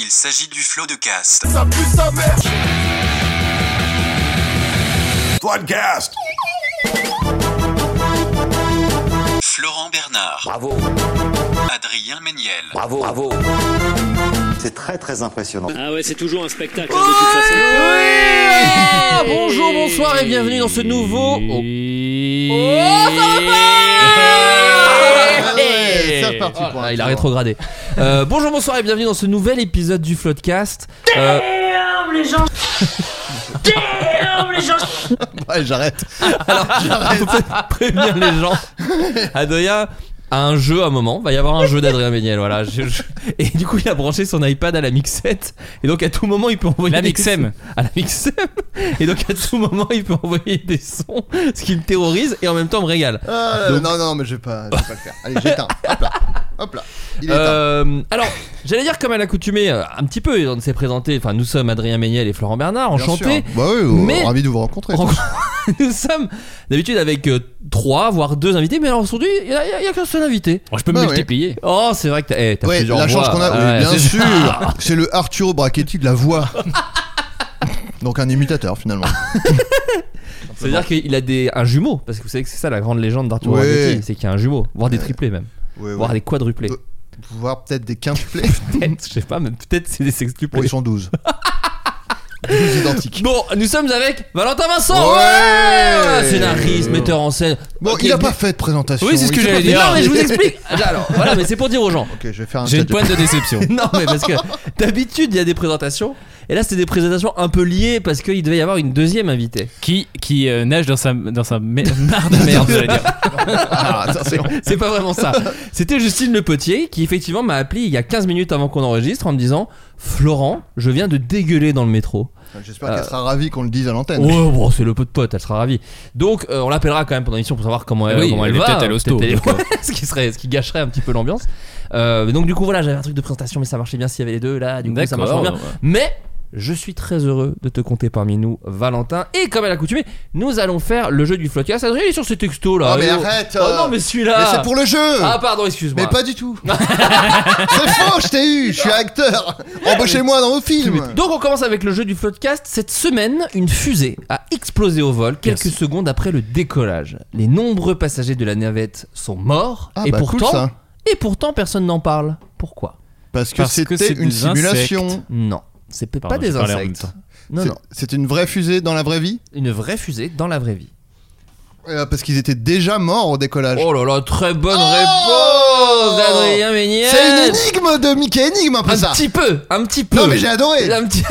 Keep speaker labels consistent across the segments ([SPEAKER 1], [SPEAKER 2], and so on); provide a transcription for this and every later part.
[SPEAKER 1] Il s'agit du flot de cast.
[SPEAKER 2] Ça pue sa mère Podcast
[SPEAKER 1] Florent Bernard,
[SPEAKER 3] Bravo,
[SPEAKER 1] Adrien Méniel,
[SPEAKER 3] bravo, bravo.
[SPEAKER 4] C'est très très impressionnant.
[SPEAKER 5] Ah ouais, c'est toujours un spectacle de toute façon.
[SPEAKER 6] Bonjour, bonsoir et bienvenue dans ce nouveau. Oh,
[SPEAKER 7] c'est reparti
[SPEAKER 6] Oh là
[SPEAKER 7] pour
[SPEAKER 6] là,
[SPEAKER 7] un
[SPEAKER 6] il a
[SPEAKER 7] tour.
[SPEAKER 6] rétrogradé. Euh, bonjour, bonsoir et bienvenue dans ce nouvel épisode du Floodcast. Euh,
[SPEAKER 7] Ouais, j'arrête.
[SPEAKER 6] alors, on peut peut-être prévenir les gens. Adrien a un jeu à un moment. Va y avoir un jeu d'Adrien Méniel. Voilà. Je- je- Et du coup, il a branché son iPad à la mixette. Et donc, à tout moment, il peut envoyer.
[SPEAKER 8] La
[SPEAKER 6] des
[SPEAKER 8] Mixem.
[SPEAKER 6] sons- À la mixem. Et donc, à tout moment, il peut envoyer des sons. Ce qui me terrorise et en même temps me régale.
[SPEAKER 7] Ah,
[SPEAKER 2] Euh,
[SPEAKER 6] Donc-
[SPEAKER 7] Non, non, mais je vais pas, je vais pas le faire. Allez, j'éteins. Hop là. Hop là. Il est éteint.
[SPEAKER 6] Euh, alors, j'allais dire comme à l'accoutumée, euh, un petit peu, on s'est présenté, enfin nous sommes Adrien Méniel et Florent Bernard,
[SPEAKER 7] Bien
[SPEAKER 6] enchantés.
[SPEAKER 7] sûr. Bah oui, oh,
[SPEAKER 6] mais-
[SPEAKER 7] ravi de vous rencontrer.
[SPEAKER 6] nous sommes d'habitude avec euh, trois, voire deux invités, mais alors aujourd'hui, il n'y a, il y a qu'un seul invité.
[SPEAKER 8] Oh, je peux
[SPEAKER 7] Bah
[SPEAKER 8] me
[SPEAKER 7] ouais.
[SPEAKER 8] multiplier.
[SPEAKER 6] Oh, c'est vrai que t'as eh, t'as
[SPEAKER 7] Ouais,
[SPEAKER 6] plusieurs
[SPEAKER 7] la chance
[SPEAKER 6] voix.
[SPEAKER 7] qu'on a, oui,
[SPEAKER 6] Ouais,
[SPEAKER 7] bien
[SPEAKER 6] c'est-
[SPEAKER 7] sûr. C'est le Arturo Brachetti de la voix. Donc un imitateur finalement.
[SPEAKER 6] C'est-à-dire qu'il a des, un jumeau, parce que vous savez que c'est ça la grande légende d'Arthur
[SPEAKER 7] Ouais.
[SPEAKER 6] Brachetti, c'est qu'il y a un jumeau, voire des triplés même,
[SPEAKER 7] Ouais,
[SPEAKER 6] voire
[SPEAKER 7] ouais.
[SPEAKER 6] des quadruplés.
[SPEAKER 7] Ouais. Voir peut-être des quintuplés.
[SPEAKER 6] Peut-être, je sais pas, mais peut-être c'est des sextuplés.
[SPEAKER 7] Bon, ils sont 12. 12 identiques.
[SPEAKER 6] Bon, nous sommes avec Valentin Vincent
[SPEAKER 7] Ouais.
[SPEAKER 6] Scénariste, metteur en scène.
[SPEAKER 7] Bon,
[SPEAKER 6] Ok,
[SPEAKER 7] il a
[SPEAKER 6] mais-
[SPEAKER 7] pas fait de présentation.
[SPEAKER 8] Oui, c'est ce
[SPEAKER 7] Il
[SPEAKER 8] que
[SPEAKER 7] sait
[SPEAKER 8] j'allais
[SPEAKER 7] pas-
[SPEAKER 8] dire.
[SPEAKER 6] Mais non, mais je vous explique. Ah, Alors, voilà, mais c'est pour dire aux gens.
[SPEAKER 7] Ok, je vais faire un
[SPEAKER 8] Ah, J'ai une
[SPEAKER 7] chat de-
[SPEAKER 8] pointe de déception.
[SPEAKER 6] Non, mais parce que d'habitude, il y a des présentations. Et là, c'était des présentations un peu liées parce qu'il devait y avoir une deuxième invitée.
[SPEAKER 8] qui qui euh, nage dans sa dans sa mer- mare de merde, j'allais dire.
[SPEAKER 7] Ah, attention.
[SPEAKER 6] C'est pas vraiment ça. C'était Justine Le Potier qui, effectivement, m'a appelé il y a 15 minutes avant qu'on enregistre en me disant Florent, je viens de dégueuler dans le métro.
[SPEAKER 7] J'espère qu'elle sera ravie qu'on le dise à l'antenne.
[SPEAKER 6] Ouais, bon, c'est le pot de pote, elle sera ravie. Donc, euh, on l'appellera quand même pendant l'émission pour savoir comment elle,
[SPEAKER 8] Ah Oui,
[SPEAKER 6] comment elle
[SPEAKER 8] elle est
[SPEAKER 6] va. hein,
[SPEAKER 8] peut-être à l'hosto,
[SPEAKER 6] Peut-être elle-
[SPEAKER 8] donc, euh.
[SPEAKER 6] ce, qui serait, ce qui gâcherait un petit peu l'ambiance. Euh, donc, du coup, voilà, j'avais un truc de présentation, mais ça marchait bien s'il y avait les deux là. Du coup, ça marche bien. Mais je suis très heureux de te compter parmi nous, Valentin. Et comme à l'accoutumée, nous allons faire le jeu du flocas. Adrien, il est sur ses textos là.
[SPEAKER 7] Ah, mais
[SPEAKER 6] Il est-
[SPEAKER 7] arrête,
[SPEAKER 6] Oh
[SPEAKER 7] euh,
[SPEAKER 6] non, mais celui-là
[SPEAKER 7] Mais c'est pour le jeu
[SPEAKER 6] Ah, pardon, excuse-moi.
[SPEAKER 7] Mais pas du tout C'est faux, je t'ai eu Je suis acteur Embauchez-moi dans vos films
[SPEAKER 6] Donc on commence avec le jeu du podcast. Cette semaine, une fusée a explosé au vol quelques
[SPEAKER 8] Merci.
[SPEAKER 6] secondes après le décollage. Les nombreux passagers de la navette sont morts
[SPEAKER 7] Ah,
[SPEAKER 6] et
[SPEAKER 7] bah, cool,
[SPEAKER 6] pourtant
[SPEAKER 7] ça.
[SPEAKER 6] et pourtant personne n'en parle. Pourquoi
[SPEAKER 7] Parce que
[SPEAKER 8] Parce
[SPEAKER 7] c'était
[SPEAKER 8] que c'est
[SPEAKER 7] une
[SPEAKER 8] des
[SPEAKER 7] simulation
[SPEAKER 8] insectes.
[SPEAKER 6] Non, c'est peut-
[SPEAKER 8] Pardon,
[SPEAKER 6] pas des
[SPEAKER 8] j'ai parlé en même
[SPEAKER 6] insectes.
[SPEAKER 8] temps.
[SPEAKER 6] Non
[SPEAKER 7] C'est-
[SPEAKER 6] non,
[SPEAKER 7] C'est une vraie fusée dans la vraie vie
[SPEAKER 6] une vraie fusée dans la vraie vie.
[SPEAKER 7] Euh, Parce qu'ils étaient déjà morts au décollage.
[SPEAKER 6] Oh là là, très bonne
[SPEAKER 7] Ah, Oh
[SPEAKER 6] réponse d'Adrien Méniel.
[SPEAKER 7] C'est une énigme de Mickey Énigme un peu
[SPEAKER 6] Un
[SPEAKER 7] ça
[SPEAKER 6] petit peu, un petit peu.
[SPEAKER 7] Non mais j'ai adoré
[SPEAKER 6] Un petit-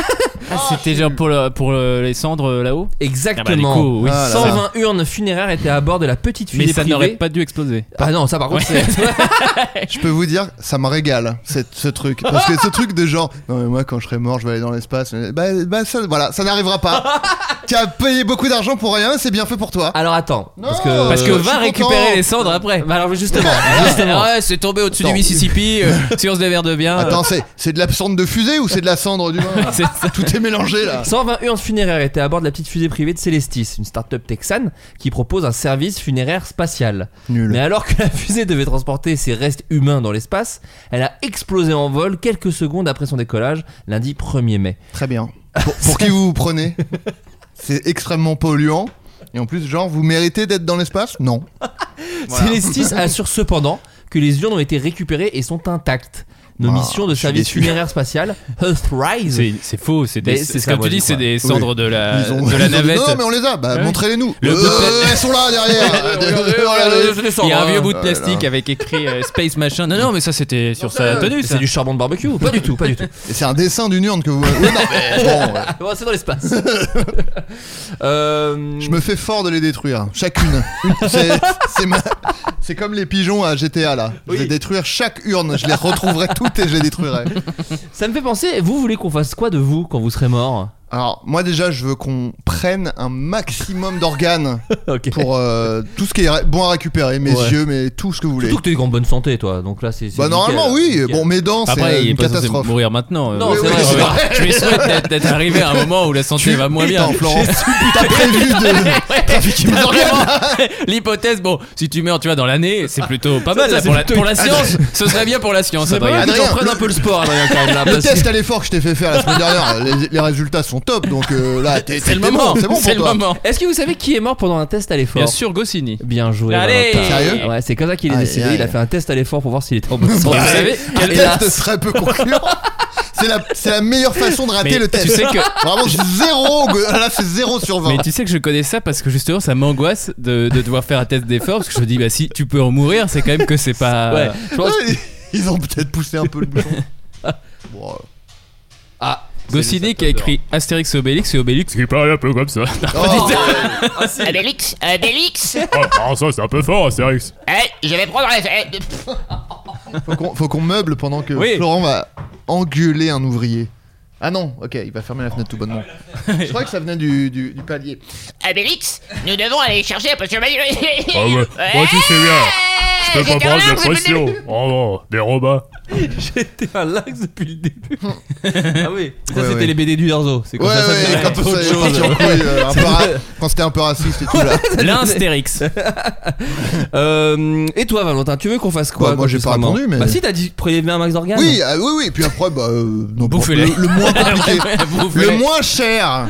[SPEAKER 8] Ah, c'était genre pour le- pour euh, les cendres euh, là-haut.
[SPEAKER 6] Exactement.
[SPEAKER 8] Ah bah, du coup, oui.
[SPEAKER 7] Ah là là.
[SPEAKER 6] 120 urnes funéraires étaient à bord de la petite fusée
[SPEAKER 8] Mais ça
[SPEAKER 6] privée.
[SPEAKER 8] n'aurait pas dû exploser.
[SPEAKER 6] Ah non, ça par contre c'est
[SPEAKER 7] Je peux vous dire, ça me régale cette- ce truc. Parce que ce truc de genre, non mais moi quand je serai mort, je vais aller dans l'espace. Bah, bah, ça, voilà, ça n'arrivera pas. tu as payé beaucoup d'argent pour rien, c'est bien fait pour toi.
[SPEAKER 6] Alors attends, parce que
[SPEAKER 8] Parce que
[SPEAKER 7] je
[SPEAKER 8] va
[SPEAKER 7] suis
[SPEAKER 8] récupérer
[SPEAKER 7] content.
[SPEAKER 8] les cendres après.
[SPEAKER 6] Bah alors justement, justement.
[SPEAKER 8] Ah Ouais, c'est tombé au-dessus du
[SPEAKER 7] Attends.
[SPEAKER 8] Mississippi. euh, si on se déverde bien. euh,
[SPEAKER 7] Attends, c'est, c'est de la cendre de fusée ou c'est de la cendre du vin
[SPEAKER 8] c'est ça.
[SPEAKER 7] Tout est mélangé là.
[SPEAKER 6] 120 urnes funéraires étaient à bord de la petite fusée privée de Celestis, une start-up texane qui propose un service funéraire spatial. Mais
[SPEAKER 7] Nul.
[SPEAKER 6] alors que la fusée devait transporter ses restes humains dans l'espace, elle a explosé en vol quelques secondes après son décollage, lundi 1er mai.
[SPEAKER 7] Très bien. Pour, pour qui vous vous prenez C'est extrêmement polluant. Et en plus, genre, vous méritez d'être dans l'espace Non.
[SPEAKER 2] Voilà.
[SPEAKER 6] Célestis assure cependant que les urnes ont été récupérées et sont intactes. Nos
[SPEAKER 2] Ah,
[SPEAKER 6] missions de
[SPEAKER 2] je suis
[SPEAKER 6] service
[SPEAKER 2] déçu.
[SPEAKER 6] funéraire spatial, Earthrise,
[SPEAKER 8] C'est c'est faux, c'est
[SPEAKER 6] Mais
[SPEAKER 8] des.
[SPEAKER 6] c'est
[SPEAKER 8] C'est
[SPEAKER 6] ça,
[SPEAKER 8] comme
[SPEAKER 6] moi,
[SPEAKER 8] tu dis,
[SPEAKER 6] je
[SPEAKER 8] c'est
[SPEAKER 6] dis
[SPEAKER 8] des
[SPEAKER 2] pas.
[SPEAKER 8] cendres de la
[SPEAKER 2] Ils ont-
[SPEAKER 8] de
[SPEAKER 2] ils
[SPEAKER 8] la
[SPEAKER 2] ont dit,
[SPEAKER 8] navette.
[SPEAKER 2] non, mais on les a, bah,
[SPEAKER 8] Ouais.
[SPEAKER 2] montrez-les-nous.
[SPEAKER 8] Le-
[SPEAKER 2] Euh, elles sont là derrière. Voilà, les-
[SPEAKER 8] Il y
[SPEAKER 6] hein.
[SPEAKER 8] a un vieux bout de
[SPEAKER 2] Oh là là.
[SPEAKER 8] plastique avec écrit euh, Space Machin. Non, non, mais ça c'était sur sa tenue.
[SPEAKER 6] C'est
[SPEAKER 8] ça.
[SPEAKER 6] du charbon de barbecue ou Pas du tout, pas du tout.
[SPEAKER 2] Et C'est un dessin d'une urne que vous. Ouais, non, mais bon, ouais.
[SPEAKER 6] Bon, c'est dans l'espace. Euh,
[SPEAKER 2] Je me fais fort de les détruire, chacune. Une- C'est c'est ma- c'est comme les pigeons à GTA là. Je vais
[SPEAKER 6] Oui.
[SPEAKER 2] détruire chaque urne, je les retrouverai toutes et je les détruirai.
[SPEAKER 6] Ça me fait penser, vous voulez qu'on fasse quoi de vous quand vous serez mort
[SPEAKER 2] Alors, moi déjà, je veux qu'on prenne un maximum d'organes
[SPEAKER 6] Ok.
[SPEAKER 2] pour euh, tout ce qui est ré- bon à récupérer, mes
[SPEAKER 6] Ouais.
[SPEAKER 2] yeux, mais tout ce que vous voulez.
[SPEAKER 6] Surtout que t'es en bonne santé, toi. Donc là, c'est. c'est
[SPEAKER 2] Bah,
[SPEAKER 6] nickel,
[SPEAKER 2] normalement,
[SPEAKER 6] là.
[SPEAKER 2] oui.
[SPEAKER 6] Nickel.
[SPEAKER 2] Bon, mes dents,
[SPEAKER 8] Après,
[SPEAKER 2] c'est
[SPEAKER 8] il est
[SPEAKER 2] une
[SPEAKER 8] pas censé
[SPEAKER 2] catastrophe.
[SPEAKER 8] mourir maintenant.
[SPEAKER 6] Non,
[SPEAKER 8] Euh,
[SPEAKER 6] c'est
[SPEAKER 8] oui,
[SPEAKER 6] vrai,
[SPEAKER 8] oui,
[SPEAKER 6] c'est
[SPEAKER 8] je-
[SPEAKER 6] vrai.
[SPEAKER 8] Je lui souhaite d'être- d'être arrivé à un moment où la santé va moins bien.
[SPEAKER 2] Putain, Florent, t'as prévu de trafiquer mes
[SPEAKER 8] T'as
[SPEAKER 2] organes
[SPEAKER 8] vraiment- L'hypothèse, bon, si tu meurs, tu vois, dans l'année, c'est plutôt pas mal.
[SPEAKER 6] Ça,
[SPEAKER 8] là,
[SPEAKER 6] c'est
[SPEAKER 8] pour, la,
[SPEAKER 6] plutôt
[SPEAKER 8] pour la
[SPEAKER 6] une-
[SPEAKER 8] science, ce serait bien pour la science,
[SPEAKER 6] C'est pas
[SPEAKER 8] Adrien.
[SPEAKER 6] mal que
[SPEAKER 2] Adrien,
[SPEAKER 6] t'en prennes un
[SPEAKER 2] le-
[SPEAKER 6] peu le sport, Adrien, quand même. Là,
[SPEAKER 2] Le
[SPEAKER 6] parce
[SPEAKER 2] test
[SPEAKER 6] que-
[SPEAKER 2] à l'effort que je t'ai fait faire la semaine dernière, les, les résultats sont top, donc euh, là, t'es-
[SPEAKER 8] C'est le
[SPEAKER 2] t'es bon,
[SPEAKER 8] moment.
[SPEAKER 2] c'est bon
[SPEAKER 8] C'est
[SPEAKER 2] pour
[SPEAKER 8] le
[SPEAKER 2] toi.
[SPEAKER 8] moment.
[SPEAKER 6] Est-ce que vous savez qui est mort pendant un test à l'effort
[SPEAKER 8] Bien sûr, Goscinny.
[SPEAKER 6] Bien joué.
[SPEAKER 8] Allez
[SPEAKER 6] Valentin.
[SPEAKER 2] Sérieux
[SPEAKER 6] Ouais, c'est comme ça qu'il est
[SPEAKER 2] Aïe,
[SPEAKER 6] décédé.
[SPEAKER 2] aïe.
[SPEAKER 6] Il a fait un test à l'effort pour voir s'il était en bonne
[SPEAKER 2] Bon,
[SPEAKER 6] santé.
[SPEAKER 2] vous savez, un
[SPEAKER 6] Et là,
[SPEAKER 2] test serait peu concluant. C'est la, c'est la meilleure façon de rater
[SPEAKER 8] Mais
[SPEAKER 2] le test.
[SPEAKER 8] tu sais que-
[SPEAKER 2] Vraiment, c'est zéro. ah, Là, c'est 0 sur 20.
[SPEAKER 8] Mais tu sais que je connais ça parce que justement ça m'angoisse de, de devoir faire un test d'effort parce que je me dis bah si tu peux en mourir c'est quand même que c'est pas
[SPEAKER 6] Ouais, je pense-
[SPEAKER 2] Ouais, Ils ont peut-être poussé un peu le bouchon. Bon, euh,
[SPEAKER 6] Ah,
[SPEAKER 8] Goscinny qui a écrit Astérix et Obélix et Obélix qui parle un peu comme ça
[SPEAKER 2] oh,
[SPEAKER 3] Abélix, Abélix
[SPEAKER 8] ah ça c'est un peu
[SPEAKER 9] Oh,
[SPEAKER 8] fort Astérix
[SPEAKER 3] Euh, Eh, je vais prendre la... eh,
[SPEAKER 2] faut qu'on- faut qu'on meuble pendant que
[SPEAKER 8] Oui.
[SPEAKER 2] Florent va engueuler un ouvrier. Ah non, ok, il va fermer la fenêtre tout bonnement.
[SPEAKER 8] Ah,
[SPEAKER 2] Je crois que ça venait du, du- du palier.
[SPEAKER 3] Abélix, nous devons aller chercher un potion magique
[SPEAKER 9] Ah ouais, moi tu sais bien, je peux pas prendre de pression. Oh non, des robots.
[SPEAKER 6] J'étais un lax depuis le début. ah oui. Ça,
[SPEAKER 2] Ouais,
[SPEAKER 6] c'était
[SPEAKER 2] ouais.
[SPEAKER 6] les BD du Darzo. C'est
[SPEAKER 2] Ouais,
[SPEAKER 6] comme ça, ça
[SPEAKER 2] ouais,
[SPEAKER 6] faisait
[SPEAKER 2] quand
[SPEAKER 6] trop
[SPEAKER 2] ça
[SPEAKER 6] de
[SPEAKER 2] est
[SPEAKER 6] choses.
[SPEAKER 2] parti en couille, euh, un peu ra- quand c'était un peu raciste et tout là.
[SPEAKER 8] L'Instérix
[SPEAKER 6] Euh, et toi, Valentin, tu veux qu'on fasse quoi
[SPEAKER 2] Bah, moi,
[SPEAKER 6] quand
[SPEAKER 2] j'ai
[SPEAKER 6] tu
[SPEAKER 2] pas
[SPEAKER 6] seras mort
[SPEAKER 2] répondu, mais-
[SPEAKER 6] Bah, si, t'as dit prenez bien un max d'organes.
[SPEAKER 2] Oui, ah, oui, oui. Puis après, bah, euh, non,
[SPEAKER 8] Bouffez-les.
[SPEAKER 2] le, le moins compliqué, le
[SPEAKER 8] Bouffez-les.
[SPEAKER 2] moins cher.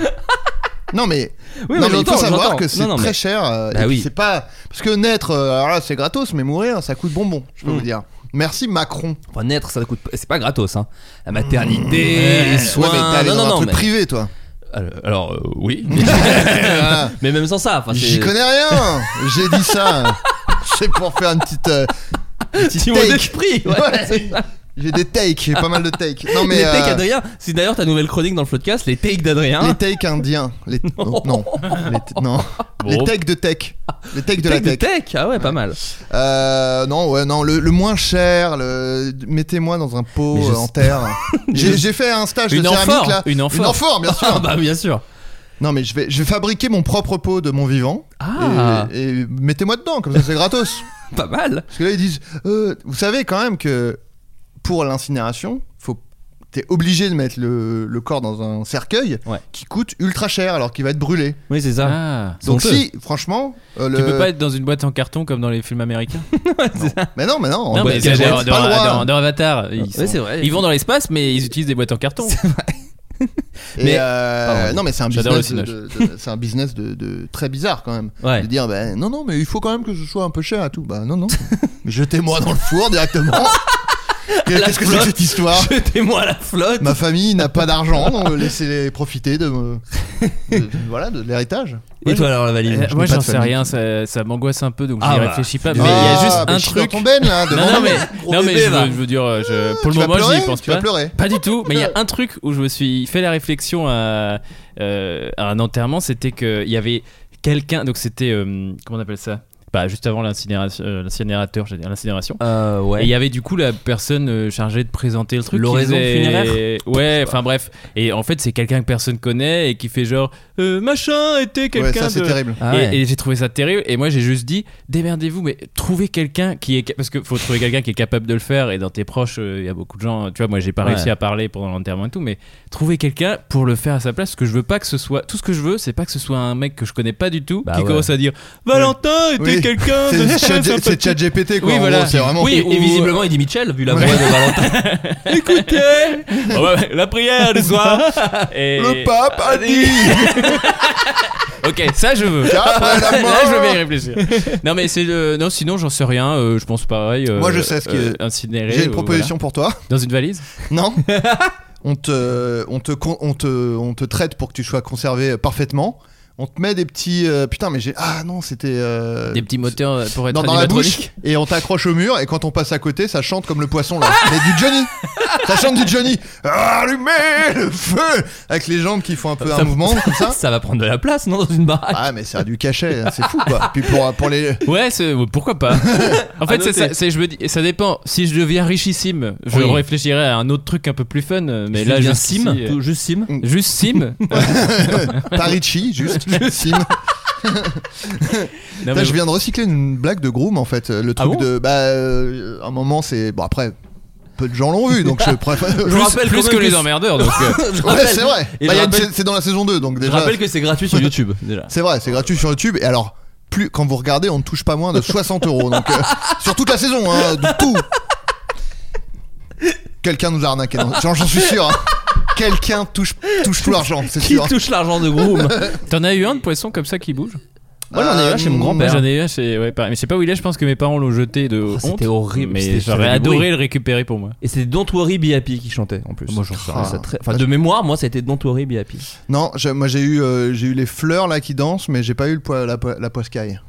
[SPEAKER 2] Non mais,
[SPEAKER 6] Oui,
[SPEAKER 2] non,
[SPEAKER 6] mais
[SPEAKER 2] mais il faut
[SPEAKER 6] j'entends,
[SPEAKER 2] savoir
[SPEAKER 6] j'entends.
[SPEAKER 2] que c'est
[SPEAKER 6] Non, non,
[SPEAKER 2] très
[SPEAKER 6] mais-
[SPEAKER 2] cher. euh,
[SPEAKER 6] Bah
[SPEAKER 2] et puis
[SPEAKER 6] oui.
[SPEAKER 2] C'est pas parce que naître, euh, alors là c'est gratos, mais mourir ça coûte bonbon. Je
[SPEAKER 6] Mm.
[SPEAKER 2] peux vous dire. Merci Macron.
[SPEAKER 6] Enfin, naître, ça coûte. C'est pas gratos, hein. La maternité, les soins.
[SPEAKER 2] ouais, mais t'es allé
[SPEAKER 6] non,
[SPEAKER 2] dans
[SPEAKER 6] non,
[SPEAKER 2] un
[SPEAKER 6] non.
[SPEAKER 2] truc
[SPEAKER 6] Eh, mais-
[SPEAKER 2] privé toi. Ah,
[SPEAKER 6] Alors, alors, euh, oui. Mais... mais même sans ça. enfin, Ah, c'est-
[SPEAKER 2] J'y connais rien. J'ai dit ça. C'est pour faire une petite. euh, une petite
[SPEAKER 6] Petit mot
[SPEAKER 2] take.
[SPEAKER 6] d'esprit. Ouais.
[SPEAKER 2] Ouais, c'est ça. J'ai des takes, j'ai pas mal de takes. Non mais
[SPEAKER 6] les
[SPEAKER 2] euh,
[SPEAKER 6] takes d'Adrien, c'est d'ailleurs ta nouvelle chronique dans le podcast, les takes d'Adrien.
[SPEAKER 2] les takes indiens, les non, non, les, t- non. les takes de tech, les takes de la
[SPEAKER 6] Takes de
[SPEAKER 2] tech.
[SPEAKER 6] tech, ah ouais, pas mal.
[SPEAKER 2] Euh, non, ouais, non, le, le moins cher, le... mettez-moi dans un pot
[SPEAKER 6] Mais je
[SPEAKER 2] euh,
[SPEAKER 6] sais-
[SPEAKER 2] en terre. J'ai j'ai fait un stage
[SPEAKER 8] Une
[SPEAKER 2] de
[SPEAKER 8] amphore,
[SPEAKER 2] céramique là.
[SPEAKER 8] une amphore.
[SPEAKER 2] bien sûr.
[SPEAKER 6] Ah bah bien sûr.
[SPEAKER 2] Non, mais je vais, je vais fabriquer mon propre pot de mon vivant.
[SPEAKER 6] Ah.
[SPEAKER 2] Et, et mettez-moi dedans, comme ça c'est gratos.
[SPEAKER 6] Pas mal.
[SPEAKER 2] Parce que là, ils disent euh, Vous savez quand même que pour l'incinération, faut. T'es obligé de mettre le, le corps dans un cercueil
[SPEAKER 6] Ouais.
[SPEAKER 2] qui coûte ultra cher alors qu'il va être brûlé.
[SPEAKER 6] Oui, c'est ça.
[SPEAKER 8] Ah.
[SPEAKER 2] Donc
[SPEAKER 6] honteux.
[SPEAKER 2] si, franchement, euh,
[SPEAKER 8] Tu
[SPEAKER 2] le-
[SPEAKER 8] peux pas être dans une boîte en carton comme dans les films américains
[SPEAKER 2] Mais non, mais non.
[SPEAKER 8] Non
[SPEAKER 2] bah,
[SPEAKER 8] mais
[SPEAKER 2] t'as
[SPEAKER 8] c'est
[SPEAKER 2] pas
[SPEAKER 8] dans,
[SPEAKER 2] le droit.
[SPEAKER 8] dans- dans Avatar ils,
[SPEAKER 6] Ouais, c'est vrai.
[SPEAKER 8] ils vont dans l'espace mais ils utilisent des boîtes en carton
[SPEAKER 2] Et,
[SPEAKER 6] Mais-
[SPEAKER 2] euh,
[SPEAKER 6] Pardon.
[SPEAKER 2] non mais c'est un
[SPEAKER 8] J'adore
[SPEAKER 2] business,
[SPEAKER 8] le
[SPEAKER 2] de, de- c'est un business de, de- très bizarre quand même.
[SPEAKER 6] Ouais.
[SPEAKER 2] De dire bah, non non mais il faut quand même que je sois un peu cher et tout. Bah non non. Mais jetez-moi dans le four directement. Qu'est-ce que c'est que
[SPEAKER 6] flotte.
[SPEAKER 2] cette histoire
[SPEAKER 6] Jetez-moi à la flotte.
[SPEAKER 2] Ah. Ma famille n'a pas d'argent, donc euh, laissez-les profiter de, me- de- de- voilà de l'héritage.
[SPEAKER 6] Et toi alors la valise
[SPEAKER 8] Euh, moi
[SPEAKER 2] Je n'ai pas
[SPEAKER 8] j'en
[SPEAKER 2] de
[SPEAKER 8] sais
[SPEAKER 2] famille.
[SPEAKER 8] rien ça, ça m'angoisse un peu donc
[SPEAKER 6] Ah
[SPEAKER 8] j'y
[SPEAKER 6] bah.
[SPEAKER 8] réfléchis pas mais
[SPEAKER 6] Mais
[SPEAKER 8] il y a
[SPEAKER 2] Ah,
[SPEAKER 8] juste
[SPEAKER 2] bah,
[SPEAKER 8] un
[SPEAKER 2] je suis dans
[SPEAKER 8] truc
[SPEAKER 2] ton ben là. devant
[SPEAKER 8] non, non
[SPEAKER 2] moi.
[SPEAKER 8] mais,
[SPEAKER 6] Gros
[SPEAKER 8] non, mais
[SPEAKER 6] bébé,
[SPEAKER 8] je,
[SPEAKER 6] va.
[SPEAKER 8] veux, je veux dire, euh, je- pour
[SPEAKER 2] Tu
[SPEAKER 8] le
[SPEAKER 2] vas
[SPEAKER 8] moment,
[SPEAKER 2] pleurer
[SPEAKER 8] j'y pense
[SPEAKER 2] Tu
[SPEAKER 8] pas.
[SPEAKER 2] vas pleurer
[SPEAKER 8] Pas du tout, mais il y a un truc où je me suis fait la réflexion à, euh, à un enterrement, c'était qu'il y avait quelqu'un, donc c'était, euh, comment on appelle ça bah, Juste avant l'incinération, euh, l'incinérateur, j'allais dire l'incinération.
[SPEAKER 6] Euh,
[SPEAKER 8] Et il
[SPEAKER 6] ouais.
[SPEAKER 8] y avait du coup la personne euh, chargée de présenter le truc. qui
[SPEAKER 6] L'oraison
[SPEAKER 8] faisait-
[SPEAKER 6] funéraire
[SPEAKER 8] Ouais, enfin bref. Et en fait, c'est quelqu'un que personne connaît et qui fait genre Euh, machin était
[SPEAKER 2] Ouais,
[SPEAKER 8] quelqu'un
[SPEAKER 2] ça c'est
[SPEAKER 8] de-
[SPEAKER 2] terrible.
[SPEAKER 6] Ah
[SPEAKER 8] et,
[SPEAKER 6] ouais.
[SPEAKER 8] et j'ai trouvé ça terrible. Et moi, j'ai juste dit, démerdez-vous, mais trouvez quelqu'un qui est. ca- Parce qu'il faut trouver quelqu'un qui est capable de le faire. Et dans tes proches, euh, il y a beaucoup de gens. Tu vois, moi, j'ai pas
[SPEAKER 6] Ouais.
[SPEAKER 8] réussi à parler pendant l'enterrement et tout. Mais trouvez quelqu'un pour le faire à sa place. Parce que je veux pas que ce soit. Tout ce que je veux, c'est pas que ce soit un mec que je connais pas du tout
[SPEAKER 6] Bah
[SPEAKER 8] qui
[SPEAKER 6] ouais.
[SPEAKER 8] commence à dire Valentin était
[SPEAKER 2] Oui.
[SPEAKER 8] quelqu'un. Ah, de
[SPEAKER 2] C'est
[SPEAKER 8] très
[SPEAKER 2] Chat-
[SPEAKER 8] sympathique.
[SPEAKER 2] c'est ChatGPT quoi.
[SPEAKER 8] Oui,
[SPEAKER 2] en
[SPEAKER 8] voilà.
[SPEAKER 2] gros, c'est vraiment.
[SPEAKER 8] Oui,
[SPEAKER 6] Et, et
[SPEAKER 8] ou-
[SPEAKER 6] visiblement il dit Mitchell vu la voix de Valentin.
[SPEAKER 8] Oh, ouais, la prière le soir. Et-
[SPEAKER 2] Le pape a dit.
[SPEAKER 8] Ok, ça je veux.
[SPEAKER 2] Car après la
[SPEAKER 8] Là, je veux bien y
[SPEAKER 2] mort.
[SPEAKER 8] réfléchir. Non, mais c'est le. Non, sinon, j'en sais rien. euh, je pense pareil. euh,
[SPEAKER 2] Moi, je sais ce qui
[SPEAKER 8] euh,
[SPEAKER 2] est-
[SPEAKER 8] incinéré.
[SPEAKER 2] J'ai
[SPEAKER 8] euh,
[SPEAKER 2] une proposition
[SPEAKER 8] voilà.
[SPEAKER 2] pour toi.
[SPEAKER 8] Dans une valise
[SPEAKER 2] Non. on te, on te, con- on te, on te traite pour que tu sois conservé euh, parfaitement. On te met des petits. euh, putain, mais j'ai. Ah non, c'était. euh,
[SPEAKER 8] Des petits moteurs euh, pour être
[SPEAKER 2] non, dans la bouche
[SPEAKER 8] animatronique.
[SPEAKER 2] et on t'accroche au mur et quand on passe à côté ça chante comme le poisson là mais du Johnny ça chante du Johnny allumez le feu avec les jambes qui font un peu un mouvement comme ça
[SPEAKER 6] Ça va prendre de la place, non, dans une baraque
[SPEAKER 2] ah mais c'est du cachet c'est fou quoi puis pour, pour les
[SPEAKER 8] Ouais, c'est- pourquoi pas En
[SPEAKER 6] À
[SPEAKER 8] fait, c'est
[SPEAKER 6] noter.
[SPEAKER 8] ça, c'est- je me dis, ça dépend. Si je deviens richissime, je
[SPEAKER 6] Oui.
[SPEAKER 8] réfléchirai à un autre truc un peu plus fun. Mais
[SPEAKER 6] Tu
[SPEAKER 8] là,
[SPEAKER 6] deviens
[SPEAKER 8] juste
[SPEAKER 6] sim,
[SPEAKER 8] ici, euh,
[SPEAKER 6] tout- juste sim.
[SPEAKER 8] juste sim.
[SPEAKER 2] Parichi juste Sim.
[SPEAKER 8] Non,
[SPEAKER 2] Putain,
[SPEAKER 8] mais-
[SPEAKER 2] je viens de recycler une blague de Groom en fait le
[SPEAKER 8] Ah
[SPEAKER 2] truc
[SPEAKER 8] bon
[SPEAKER 2] de bah euh, un moment c'est bon après peu de gens l'ont vu donc je préfère
[SPEAKER 8] Plus,
[SPEAKER 2] je rappelle
[SPEAKER 8] plus
[SPEAKER 2] quand
[SPEAKER 8] que
[SPEAKER 2] même
[SPEAKER 8] les emmerdeurs. Donc, euh,
[SPEAKER 6] Je
[SPEAKER 2] Ouais,
[SPEAKER 6] rappelle-
[SPEAKER 2] c'est vrai.
[SPEAKER 6] Et
[SPEAKER 2] Bah,
[SPEAKER 6] je
[SPEAKER 2] y a une-
[SPEAKER 6] rappelle-
[SPEAKER 2] C'est dans la saison 2, donc
[SPEAKER 6] je
[SPEAKER 2] déjà.
[SPEAKER 6] rappelle que c'est gratuit sur YouTube, déjà.
[SPEAKER 2] C'est vrai, c'est gratuit sur YouTube. Et alors, plus quand vous regardez, on ne touche pas moins de 60 euros. Donc, euh, sur toute la saison, hein, de tout. Quelqu'un nous a arnaqué. non, J'en j'en suis sûr. hein. Quelqu'un touche, touche tout l'argent, c'est
[SPEAKER 6] Qui
[SPEAKER 2] sûr.
[SPEAKER 6] touche l'argent de Groom
[SPEAKER 8] T'en as eu un de poisson comme ça qui bouge
[SPEAKER 6] Moi, j'en ai eu un chez mon
[SPEAKER 8] Bah,
[SPEAKER 6] grand-père.
[SPEAKER 8] J'en ai eu un chez. Ouais, pareil. Mais je sais pas où il est, je pense que mes parents l'ont jeté de. honte,
[SPEAKER 6] c'était horrible, c'était-
[SPEAKER 8] Mais
[SPEAKER 6] j'avais
[SPEAKER 8] j'aurais
[SPEAKER 6] du bruit.
[SPEAKER 8] adoré le récupérer pour moi.
[SPEAKER 6] Et c'est Don't Worry Be Happy qui chantait en plus.
[SPEAKER 8] Moi, j'en sais
[SPEAKER 2] Ah.
[SPEAKER 8] rien.
[SPEAKER 6] Ça très- Enfin, de mémoire, moi, c'était Don't Worry Be Happy.
[SPEAKER 2] Non, j'ai- moi j'ai eu, euh, j'ai eu les fleurs là qui dansent, mais j'ai pas eu le po- la, po- la poiscaille.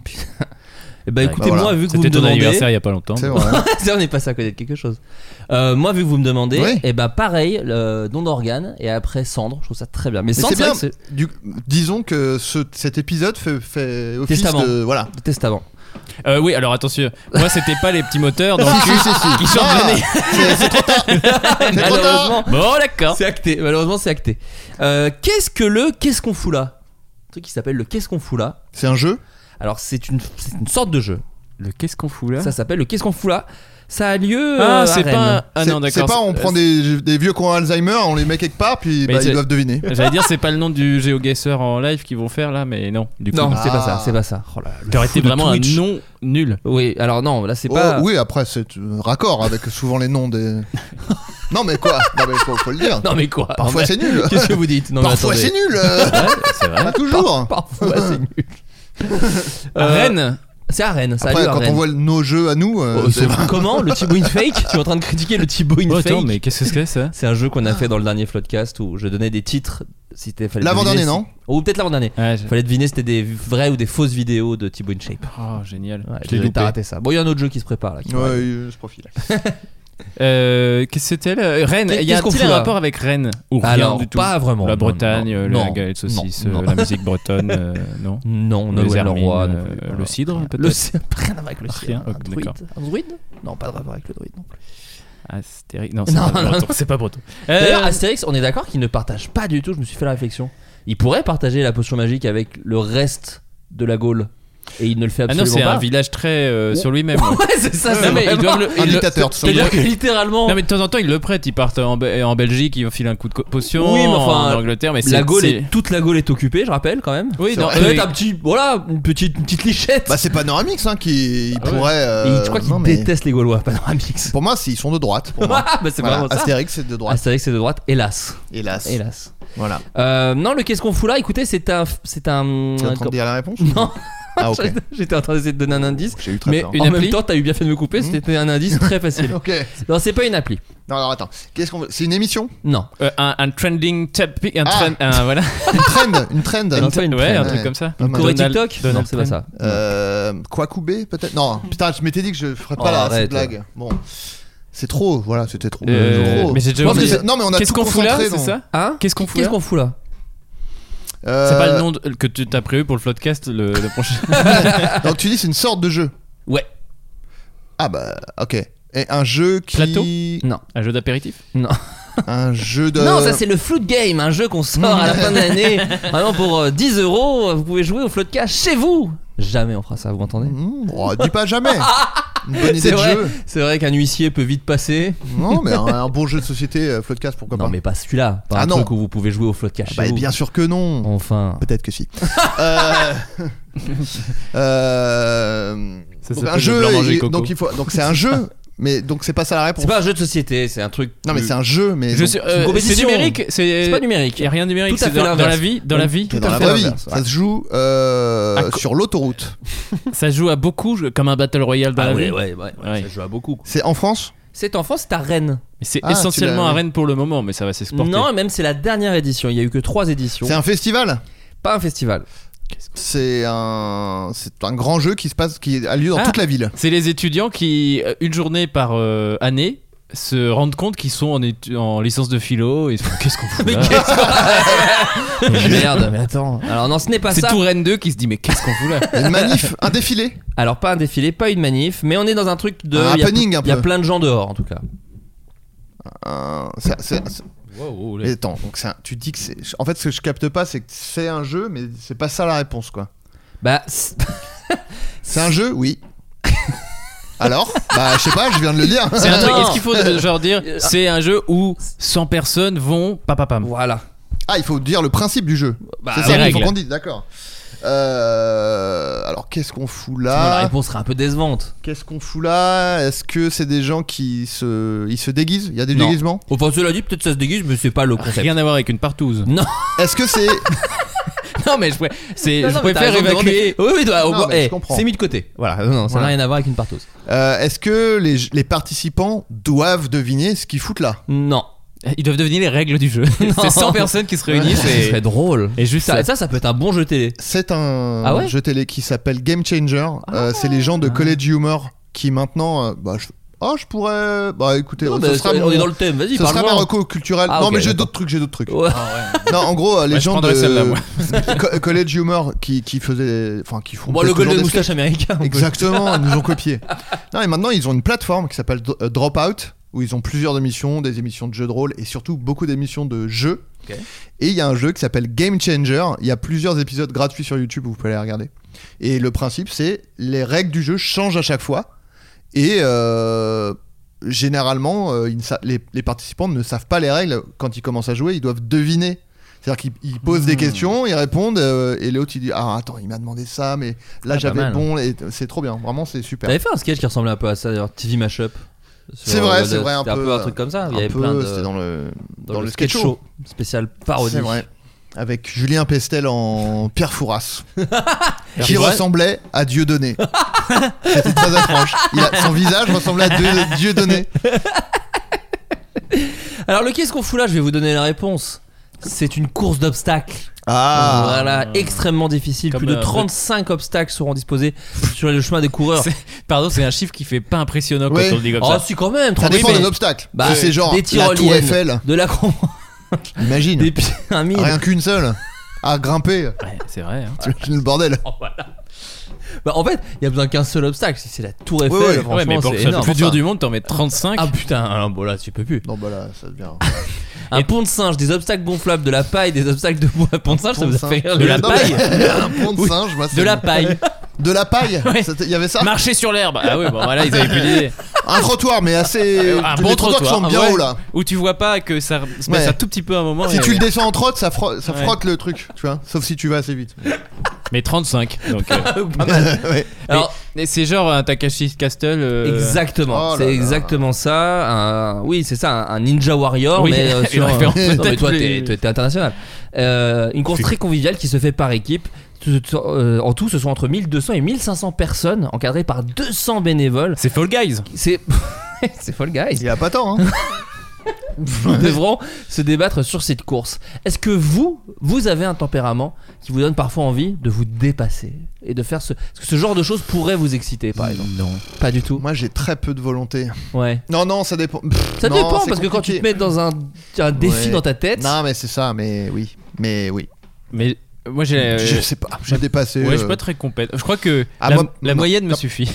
[SPEAKER 6] Et bah, écoutez,
[SPEAKER 2] voilà.
[SPEAKER 6] moi, vu que vous me
[SPEAKER 8] C'était ton
[SPEAKER 6] demandez.
[SPEAKER 8] anniversaire il y a pas longtemps.
[SPEAKER 2] C'est vrai. hein.
[SPEAKER 6] Ça, on est passé à côté de quelque chose. Euh, moi, vu que vous me demandez,
[SPEAKER 2] Oui.
[SPEAKER 6] et bah pareil, le don d'organe et après cendre, je trouve ça très bien. Mais
[SPEAKER 2] Mais
[SPEAKER 6] cendre,
[SPEAKER 2] c'est bien.
[SPEAKER 6] c'est vrai que
[SPEAKER 2] Du- disons que ce- cet épisode fait, fait office
[SPEAKER 6] Testament.
[SPEAKER 2] de. Voilà.
[SPEAKER 6] c'est de testament.
[SPEAKER 8] Euh, oui, alors attention. Moi, c'était pas les petits moteurs dans le cul qui sortent
[SPEAKER 2] Ah,
[SPEAKER 8] de nez.
[SPEAKER 2] c'est- C'est trop tard. C'est trop tard.
[SPEAKER 6] Malheureusement,
[SPEAKER 8] Bon, d'accord.
[SPEAKER 6] c'est acté. Malheureusement, c'est acté. Euh, qu'est-ce que le qu'est-ce qu'on fout là Un truc qui s'appelle le qu'est-ce qu'on fout là.
[SPEAKER 2] C'est un jeu.
[SPEAKER 6] Alors, c'est une, c'est une sorte de jeu.
[SPEAKER 8] Le qu'est-ce qu'on fout
[SPEAKER 2] Hein
[SPEAKER 8] là
[SPEAKER 6] Ça s'appelle le qu'est-ce qu'on fout là. Ça a lieu.
[SPEAKER 8] Ah,
[SPEAKER 6] euh, à
[SPEAKER 8] c'est
[SPEAKER 6] Rennes.
[SPEAKER 8] pas. Ah
[SPEAKER 2] C'est-
[SPEAKER 8] non,
[SPEAKER 2] c'est
[SPEAKER 8] d'accord.
[SPEAKER 2] pas on
[SPEAKER 8] c'est-
[SPEAKER 2] prend des, des vieux qui ont Alzheimer, on les met quelque part, puis
[SPEAKER 8] Mais
[SPEAKER 2] bah, ils
[SPEAKER 8] c'est-
[SPEAKER 2] doivent deviner.
[SPEAKER 8] Euh, J'allais dire, c'est pas le nom du GeoGuessr en live qu'ils vont faire là, mais non. Du coup,
[SPEAKER 6] Non, c'est pas
[SPEAKER 2] Ah.
[SPEAKER 6] ça. C'est pas ça. Oh là, le
[SPEAKER 8] t'aurais
[SPEAKER 6] fou
[SPEAKER 8] été
[SPEAKER 6] de
[SPEAKER 8] vraiment un
[SPEAKER 6] Twitch.
[SPEAKER 8] nom nul.
[SPEAKER 6] Oui, alors non, là c'est
[SPEAKER 2] Oh,
[SPEAKER 6] pas.
[SPEAKER 2] Oui, après, c'est euh, raccord avec souvent les noms des. non, mais quoi Non, mais faut, faut le dire.
[SPEAKER 6] Non mais quoi
[SPEAKER 2] Parfois,
[SPEAKER 6] Non, mais-
[SPEAKER 2] c'est nul.
[SPEAKER 6] Qu'est-ce que vous dites Non, mais
[SPEAKER 2] Parfois,
[SPEAKER 6] attendez. Hein?
[SPEAKER 2] c'est nul. euh,
[SPEAKER 8] c'est vrai.
[SPEAKER 2] pas toujours.
[SPEAKER 6] Parfois c'est nul.
[SPEAKER 8] Euh, Rennes
[SPEAKER 6] C'est à Rennes, ça a
[SPEAKER 2] Après,
[SPEAKER 6] lieu à
[SPEAKER 2] quand on
[SPEAKER 6] Rennes.
[SPEAKER 2] voit nos jeux à nous, euh,
[SPEAKER 6] Oh,
[SPEAKER 2] c'est-
[SPEAKER 6] sauf comment le Thibaut in fake Tu es en train de critiquer le Thibaut in
[SPEAKER 8] Oh,
[SPEAKER 6] fake
[SPEAKER 8] attends, mais Ah. qu'est-ce que c'est ça
[SPEAKER 6] C'est un jeu qu'on a fait dans le dernier Floodcast où je donnais des titres. Si t'es- fallait
[SPEAKER 2] L'avant-dernier,
[SPEAKER 6] deviner
[SPEAKER 2] non
[SPEAKER 6] si- Ou peut-être l'avant-dernier.
[SPEAKER 8] Ouais, je-
[SPEAKER 6] Fallait deviner si c'était des vraies ou des fausses vidéos de Thibaut in shape.
[SPEAKER 8] Oh, génial.
[SPEAKER 6] Ouais,
[SPEAKER 8] je l'ai
[SPEAKER 6] désolé,
[SPEAKER 8] loupé.
[SPEAKER 6] T'as raté ça. Bon, il y a un autre jeu qui se prépare là. qui-
[SPEAKER 2] Ouais, euh, ce profil.
[SPEAKER 8] Euh, qu'est-ce que c'était là Rennes,
[SPEAKER 6] Qu'est-
[SPEAKER 8] il y a
[SPEAKER 6] qu'est-ce qu'on
[SPEAKER 8] un
[SPEAKER 6] fout, là
[SPEAKER 8] rapport avec Rennes ou rien
[SPEAKER 6] Alors,
[SPEAKER 8] du tout
[SPEAKER 6] pas vraiment.
[SPEAKER 8] La
[SPEAKER 6] Non,
[SPEAKER 8] Bretagne,
[SPEAKER 6] non,
[SPEAKER 8] euh,
[SPEAKER 6] non,
[SPEAKER 8] le gars et le saucisse,
[SPEAKER 6] non,
[SPEAKER 8] euh,
[SPEAKER 6] non.
[SPEAKER 8] la musique bretonne, euh, non
[SPEAKER 6] Non,
[SPEAKER 8] Les
[SPEAKER 6] Noël
[SPEAKER 8] Hermines,
[SPEAKER 6] Leroy.
[SPEAKER 8] euh,
[SPEAKER 6] non plus.
[SPEAKER 8] le
[SPEAKER 6] Voilà,
[SPEAKER 8] cidre,
[SPEAKER 6] rien.
[SPEAKER 8] peut-être
[SPEAKER 6] Le cidre, rien à voir avec le cidre.
[SPEAKER 8] Rien,
[SPEAKER 6] un,
[SPEAKER 8] ok,
[SPEAKER 6] druide.
[SPEAKER 8] d'accord.
[SPEAKER 6] un druide Non, pas de rapport avec le druide non plus.
[SPEAKER 8] Astérix. Non, c'est
[SPEAKER 6] Non,
[SPEAKER 8] pas,
[SPEAKER 6] non,
[SPEAKER 8] breton,
[SPEAKER 6] non.
[SPEAKER 8] c'est pas breton.
[SPEAKER 6] D'ailleurs,
[SPEAKER 8] Euh,
[SPEAKER 6] Astérix, on est d'accord qu'il ne partage pas du tout. Je me suis fait la réflexion. Il pourrait partager la potion magique avec le reste de la Gaule. Et il ne le fait
[SPEAKER 8] ah non,
[SPEAKER 6] absolument
[SPEAKER 8] c'est
[SPEAKER 6] pas.
[SPEAKER 8] un village très euh, sur lui-même. ouais.
[SPEAKER 6] Ouais, c'est ça, c'est
[SPEAKER 8] Non, mais ils
[SPEAKER 6] vraiment-
[SPEAKER 8] doivent le-
[SPEAKER 2] Un
[SPEAKER 8] ils le-
[SPEAKER 2] dictateur, tout
[SPEAKER 8] c'est-à-dire
[SPEAKER 2] simplement.
[SPEAKER 8] que-
[SPEAKER 6] littéralement.
[SPEAKER 8] Non mais de temps en temps ils le prêtent, ils partent en, Be- en Belgique, ils filent un coup de co- potion
[SPEAKER 6] Oui, mais enfin,
[SPEAKER 8] en Angleterre, mais c'est
[SPEAKER 6] la Gaule
[SPEAKER 8] c'est-
[SPEAKER 6] est- toute la Gaule est occupée, je rappelle quand même.
[SPEAKER 8] Oui, non,
[SPEAKER 6] Peut-être
[SPEAKER 8] oui.
[SPEAKER 6] un petit, voilà, une petite, une petite lichette.
[SPEAKER 2] Bah, c'est Panoramix hein, qui il pourrait.
[SPEAKER 6] Ah Et
[SPEAKER 2] euh,
[SPEAKER 6] je crois qu'il
[SPEAKER 2] non, mais
[SPEAKER 6] déteste les Gaulois, Panoramix.
[SPEAKER 2] Pour moi, s'ils sont de droite. Pour moi.
[SPEAKER 6] Ah, bah, c'est
[SPEAKER 2] Voilà,
[SPEAKER 6] vraiment ça. Ah,
[SPEAKER 2] Astérix, c'est de droite.
[SPEAKER 6] Astérix, c'est de droite, hélas.
[SPEAKER 2] Hélas.
[SPEAKER 6] Hélas.
[SPEAKER 2] Voilà.
[SPEAKER 6] Euh, non, le qu'est-ce qu'on fout là Écoutez, c'est un, c'est un.
[SPEAKER 2] T'es en train de dire la réponse
[SPEAKER 6] Non.
[SPEAKER 2] Ah, ok.
[SPEAKER 6] J'étais en train d'essayer de donner un indice.
[SPEAKER 2] J'ai eu très
[SPEAKER 6] Mais
[SPEAKER 2] peur. Hmm
[SPEAKER 6] en
[SPEAKER 8] Une appli
[SPEAKER 6] même temps, t'as eu bien fait de me couper, c'était un indice très facile.
[SPEAKER 2] Ok.
[SPEAKER 6] non, c'est pas une appli.
[SPEAKER 2] Non, alors attends. Qu'est-ce qu'on veut C'est une émission
[SPEAKER 6] Non.
[SPEAKER 8] Euh, un, un trending topic, un
[SPEAKER 2] Ah.
[SPEAKER 8] trend- un- voilà,
[SPEAKER 2] Une trend Une trend
[SPEAKER 6] Non, pas une
[SPEAKER 8] ouais, un
[SPEAKER 6] trend.
[SPEAKER 8] truc
[SPEAKER 2] Ouais.
[SPEAKER 8] comme ça.
[SPEAKER 2] Pas mal.
[SPEAKER 6] Corée
[SPEAKER 8] Donald-
[SPEAKER 6] TikTok Non,
[SPEAKER 8] Donald
[SPEAKER 6] c'est pas
[SPEAKER 8] Trump.
[SPEAKER 6] ça.
[SPEAKER 2] Euh, Kwakubé peut-être Non, putain, je m'étais dit que je ferais pas
[SPEAKER 6] Oh,
[SPEAKER 2] la
[SPEAKER 6] arrête,
[SPEAKER 2] cette blague. Bon, c'est trop, voilà, c'était trop.
[SPEAKER 8] Euh,
[SPEAKER 2] trop.
[SPEAKER 8] mais j'ai déjà
[SPEAKER 2] Non,
[SPEAKER 8] oublié.
[SPEAKER 2] c'est- non, mais on a
[SPEAKER 8] Qu'est-ce
[SPEAKER 2] tout
[SPEAKER 8] qu'on fout là,
[SPEAKER 2] concentré
[SPEAKER 8] c'est
[SPEAKER 2] dans-
[SPEAKER 8] ça
[SPEAKER 6] Hein
[SPEAKER 8] Qu'est-ce qu'on fout
[SPEAKER 6] Qu'est-ce
[SPEAKER 8] là
[SPEAKER 6] qu'on fout là
[SPEAKER 2] Euh,
[SPEAKER 8] C'est pas le nom de- que tu t'as prévu pour le floodcast le, le prochain.
[SPEAKER 2] Donc tu dis c'est une sorte de jeu.
[SPEAKER 6] Ouais.
[SPEAKER 2] Ah bah, ok. Et un jeu qui.
[SPEAKER 8] Plateau
[SPEAKER 6] Non.
[SPEAKER 8] un jeu d'apéritif
[SPEAKER 6] Non.
[SPEAKER 2] Un jeu de.
[SPEAKER 6] Non, ça c'est le Flood Game, un jeu qu'on sort à la fin de l'année. Vraiment pour euh, 10 euros, vous pouvez jouer au Flood Cash chez vous. Jamais on fera ça, vous m'entendez
[SPEAKER 2] Mmh, oh, dis pas jamais. Une bonne idée
[SPEAKER 6] C'est
[SPEAKER 2] de
[SPEAKER 6] vrai,
[SPEAKER 2] jeu. Bah,
[SPEAKER 6] c'est vrai qu'un huissier peut vite passer.
[SPEAKER 2] Non, mais un, un bon jeu de société, euh, Floodcast, pourquoi
[SPEAKER 6] Non,
[SPEAKER 2] pas.
[SPEAKER 6] mais pas celui-là. Pas
[SPEAKER 2] Ah
[SPEAKER 6] un
[SPEAKER 2] non.
[SPEAKER 6] truc où vous pouvez jouer au Flood Cash
[SPEAKER 2] Bah,
[SPEAKER 6] chez vous.
[SPEAKER 2] bien sûr que non.
[SPEAKER 6] Enfin.
[SPEAKER 2] Peut-être que si. Euh, euh,
[SPEAKER 8] Ça
[SPEAKER 2] donc
[SPEAKER 8] s'appelle
[SPEAKER 2] un
[SPEAKER 8] le
[SPEAKER 2] jeu,
[SPEAKER 8] blanc manger
[SPEAKER 2] et-
[SPEAKER 8] coco.
[SPEAKER 2] donc il faut, donc c'est un jeu Mais donc c'est pas ça la réponse.
[SPEAKER 6] C'est pas un jeu de société, c'est un truc.
[SPEAKER 2] Non mais
[SPEAKER 6] plus-
[SPEAKER 2] c'est un jeu, mais
[SPEAKER 8] Je
[SPEAKER 2] donc-
[SPEAKER 8] sais- euh, c'est numérique, c'est
[SPEAKER 6] pas numérique.
[SPEAKER 8] Il y a rien de numérique.
[SPEAKER 6] Tout à
[SPEAKER 8] c'est
[SPEAKER 6] fait
[SPEAKER 8] dans, dans
[SPEAKER 6] l'inverse.
[SPEAKER 8] la vie, dans la vie.
[SPEAKER 2] Dans la vraie vie, ça se joue euh, sur l'autoroute.
[SPEAKER 8] Ça se joue à beaucoup, je- comme un battle royale dans
[SPEAKER 6] Ah
[SPEAKER 8] la
[SPEAKER 6] ouais,
[SPEAKER 8] vie.
[SPEAKER 6] ouais, ouais, ouais, ça joue à beaucoup. quoi.
[SPEAKER 2] C'est en France
[SPEAKER 6] C'est en France, c'est à Rennes.
[SPEAKER 8] Mais c'est
[SPEAKER 2] Ah, tu
[SPEAKER 8] essentiellement
[SPEAKER 2] l'as-
[SPEAKER 8] à Rennes pour le moment, mais ça va s'exporter.
[SPEAKER 6] Non, et même c'est la dernière édition. Il y a eu que trois éditions.
[SPEAKER 2] C'est un festival
[SPEAKER 6] Pas un festival.
[SPEAKER 2] C'est un c'est un grand jeu qui se passe qui a lieu dans
[SPEAKER 8] Ah.
[SPEAKER 2] toute la ville.
[SPEAKER 8] C'est les étudiants qui, euh, une journée par euh, année, se rendent compte qu'ils sont en, étu- en licence de philo et ils se font, qu'est-ce qu'on fout
[SPEAKER 6] Mais
[SPEAKER 8] là
[SPEAKER 6] qu'est-ce que- Merde, mais attends. Alors non, ce n'est pas
[SPEAKER 8] C'est
[SPEAKER 6] ça.
[SPEAKER 8] tout Rennes 2 qui se dit mais qu'est-ce qu'on fout là
[SPEAKER 2] Une manif, un défilé.
[SPEAKER 6] Alors pas un défilé, pas une manif, mais on est dans un truc de.
[SPEAKER 2] Un
[SPEAKER 6] il y a-
[SPEAKER 2] happening, un
[SPEAKER 6] Il y a
[SPEAKER 2] peu.
[SPEAKER 6] plein de gens dehors en tout cas.
[SPEAKER 2] Un- c'est- c'est- c'est-
[SPEAKER 8] Wow, wow, là.
[SPEAKER 2] Mais attends, donc c'est un- tu dis que c'est en fait ce que je capte pas c'est que c'est un jeu mais c'est pas ça la réponse quoi.
[SPEAKER 6] Bah, c'est-
[SPEAKER 2] C'est un jeu Oui. Alors Bah je sais pas, je viens de le dire.
[SPEAKER 8] C'est un truc,
[SPEAKER 6] Non.
[SPEAKER 8] est-ce qu'il faut euh, genre dire c'est un jeu où 100 personnes vont papapam
[SPEAKER 6] voilà.
[SPEAKER 2] Ah, il faut dire le principe du jeu.
[SPEAKER 6] Bah,
[SPEAKER 2] c'est
[SPEAKER 8] les
[SPEAKER 2] ça qu'il faut
[SPEAKER 8] règles.
[SPEAKER 2] qu'on dise, d'accord. Euh, alors qu'est-ce qu'on fout
[SPEAKER 6] Sinon, La
[SPEAKER 2] là
[SPEAKER 6] réponse sera un peu décevante.
[SPEAKER 2] Qu'est-ce qu'on fout là Est-ce que c'est des gens qui se ils se déguisent Il y a des
[SPEAKER 6] Non.
[SPEAKER 2] déguisements
[SPEAKER 6] Enfin, cela dit, peut-être ça se déguise, mais c'est pas le concept.
[SPEAKER 8] Rien à voir avec une partouze.
[SPEAKER 6] Non,
[SPEAKER 2] Est-ce que c'est
[SPEAKER 8] Non mais je, pré- c'est-
[SPEAKER 6] Non,
[SPEAKER 8] je
[SPEAKER 6] non, mais t'as
[SPEAKER 8] préfère
[SPEAKER 6] raison de
[SPEAKER 8] évacuer.
[SPEAKER 6] demander. Oui, oui, toi, au
[SPEAKER 2] Non,
[SPEAKER 6] moins-
[SPEAKER 2] mais je
[SPEAKER 6] eh,
[SPEAKER 2] comprends.
[SPEAKER 6] c'est mis de côté. Voilà, non, non, ça
[SPEAKER 2] Voilà.
[SPEAKER 6] n'a rien à voir avec une partose.
[SPEAKER 2] Euh, Est-ce que les, les participants doivent deviner ce qu'ils foutent là
[SPEAKER 6] Non.
[SPEAKER 8] Ils doivent devenir les règles du jeu.
[SPEAKER 6] Non.
[SPEAKER 8] c'est 100 personnes qui se
[SPEAKER 6] Ce
[SPEAKER 8] réunissent et
[SPEAKER 6] serait drôle.
[SPEAKER 8] et juste
[SPEAKER 6] Ça,
[SPEAKER 8] ça.
[SPEAKER 6] ça, ça peut être un bon jeu télé.
[SPEAKER 2] C'est un
[SPEAKER 6] Ah ouais Ah.
[SPEAKER 2] jeu télé qui s'appelle Game Changer. Euh, c'est les gens de College Humor qui maintenant. euh, bah, je... Oh, je pourrais. Bah écoutez,
[SPEAKER 6] Non,
[SPEAKER 2] ce
[SPEAKER 6] mais
[SPEAKER 2] sera
[SPEAKER 6] on
[SPEAKER 2] mon-
[SPEAKER 6] est dans le thème, vas-y,
[SPEAKER 2] ce sera
[SPEAKER 6] parle-moi.
[SPEAKER 2] ma Ah, reco culturelle.
[SPEAKER 6] Ah,
[SPEAKER 2] non,
[SPEAKER 6] ok,
[SPEAKER 2] mais j'ai
[SPEAKER 6] d'accord. Oh.
[SPEAKER 2] d'autres trucs, j'ai d'autres trucs.
[SPEAKER 6] Ouais.
[SPEAKER 2] Non, en gros, euh, les
[SPEAKER 8] Ouais, je
[SPEAKER 2] gens
[SPEAKER 8] prendrais celle-là, moi.
[SPEAKER 2] de Co- College Humor qui, qui faisaient. Enfin, qui font.
[SPEAKER 6] Bon, le
[SPEAKER 2] peut-être toujours
[SPEAKER 6] golden
[SPEAKER 2] des
[SPEAKER 6] moustache
[SPEAKER 2] sketchs.
[SPEAKER 6] américain. on peut-
[SPEAKER 2] Exactement, ils nous ont copié. Non, et maintenant, ils ont une plateforme qui s'appelle Dro- euh, Dropout, où ils ont plusieurs émissions, des émissions de jeux de rôle et surtout beaucoup d'émissions de jeux.
[SPEAKER 6] Ok.
[SPEAKER 2] Et il y a un jeu qui s'appelle Game Changer. Il y a plusieurs épisodes gratuits sur YouTube où vous pouvez aller regarder. Et le principe, c'est les règles du jeu changent à chaque fois. Et euh, généralement, euh, ils ne sa- les, les participants ne savent pas les règles quand ils commencent à jouer. Ils doivent deviner. C'est-à-dire qu'ils ils posent
[SPEAKER 6] Hmm.
[SPEAKER 2] des questions, ils répondent, euh, et l'autre il dit Ah, attends, il m'a demandé ça, mais là
[SPEAKER 6] Ah, pas
[SPEAKER 2] j'avais
[SPEAKER 6] mal.
[SPEAKER 2] bon, et c'est trop bien, vraiment c'est super.
[SPEAKER 6] T'avais fait un sketch qui ressemblait un peu à ça, d'ailleurs, TV Mashup.
[SPEAKER 2] C'est vrai, c'est vrai, un
[SPEAKER 6] C'était
[SPEAKER 2] peu.
[SPEAKER 6] un truc comme ça. Il y
[SPEAKER 2] un
[SPEAKER 6] avait
[SPEAKER 2] peu,
[SPEAKER 6] plein de.
[SPEAKER 2] C'était dans le,
[SPEAKER 6] dans le sketch show. Spécial parodie.
[SPEAKER 2] C'est vrai. Avec Julien Pestel en Pierre Fouras, qui
[SPEAKER 8] C'est vrai
[SPEAKER 2] ressemblait à Dieudonné. C'était très étrange. Il a- son visage ressemblait à Dieu- Dieudonné.
[SPEAKER 6] Alors, le qu'est-ce qu'on fout là Je vais vous donner la réponse. C'est une course d'obstacles.
[SPEAKER 2] Ah
[SPEAKER 6] voilà, extrêmement difficile.
[SPEAKER 8] Comme,
[SPEAKER 6] Plus de
[SPEAKER 8] euh,
[SPEAKER 6] 35 obstacles seront disposés sur le chemin des coureurs.
[SPEAKER 8] C'est- Pardon, c'est un chiffre qui fait pas impressionnant quand
[SPEAKER 2] Oui.
[SPEAKER 8] on le dit comme
[SPEAKER 6] Oh,
[SPEAKER 8] ça.
[SPEAKER 6] si, quand même,
[SPEAKER 2] Ça dépend
[SPEAKER 6] tranquille,
[SPEAKER 2] d'un
[SPEAKER 6] mais-
[SPEAKER 2] obstacle.
[SPEAKER 6] Bah,
[SPEAKER 2] Si c'est genre
[SPEAKER 6] des
[SPEAKER 2] la tour
[SPEAKER 6] tyroliennes,
[SPEAKER 2] Eiffel,
[SPEAKER 6] De la crom-
[SPEAKER 2] imagine.
[SPEAKER 6] des pi- un mille.
[SPEAKER 2] Rien qu'une seule. À grimper.
[SPEAKER 8] Ouais, c'est vrai. hein.
[SPEAKER 2] T'imagines le bordel.
[SPEAKER 6] Oh, Bah, en fait, il y a besoin qu'un seul obstacle. Si c'est la tour
[SPEAKER 2] Ouais,
[SPEAKER 6] Eiffel,
[SPEAKER 2] ouais.
[SPEAKER 6] Ah, franchement,
[SPEAKER 8] Ouais, mais pour que
[SPEAKER 6] c'est
[SPEAKER 8] ça soit le
[SPEAKER 6] énorme.
[SPEAKER 8] plus dur du monde, t'en mets 35.
[SPEAKER 6] Ah putain, alors, bon là, tu peux plus.
[SPEAKER 2] Non, bah là, ça devient.
[SPEAKER 6] Un pont de singe, des obstacles gonflables, de la paille, des obstacles de bois. Pont de singe, ça
[SPEAKER 2] Pont
[SPEAKER 6] vous
[SPEAKER 2] de
[SPEAKER 6] a fait
[SPEAKER 2] singe.
[SPEAKER 6] rire de la
[SPEAKER 2] Non,
[SPEAKER 6] paille
[SPEAKER 2] mais- Un pont de
[SPEAKER 6] Oui.
[SPEAKER 2] singe, moi, c'est-
[SPEAKER 6] De la paille.
[SPEAKER 2] De la paille
[SPEAKER 8] Ouais.
[SPEAKER 2] C'était- Il y avait ça
[SPEAKER 8] Marcher sur l'herbe. Ah oui, bon voilà, ils avaient plus d'idée.
[SPEAKER 2] Un trottoir, mais assez.
[SPEAKER 8] Un
[SPEAKER 2] des
[SPEAKER 8] Ah, bon
[SPEAKER 2] trottoirs qui
[SPEAKER 8] trottoir.
[SPEAKER 2] sont
[SPEAKER 8] un
[SPEAKER 2] bien
[SPEAKER 8] vrai-
[SPEAKER 2] hauts là.
[SPEAKER 8] Où tu vois pas que ça se passe
[SPEAKER 2] Ouais.
[SPEAKER 8] un tout petit peu à un moment.
[SPEAKER 2] Si
[SPEAKER 8] et-
[SPEAKER 2] tu le descends en trotte, ça, fro- ça
[SPEAKER 8] Ouais.
[SPEAKER 2] frotte le truc, tu vois. Sauf si tu vas assez vite.
[SPEAKER 8] Mais 35. Donc, euh,
[SPEAKER 6] Pas mal.
[SPEAKER 2] Ouais.
[SPEAKER 6] Alors,
[SPEAKER 8] mais c'est genre un Takashi Castle. euh,
[SPEAKER 6] exactement.
[SPEAKER 2] Oh là
[SPEAKER 6] c'est
[SPEAKER 2] là.
[SPEAKER 6] exactement ça. Un- Oui, c'est ça, un un Ninja Warrior,
[SPEAKER 8] Oui,
[SPEAKER 6] mais euh,
[SPEAKER 8] une
[SPEAKER 6] sur un-
[SPEAKER 8] référence
[SPEAKER 6] Non, mais
[SPEAKER 8] peut-être
[SPEAKER 6] toi,
[SPEAKER 8] plus-
[SPEAKER 6] t'es toi, t'es international. Euh, Une course très conviviale qui se fait par équipe. Tout- tout- euh, En tout, ce sont entre 1200 et 1500 personnes encadrées par 200 bénévoles.
[SPEAKER 8] C'est Fall Guys.
[SPEAKER 6] C'est. C'est Fall Guys.
[SPEAKER 2] Il y a pas tant, hein.
[SPEAKER 6] Nous devrons se débattre sur cette course. Est-ce que vous, vous avez un tempérament qui vous donne parfois envie de vous dépasser et de faire ce. Est-ce que ce genre de choses pourrait vous exciter, par exemple
[SPEAKER 8] Non.
[SPEAKER 6] Pas du tout.
[SPEAKER 2] Moi, j'ai très peu de volonté.
[SPEAKER 6] Ouais.
[SPEAKER 2] Non, non, ça dépend. Pff,
[SPEAKER 6] Ça
[SPEAKER 2] non,
[SPEAKER 6] dépend,
[SPEAKER 2] c'est
[SPEAKER 6] parce que quand tu
[SPEAKER 2] compliqué.
[SPEAKER 6] te mets dans un, un défi
[SPEAKER 2] Ouais.
[SPEAKER 6] dans ta tête.
[SPEAKER 2] Non, mais c'est ça, mais oui. Mais oui.
[SPEAKER 8] Mais moi j'ai. euh,
[SPEAKER 2] je sais pas, j'ai dépassé.
[SPEAKER 8] Ouais, je suis
[SPEAKER 2] euh,
[SPEAKER 8] pas très compétent. Je crois que
[SPEAKER 2] Ah,
[SPEAKER 8] la,
[SPEAKER 2] moi-
[SPEAKER 8] la
[SPEAKER 2] non.
[SPEAKER 8] moyenne me suffit.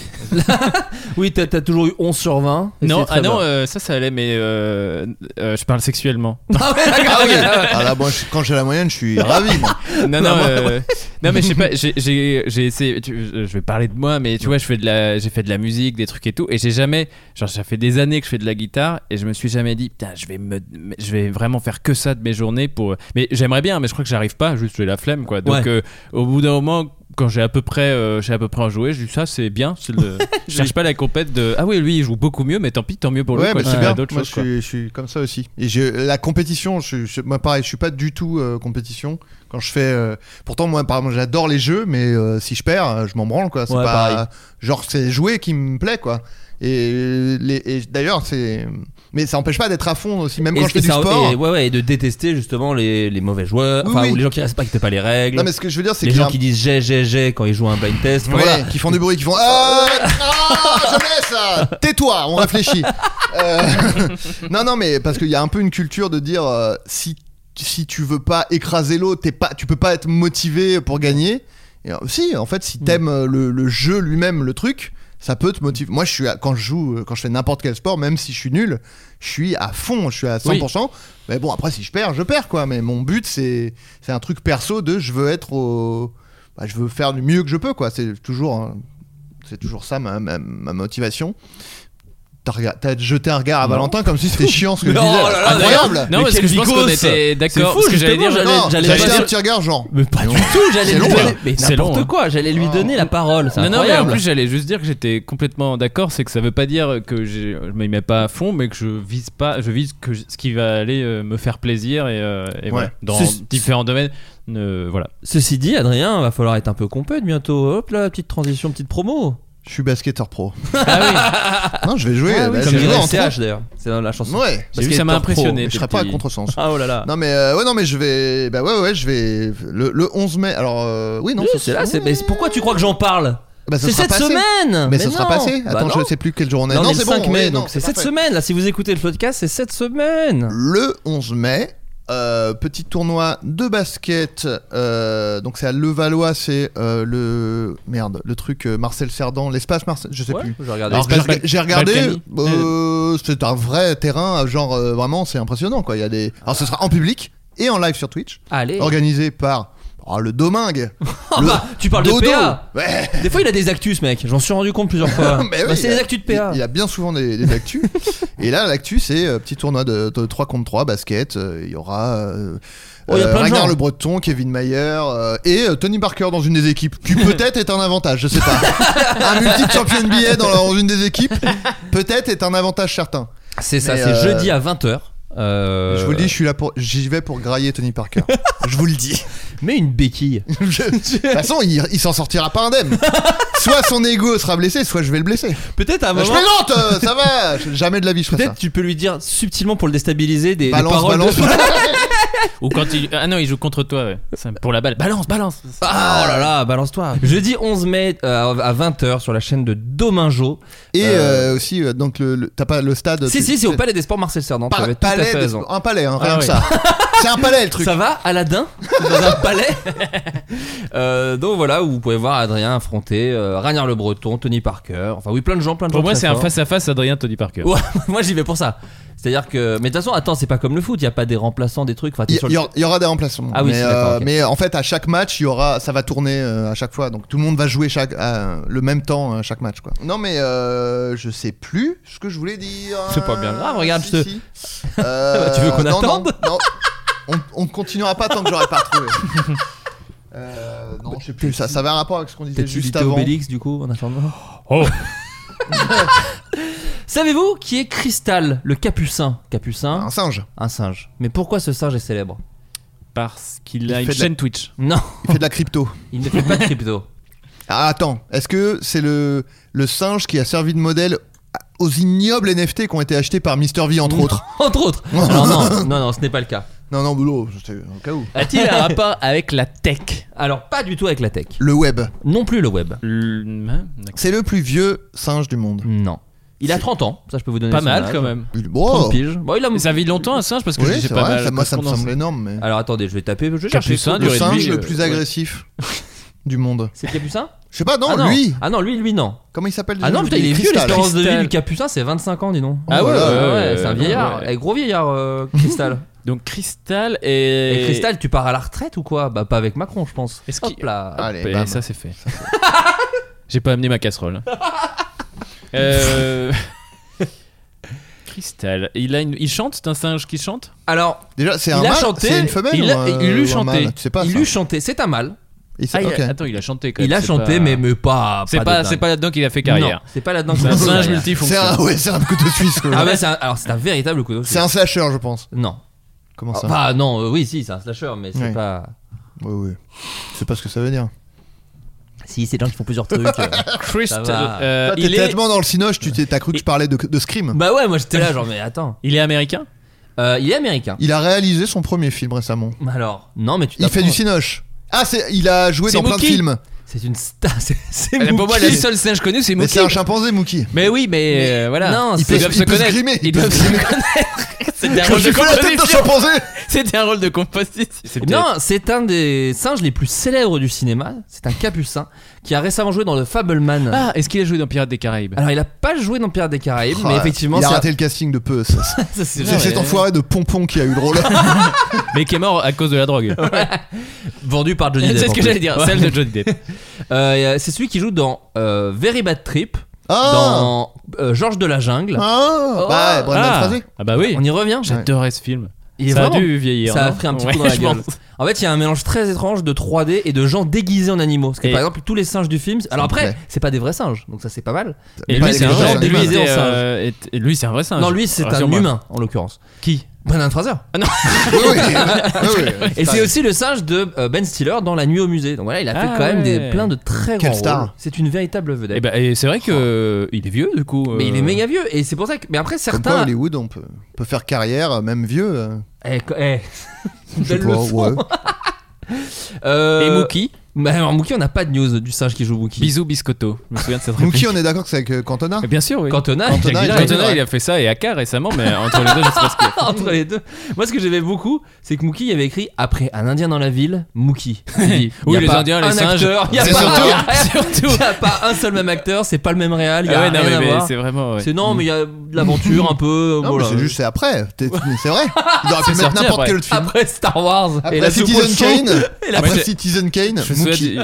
[SPEAKER 6] Oui, t'as t'as toujours eu 11 sur 20. et
[SPEAKER 8] Non,
[SPEAKER 6] c'est très
[SPEAKER 8] ah non,
[SPEAKER 6] bien.
[SPEAKER 8] euh, ça, ça allait, mais euh, euh, je parle sexuellement.
[SPEAKER 6] Ah ouais, d'accord,
[SPEAKER 2] Ah
[SPEAKER 6] ok,
[SPEAKER 2] oui.
[SPEAKER 6] ah ouais.
[SPEAKER 2] Ah là, moi, je- quand j'ai la moyenne, je suis ravi. moi.
[SPEAKER 8] Non, non, euh, non, mais je sais pas, j'ai- j'ai j'ai essayé, tu- je je vais parler de moi, mais tu vois, je fais de la- j'ai fait de la musique, des trucs et tout, et j'ai jamais, genre, ça fait des années que je fais de la guitare, et je me suis jamais dit, putain, je vais, me, je vais vraiment faire que ça de mes journées pour. Mais j'aimerais bien, mais je crois que j'arrive pas, juste j'ai la flemme, quoi. Donc,
[SPEAKER 6] Ouais.
[SPEAKER 8] euh, au bout d'un moment, quand j'ai à peu près euh, j'ai à peu près en joué, je dis ça c'est bien. c'est le- je cherche pas la compète de ah oui lui il joue beaucoup mieux, mais tant pis tant mieux pour lui.
[SPEAKER 2] Ouais,
[SPEAKER 8] quoi,
[SPEAKER 2] mais
[SPEAKER 8] il
[SPEAKER 2] c'est
[SPEAKER 8] y a
[SPEAKER 2] bien.
[SPEAKER 8] d'autres
[SPEAKER 2] Moi,
[SPEAKER 8] choses,
[SPEAKER 2] je
[SPEAKER 8] quoi.
[SPEAKER 2] suis, je suis comme ça aussi. Et j'ai la compétition. Je, je- moi, pareil, je suis pas du tout euh, compétition. Quand je fais, euh, pourtant, moi, par exemple, j'adore les jeux, mais euh, si je perds, euh, je m'en branle, quoi. C'est
[SPEAKER 6] Ouais,
[SPEAKER 2] pas
[SPEAKER 6] pareil.
[SPEAKER 2] genre c'est jouer qui me plaît, quoi. Et, euh, les- et d'ailleurs, c'est, mais ça empêche pas d'être à fond aussi, même
[SPEAKER 6] Et-
[SPEAKER 2] quand je
[SPEAKER 6] et
[SPEAKER 2] fais du
[SPEAKER 6] ça-
[SPEAKER 2] sport.
[SPEAKER 6] et- ouais, ouais, et de détester justement les, les mauvais joueurs,
[SPEAKER 2] Oui,
[SPEAKER 6] enfin,
[SPEAKER 2] oui.
[SPEAKER 6] ou les gens qui respectent pas les règles.
[SPEAKER 2] Non, mais ce que je veux dire, c'est
[SPEAKER 6] les
[SPEAKER 2] qu'il y a
[SPEAKER 6] gens
[SPEAKER 2] un-
[SPEAKER 6] qui disent j'ai, j'ai, j'ai quand ils jouent à un blind test. Enfin,
[SPEAKER 2] Ouais,
[SPEAKER 6] voilà.
[SPEAKER 2] qui font du bruit, qui font ah, ah, jamais ça. Tais-toi, on réfléchit. Euh, non, non, mais parce qu'il y a un peu une culture de dire euh, si si tu veux pas écraser l'autre, t'es pas, tu peux pas être motivé pour gagner. Et euh, si, en fait, si t'aimes euh, le, le jeu lui-même, le truc, ça peut te motiver. Moi, je suis à- quand je joue, euh, quand je fais n'importe quel sport, même si je suis nul, je suis à fond, je suis à 100%. Mais bon, après, si je perds, je perds quoi. Mais mon but, c'est c'est un truc perso de je veux être au, bah, je veux faire du mieux que je peux quoi. C'est toujours hein, c'est toujours ça ma, ma- ma motivation. T'as rega- T'as jeté un regard à Valentin comme si c'était chiant ce que je
[SPEAKER 6] Mais
[SPEAKER 2] disais.
[SPEAKER 6] oh là là,
[SPEAKER 2] Incroyable.
[SPEAKER 8] Non,
[SPEAKER 6] Mais
[SPEAKER 8] parce
[SPEAKER 6] quel
[SPEAKER 8] que je pense
[SPEAKER 6] vicose.
[SPEAKER 8] qu'on était d'accord.
[SPEAKER 6] C'est fou,
[SPEAKER 8] parce que j'allais
[SPEAKER 6] justement,
[SPEAKER 8] dire,
[SPEAKER 6] j'allais-
[SPEAKER 2] Non, j'ai
[SPEAKER 6] j'allais pas
[SPEAKER 2] acheté un
[SPEAKER 6] dire-
[SPEAKER 2] petit regard genre.
[SPEAKER 6] Mais pas du tout, j'allais
[SPEAKER 2] C'est
[SPEAKER 6] lui
[SPEAKER 2] long,
[SPEAKER 6] donner-
[SPEAKER 2] hein.
[SPEAKER 6] mais
[SPEAKER 8] C'est long,
[SPEAKER 6] n'importe
[SPEAKER 8] hein.
[SPEAKER 6] quoi, j'allais lui donner la parole. C'est
[SPEAKER 8] Non, non, mais en
[SPEAKER 6] incroyable.
[SPEAKER 8] plus, j'allais juste dire que j'étais complètement d'accord. C'est que ça veut pas dire que j'ai- je m'y mets pas à fond, mais que je vise pas, je vise que je- ce qui va aller euh, me faire plaisir et, euh, et
[SPEAKER 2] Ouais.
[SPEAKER 8] voilà, dans
[SPEAKER 6] Ce-
[SPEAKER 8] différents domaines. euh, voilà.
[SPEAKER 6] Ceci dit, Adrien, va falloir être un peu compète bientôt. Hop là, petite transition, petite promo.
[SPEAKER 2] Je suis basketteur pro.
[SPEAKER 8] Ah
[SPEAKER 2] Non, je vais jouer.
[SPEAKER 6] Ah oui,
[SPEAKER 2] bah,
[SPEAKER 6] comme
[SPEAKER 2] je vais
[SPEAKER 6] dirait
[SPEAKER 2] jouer en
[SPEAKER 6] SCH
[SPEAKER 2] pro.
[SPEAKER 6] d'ailleurs, c'est dans la chanson.
[SPEAKER 2] Ouais.
[SPEAKER 8] J'ai vu, ça m'a
[SPEAKER 6] Basketteur pro.
[SPEAKER 8] impressionné.
[SPEAKER 2] Mais je serais pas à
[SPEAKER 8] petit-
[SPEAKER 2] contresens.
[SPEAKER 6] Ah oh là là.
[SPEAKER 2] Non mais euh, ouais non mais je vais bah ouais ouais je vais le, le 11 mai alors euh, oui non
[SPEAKER 6] Oui,
[SPEAKER 2] ce-
[SPEAKER 6] c'est là, c'est mais c'est- pourquoi tu crois que j'en parle
[SPEAKER 2] Bah, ça
[SPEAKER 6] C'est
[SPEAKER 2] sera
[SPEAKER 6] cette
[SPEAKER 2] passé.
[SPEAKER 6] semaine
[SPEAKER 2] mais, ça sera
[SPEAKER 6] non.
[SPEAKER 2] passé
[SPEAKER 6] Bah
[SPEAKER 2] attends
[SPEAKER 6] non.
[SPEAKER 2] je sais plus quel jour on est
[SPEAKER 6] Non,
[SPEAKER 2] non
[SPEAKER 6] mais
[SPEAKER 2] c'est
[SPEAKER 6] le
[SPEAKER 2] bon
[SPEAKER 6] 5
[SPEAKER 2] ouais,
[SPEAKER 6] mai,
[SPEAKER 2] non,
[SPEAKER 6] donc c'est cette
[SPEAKER 2] parfait.
[SPEAKER 6] semaine là. Si vous écoutez le podcast, c'est cette semaine.
[SPEAKER 2] le 11 mai. euh, petit tournoi de basket. euh, donc c'est à Levallois, c'est euh, le merde, le truc euh, Marcel Cerdan, l'espace Marcel, je sais
[SPEAKER 6] Ouais, Ah,
[SPEAKER 2] plus.
[SPEAKER 6] je vais regarder.
[SPEAKER 2] Alors,
[SPEAKER 8] L'espace
[SPEAKER 2] j'ai rega-
[SPEAKER 8] Bal-
[SPEAKER 2] j'ai regardé,
[SPEAKER 8] Balkany.
[SPEAKER 2] euh, c'est un vrai terrain, genre euh, vraiment c'est impressionnant quoi. Il y a des, alors ce sera en public et en live sur Twitch,
[SPEAKER 6] Allez.
[SPEAKER 2] organisé par oh, le Domingue.
[SPEAKER 6] Ah
[SPEAKER 2] le
[SPEAKER 6] bah, tu parles
[SPEAKER 2] Dodo.
[SPEAKER 6] de PA.
[SPEAKER 2] Ouais.
[SPEAKER 6] Des fois, il a des actus, mec. J'en suis rendu compte plusieurs fois.
[SPEAKER 2] Mais
[SPEAKER 6] Bah,
[SPEAKER 2] oui,
[SPEAKER 6] c'est
[SPEAKER 2] il
[SPEAKER 6] les
[SPEAKER 2] a-
[SPEAKER 6] actus de PA.
[SPEAKER 2] Il, il a bien souvent des, des actus. et là, l'actu, c'est euh, petit tournoi de, de 3 contre 3 basket. Euh, Il y aura euh,
[SPEAKER 6] Oh, il y a
[SPEAKER 2] euh,
[SPEAKER 6] plein de
[SPEAKER 2] Ragnar
[SPEAKER 6] gens.
[SPEAKER 2] Le Breton, Kevin Mayer euh, et euh, Tony Parker dans une des équipes, qui peut-être est un avantage, je sais pas. un multiple champion NBA dans, dans une des équipes, peut-être est un avantage certain.
[SPEAKER 6] C'est ça,
[SPEAKER 2] Mais,
[SPEAKER 6] c'est
[SPEAKER 2] euh,
[SPEAKER 6] jeudi à Euh, 20h.
[SPEAKER 2] Je vous le dis, je suis là pour, j'y vais pour grailler Tony Parker. je vous le dis.
[SPEAKER 6] Mais une béquille.
[SPEAKER 2] Je- De toute façon, il, il s'en sortira pas indemne. Soit son ego sera blessé, soit je vais le blesser.
[SPEAKER 6] Peut-être à un
[SPEAKER 2] Je
[SPEAKER 6] moment.
[SPEAKER 2] plaisante, euh, ça va. Jamais de la vie, je ferai ça.
[SPEAKER 6] Peut-être tu peux lui dire subtilement pour le déstabiliser des, des
[SPEAKER 2] Balance,
[SPEAKER 6] paroles. de-
[SPEAKER 2] balance.
[SPEAKER 8] Ou quand il. Ah non, il joue contre toi, ouais. C'est Pour la balle. Balance, balance.
[SPEAKER 6] Ah, oh là là, balance-toi. Jeudi 11 mai euh, à 20h sur la chaîne de Domingo.
[SPEAKER 2] Et
[SPEAKER 6] Euh,
[SPEAKER 2] euh, aussi, euh, donc, le, le- t'as pas le stade.
[SPEAKER 6] Si,
[SPEAKER 2] tu-
[SPEAKER 6] si, c'est au Palais des Sports Marcel Cerdan.
[SPEAKER 2] Par-
[SPEAKER 6] tu avais tout à
[SPEAKER 2] palais
[SPEAKER 6] fait
[SPEAKER 2] de-
[SPEAKER 6] raison.
[SPEAKER 2] Un palais, hein, rien
[SPEAKER 8] Ah
[SPEAKER 2] que
[SPEAKER 8] oui.
[SPEAKER 2] ça. C'est un palais le truc.
[SPEAKER 6] Ça va, Aladdin Dans un palais Euh, Donc voilà, où vous pouvez voir Adrien affronter euh, Ragnar le Breton, Tony Parker. Enfin, oui, plein de gens, plein de gens.
[SPEAKER 8] Pour moi,
[SPEAKER 6] très
[SPEAKER 8] c'est un
[SPEAKER 6] forts.
[SPEAKER 8] face-à-face Adrien-Tony Parker.
[SPEAKER 2] Oh.
[SPEAKER 6] Ouais, moi j'y vais pour ça. C'est-à-dire que. Mais de toute façon, attends, c'est pas comme le foot, il n'y a pas des remplaçants, des trucs. Enfin, t'es
[SPEAKER 2] Il
[SPEAKER 6] sur
[SPEAKER 2] il y,
[SPEAKER 6] le-
[SPEAKER 2] aura- il y aura des remplaçants.
[SPEAKER 6] Ah oui,
[SPEAKER 2] mais, euh,
[SPEAKER 6] c'est d'accord, ok.
[SPEAKER 2] mais en fait, à chaque match, il y aura, ça va tourner euh, à chaque fois. Donc tout le monde va jouer chaque, à, le même temps à chaque match. Quoi. Non, mais euh, je sais plus ce que je voulais dire.
[SPEAKER 6] C'est pas bien grave, regarde,
[SPEAKER 2] Si,
[SPEAKER 6] je te-
[SPEAKER 2] si. Euh,
[SPEAKER 6] Tu veux qu'on
[SPEAKER 2] non,
[SPEAKER 6] attende
[SPEAKER 2] Non, non. on, on continuera pas tant que j'aurai pas retrouvé. Euh, non, je sais plus. Ça, ça avait un rapport avec ce qu'on disait
[SPEAKER 6] Peut-être
[SPEAKER 2] juste
[SPEAKER 6] juste
[SPEAKER 2] avant.
[SPEAKER 6] Obélix du coup en attendant.
[SPEAKER 8] Oh.
[SPEAKER 6] Savez-vous qui est Cristal, le capucin Capucin,
[SPEAKER 2] Un singe.
[SPEAKER 6] un singe. Mais pourquoi ce singe est célèbre
[SPEAKER 8] Parce qu'il
[SPEAKER 2] Il
[SPEAKER 8] a une
[SPEAKER 2] fait de la-
[SPEAKER 8] chaîne Twitch.
[SPEAKER 6] Non,
[SPEAKER 2] Il fait de la crypto.
[SPEAKER 6] il ne fait pas de crypto.
[SPEAKER 2] Ah, attends, est-ce que c'est le, le singe qui a servi de modèle aux ignobles NFT qui ont été achetés par Mr. V, entre autres
[SPEAKER 6] Entre autres. Non, non, non, non, ce n'est pas le cas.
[SPEAKER 2] Non, non, boulot, c'était au cas où.
[SPEAKER 6] A-t-il un rapport
[SPEAKER 8] avec la tech.
[SPEAKER 6] Alors pas du tout avec la tech.
[SPEAKER 2] Le web,
[SPEAKER 6] Non plus le web.
[SPEAKER 8] Hein,
[SPEAKER 2] c'est le plus vieux singe du monde.
[SPEAKER 6] Non. Il a 30 ans, ça je peux vous donner
[SPEAKER 8] Pas
[SPEAKER 6] son
[SPEAKER 8] mal
[SPEAKER 6] âge.
[SPEAKER 8] quand même.
[SPEAKER 2] Il-
[SPEAKER 6] 30
[SPEAKER 2] Bon, oui,
[SPEAKER 6] piges. Bon, il a...
[SPEAKER 8] Mais ça vit longtemps un singe parce que j'ai
[SPEAKER 2] c'est
[SPEAKER 8] pas
[SPEAKER 2] vrai,
[SPEAKER 8] mal.
[SPEAKER 2] ça- moi ça me
[SPEAKER 8] correspondance.
[SPEAKER 2] semble énorme, mais.
[SPEAKER 6] Alors attendez, je vais taper, je vais chercher.
[SPEAKER 8] Capucin,
[SPEAKER 2] le
[SPEAKER 8] durée de
[SPEAKER 2] singe
[SPEAKER 8] vie,
[SPEAKER 2] le
[SPEAKER 8] euh,
[SPEAKER 2] plus
[SPEAKER 8] ouais.
[SPEAKER 2] agressif du monde.
[SPEAKER 6] C'est le capucin
[SPEAKER 2] Je sais pas, non,
[SPEAKER 6] ah, non.
[SPEAKER 2] lui
[SPEAKER 6] Ah non, lui, lui non.
[SPEAKER 2] Comment il s'appelle
[SPEAKER 6] Ah
[SPEAKER 2] déjà,
[SPEAKER 6] non, putain,
[SPEAKER 2] lui,
[SPEAKER 6] il est vieux,
[SPEAKER 2] Cristal.
[SPEAKER 6] l'espérance de vie
[SPEAKER 8] Cristal.
[SPEAKER 6] du capucin, c'est 25 ans, dis donc.
[SPEAKER 2] Ah ouais,
[SPEAKER 6] ouais,
[SPEAKER 8] ouais, ouais,
[SPEAKER 6] c'est un
[SPEAKER 8] ouais,
[SPEAKER 6] vieillard,
[SPEAKER 8] ouais.
[SPEAKER 6] Eh, gros vieillard, euh, Cristal.
[SPEAKER 8] Donc Cristal et.
[SPEAKER 6] Et Cristal, tu pars à la retraite ou quoi Bah pas avec Macron, je pense.
[SPEAKER 8] Est-ce
[SPEAKER 6] Hop
[SPEAKER 8] qu'il-
[SPEAKER 6] là.
[SPEAKER 2] Allez,
[SPEAKER 8] Et
[SPEAKER 2] bam.
[SPEAKER 8] ça c'est fait. J'ai pas amené ma casserole. euh... Cristal, il a une, il chante, c'est un singe qui chante.
[SPEAKER 6] Alors,
[SPEAKER 2] Déjà, c'est
[SPEAKER 6] il
[SPEAKER 2] un
[SPEAKER 6] a
[SPEAKER 2] mâle,
[SPEAKER 6] chanté,
[SPEAKER 2] c'est une femelle
[SPEAKER 6] il,
[SPEAKER 2] ou
[SPEAKER 6] a,
[SPEAKER 2] un-
[SPEAKER 6] il eut
[SPEAKER 2] ou un mâle
[SPEAKER 6] chanté.
[SPEAKER 2] Tu sais pas.
[SPEAKER 6] il
[SPEAKER 2] ça.
[SPEAKER 6] eut chanté, c'est un mâle.
[SPEAKER 2] Il s'est-
[SPEAKER 8] Ah, il a-
[SPEAKER 2] ok.
[SPEAKER 8] Attends, il a chanté quand même.
[SPEAKER 6] Il a
[SPEAKER 8] c'est
[SPEAKER 6] chanté,
[SPEAKER 8] pas-
[SPEAKER 6] mais, mais pas.
[SPEAKER 8] C'est pas, c'est pas là-dedans qu'il a fait carrière. Bah,
[SPEAKER 6] Non, c'est pas là-dedans qu'il
[SPEAKER 8] C'est
[SPEAKER 6] a
[SPEAKER 8] un
[SPEAKER 6] fait
[SPEAKER 8] singe
[SPEAKER 6] carrière.
[SPEAKER 8] multifonction.
[SPEAKER 2] C'est un- ouais, c'est un couteau suisse. quoi.
[SPEAKER 6] Ah ouais, c'est un- alors c'est un véritable couteau.
[SPEAKER 2] C'est un slasher, je pense.
[SPEAKER 6] Non.
[SPEAKER 2] Comment ça
[SPEAKER 6] Bah non, euh, oui, si, c'est un slasher, mais c'est
[SPEAKER 2] Ouais.
[SPEAKER 6] pas.
[SPEAKER 2] Ouais, ouais. C'est pas ce que ça veut dire.
[SPEAKER 6] Si, c'est des gens qui font plusieurs trucs. euh,
[SPEAKER 8] Christ-
[SPEAKER 6] ça va.
[SPEAKER 8] euh,
[SPEAKER 2] Toi,
[SPEAKER 8] il,
[SPEAKER 2] T'étais
[SPEAKER 8] est...
[SPEAKER 2] tellement dans le cinoche, tu t'es- t'as cru que je parlais de, de Scream.
[SPEAKER 6] Bah ouais, moi j'étais là, genre, mais attends.
[SPEAKER 8] il est américain
[SPEAKER 6] Euh, il est américain.
[SPEAKER 2] Il a réalisé son premier film récemment.
[SPEAKER 6] Alors, non, mais tu
[SPEAKER 2] Il fait du
[SPEAKER 6] t'apprends.
[SPEAKER 2] cinoche. Ah, c'est, il a joué
[SPEAKER 8] C'est
[SPEAKER 2] dans plein de
[SPEAKER 8] Mookie.
[SPEAKER 2] films.
[SPEAKER 6] C'est une star. C'est, c'est
[SPEAKER 8] Pour moi, le
[SPEAKER 6] Mookie.
[SPEAKER 8] seul singe connu, c'est
[SPEAKER 2] Mais
[SPEAKER 8] Mookie.
[SPEAKER 2] c'est un chimpanzé, Mookie.
[SPEAKER 8] Mais oui, mais euh, voilà.
[SPEAKER 6] Non,
[SPEAKER 8] ils
[SPEAKER 6] c'est-
[SPEAKER 2] peut-
[SPEAKER 8] doivent
[SPEAKER 2] il
[SPEAKER 8] se
[SPEAKER 2] peut se
[SPEAKER 8] connaître.
[SPEAKER 2] grimer, il
[SPEAKER 8] Ils
[SPEAKER 2] peut
[SPEAKER 8] doivent
[SPEAKER 2] se
[SPEAKER 8] se
[SPEAKER 2] grimer.
[SPEAKER 8] connaître. C'était un
[SPEAKER 2] Quand
[SPEAKER 8] rôle de
[SPEAKER 2] j'ai fait la tête d'un
[SPEAKER 8] composition.
[SPEAKER 2] chimpanzé
[SPEAKER 8] C'était un rôle de composition.
[SPEAKER 6] Non, c'est un des singes les plus célèbres du cinéma. C'est un capucin qui a récemment joué dans le Fableman.
[SPEAKER 8] Ah, est-ce qu'il a joué dans Pirates des Caraïbes
[SPEAKER 6] Alors, il a pas joué dans Pirates des Caraïbes, mais
[SPEAKER 2] Ah,
[SPEAKER 6] effectivement,
[SPEAKER 2] il a
[SPEAKER 6] c'est-
[SPEAKER 2] raté le casting de peu. ça.
[SPEAKER 6] ça, c'est-
[SPEAKER 2] C'est cet enfoiré de pompon qui a eu le rôle.
[SPEAKER 8] Mais qui est mort à cause de la drogue.
[SPEAKER 6] vendu par Johnny Depp.
[SPEAKER 8] C'est
[SPEAKER 6] en
[SPEAKER 8] ce que
[SPEAKER 6] plus.
[SPEAKER 8] j'allais dire,
[SPEAKER 6] Ouais.
[SPEAKER 8] celle de Johnny Depp.
[SPEAKER 6] Euh, et, euh, c'est celui qui joue dans euh, Very Bad Trip,
[SPEAKER 2] Ah,
[SPEAKER 6] dans euh, Georges de la Jungle.
[SPEAKER 2] ah
[SPEAKER 6] Oh.
[SPEAKER 2] Bah, Brendan
[SPEAKER 8] Ah,
[SPEAKER 2] Fraser.
[SPEAKER 8] ah bah oui.
[SPEAKER 6] On y revient.
[SPEAKER 8] J'adorais ce film.
[SPEAKER 6] Il est
[SPEAKER 8] ça
[SPEAKER 6] vraiment-
[SPEAKER 8] a dû vieillir.
[SPEAKER 6] Ça a
[SPEAKER 8] non
[SPEAKER 6] pris un petit
[SPEAKER 8] hein. Ouais,
[SPEAKER 6] coup dans la
[SPEAKER 8] je
[SPEAKER 6] gueule.
[SPEAKER 8] pense.
[SPEAKER 6] En fait, il y a un mélange très étrange de 3D et de gens déguisés en animaux. Parce que
[SPEAKER 8] Et-
[SPEAKER 6] par exemple, tous les singes du film. Alors après,
[SPEAKER 2] Ouais.
[SPEAKER 6] c'est pas des vrais singes, donc ça c'est pas mal.
[SPEAKER 8] Et
[SPEAKER 6] Pas
[SPEAKER 8] lui,
[SPEAKER 6] des
[SPEAKER 8] c'est un Ah,
[SPEAKER 6] vrais
[SPEAKER 8] vrai
[SPEAKER 6] singes,
[SPEAKER 8] singe.
[SPEAKER 6] des
[SPEAKER 8] Lui,
[SPEAKER 6] vrais
[SPEAKER 8] c'est,
[SPEAKER 6] singes.
[SPEAKER 8] euh, et- et Lui, c'est un vrai singe.
[SPEAKER 6] Non, lui c'est un
[SPEAKER 8] Rassure-moi.
[SPEAKER 6] humain en l'occurrence.
[SPEAKER 8] Qui
[SPEAKER 6] Brendan Fraser.
[SPEAKER 2] Oui, oui, oui, oui.
[SPEAKER 6] Et c'est aussi le singe de euh, Ben Stiller dans La Nuit au musée. Donc voilà, il a fait
[SPEAKER 8] Ah
[SPEAKER 6] quand même des,
[SPEAKER 8] ouais.
[SPEAKER 6] plein de très
[SPEAKER 2] Quelle
[SPEAKER 6] grands
[SPEAKER 2] star.
[SPEAKER 6] rôles. C'est une véritable vedette.
[SPEAKER 8] Eh ben, Et c'est vrai que euh, il est vieux du coup.
[SPEAKER 6] Oh. mais
[SPEAKER 8] euh,
[SPEAKER 6] il est méga vieux et c'est pour ça que. Mais après
[SPEAKER 2] Comme quoi,
[SPEAKER 6] certains.
[SPEAKER 2] Hollywood, on peut, peut faire carrière, euh, même vieux. euh,
[SPEAKER 6] Eh, co- eh.
[SPEAKER 2] je sais
[SPEAKER 6] Belle leçon.
[SPEAKER 2] ouais.
[SPEAKER 6] Euh,
[SPEAKER 8] Et Mookie,
[SPEAKER 6] Mais alors Mookie, on n'a pas de news du singe qui joue Mookie.
[SPEAKER 8] bisous biscotto. Je me souviens de cette réplique.
[SPEAKER 2] Mookie, on est d'accord que c'est avec euh, Cantona
[SPEAKER 8] Ah, Bien sûr, oui.
[SPEAKER 6] Cantona,
[SPEAKER 2] Cantona,
[SPEAKER 6] Jack
[SPEAKER 2] il-
[SPEAKER 6] Dylan.
[SPEAKER 8] Cantona, il a fait ça et Aka récemment, mais entre les deux, je sais pas ce qu'il a fait.
[SPEAKER 6] entre les deux. Moi, ce que j'aimais beaucoup, c'est que Mookie avait écrit après un Indien dans la ville, Mookie. Il dit,
[SPEAKER 8] Oui,
[SPEAKER 6] y a
[SPEAKER 8] les
[SPEAKER 6] pas
[SPEAKER 8] Indiens, les
[SPEAKER 6] un
[SPEAKER 8] singes.
[SPEAKER 6] acteur, y a
[SPEAKER 2] C'est
[SPEAKER 6] pas-
[SPEAKER 2] surtout-
[SPEAKER 6] y a- y a pas un seul même acteur, c'est pas le même réal. Y a
[SPEAKER 8] Ah ouais,
[SPEAKER 6] rien
[SPEAKER 8] non, mais,
[SPEAKER 6] à
[SPEAKER 8] mais
[SPEAKER 6] voir.
[SPEAKER 8] c'est Mm. vraiment. ouais.
[SPEAKER 6] C'est non, mais il y a de l'aventure un peu.
[SPEAKER 2] Non, mais
[SPEAKER 6] voilà.
[SPEAKER 2] c'est juste, c'est après. T'es- mais C'est vrai. Il aurait pu mettre
[SPEAKER 8] hein. sorti
[SPEAKER 2] n'importe
[SPEAKER 8] après.
[SPEAKER 2] quel autre film.
[SPEAKER 6] Après Star Wars
[SPEAKER 2] Après
[SPEAKER 6] et la soupe
[SPEAKER 2] Citizen
[SPEAKER 6] au chou.
[SPEAKER 2] Kane.
[SPEAKER 6] Et la-
[SPEAKER 2] Après
[SPEAKER 8] Moi, j'ai-
[SPEAKER 2] Citizen Kane.
[SPEAKER 8] Je me souviens
[SPEAKER 2] Mookie.
[SPEAKER 8] du-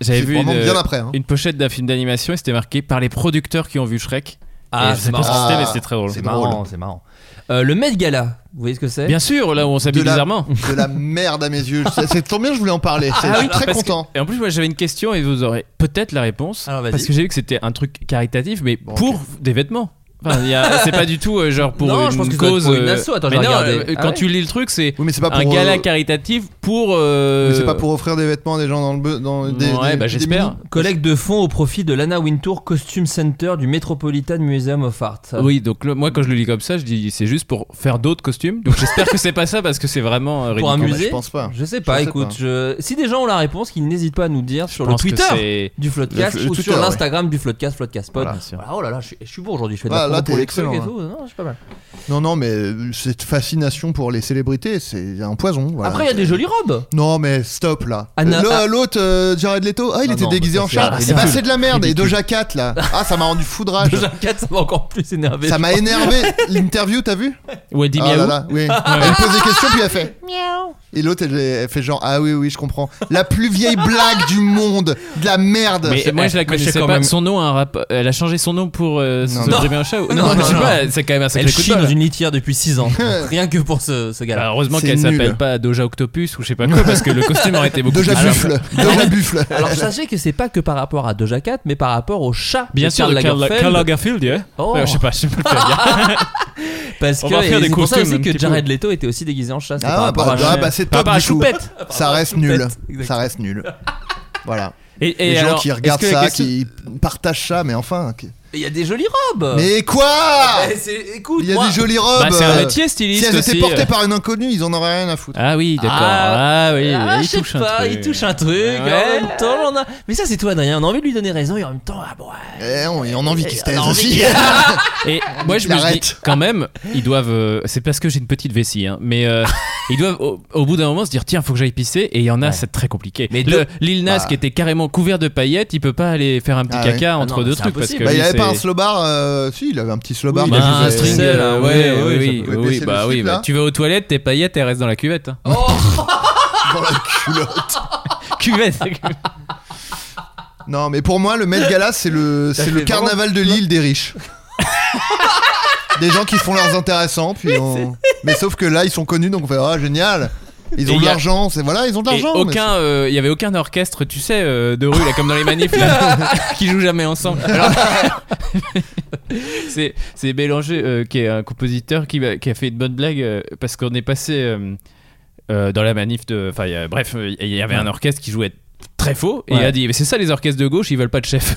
[SPEAKER 8] J'avais
[SPEAKER 2] C'est
[SPEAKER 8] vu une, euh,
[SPEAKER 2] vraiment bien après, hein.
[SPEAKER 8] une pochette d'un film d'animation et c'était marqué par les producteurs qui ont vu Shrek.
[SPEAKER 6] Ah,
[SPEAKER 8] Et je
[SPEAKER 6] c'est
[SPEAKER 8] sais pas ce que
[SPEAKER 6] marrant.
[SPEAKER 8] c'était, mais c'était très drôle.
[SPEAKER 6] C'est
[SPEAKER 2] C'est
[SPEAKER 6] marrant,
[SPEAKER 2] drôle.
[SPEAKER 6] c'est marrant. Euh, le Met Gala, vous voyez ce que c'est
[SPEAKER 8] Bien sûr, là où on s'habille
[SPEAKER 2] De la-
[SPEAKER 8] bizarrement.
[SPEAKER 2] de la merde à mes yeux. Ça- C'est tant bien, je voulais en parler. C'est- Je suis très
[SPEAKER 8] Ah Parce que-
[SPEAKER 2] content.
[SPEAKER 8] Et en plus, moi j'avais une question et vous aurez peut-être la réponse.
[SPEAKER 6] Alors, vas-y.
[SPEAKER 8] parce que j'ai vu que c'était un truc caritatif, mais
[SPEAKER 2] Bon,
[SPEAKER 8] pour des vêtements. Enfin, il y a- c'est pas du tout euh, genre pour
[SPEAKER 6] Non,
[SPEAKER 8] une
[SPEAKER 6] je pense que ça doit être
[SPEAKER 8] cause.
[SPEAKER 6] pour une
[SPEAKER 8] euh,
[SPEAKER 6] asso. Attends,
[SPEAKER 8] mais
[SPEAKER 6] je vais
[SPEAKER 8] non,
[SPEAKER 6] regarder.
[SPEAKER 8] euh,
[SPEAKER 6] Ah
[SPEAKER 8] quand
[SPEAKER 6] ouais
[SPEAKER 8] tu lis le truc, c'est
[SPEAKER 2] Oui, mais c'est pas
[SPEAKER 8] un
[SPEAKER 2] pour.
[SPEAKER 8] gala
[SPEAKER 2] euh,
[SPEAKER 8] caritatif pour. euh,
[SPEAKER 2] mais c'est pas pour offrir des vêtements à des gens dans le. be- Dans des,
[SPEAKER 8] Ouais,
[SPEAKER 2] des-
[SPEAKER 8] bah
[SPEAKER 2] des
[SPEAKER 8] j'espère.
[SPEAKER 2] mini-
[SPEAKER 6] Collecte de fonds au profit de l'Anna Wintour Costume Center du Metropolitan Museum of Art.
[SPEAKER 8] Oui, donc le- moi quand je le lis comme ça, je dis c'est juste pour faire d'autres costumes. Donc j'espère que c'est pas ça parce que c'est vraiment euh,
[SPEAKER 6] Pour un
[SPEAKER 8] ridicule.
[SPEAKER 2] bah,
[SPEAKER 6] musée
[SPEAKER 2] je pense pas.
[SPEAKER 6] Je sais pas,
[SPEAKER 2] Je sais
[SPEAKER 6] écoute.
[SPEAKER 2] pas.
[SPEAKER 6] je- Si des gens ont la réponse, qu'ils n'hésitent pas à nous dire sur le
[SPEAKER 8] pense que
[SPEAKER 6] Twitter
[SPEAKER 8] c'est-
[SPEAKER 6] du Floodcast
[SPEAKER 2] Le fl- le
[SPEAKER 6] ou
[SPEAKER 2] Twitter,
[SPEAKER 6] sur
[SPEAKER 2] ouais.
[SPEAKER 6] l'Instagram du Floodcast, Floodcast Pod.
[SPEAKER 8] Voilà, bien sûr.
[SPEAKER 6] Voilà, oh là là, je suis, je suis bon aujourd'hui, je fais de
[SPEAKER 2] Ah, là,
[SPEAKER 6] la promo pour
[SPEAKER 2] t'es
[SPEAKER 6] les trucs et
[SPEAKER 2] excellent,
[SPEAKER 6] tout. Non, je suis pas mal.
[SPEAKER 2] Non, non, mais euh, cette fascination pour les célébrités, c'est un poison. voilà.
[SPEAKER 6] Après, il y a des jolies robes.
[SPEAKER 2] Non mais stop là.
[SPEAKER 6] Anna-
[SPEAKER 2] L'au-
[SPEAKER 6] ah.
[SPEAKER 2] L'autre euh, Jared Leto, ah il
[SPEAKER 6] Non,
[SPEAKER 2] était
[SPEAKER 6] non,
[SPEAKER 2] déguisé
[SPEAKER 6] bah,
[SPEAKER 2] en
[SPEAKER 6] ça,
[SPEAKER 2] chat.
[SPEAKER 6] c'est
[SPEAKER 2] Eh bah,
[SPEAKER 6] ridicule.
[SPEAKER 2] c'est de la merde. Et Doja Cat là. Ah ça m'a rendu foudrage.
[SPEAKER 6] Déjà 4, ça m'a encore plus énervé.
[SPEAKER 2] Ça m'a énervé. L'interview t'as vu
[SPEAKER 8] Ou elle dit
[SPEAKER 2] Ah
[SPEAKER 8] miaou.
[SPEAKER 2] là là, oui. Elle pose des questions puis elle fait. Et l'autre elle, elle fait genre ah oui oui je comprends. La plus vieille blague du monde. De la merde.
[SPEAKER 8] Mais moi
[SPEAKER 2] eh,
[SPEAKER 8] je la
[SPEAKER 6] mais c'est
[SPEAKER 8] connaissais
[SPEAKER 6] quand
[SPEAKER 8] pas.
[SPEAKER 6] même-
[SPEAKER 8] Son nom a un rap. Elle a changé son nom pour euh, se
[SPEAKER 2] Non,
[SPEAKER 6] non.
[SPEAKER 8] driver un chat. ou-
[SPEAKER 6] Non, non,
[SPEAKER 8] je sais
[SPEAKER 6] non.
[SPEAKER 8] pas. C'est quand même un sacré
[SPEAKER 6] Elle
[SPEAKER 8] coup de
[SPEAKER 6] chie
[SPEAKER 8] bol.
[SPEAKER 6] dans une litière depuis 6 ans. Rien que pour ce, ce
[SPEAKER 8] Bah,
[SPEAKER 6] gars-là.
[SPEAKER 8] heureusement
[SPEAKER 2] C'est
[SPEAKER 8] qu'elle
[SPEAKER 2] nul.
[SPEAKER 8] s'appelle pas Doja Octopus ou je sais pas quoi parce que le costume aurait été beaucoup
[SPEAKER 2] Doja
[SPEAKER 8] plus simple.
[SPEAKER 2] buffle. Doja buffle.
[SPEAKER 6] Alors sachez que c'est pas que par rapport à Doja Cat, mais par rapport au chat.
[SPEAKER 8] Bien
[SPEAKER 6] de
[SPEAKER 8] sûr,
[SPEAKER 6] Karl
[SPEAKER 8] de Karl
[SPEAKER 6] Lagerfeld.
[SPEAKER 8] Karl Lagerfeld, yeah.
[SPEAKER 6] Oh.
[SPEAKER 8] Ouais, je sais pas, je sais pas le faire dire.
[SPEAKER 6] Parce
[SPEAKER 8] On
[SPEAKER 6] que
[SPEAKER 8] va faire
[SPEAKER 6] et
[SPEAKER 8] des
[SPEAKER 6] c'est pour ça
[SPEAKER 8] costumes,
[SPEAKER 6] aussi
[SPEAKER 8] un
[SPEAKER 6] que
[SPEAKER 8] petit
[SPEAKER 6] Jared Leto était aussi déguisé en chat. c'est
[SPEAKER 2] Ah,
[SPEAKER 6] par rapport
[SPEAKER 2] bah,
[SPEAKER 6] à
[SPEAKER 2] ah,
[SPEAKER 6] Jared-
[SPEAKER 2] bah, c'est
[SPEAKER 6] par
[SPEAKER 2] top
[SPEAKER 6] rapport à
[SPEAKER 2] du coup.
[SPEAKER 6] Choupette.
[SPEAKER 2] Ça reste
[SPEAKER 6] Choupette,
[SPEAKER 2] nul. Ça
[SPEAKER 6] exactement.
[SPEAKER 2] reste nul. Voilà.
[SPEAKER 8] Et, et
[SPEAKER 2] Les gens
[SPEAKER 8] alors,
[SPEAKER 2] qui regardent
[SPEAKER 8] est-ce que la
[SPEAKER 2] ça,
[SPEAKER 8] question-
[SPEAKER 2] qui partagent ça, mais enfin. qui-
[SPEAKER 6] Mais Il y a des jolies robes.
[SPEAKER 2] Mais quoi
[SPEAKER 6] Euh. Eh, c'est- écoute,
[SPEAKER 2] Il y a
[SPEAKER 6] moi-
[SPEAKER 2] des jolies robes.
[SPEAKER 8] Bah, c'est un
[SPEAKER 2] euh,
[SPEAKER 8] métier
[SPEAKER 2] Si
[SPEAKER 8] styliste.
[SPEAKER 2] elles étaient
[SPEAKER 8] aussi. euh.
[SPEAKER 2] portées par une inconnue, ils en auraient rien à foutre.
[SPEAKER 8] Ah oui, d'accord.
[SPEAKER 6] Ah.
[SPEAKER 8] Ah, oui,
[SPEAKER 6] Ah,
[SPEAKER 8] il
[SPEAKER 6] je
[SPEAKER 8] touche
[SPEAKER 6] sais
[SPEAKER 8] un
[SPEAKER 6] pas,
[SPEAKER 8] truc.
[SPEAKER 6] il touche un truc.
[SPEAKER 8] Ouais.
[SPEAKER 6] en même temps, on a- Mais ça, c'est toi, Adrien. On a envie de lui donner raison et en même temps, ah bon. ouais.
[SPEAKER 2] Eh, on, et on a envie qu'ils se taisent
[SPEAKER 6] On a envie
[SPEAKER 2] aussi.
[SPEAKER 6] qu'il-
[SPEAKER 8] Et moi je me suis
[SPEAKER 2] L'arrête.
[SPEAKER 8] dit quand même, ils doivent. euh, c'est parce que j'ai une petite vessie, hein, mais euh, ils doivent au, au bout d'un moment se dire tiens faut que j'aille pisser et il y en a
[SPEAKER 6] Ouais.
[SPEAKER 8] c'est très compliqué.
[SPEAKER 6] Mais
[SPEAKER 8] Mais
[SPEAKER 6] deux-
[SPEAKER 8] Lil Nas
[SPEAKER 2] Bah.
[SPEAKER 8] qui était carrément couvert de paillettes, il peut pas aller faire un petit
[SPEAKER 2] Ah ouais.
[SPEAKER 8] caca
[SPEAKER 6] Ah
[SPEAKER 8] entre
[SPEAKER 6] non,
[SPEAKER 8] deux
[SPEAKER 6] c'est
[SPEAKER 8] truc parce
[SPEAKER 6] impossible.
[SPEAKER 8] que
[SPEAKER 2] bah, il
[SPEAKER 8] lui,
[SPEAKER 2] avait pas un
[SPEAKER 8] c'est-
[SPEAKER 2] slow bar. euh, si, il avait un petit slow bar.
[SPEAKER 8] Oui,
[SPEAKER 2] qui
[SPEAKER 8] bah, un
[SPEAKER 2] faisait-
[SPEAKER 8] string,
[SPEAKER 6] ficelle,
[SPEAKER 8] euh,
[SPEAKER 6] hein,
[SPEAKER 8] ouais,
[SPEAKER 6] ouais,
[SPEAKER 8] oui,
[SPEAKER 6] ouais,
[SPEAKER 8] oui,
[SPEAKER 6] ça
[SPEAKER 2] peut-
[SPEAKER 8] oui,
[SPEAKER 2] baisser
[SPEAKER 8] bah
[SPEAKER 2] le
[SPEAKER 8] oui,
[SPEAKER 2] slip,
[SPEAKER 8] bah,
[SPEAKER 2] là.
[SPEAKER 8] tu vas aux toilettes, tes paillettes, elles restent dans la cuvette. hein.
[SPEAKER 2] Oh. dans la culotte.
[SPEAKER 8] cuvette.
[SPEAKER 2] Non, mais pour moi, le Met Gala, c'est le, c'est le
[SPEAKER 6] fait
[SPEAKER 2] carnaval de Lille des riches. des gens qui font leurs intéressants, puis on- Mais sauf que là, ils sont connus, donc on fait ah génial. Ils
[SPEAKER 8] Et
[SPEAKER 2] ont
[SPEAKER 8] il
[SPEAKER 2] de
[SPEAKER 8] y a-
[SPEAKER 2] l'argent, c'est voilà, ils ont de
[SPEAKER 8] Et
[SPEAKER 2] l'argent. mais
[SPEAKER 8] aucun, euh, il y avait aucun orchestre, tu sais, euh, de rue là, comme dans les manifs, là, qui jouent jamais ensemble. Alors, c'est c'est Bélanger euh, qui est un compositeur qui, va- qui a fait une bonne blague euh, parce qu'on est passé euh, euh, dans la manif de, enfin, il y a- bref, euh, il y avait un orchestre qui jouait très faux et
[SPEAKER 6] Ouais.
[SPEAKER 8] il a dit, mais c'est ça les orchestres de gauche, ils veulent pas de chef.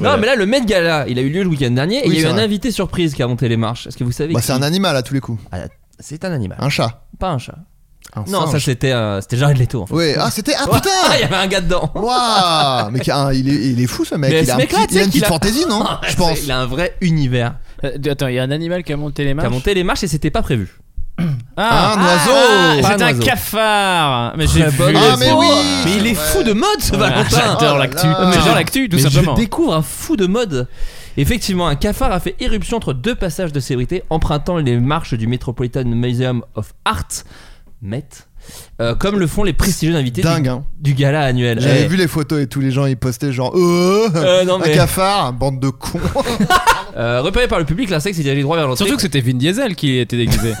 [SPEAKER 6] Non, mais là, le Met Gala, il a eu lieu le week-end dernier et
[SPEAKER 2] Oui,
[SPEAKER 6] il y a eu
[SPEAKER 2] c'est
[SPEAKER 6] un
[SPEAKER 2] vrai.
[SPEAKER 6] invité surprise qui a monté les marches. Est-ce que vous savez
[SPEAKER 2] Bah,
[SPEAKER 6] qui- Ah,
[SPEAKER 2] c'est un animal à tous les coups.
[SPEAKER 6] C'est un animal.
[SPEAKER 2] Un chat.
[SPEAKER 6] Pas un chat.
[SPEAKER 2] Un
[SPEAKER 6] non,
[SPEAKER 2] singe.
[SPEAKER 6] ça c'était euh, c'était Jared Leto en fait.
[SPEAKER 2] Ouais, ah c'était ah
[SPEAKER 6] Ouais.
[SPEAKER 2] putain.
[SPEAKER 6] Ah, il y avait un gars dedans.
[SPEAKER 2] Waouh, mais qui a un- il, est, il est fou ce mec.
[SPEAKER 6] Mais
[SPEAKER 2] il
[SPEAKER 6] ce
[SPEAKER 2] a, un
[SPEAKER 6] mec-là,
[SPEAKER 2] petit-
[SPEAKER 6] tu
[SPEAKER 2] il a
[SPEAKER 6] sais
[SPEAKER 2] une
[SPEAKER 6] qu'il
[SPEAKER 2] petite
[SPEAKER 6] a- Ah,
[SPEAKER 2] fantaisie, non Je pense.
[SPEAKER 6] Il a un vrai univers.
[SPEAKER 8] Euh, attends, il y a un animal qui a monté les
[SPEAKER 6] Qui a
[SPEAKER 8] marches.
[SPEAKER 6] monté les marches et c'était pas prévu. Ah.
[SPEAKER 2] Un oiseau.
[SPEAKER 6] Pas
[SPEAKER 8] c'est un
[SPEAKER 6] oiseau.
[SPEAKER 8] cafard. Mais j'ai
[SPEAKER 6] Très
[SPEAKER 8] vu. Ah,
[SPEAKER 6] bonne
[SPEAKER 2] Ah,
[SPEAKER 6] info.
[SPEAKER 2] mais oui.
[SPEAKER 6] Mais il est fou de mode ce Valentin.
[SPEAKER 8] J'adore
[SPEAKER 2] Oh là
[SPEAKER 8] l'actu.
[SPEAKER 2] là.
[SPEAKER 8] J'adore l'actu, tout
[SPEAKER 6] Mais
[SPEAKER 8] simplement.
[SPEAKER 6] Je découvre un fou de mode. Effectivement, un cafard a fait éruption entre deux passages de célébrités, empruntant les marches du Metropolitan Museum of Art, Met, euh, comme le font les prestigieux invités du-
[SPEAKER 2] Dingue, hein.
[SPEAKER 6] du, gala annuel.
[SPEAKER 2] J'avais
[SPEAKER 6] Eh,
[SPEAKER 2] vu les photos et tous les gens ils postaient genre euh,
[SPEAKER 6] Euh, non, mais-
[SPEAKER 2] un cafard, bande de cons.
[SPEAKER 6] euh, repéré par le public, l'insecte s'est dirigé droit vers l'entrée.
[SPEAKER 8] Surtout que c'était Vin Diesel qui était déguisé.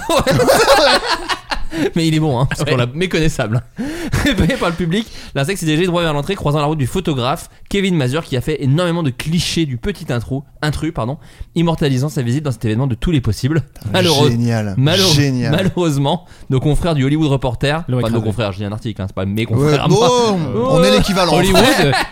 [SPEAKER 6] Mais il est bon, hein, parce qu'on l'a méconnaissable. Repéré par le public, l'insecte s'est dirigé droit vers l'entrée, croisant la route du photographe Kevin Mazur, qui a fait énormément de clichés du petit intrus, intrus pardon, immortalisant sa visite dans cet événement de tous les possibles. Malheureux,
[SPEAKER 2] Génial.
[SPEAKER 6] Malheureux-
[SPEAKER 2] Génial.
[SPEAKER 6] Malheureusement, nos confrères du Hollywood Reporter,
[SPEAKER 8] L'ont
[SPEAKER 6] pas nos
[SPEAKER 8] écrasé.
[SPEAKER 6] confrères, j'ai un article, hein, c'est pas mes
[SPEAKER 2] Ouais,
[SPEAKER 6] confrères. à moi.
[SPEAKER 2] bon, euh, on est l'équivalent.
[SPEAKER 8] Hollywood,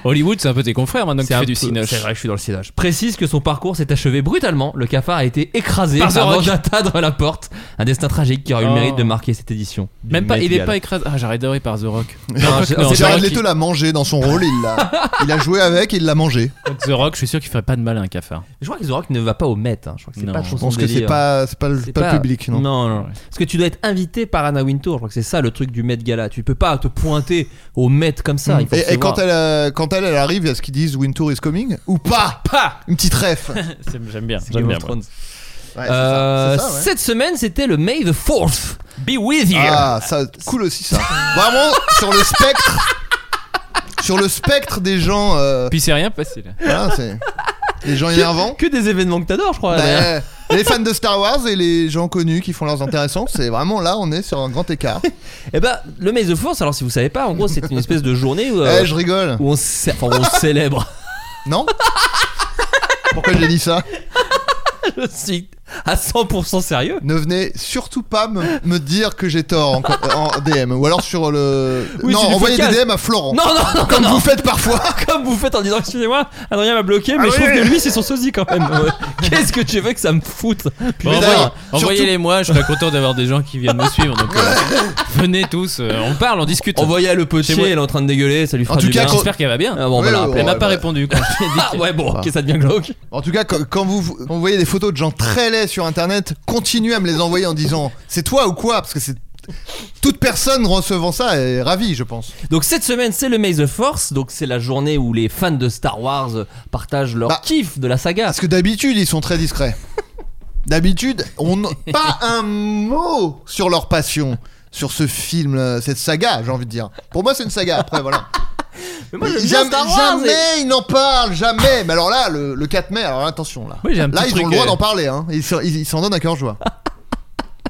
[SPEAKER 8] Hollywood c'est un peu tes confrères maintenant que
[SPEAKER 6] C'est
[SPEAKER 8] tu
[SPEAKER 6] un
[SPEAKER 8] fais du
[SPEAKER 6] peu-
[SPEAKER 8] cinoche.
[SPEAKER 6] C'est vrai, que je suis dans le cinoche. Précise que son parcours s'est achevé brutalement. Le cafard a été écrasé
[SPEAKER 8] Par The
[SPEAKER 6] avant
[SPEAKER 8] Rock.
[SPEAKER 6] d'atteindre la porte. Un destin tragique qui aurait eu le
[SPEAKER 8] Oh.
[SPEAKER 6] mérite de marquer cette édition. du
[SPEAKER 8] Même pas,
[SPEAKER 6] Met
[SPEAKER 8] il est
[SPEAKER 6] Gala.
[SPEAKER 8] pas écrasé. Ah, j'aurais adoré par The Rock.
[SPEAKER 6] Non, je-
[SPEAKER 8] non,
[SPEAKER 6] c'est pas
[SPEAKER 2] Jared
[SPEAKER 6] vrai
[SPEAKER 2] Leto l'a mangé dans son rôle, il l'a, il a joué avec, et il l'a mangé.
[SPEAKER 8] The Rock, je suis sûr qu'il ferait pas de mal à un cafard.
[SPEAKER 6] Je crois que The Rock ne va pas au Met. hein. Je crois que c'est
[SPEAKER 8] Non.
[SPEAKER 6] pas trop
[SPEAKER 2] Je
[SPEAKER 6] son
[SPEAKER 2] pense que c'est
[SPEAKER 6] délire.
[SPEAKER 2] pas, c'est pas, le-
[SPEAKER 6] C'est
[SPEAKER 2] pas le public, non.
[SPEAKER 6] Non, non. Parce que tu dois être invité par Anna Wintour. Je crois que c'est ça le truc du Met Gala. Tu peux pas te pointer au Met comme ça. il faut
[SPEAKER 2] Et, et
[SPEAKER 6] recevoir.
[SPEAKER 2] quand elle, euh, quand elle, elle arrive, est-ce qu'ils disent Wintour is coming ou pas
[SPEAKER 6] Pas
[SPEAKER 2] Une petite ref. Ouais,
[SPEAKER 8] C'est- J'aime bien.
[SPEAKER 6] Game
[SPEAKER 8] J'aime bien.
[SPEAKER 6] of Thrones.
[SPEAKER 2] c'est ça,
[SPEAKER 6] Euh,
[SPEAKER 2] c'est ça, ouais.
[SPEAKER 6] Cette semaine, c'était le May the 4th. Be with you.
[SPEAKER 2] Ah, ça cool aussi ça. Vraiment sur le spectre, sur le spectre des gens, euh,
[SPEAKER 8] Puis c'est rien facile.
[SPEAKER 2] voilà, c'est les gens énervants.
[SPEAKER 6] Que des événements que t'adores, je crois. d'ailleurs.
[SPEAKER 2] Bah, les fans de Star Wars et les gens connus qui font leurs intéressants, c'est vraiment là, on est sur un grand écart.
[SPEAKER 6] Eh ben, le May the 4th, alors si vous savez pas, en gros, c'est une espèce de journée où, euh,
[SPEAKER 2] Eh, je rigole.
[SPEAKER 6] où on, cé- enfin, où on célèbre.
[SPEAKER 2] Non Pourquoi j'ai dit ça
[SPEAKER 6] Je suis à 100% sérieux.
[SPEAKER 2] Ne venez surtout pas me, me dire que j'ai tort en, en DM. Ou alors sur le.
[SPEAKER 6] Oui,
[SPEAKER 2] non,
[SPEAKER 6] c'est du
[SPEAKER 2] envoyez des
[SPEAKER 6] podcast.
[SPEAKER 2] DM à Florent.
[SPEAKER 6] Non, non, non,
[SPEAKER 2] comme
[SPEAKER 6] non.
[SPEAKER 2] vous faites parfois.
[SPEAKER 6] Comme vous faites en disant excusez-moi, Adrien m'a bloqué, mais
[SPEAKER 2] Ah
[SPEAKER 6] je trouve
[SPEAKER 2] oui.
[SPEAKER 6] que lui c'est son sosie quand même. Euh, Qu'est-ce que tu veux que ça me foute
[SPEAKER 8] Bon,
[SPEAKER 2] Mais
[SPEAKER 8] envoyez-
[SPEAKER 2] d'ailleurs,
[SPEAKER 8] Envoyez-les moi, je serais content d'avoir des gens qui viennent me suivre. Donc euh, venez tous, euh, on parle, on discute.
[SPEAKER 6] Envoyez à le
[SPEAKER 8] Chez moi.
[SPEAKER 6] potier, elle est en train de dégueuler, ça lui fera
[SPEAKER 2] En tout
[SPEAKER 6] du
[SPEAKER 2] cas,
[SPEAKER 6] bien.
[SPEAKER 2] quand-
[SPEAKER 8] J'espère qu'elle va bien.
[SPEAKER 6] Ah bon, on va
[SPEAKER 2] Oui,
[SPEAKER 6] la
[SPEAKER 2] oui,
[SPEAKER 6] rappeler.
[SPEAKER 8] Elle m'a
[SPEAKER 2] ouais,
[SPEAKER 8] pas
[SPEAKER 2] bah.
[SPEAKER 8] répondu quand je lui ai dit
[SPEAKER 6] Ah
[SPEAKER 8] que-
[SPEAKER 6] ouais, bon, ok, ça devient glauque.
[SPEAKER 2] En tout cas, quand, quand vous vous envoyez des photos de gens très laids sur internet, continuez à me les envoyer en disant c'est toi ou quoi Parce que c'est. Toute personne recevant ça est ravie, je pense.
[SPEAKER 6] Donc cette semaine, c'est le Maze of Force, donc c'est la journée où les fans de Star Wars partagent leur
[SPEAKER 2] Bah,
[SPEAKER 6] kiff de la saga.
[SPEAKER 2] Parce que d'habitude, ils sont très discrets. D'habitude, on n'a pas un mot sur leur passion, sur ce film, euh, cette saga, j'ai envie de dire. Pour moi, c'est une saga, après, voilà.
[SPEAKER 6] Mais moi, j'aime
[SPEAKER 2] jamais,
[SPEAKER 6] bien Star Wars
[SPEAKER 2] jamais ils n'en parlent, jamais. Mais alors là, le, le 4 mai, alors là, attention là.
[SPEAKER 8] Oui, j'ai un
[SPEAKER 2] là,
[SPEAKER 8] petit
[SPEAKER 2] ils
[SPEAKER 8] truc,
[SPEAKER 2] ont le droit
[SPEAKER 8] euh, Ah,
[SPEAKER 2] d'en parler, hein. Ils s'en- ils ils s'en donnent à cœur joie.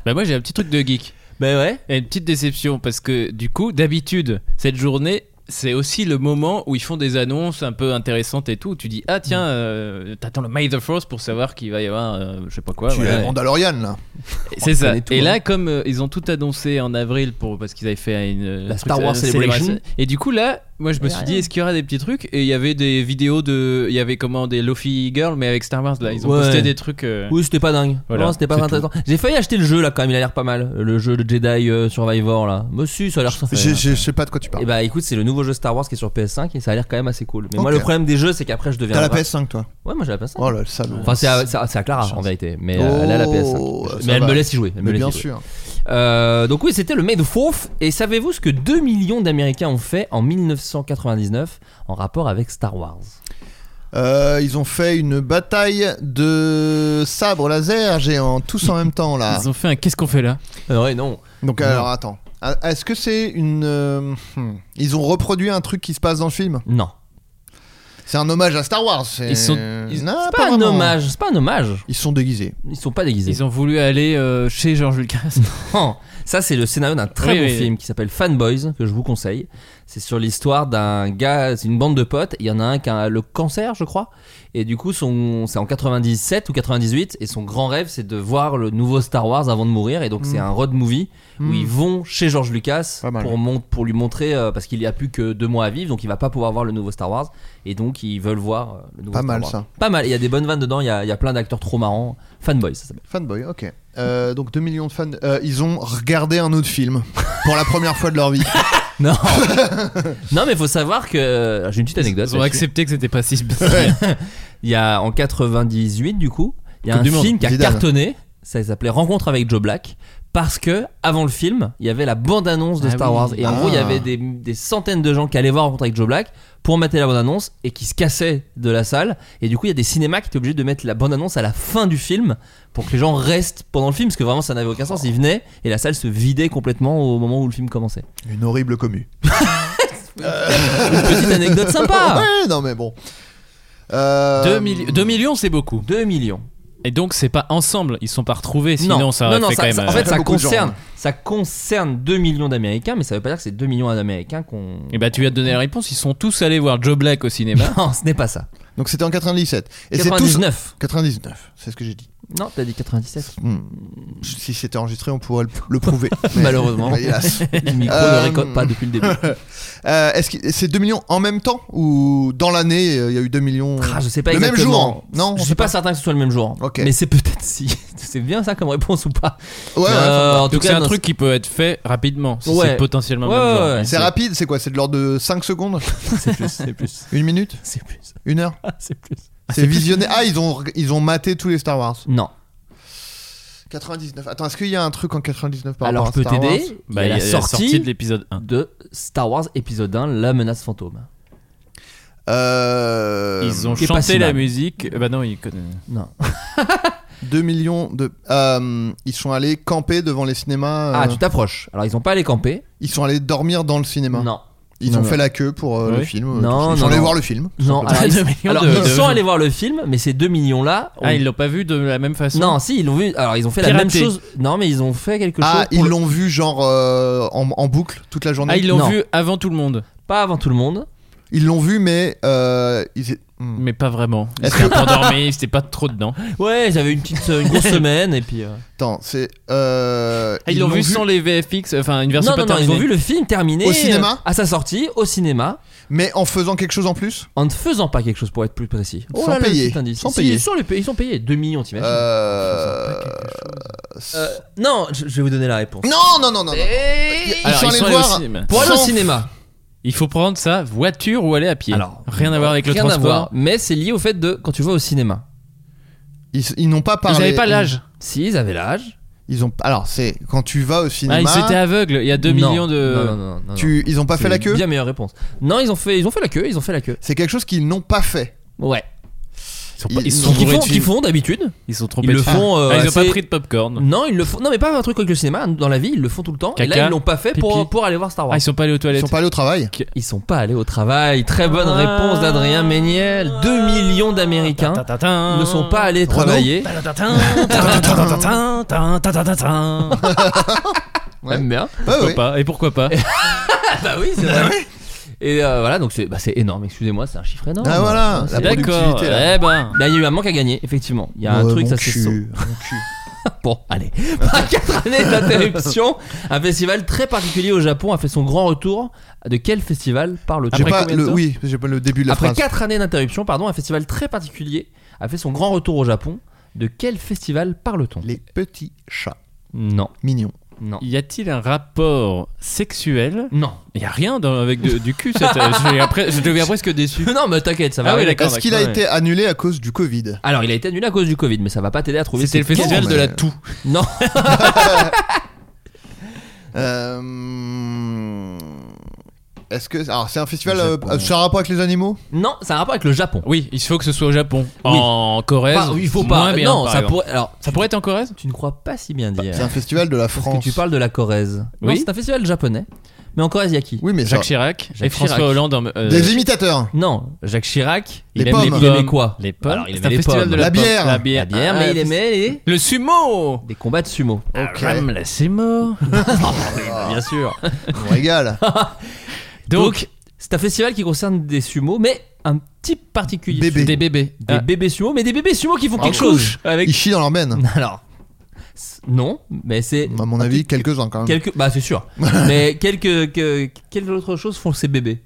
[SPEAKER 8] Bah moi j'ai un petit truc de geek.
[SPEAKER 6] Ben ouais.
[SPEAKER 8] Et une petite déception parce que du coup, d'habitude, cette journée, c'est aussi le moment où ils font des annonces un peu intéressantes et tout. Tu dis ah
[SPEAKER 6] Mm.
[SPEAKER 8] tiens, euh, t'attends le May the Force pour savoir qu'il va y avoir, euh, je sais pas quoi.
[SPEAKER 2] Tu
[SPEAKER 8] voilà.
[SPEAKER 2] es Mandalorian là.
[SPEAKER 8] C'est ça.
[SPEAKER 6] connaît tout,
[SPEAKER 8] et
[SPEAKER 6] hein.
[SPEAKER 8] là, comme euh, ils ont tout annoncé en avril pour parce qu'ils avaient fait une euh,
[SPEAKER 6] La
[SPEAKER 8] truc-
[SPEAKER 6] Star Wars
[SPEAKER 8] euh,
[SPEAKER 6] Celebration.
[SPEAKER 8] Et du coup là, moi je me
[SPEAKER 6] Mais
[SPEAKER 8] suis
[SPEAKER 6] rien.
[SPEAKER 8] dit est-ce qu'il y aura des petits trucs Et il y avait des vidéos de, il y avait comment des Lofi Girls mais avec Star Wars là. Ils ont
[SPEAKER 6] Ouais.
[SPEAKER 8] posté des trucs. euh,
[SPEAKER 6] Oui, c'était pas dingue.
[SPEAKER 8] Voilà,
[SPEAKER 6] non, c'était pas
[SPEAKER 8] c'est
[SPEAKER 6] intéressant. J'ai failli acheter le jeu là quand même, il a l'air pas mal. Le jeu de Jedi euh, Survivor là. Monsieur, ça a l'air sympa.
[SPEAKER 2] Je je- je sais pas de quoi tu
[SPEAKER 8] Eh
[SPEAKER 6] Et
[SPEAKER 8] ben,
[SPEAKER 2] parles.
[SPEAKER 6] bah écoute, c'est le nouveau jeu Star Wars qui est sur PS5 et ça a l'air quand même assez cool. Mais moi,
[SPEAKER 2] Ok.
[SPEAKER 6] le problème des jeux, c'est qu'après je deviens.
[SPEAKER 2] T'as la
[SPEAKER 6] grave-
[SPEAKER 2] PS5 toi
[SPEAKER 6] Ouais, moi j'ai la PS5.
[SPEAKER 2] Oh là, le salaud.
[SPEAKER 6] Enfin, c'est à, c'est à- c'est à Clara en vérité, mais euh,
[SPEAKER 2] Oh,
[SPEAKER 6] elle a la PS5.
[SPEAKER 2] ça
[SPEAKER 6] mais elle
[SPEAKER 2] va.
[SPEAKER 6] me laisse y jouer. elle me
[SPEAKER 2] Mais
[SPEAKER 6] laisse y
[SPEAKER 2] bien
[SPEAKER 6] jouer.
[SPEAKER 2] sûr.
[SPEAKER 6] Euh, donc, oui, c'était le May the 4th. Et savez-vous ce que 2 millions d'Américains ont fait en 1999 en rapport avec Star Wars
[SPEAKER 2] Euh, ils ont fait une bataille de sabres laser géants tous en même temps là.
[SPEAKER 8] Ils ont fait un qu'est-ce qu'on fait là
[SPEAKER 6] Euh, Ouais, non.
[SPEAKER 2] Donc alors attends. Ah, Est-ce euh, que c'est une. euh, hmm. Ils ont reproduit un truc qui se passe dans le film
[SPEAKER 6] Non.
[SPEAKER 2] C'est un hommage à Star Wars.
[SPEAKER 8] Ils sont-
[SPEAKER 6] ils- c'est pas un hommage,
[SPEAKER 2] C'est pas un hommage. Ils sont déguisés.
[SPEAKER 6] Ils sont pas déguisés.
[SPEAKER 8] Ils ont voulu aller euh, chez George Lucas.
[SPEAKER 6] Non. Hein. Ça, c'est le scénario d'un très
[SPEAKER 8] Oui,
[SPEAKER 6] bon
[SPEAKER 8] oui.
[SPEAKER 6] film qui s'appelle Fanboys, que je vous conseille. C'est sur l'histoire d'un gars, c'est une bande de potes. Il y en a un qui a le cancer, je crois. Et du coup, son, c'est en 97 ou 98. Et son grand rêve, c'est de voir le nouveau Star Wars avant de mourir. Et donc, c'est
[SPEAKER 8] Mm.
[SPEAKER 6] un road movie où
[SPEAKER 8] Mm.
[SPEAKER 6] ils vont chez George Lucas pour, mon- pour lui montrer, euh, parce qu'il n'y a plus que deux mois à vivre. Donc, il va pas pouvoir voir le nouveau Star Wars. Et donc, ils veulent voir euh, le nouveau
[SPEAKER 2] Pas
[SPEAKER 6] Star
[SPEAKER 2] mal,
[SPEAKER 6] Wars.
[SPEAKER 2] ça.
[SPEAKER 6] Pas mal. Il y a des bonnes vannes dedans. Il y a, il y a plein d'acteurs trop marrants. Fanboys, ça s'appelle.
[SPEAKER 2] Fanboy, ok. Euh, donc 2 millions de fans. Euh, ils ont regardé un autre film pour la première fois de leur vie.
[SPEAKER 6] Non. non, mais faut savoir que euh, j'ai une petite anecdote.
[SPEAKER 8] Ils ont
[SPEAKER 6] là-dessus.
[SPEAKER 8] accepté que c'était pas si.
[SPEAKER 6] il y a en 98 du coup, il y a
[SPEAKER 8] Coupe
[SPEAKER 6] un
[SPEAKER 8] du monde.
[SPEAKER 6] film qui a
[SPEAKER 8] Zidane.
[SPEAKER 6] cartonné. Ça s'appelait Rencontre avec Joe Black parce que avant le film, il y avait la bande annonce de
[SPEAKER 8] Ah
[SPEAKER 6] Star
[SPEAKER 8] oui.
[SPEAKER 6] Wars et en
[SPEAKER 8] Ah.
[SPEAKER 6] gros il y avait des, des centaines de gens qui allaient voir Rencontre avec Joe Black pour mater la bande annonce et qui se cassaient de la salle et du coup il y a des cinémas qui étaient obligés de mettre la bande annonce à la fin du film pour que les gens restent pendant le film parce que vraiment ça n'avait aucun sens. Ils venaient et la salle se vidait complètement au moment où le film commençait.
[SPEAKER 2] Une horrible commu.
[SPEAKER 6] Une petite anecdote sympa.
[SPEAKER 2] Ouais, non mais bon. Euh,
[SPEAKER 8] 2, millions, c'est beaucoup.
[SPEAKER 6] 2 millions.
[SPEAKER 8] Et donc, c'est pas ensemble, ils sont pas retrouvés, sinon
[SPEAKER 6] non,
[SPEAKER 8] ça
[SPEAKER 6] non,
[SPEAKER 8] aurait
[SPEAKER 6] non,
[SPEAKER 8] fait
[SPEAKER 6] ça-
[SPEAKER 8] quand même.
[SPEAKER 6] ça-
[SPEAKER 8] euh,
[SPEAKER 6] en fait, ça
[SPEAKER 8] beaucoup de gens.
[SPEAKER 2] hein.
[SPEAKER 6] concerne, ça concerne 2 millions d'Américains, mais ça veut pas dire que c'est 2 millions d'Américains qu'on.
[SPEAKER 8] Et bah, tu vas te donner la réponse, ils sont tous allés voir Joe Black au cinéma.
[SPEAKER 6] Non, ce n'est pas ça.
[SPEAKER 2] Donc c'était en 97. Et c'est tous-
[SPEAKER 6] 99.
[SPEAKER 2] 99, c'est ce que j'ai dit.
[SPEAKER 6] Non, t'as dit 97.
[SPEAKER 2] Hmm. Si c'était enregistré, on pourrait le, le prouver.
[SPEAKER 6] Malheureusement.
[SPEAKER 2] Mais hélas.
[SPEAKER 6] Le micro ne récolte pas depuis le début.
[SPEAKER 2] Euh, Est-ce que c'est 2 millions en même temps ou dans l'année euh, il y a eu 2 millions
[SPEAKER 6] Ah, je sais pas
[SPEAKER 2] Le même
[SPEAKER 6] exactement.
[SPEAKER 2] jour. hein. Non,
[SPEAKER 6] je suis pas certain que ce soit le même jour. Mais c'est peut-être si. C'est bien ça comme réponse ou pas
[SPEAKER 2] Ouais, ouais,
[SPEAKER 6] Euh, en tout
[SPEAKER 8] Donc,
[SPEAKER 6] cas,
[SPEAKER 8] c'est un
[SPEAKER 6] non,
[SPEAKER 8] truc qui peut être fait rapidement, si
[SPEAKER 6] Ouais.
[SPEAKER 8] c'est potentiellement
[SPEAKER 6] Ouais,
[SPEAKER 8] le même
[SPEAKER 6] ouais,
[SPEAKER 8] genre.
[SPEAKER 6] ouais.
[SPEAKER 2] C'est rapide, c'est quoi C'est de l'ordre de 5 secondes
[SPEAKER 6] C'est plus, c'est plus.
[SPEAKER 2] Une minute
[SPEAKER 6] C'est plus.
[SPEAKER 2] Une heure
[SPEAKER 6] Ah, C'est plus.
[SPEAKER 2] C'est visionné. Ah, ils ont, ils ont maté tous les Star Wars.
[SPEAKER 6] Non.
[SPEAKER 2] 99. Attends, est-ce qu'il y a un truc en 99 par
[SPEAKER 6] Alors, je
[SPEAKER 2] rapport à
[SPEAKER 6] peux
[SPEAKER 2] Star
[SPEAKER 6] t'aider.
[SPEAKER 2] Wars
[SPEAKER 6] Il y
[SPEAKER 8] Bah,
[SPEAKER 6] a la sortie
[SPEAKER 8] de l'épisode 1.
[SPEAKER 6] de Star Wars épisode 1, La menace fantôme.
[SPEAKER 2] Euh,
[SPEAKER 8] Ils ont
[SPEAKER 6] qui est pas
[SPEAKER 8] chanté
[SPEAKER 6] si
[SPEAKER 8] la
[SPEAKER 6] mal.
[SPEAKER 8] musique. Bah, non, ils connaissent.
[SPEAKER 6] Non.
[SPEAKER 2] 2 millions de. euh, ils sont allés camper devant les cinémas. euh,
[SPEAKER 6] Ah, tu t'approches. Alors, ils ont pas allé camper.
[SPEAKER 2] Ils sont allés dormir dans le cinéma.
[SPEAKER 6] Non.
[SPEAKER 2] Ils
[SPEAKER 6] Non,
[SPEAKER 2] ont
[SPEAKER 6] non.
[SPEAKER 2] fait la queue pour euh, le
[SPEAKER 6] Oui.
[SPEAKER 2] film. euh,
[SPEAKER 6] Non,
[SPEAKER 2] tout- ils sont
[SPEAKER 6] non,
[SPEAKER 2] allés
[SPEAKER 6] non.
[SPEAKER 2] voir le film. tout
[SPEAKER 6] Non,
[SPEAKER 2] simplement.
[SPEAKER 6] alors,
[SPEAKER 8] Deux
[SPEAKER 6] ils,
[SPEAKER 8] millions
[SPEAKER 6] alors,
[SPEAKER 8] de-
[SPEAKER 6] ils
[SPEAKER 8] de-
[SPEAKER 6] sont allés voir le film, mais ces 2 millions-là. on-
[SPEAKER 8] Ah, ils l'ont pas vu de la même façon.
[SPEAKER 6] Non, si, ils l'ont vu. Alors, ils ont fait la même
[SPEAKER 8] Piraté.
[SPEAKER 6] chose. Non, mais ils ont fait quelque
[SPEAKER 2] Ah,
[SPEAKER 6] chose. pour
[SPEAKER 2] ils
[SPEAKER 6] le-
[SPEAKER 2] l'ont vu genre euh, en, en boucle toute la journée.
[SPEAKER 8] Ah, ils l'ont
[SPEAKER 6] Non.
[SPEAKER 8] vu avant tout le monde.
[SPEAKER 6] Pas avant tout le monde.
[SPEAKER 2] Ils l'ont vu, mais euh, ils- hmm.
[SPEAKER 8] Mais pas vraiment. Ils
[SPEAKER 2] Est-ce
[SPEAKER 8] étaient un peu endormis, ils étaient pas trop dedans.
[SPEAKER 6] Ouais, j'avais une petite, euh, une grosse semaine et puis. euh,
[SPEAKER 2] Attends, c'est euh,
[SPEAKER 8] Ah, ils l'ont vu, sans les VFX, enfin une version
[SPEAKER 6] Non,
[SPEAKER 8] pas
[SPEAKER 6] non, non, ils ont vu le film terminé
[SPEAKER 2] Au
[SPEAKER 6] euh,
[SPEAKER 2] cinéma
[SPEAKER 6] à sa sortie au cinéma
[SPEAKER 2] mais en faisant quelque chose en plus.
[SPEAKER 6] en ne faisant pas quelque chose pour être plus précis. Oh
[SPEAKER 2] Sans
[SPEAKER 6] là là, le
[SPEAKER 2] payer.
[SPEAKER 6] petit indice.
[SPEAKER 2] Sans
[SPEAKER 6] Si,
[SPEAKER 2] payer.
[SPEAKER 6] Ils sont, les pa- ils sont payés 2 millions, t'imagines
[SPEAKER 2] Euh,
[SPEAKER 6] Euh, Non, je, je vais vous donner la réponse.
[SPEAKER 2] Non, non, non, non. non.
[SPEAKER 8] Alors, Eh. ils sont allés
[SPEAKER 2] voir
[SPEAKER 8] au cinéma.
[SPEAKER 6] Pour aller au
[SPEAKER 2] sans-
[SPEAKER 6] cinéma,
[SPEAKER 8] Il faut prendre sa voiture ou aller à pied.
[SPEAKER 6] Alors,
[SPEAKER 8] rien à voir avec le
[SPEAKER 6] rien à
[SPEAKER 8] transport.
[SPEAKER 6] voir, mais c'est lié au fait de quand tu vas au cinéma.
[SPEAKER 2] Ils, ils n'ont pas parlé.
[SPEAKER 8] Ils avaient pas l'âge.
[SPEAKER 6] Si, ils avaient l'âge.
[SPEAKER 2] Ils ont. Alors, c'est quand tu vas au
[SPEAKER 8] Ah, ils
[SPEAKER 2] cinéma.
[SPEAKER 8] étaient aveugles. Il y a 2
[SPEAKER 6] Non,
[SPEAKER 8] millions de.
[SPEAKER 6] Non, non, non, non, non,
[SPEAKER 2] tu, ils ont pas fait la queue.
[SPEAKER 6] Bien meilleure réponse. Non, ils ont fait, ils ont fait la queue, ils ont fait la queue.
[SPEAKER 2] C'est quelque chose qu'ils n'ont pas fait.
[SPEAKER 6] Ouais.
[SPEAKER 8] pas- ils
[SPEAKER 6] Ils
[SPEAKER 8] sont
[SPEAKER 6] qu'ils
[SPEAKER 8] bourrés
[SPEAKER 6] font,
[SPEAKER 8] de
[SPEAKER 6] qu'ils
[SPEAKER 8] films.
[SPEAKER 6] font d'habitude.
[SPEAKER 8] Ils sont trop
[SPEAKER 6] Ils le font. euh,
[SPEAKER 8] Ah, ils ont pas
[SPEAKER 6] assez-
[SPEAKER 8] pris de popcorn.
[SPEAKER 6] Non, ils le font. Non, mais pas un truc avec le cinéma. hein, Dans la vie, ils le font tout le temps. et là,
[SPEAKER 8] Caca,
[SPEAKER 6] ils l'ont pas fait
[SPEAKER 8] pipi.
[SPEAKER 6] pour, pour aller voir Star Wars.
[SPEAKER 8] Ah, ils sont pas allés aux
[SPEAKER 2] Ils
[SPEAKER 8] toilettes.
[SPEAKER 2] sont pas allés au travail.
[SPEAKER 6] Ils sont pas allés au travail. Très bonne
[SPEAKER 8] Ah.
[SPEAKER 6] réponse d'Adrien Méniel. 2 millions d'Américains
[SPEAKER 8] Tintin.
[SPEAKER 6] ne sont pas allés
[SPEAKER 2] Renaud
[SPEAKER 6] travailler.
[SPEAKER 8] Tintin, tintin, tintin, tintin, tintin, tintin.
[SPEAKER 2] Ouais.
[SPEAKER 6] J'aime bien.
[SPEAKER 2] Ouais,
[SPEAKER 8] Pourquoi
[SPEAKER 2] ouais.
[SPEAKER 8] pas Et pourquoi pas
[SPEAKER 6] Ah bah oui, c'est vrai. Et euh, voilà, donc c'est bah, c'est énorme. Excusez-moi, c'est un chiffre énorme.
[SPEAKER 2] Ah, voilà.
[SPEAKER 6] Ouais, c'est-
[SPEAKER 2] La
[SPEAKER 8] D'accord.
[SPEAKER 2] productivité, là.
[SPEAKER 8] Eh ben.
[SPEAKER 6] Là, il y a eu un manque à gagner, effectivement. Il y a un
[SPEAKER 2] Ouais,
[SPEAKER 6] truc,
[SPEAKER 2] mon
[SPEAKER 6] ça c'est
[SPEAKER 2] cul,
[SPEAKER 6] saut.
[SPEAKER 2] mon cul.
[SPEAKER 6] Bon, allez. Après 4 années d'interruption, un festival très particulier au Japon a fait son grand retour. De quel festival parle-t-on
[SPEAKER 2] J'ai pas le. Oui, j'ai pas le début de la
[SPEAKER 6] Après
[SPEAKER 2] phrase.
[SPEAKER 6] 4 années d'interruption, pardon, un festival très particulier a fait son grand retour au Japon. De quel festival parle-t-on
[SPEAKER 2] Les petits chats
[SPEAKER 6] Non,
[SPEAKER 2] mignons.
[SPEAKER 6] non,
[SPEAKER 8] Y a-t-il un rapport sexuel
[SPEAKER 6] non.
[SPEAKER 8] Il y a rien dans- avec de- du cul. Cette, je, après, je deviens presque déçu.
[SPEAKER 6] Non, mais t'inquiète, ça va.
[SPEAKER 8] Ah oui,
[SPEAKER 6] arriver.
[SPEAKER 8] d'accord.
[SPEAKER 2] Est-ce qu'il a
[SPEAKER 8] d'accord,
[SPEAKER 2] été annulé à cause du Covid
[SPEAKER 6] Alors, il a été annulé à cause du Covid, mais ça va pas t'aider à trouver.
[SPEAKER 8] C'était le
[SPEAKER 6] c'est
[SPEAKER 8] festival
[SPEAKER 2] Non,
[SPEAKER 8] de la
[SPEAKER 2] mais-
[SPEAKER 8] toux.
[SPEAKER 6] quel- Non,
[SPEAKER 2] Euh, Est-ce que alors c'est un festival
[SPEAKER 6] Le
[SPEAKER 2] euh,
[SPEAKER 6] Japon.
[SPEAKER 2] c'est un rapport avec les animaux
[SPEAKER 6] non, ça a un rapport avec le Japon.
[SPEAKER 8] Oui, il faut que ce soit au Japon.
[SPEAKER 6] Oui.
[SPEAKER 8] En Corrèze.
[SPEAKER 6] Pas- il faut pas.
[SPEAKER 8] moins bien,
[SPEAKER 6] non,
[SPEAKER 8] par
[SPEAKER 6] ça
[SPEAKER 8] exemple.
[SPEAKER 6] pourrait. Alors,
[SPEAKER 8] Ça pourrait être en Corrèze
[SPEAKER 6] tu ne crois pas si bien dire.
[SPEAKER 2] C'est un festival de la
[SPEAKER 6] Parce que
[SPEAKER 2] France.
[SPEAKER 6] tu parles de la Corrèze. Non,
[SPEAKER 8] Oui.
[SPEAKER 6] c'est un festival japonais. Mais en Corrèze, il y a qui
[SPEAKER 2] Oui, mais
[SPEAKER 8] Jacques Chirac et François Hollande en- euh,
[SPEAKER 2] Des imitateurs.
[SPEAKER 6] Non, Jacques Chirac,
[SPEAKER 2] Les
[SPEAKER 6] il aime
[SPEAKER 2] pommes.
[SPEAKER 6] les il aimait quoi
[SPEAKER 8] Les pommes.
[SPEAKER 6] Alors, il
[SPEAKER 8] C'est
[SPEAKER 6] aimait
[SPEAKER 8] un
[SPEAKER 6] les
[SPEAKER 8] festival
[SPEAKER 6] pommes.
[SPEAKER 8] de la La pomme. bière.
[SPEAKER 6] La bière,
[SPEAKER 8] La bière,
[SPEAKER 6] mais il
[SPEAKER 8] ah,
[SPEAKER 6] aimait les...
[SPEAKER 8] Le sumo
[SPEAKER 6] Des combats de sumo.
[SPEAKER 8] Ah, Rame la sumo
[SPEAKER 6] Bien sûr.
[SPEAKER 2] On régale.
[SPEAKER 6] Donc, c'est un festival qui concerne des sumos, mais un petit particulier.
[SPEAKER 2] Bébé.
[SPEAKER 6] Des bébés. Des
[SPEAKER 8] Ah.
[SPEAKER 6] bébés sumos, mais des bébés sumos qui font
[SPEAKER 2] En
[SPEAKER 6] quelque chose.
[SPEAKER 2] couche. Ils chient dans leur benne.
[SPEAKER 6] Alors, c- non, mais c'est.
[SPEAKER 2] À mon avis, quelques-uns quand même.
[SPEAKER 6] Quelques... Bah, c'est sûr. mais quelques, que- quelles autres choses font ces bébés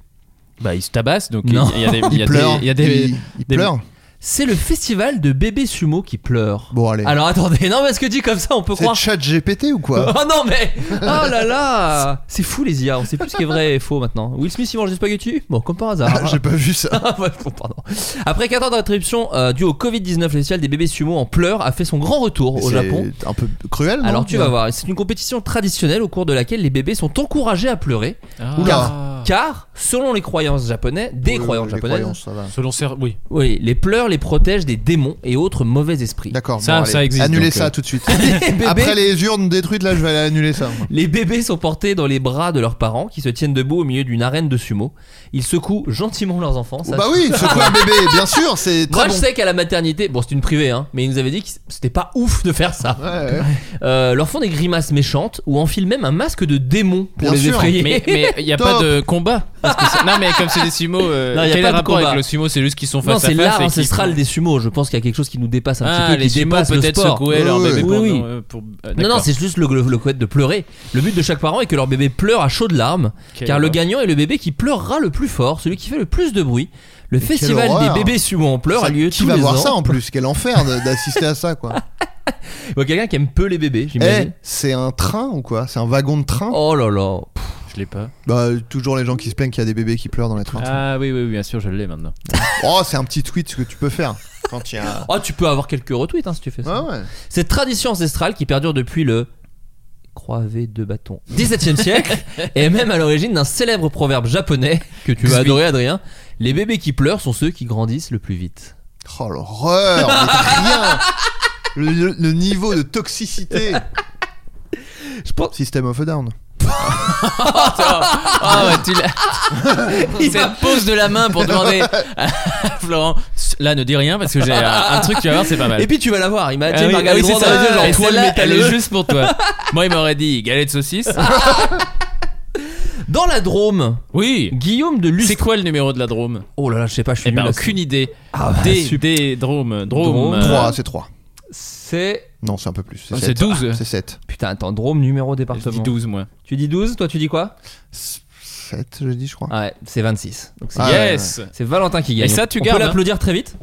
[SPEAKER 8] Bah, il se tabasse, donc
[SPEAKER 6] Non.
[SPEAKER 8] il y a des. il y a
[SPEAKER 2] Ils
[SPEAKER 8] des-
[SPEAKER 2] pleurent.
[SPEAKER 8] Il y a des.
[SPEAKER 2] Ils- ils
[SPEAKER 8] des-
[SPEAKER 2] pleurent.
[SPEAKER 6] C'est le festival de bébés sumo qui pleurent.
[SPEAKER 2] Bon, allez.
[SPEAKER 6] Alors attendez, non, mais ce que dit comme ça, on peut
[SPEAKER 2] C'est euh.
[SPEAKER 6] croire.
[SPEAKER 2] chat GPT ou quoi
[SPEAKER 6] Oh non, mais. Oh là là C'est fou les IA, on sait plus ce qui est vrai et faux maintenant. Will Smith, il mange des spaghettis Bon, comme par hasard.
[SPEAKER 2] Ah, J'ai pas vu ça.
[SPEAKER 6] Ah, ouais, bon, pardon. Après 4 ans d'interruption euh, due au Covid-19, le festival des bébés sumo en pleurs a fait son grand retour au
[SPEAKER 2] C'est hein.
[SPEAKER 6] Japon.
[SPEAKER 2] un peu cruel. non
[SPEAKER 6] Alors tu vas voir, c'est une compétition traditionnelle au cours de laquelle les bébés sont encouragés à pleurer. Ah.
[SPEAKER 2] Oula.
[SPEAKER 6] Car, selon les croyances japonaises, des
[SPEAKER 2] Oui,
[SPEAKER 6] croyances
[SPEAKER 2] les
[SPEAKER 6] japonaises,
[SPEAKER 2] croyances, ça va.
[SPEAKER 7] Selon Ser- Oui.
[SPEAKER 6] oui, les pleurs les protègent des démons et autres mauvais esprits.
[SPEAKER 2] D'accord.
[SPEAKER 8] Ça,
[SPEAKER 2] bon,
[SPEAKER 8] ça
[SPEAKER 2] allez.
[SPEAKER 8] existe,
[SPEAKER 2] Annulez
[SPEAKER 8] donc,
[SPEAKER 2] ça
[SPEAKER 8] euh.
[SPEAKER 2] tout de suite.
[SPEAKER 6] Les bébés-
[SPEAKER 2] Après les urnes détruites, là, je vais aller annuler ça. moi.
[SPEAKER 6] Les bébés sont portés dans les bras de leurs parents qui se tiennent debout au milieu d'une arène de sumo. Ils secouent gentiment leurs enfants.
[SPEAKER 2] Oh,
[SPEAKER 6] ça,
[SPEAKER 2] bah
[SPEAKER 6] je-
[SPEAKER 2] oui, secouer un bébé, bien sûr, c'est
[SPEAKER 6] Moi
[SPEAKER 2] très
[SPEAKER 6] je
[SPEAKER 2] bon.
[SPEAKER 6] sais qu'à la maternité, bon c'est une privée, hein, mais ils nous avaient dit que c'était pas ouf de faire ça.
[SPEAKER 2] Ouais, ouais.
[SPEAKER 6] Euh, leur font des grimaces méchantes ou enfilent même un masque de démon pour
[SPEAKER 2] Bien
[SPEAKER 6] les
[SPEAKER 2] sûr.
[SPEAKER 6] effrayer.
[SPEAKER 8] Mais mais il n'y a pas
[SPEAKER 2] Top.
[SPEAKER 8] de combat. Parce que c'est- non, mais comme c'est des sumo, euh,
[SPEAKER 6] Non, il y a
[SPEAKER 8] quel est
[SPEAKER 6] pas
[SPEAKER 8] le
[SPEAKER 6] de
[SPEAKER 8] rapport
[SPEAKER 6] combat.
[SPEAKER 8] avec le sumo C'est juste qu'ils sont face
[SPEAKER 6] non,
[SPEAKER 8] à face.
[SPEAKER 6] c'est l'art
[SPEAKER 8] et qu'ils-
[SPEAKER 6] ancestral des sumos. Je pense qu'il y a quelque chose qui nous dépasse un
[SPEAKER 8] Ah,
[SPEAKER 6] petit peu,
[SPEAKER 8] les
[SPEAKER 6] qui
[SPEAKER 8] sumo
[SPEAKER 6] dépasse le
[SPEAKER 8] peut-être
[SPEAKER 6] sport.
[SPEAKER 8] secouaient leur
[SPEAKER 2] Oui,
[SPEAKER 8] bébé pour.
[SPEAKER 6] oui.
[SPEAKER 8] euh, pour- euh,
[SPEAKER 6] Non, non,
[SPEAKER 8] d'accord.
[SPEAKER 6] c'est juste le, le, le couette de pleurer. Le but de chaque parent est que leur bébé pleure à chaudes larmes,
[SPEAKER 8] Quelle
[SPEAKER 6] car le
[SPEAKER 8] horreur.
[SPEAKER 6] gagnant est le bébé qui pleurera le plus fort, celui qui fait le plus de bruit. Le festival
[SPEAKER 2] horreur.
[SPEAKER 6] des bébés sumo en pleurs
[SPEAKER 2] Ça,
[SPEAKER 6] a lieu
[SPEAKER 2] Qui
[SPEAKER 6] tous
[SPEAKER 2] va
[SPEAKER 6] les
[SPEAKER 2] voir ça
[SPEAKER 6] ans.
[SPEAKER 2] en plus Quel enfer de- d'assister à ça, quoi.
[SPEAKER 6] Il y a quelqu'un qui aime peu les bébés,
[SPEAKER 2] Eh,
[SPEAKER 6] j'imagine.
[SPEAKER 2] c'est un train ou quoi C'est un wagon de train
[SPEAKER 6] Oh là là. Pff,
[SPEAKER 8] Je l'ai pas.
[SPEAKER 2] Bah, toujours les gens qui se plaignent qu'il y a des bébés qui pleurent dans les trains.
[SPEAKER 8] Ah oui, oui, oui, bien sûr, je l'ai maintenant.
[SPEAKER 2] Oh, c'est un petit tweet que tu peux faire quand il y a.
[SPEAKER 6] Oh, tu peux avoir quelques retweets hein, si tu fais ça.
[SPEAKER 2] Ouais, ouais.
[SPEAKER 6] Cette tradition ancestrale qui perdure depuis le croivé de bâton 17e siècle est même à l'origine d'un célèbre proverbe japonais que tu vas adorer Adrien. Les bébés qui pleurent sont ceux qui grandissent le plus vite.
[SPEAKER 2] Oh l'horreur mais Rien le, le niveau de toxicité
[SPEAKER 6] Je pense
[SPEAKER 2] System of a Down.
[SPEAKER 6] Euh.
[SPEAKER 8] Ah ouais, tu l'as. Cette pose de la main pour demander à Florent. Là, ne dis rien parce que j'ai un, un truc, tu vas voir, c'est pas mal.
[SPEAKER 6] Et puis tu vas la voir, il m'a
[SPEAKER 8] Ah
[SPEAKER 6] tu sais, il
[SPEAKER 8] oui,
[SPEAKER 6] m'a regardé
[SPEAKER 8] ah oui,
[SPEAKER 6] droit
[SPEAKER 8] c'est
[SPEAKER 6] dans
[SPEAKER 8] ça.
[SPEAKER 6] les yeux, genre,
[SPEAKER 8] Et
[SPEAKER 6] toi, le
[SPEAKER 8] celle-là, elle
[SPEAKER 6] métalleux.
[SPEAKER 8] est juste pour toi. Moi, il m'aurait dit galette saucisse.
[SPEAKER 6] Dans la Drôme,
[SPEAKER 8] Oui.
[SPEAKER 6] Guillaume de
[SPEAKER 8] C'est
[SPEAKER 6] Lust.
[SPEAKER 8] quoi le numéro de la Drôme
[SPEAKER 6] Oh là là, je sais pas, je suis
[SPEAKER 8] Eh ben,
[SPEAKER 6] nul à ce-
[SPEAKER 8] aucune idée.
[SPEAKER 6] Ah bah,
[SPEAKER 8] des,
[SPEAKER 6] super.
[SPEAKER 8] des Drômes. Drôme.
[SPEAKER 6] Drôme.
[SPEAKER 8] euh,
[SPEAKER 2] 3, ah, c'est 3.
[SPEAKER 6] C'est
[SPEAKER 2] Non, c'est un peu plus.
[SPEAKER 8] Ah,
[SPEAKER 2] sept.
[SPEAKER 8] c'est 12.
[SPEAKER 2] C'est 7.
[SPEAKER 6] putain, attends, Drôme numéro
[SPEAKER 8] Je
[SPEAKER 6] département.
[SPEAKER 8] dis 12, moi.
[SPEAKER 6] Tu dis 12, toi tu dis quoi
[SPEAKER 2] 7, je dis, je crois.
[SPEAKER 6] Ah ouais, c'est 26. Donc c'est
[SPEAKER 2] Ah, ouais,
[SPEAKER 8] yes
[SPEAKER 6] C'est Valentin qui gagne.
[SPEAKER 8] Et ça, tu
[SPEAKER 6] On
[SPEAKER 8] gardes,
[SPEAKER 6] peut
[SPEAKER 8] hein.
[SPEAKER 6] l'applaudir très vite.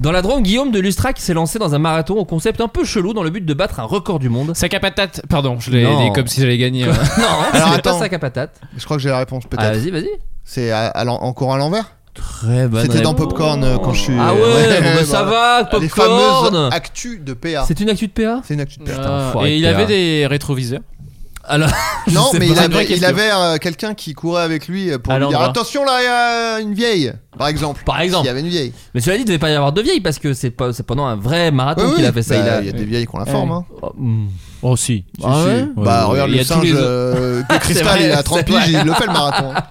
[SPEAKER 6] Dans la Drôme, Guillaume de Lustrac s'est lancé dans un marathon au concept un peu chelou dans le but de battre un record du monde.
[SPEAKER 8] Sac à patate. Pardon, je l'ai
[SPEAKER 6] Non.
[SPEAKER 8] dit comme si j'allais gagner. hein.
[SPEAKER 6] non,
[SPEAKER 2] Alors,
[SPEAKER 6] c'est pas
[SPEAKER 2] attends.
[SPEAKER 6] sac à patate.
[SPEAKER 2] Je crois que j'ai la réponse
[SPEAKER 6] Ah,
[SPEAKER 2] peut-être.
[SPEAKER 6] vas-y, vas-y.
[SPEAKER 2] c'est à- à l'en- encore à l'envers
[SPEAKER 6] Très bonne
[SPEAKER 2] C'était dans
[SPEAKER 6] réponse.
[SPEAKER 2] Popcorn euh, quand je suis.
[SPEAKER 6] Bah, Ah ouais, bon, bah, ça va,
[SPEAKER 2] Ah, Les
[SPEAKER 6] Popcorn.
[SPEAKER 2] fameuses actus de PA.
[SPEAKER 6] C'est une actu de PA
[SPEAKER 2] C'est une actu de PA.
[SPEAKER 8] Ah,
[SPEAKER 6] faut
[SPEAKER 8] et il
[SPEAKER 6] arrêter,
[SPEAKER 8] avait
[SPEAKER 6] hein.
[SPEAKER 8] des rétroviseurs.
[SPEAKER 6] Alors, je
[SPEAKER 2] Non,
[SPEAKER 6] sais
[SPEAKER 2] mais
[SPEAKER 6] pas.
[SPEAKER 2] il
[SPEAKER 8] C'est une vraie
[SPEAKER 2] avait, il
[SPEAKER 8] question.
[SPEAKER 2] avait euh, quelqu'un qui courait avec lui euh, pour
[SPEAKER 8] À
[SPEAKER 2] lui dire
[SPEAKER 8] l'endroit.
[SPEAKER 2] attention là, il y a une vieille, par exemple.
[SPEAKER 6] Par exemple.
[SPEAKER 2] Il y avait une vieille.
[SPEAKER 6] Mais cela dit, il devait pas y avoir de vieilles parce que c'est pas, c'est pendant un vrai marathon
[SPEAKER 2] Oui,
[SPEAKER 6] qu'il
[SPEAKER 2] oui.
[SPEAKER 6] a fait ça.
[SPEAKER 2] Bah,
[SPEAKER 6] il a-
[SPEAKER 2] y a des vieilles qui ont la forme. hein.
[SPEAKER 6] Oh, hmm.
[SPEAKER 8] Oh, si.
[SPEAKER 6] Ah ouais
[SPEAKER 2] Bah,
[SPEAKER 8] Ouais,
[SPEAKER 2] regarde
[SPEAKER 8] il y
[SPEAKER 2] le
[SPEAKER 8] a tous
[SPEAKER 2] singe
[SPEAKER 8] les-
[SPEAKER 2] euh, que Cristal,
[SPEAKER 6] vrai,
[SPEAKER 2] il a
[SPEAKER 6] c'est
[SPEAKER 2] 30
[SPEAKER 6] vrai.
[SPEAKER 2] piges, il le fait le marathon. hein.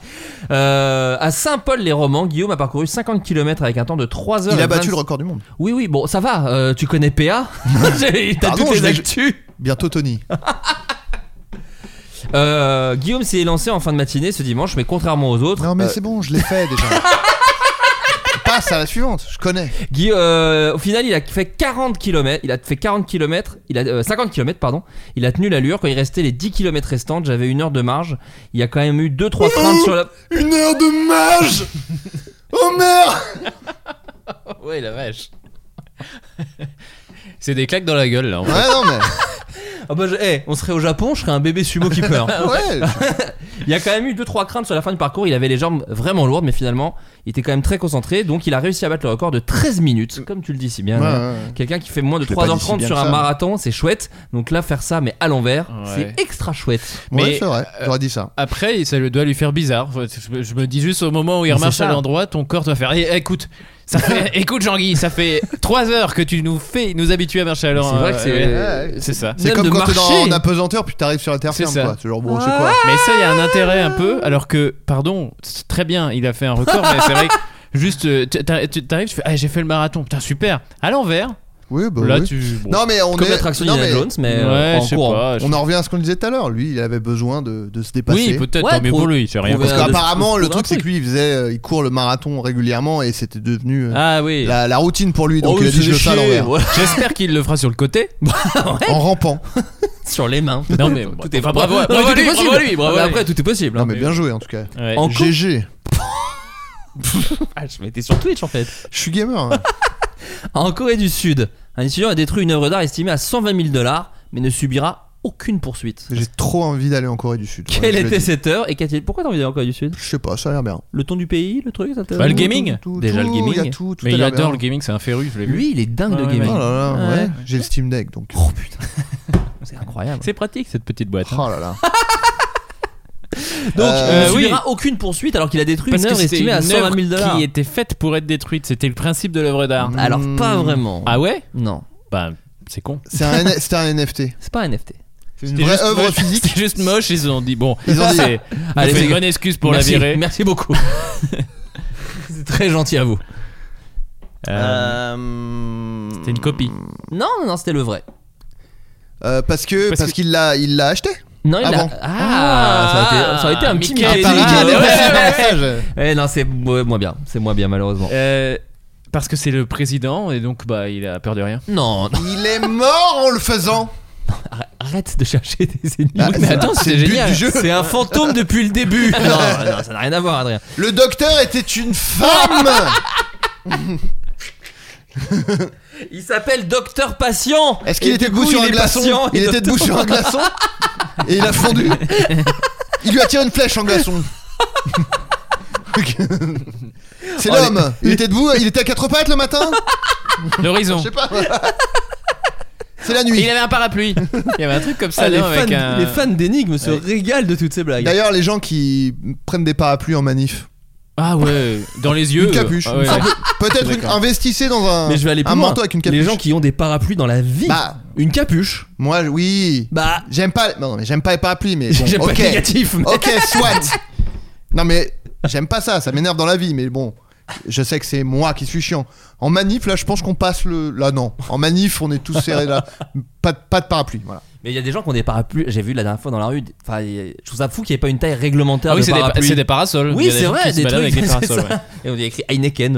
[SPEAKER 6] Euh, à Saint-Paul-les-Romans, Guillaume a parcouru 50 km avec un temps de 3 heures.
[SPEAKER 2] Il a
[SPEAKER 6] et
[SPEAKER 2] battu
[SPEAKER 6] 20.
[SPEAKER 2] le record du monde.
[SPEAKER 6] Oui, oui, bon, ça va. euh, tu connais PA T'as
[SPEAKER 2] Pardon,
[SPEAKER 6] toutes
[SPEAKER 2] je
[SPEAKER 6] les
[SPEAKER 2] l'ai-
[SPEAKER 6] actus.
[SPEAKER 2] Bientôt Tony.
[SPEAKER 6] Euh, Guillaume s'est lancé en fin de matinée ce dimanche, mais contrairement aux autres,
[SPEAKER 2] Non, mais
[SPEAKER 6] euh,
[SPEAKER 2] c'est bon, je l'ai fait déjà. Passe à la suivante, je connais.
[SPEAKER 6] Guy, euh, au final, il a fait 40 km. Il a fait 40 km. Il a euh, 50 km, pardon. Il a tenu l'allure quand il restait les 10 km restantes. J'avais une heure de marge. Il y a quand même eu 2-3 fringues sur la.
[SPEAKER 2] Une heure de mage Oh merde
[SPEAKER 8] Ouais, la vache. C'est des claques dans la gueule, là. en fait.
[SPEAKER 2] Ouais, non, mais.
[SPEAKER 6] Ah bah, je- eh, on serait au Japon, je serais un bébé sumo qui pleure.
[SPEAKER 2] Ouais,
[SPEAKER 6] Il y a quand même eu 2-3 craintes sur la fin du parcours. Il avait les jambes vraiment lourdes, mais finalement, il était quand même très concentré. Donc, il a réussi à battre le record de 13 minutes, comme tu le dis si bien.
[SPEAKER 2] Ouais,
[SPEAKER 6] hein.
[SPEAKER 2] ouais, ouais.
[SPEAKER 6] Quelqu'un qui fait moins de
[SPEAKER 2] Je l'ai pas dit si
[SPEAKER 6] 3h30
[SPEAKER 2] bien
[SPEAKER 6] sur
[SPEAKER 2] que
[SPEAKER 6] un
[SPEAKER 2] ça, mais-
[SPEAKER 6] marathon, c'est chouette. Donc là, faire ça, mais à l'envers,
[SPEAKER 8] Ouais.
[SPEAKER 6] c'est extra chouette.
[SPEAKER 2] Ouais,
[SPEAKER 8] Mais,
[SPEAKER 2] c'est vrai, j'aurais dit ça.
[SPEAKER 8] Après, ça lui doit lui faire bizarre. Je je me dis juste au moment où il
[SPEAKER 6] Mais c'est
[SPEAKER 2] Ah,
[SPEAKER 8] remarche
[SPEAKER 6] ça.
[SPEAKER 8] à l'endroit, ton corps doit faire. Eh, écoute, Ça fait, écoute Jean-Guy, ça fait 3 heures que tu nous fais nous habituer à marcher à l'heure.
[SPEAKER 2] C'est vrai que c'est-
[SPEAKER 8] euh,
[SPEAKER 2] ouais, ouais.
[SPEAKER 8] c'est ça.
[SPEAKER 2] C'est comme quand t'es dans- en apesanteur, puis t'arrives sur la terre
[SPEAKER 8] C'est
[SPEAKER 2] ferme,
[SPEAKER 8] ça.
[SPEAKER 2] quoi. C'est genre, bon, c'est quoi
[SPEAKER 8] Ah. Mais ça, il y a un intérêt un peu. Alors que, pardon, c'est très bien, il a fait un record, mais c'est vrai que juste, euh, tu- t'arri- tu- t'arrives, tu fais, ah, j'ai fait le marathon, putain, super. À l'envers.
[SPEAKER 2] Oui, bah
[SPEAKER 8] Là,
[SPEAKER 2] oui.
[SPEAKER 8] tu. bon.
[SPEAKER 2] Non, mais on
[SPEAKER 6] Comme
[SPEAKER 2] est.
[SPEAKER 6] l'attraction
[SPEAKER 2] non,
[SPEAKER 6] Indiana Jones, mais, euh,
[SPEAKER 8] Ouais,
[SPEAKER 6] en
[SPEAKER 8] je sais
[SPEAKER 6] courant.
[SPEAKER 8] pas, je-
[SPEAKER 2] On en revient à ce qu'on disait tout à l'heure. Lui, il avait besoin de, de se dépasser.
[SPEAKER 8] Oui, peut-être,
[SPEAKER 6] Ouais,
[SPEAKER 8] tant mieux
[SPEAKER 6] pour-
[SPEAKER 8] pour lui, j'ai rien
[SPEAKER 2] Parce
[SPEAKER 8] contre.
[SPEAKER 2] qu'apparemment,
[SPEAKER 6] de-
[SPEAKER 2] le
[SPEAKER 6] de-
[SPEAKER 2] truc, c'est que lui, il faisait, euh, il court le marathon régulièrement et c'était devenu euh,
[SPEAKER 8] Ah oui.
[SPEAKER 2] la, la routine pour lui. Donc
[SPEAKER 8] Oh,
[SPEAKER 2] il a dit,
[SPEAKER 8] c'est
[SPEAKER 2] je le fais à
[SPEAKER 8] chier.
[SPEAKER 2] l'envers.
[SPEAKER 8] Ouais. J'espère qu'il le fera sur le côté.
[SPEAKER 2] En rampant.
[SPEAKER 6] sur les mains.
[SPEAKER 8] Non, mais bon,
[SPEAKER 6] Tout est
[SPEAKER 8] enfin,
[SPEAKER 6] bravo,
[SPEAKER 8] bravo,
[SPEAKER 6] bravo
[SPEAKER 8] bravo
[SPEAKER 6] à lui,
[SPEAKER 8] lui,
[SPEAKER 6] possible.
[SPEAKER 8] bravo à lui, bravo
[SPEAKER 6] Mais
[SPEAKER 8] à lui.
[SPEAKER 6] Après, tout est possible. hein.
[SPEAKER 2] Non, mais bien joué en tout cas.
[SPEAKER 8] Ouais.
[SPEAKER 6] En cours-
[SPEAKER 2] GG.
[SPEAKER 6] Ah, je m'étais sur Twitch en fait.
[SPEAKER 2] Je suis gamer. hein.
[SPEAKER 6] En Corée du Sud, un étudiant a détruit une œuvre d'art estimée à 120 000 dollars, mais ne subira aucune poursuite.
[SPEAKER 2] J'ai trop envie d'aller en Corée du Sud. ouais,
[SPEAKER 6] Quelle
[SPEAKER 2] je le
[SPEAKER 6] était
[SPEAKER 2] dis.
[SPEAKER 6] cette heure et qu'a-t-il Pourquoi t'as envie d'aller en Corée du Sud
[SPEAKER 2] Je sais pas, ça a l'air bien.
[SPEAKER 6] Le ton du pays, le truc ça te-
[SPEAKER 8] Bah, le
[SPEAKER 6] tout,
[SPEAKER 8] gaming.
[SPEAKER 6] tout, tout.
[SPEAKER 8] Déjà le
[SPEAKER 2] tout, il y a
[SPEAKER 8] gaming.
[SPEAKER 2] tout, tout
[SPEAKER 8] mais
[SPEAKER 2] a
[SPEAKER 8] il
[SPEAKER 2] l'air
[SPEAKER 8] adore
[SPEAKER 2] bien.
[SPEAKER 8] le gaming, c'est un féru, je l'ai vu.
[SPEAKER 6] Lui, il est dingue
[SPEAKER 8] Ouais,
[SPEAKER 6] de
[SPEAKER 8] ouais,
[SPEAKER 6] gaming.
[SPEAKER 2] Oh là là, ouais.
[SPEAKER 6] Ouais.
[SPEAKER 2] J'ai le Steam Deck donc.
[SPEAKER 6] Oh putain, c'est incroyable.
[SPEAKER 8] C'est pratique cette petite boîte. hein.
[SPEAKER 2] Oh là là.
[SPEAKER 6] Donc,
[SPEAKER 2] Euh,
[SPEAKER 6] il ne
[SPEAKER 8] oui.
[SPEAKER 6] subira aucune poursuite alors qu'il a détruit
[SPEAKER 8] Parce
[SPEAKER 6] une
[SPEAKER 8] que
[SPEAKER 6] œuvre
[SPEAKER 8] c'était
[SPEAKER 6] estimée à
[SPEAKER 8] une œuvre
[SPEAKER 6] 120 000 dollars. Mm.
[SPEAKER 8] qui était faite pour être détruite, c'était le principe de l'œuvre d'art.
[SPEAKER 6] Alors, pas vraiment.
[SPEAKER 8] Ah ouais
[SPEAKER 6] Non,
[SPEAKER 8] Bah, c'est con.
[SPEAKER 2] C'est un, N- c'était un NFT.
[SPEAKER 6] c'est pas un NFT.
[SPEAKER 2] C'est une vraie œuvre physique.
[SPEAKER 8] C'est juste moche, ils ont dit bon.
[SPEAKER 2] Ils ont dit-
[SPEAKER 8] c'est-
[SPEAKER 6] Allez,
[SPEAKER 8] c'est
[SPEAKER 6] c'est-
[SPEAKER 8] une bonne excuse pour
[SPEAKER 6] merci,
[SPEAKER 8] la virer.
[SPEAKER 6] Merci beaucoup. c'est très gentil à vous.
[SPEAKER 8] Euh,
[SPEAKER 6] Euh,
[SPEAKER 8] C'était une copie.
[SPEAKER 6] mm. Non, non, non, c'était le vrai.
[SPEAKER 2] Euh, parce que
[SPEAKER 8] Parce
[SPEAKER 2] parce
[SPEAKER 8] que-
[SPEAKER 2] qu'il l'a il l'a acheté.
[SPEAKER 6] Non, il
[SPEAKER 2] Ah
[SPEAKER 6] a-
[SPEAKER 2] bon
[SPEAKER 6] Ah, ça aurait été, ça aurait été un petit
[SPEAKER 8] Michael
[SPEAKER 6] Michael
[SPEAKER 8] Michael
[SPEAKER 6] Michael.
[SPEAKER 8] Michael.
[SPEAKER 6] Ah, Ouais, ouais, ouais.
[SPEAKER 2] Message.
[SPEAKER 6] Eh non, c'est ouais, moins bien. C'est moins bien, malheureusement.
[SPEAKER 8] Euh, parce que c'est le président et donc bah il a peur de rien.
[SPEAKER 6] Non, non,
[SPEAKER 2] Il est mort en le faisant.
[SPEAKER 6] arrête de chercher des ennemis.
[SPEAKER 2] Ah,
[SPEAKER 8] mais attends,
[SPEAKER 2] c'est
[SPEAKER 8] c'est
[SPEAKER 2] le but
[SPEAKER 8] génial.
[SPEAKER 2] du jeu.
[SPEAKER 6] C'est un fantôme depuis le début. non, non, ça n'a rien à voir, Adrien.
[SPEAKER 2] Le docteur était une femme.
[SPEAKER 6] Il s'appelle Docteur Patient.
[SPEAKER 2] Est-ce qu'il
[SPEAKER 6] Et
[SPEAKER 2] était
[SPEAKER 6] du
[SPEAKER 2] debout
[SPEAKER 6] coup,
[SPEAKER 2] sur
[SPEAKER 6] il
[SPEAKER 2] un
[SPEAKER 6] est patient
[SPEAKER 2] glaçon
[SPEAKER 6] et
[SPEAKER 2] Il était
[SPEAKER 6] docteur-
[SPEAKER 2] debout sur un glaçon et il a fondu. Il lui a tiré une flèche en glaçon. C'est
[SPEAKER 6] Oh,
[SPEAKER 2] l'homme. Il était debout. Il était à quatre pattes le matin.
[SPEAKER 8] L'horizon.
[SPEAKER 2] Je sais pas. C'est la
[SPEAKER 8] Et Il
[SPEAKER 2] nuit.
[SPEAKER 8] avait un parapluie. Il y avait un truc comme ça
[SPEAKER 6] Ah, les,
[SPEAKER 8] non,
[SPEAKER 6] fans,
[SPEAKER 8] avec un.
[SPEAKER 6] les fans d'énigmes se
[SPEAKER 8] Ouais.
[SPEAKER 6] régalent de toutes ces blagues.
[SPEAKER 2] D'ailleurs, les gens qui prennent des parapluies en manif,
[SPEAKER 8] Ah ouais, dans les yeux.
[SPEAKER 6] Euh,
[SPEAKER 2] une capuche,
[SPEAKER 8] Ah ouais,
[SPEAKER 2] Un
[SPEAKER 8] ouais.
[SPEAKER 2] peu- peut-être une-
[SPEAKER 8] D'accord.
[SPEAKER 2] investissez dans un,
[SPEAKER 6] Mais je vais aller plus
[SPEAKER 2] un
[SPEAKER 6] loin.
[SPEAKER 2] manteau avec une capuche.
[SPEAKER 6] Les gens qui ont des parapluies dans la vie,
[SPEAKER 2] Bah.
[SPEAKER 6] une capuche,
[SPEAKER 2] Moi, oui.
[SPEAKER 6] bah,
[SPEAKER 2] J'aime pas. Non, non, mais j'aime pas les parapluies, mais. Bon,
[SPEAKER 6] j'aime
[SPEAKER 2] ok.
[SPEAKER 6] pas le négatif. mais-
[SPEAKER 2] Ok, soit. non, mais j'aime pas ça. Ça m'énerve dans la vie, mais bon. Je sais que c'est moi qui suis chiant. En manif, là, je pense qu'on passe le. Là, non. En manif, on est tous serrés là. Pas de, pas de parapluie, voilà.
[SPEAKER 6] Mais il y a des gens qui ont des parapluies. J'ai vu la dernière fois dans la rue. des- Enfin, il y a- je trouve ça fou qu'il n'y ait pas une taille réglementaire
[SPEAKER 8] Ah oui,
[SPEAKER 6] de
[SPEAKER 8] c'est des,
[SPEAKER 6] parapluie.
[SPEAKER 8] c'est des parasols. Il y
[SPEAKER 6] Oui,
[SPEAKER 8] a des
[SPEAKER 6] c'est
[SPEAKER 8] gens
[SPEAKER 6] vrai,
[SPEAKER 8] qui se
[SPEAKER 6] des
[SPEAKER 8] baladent
[SPEAKER 6] trucs
[SPEAKER 8] avec des
[SPEAKER 6] c'est
[SPEAKER 8] parasols.
[SPEAKER 6] ça.
[SPEAKER 8] ouais.
[SPEAKER 6] Et on y a écrit Heineken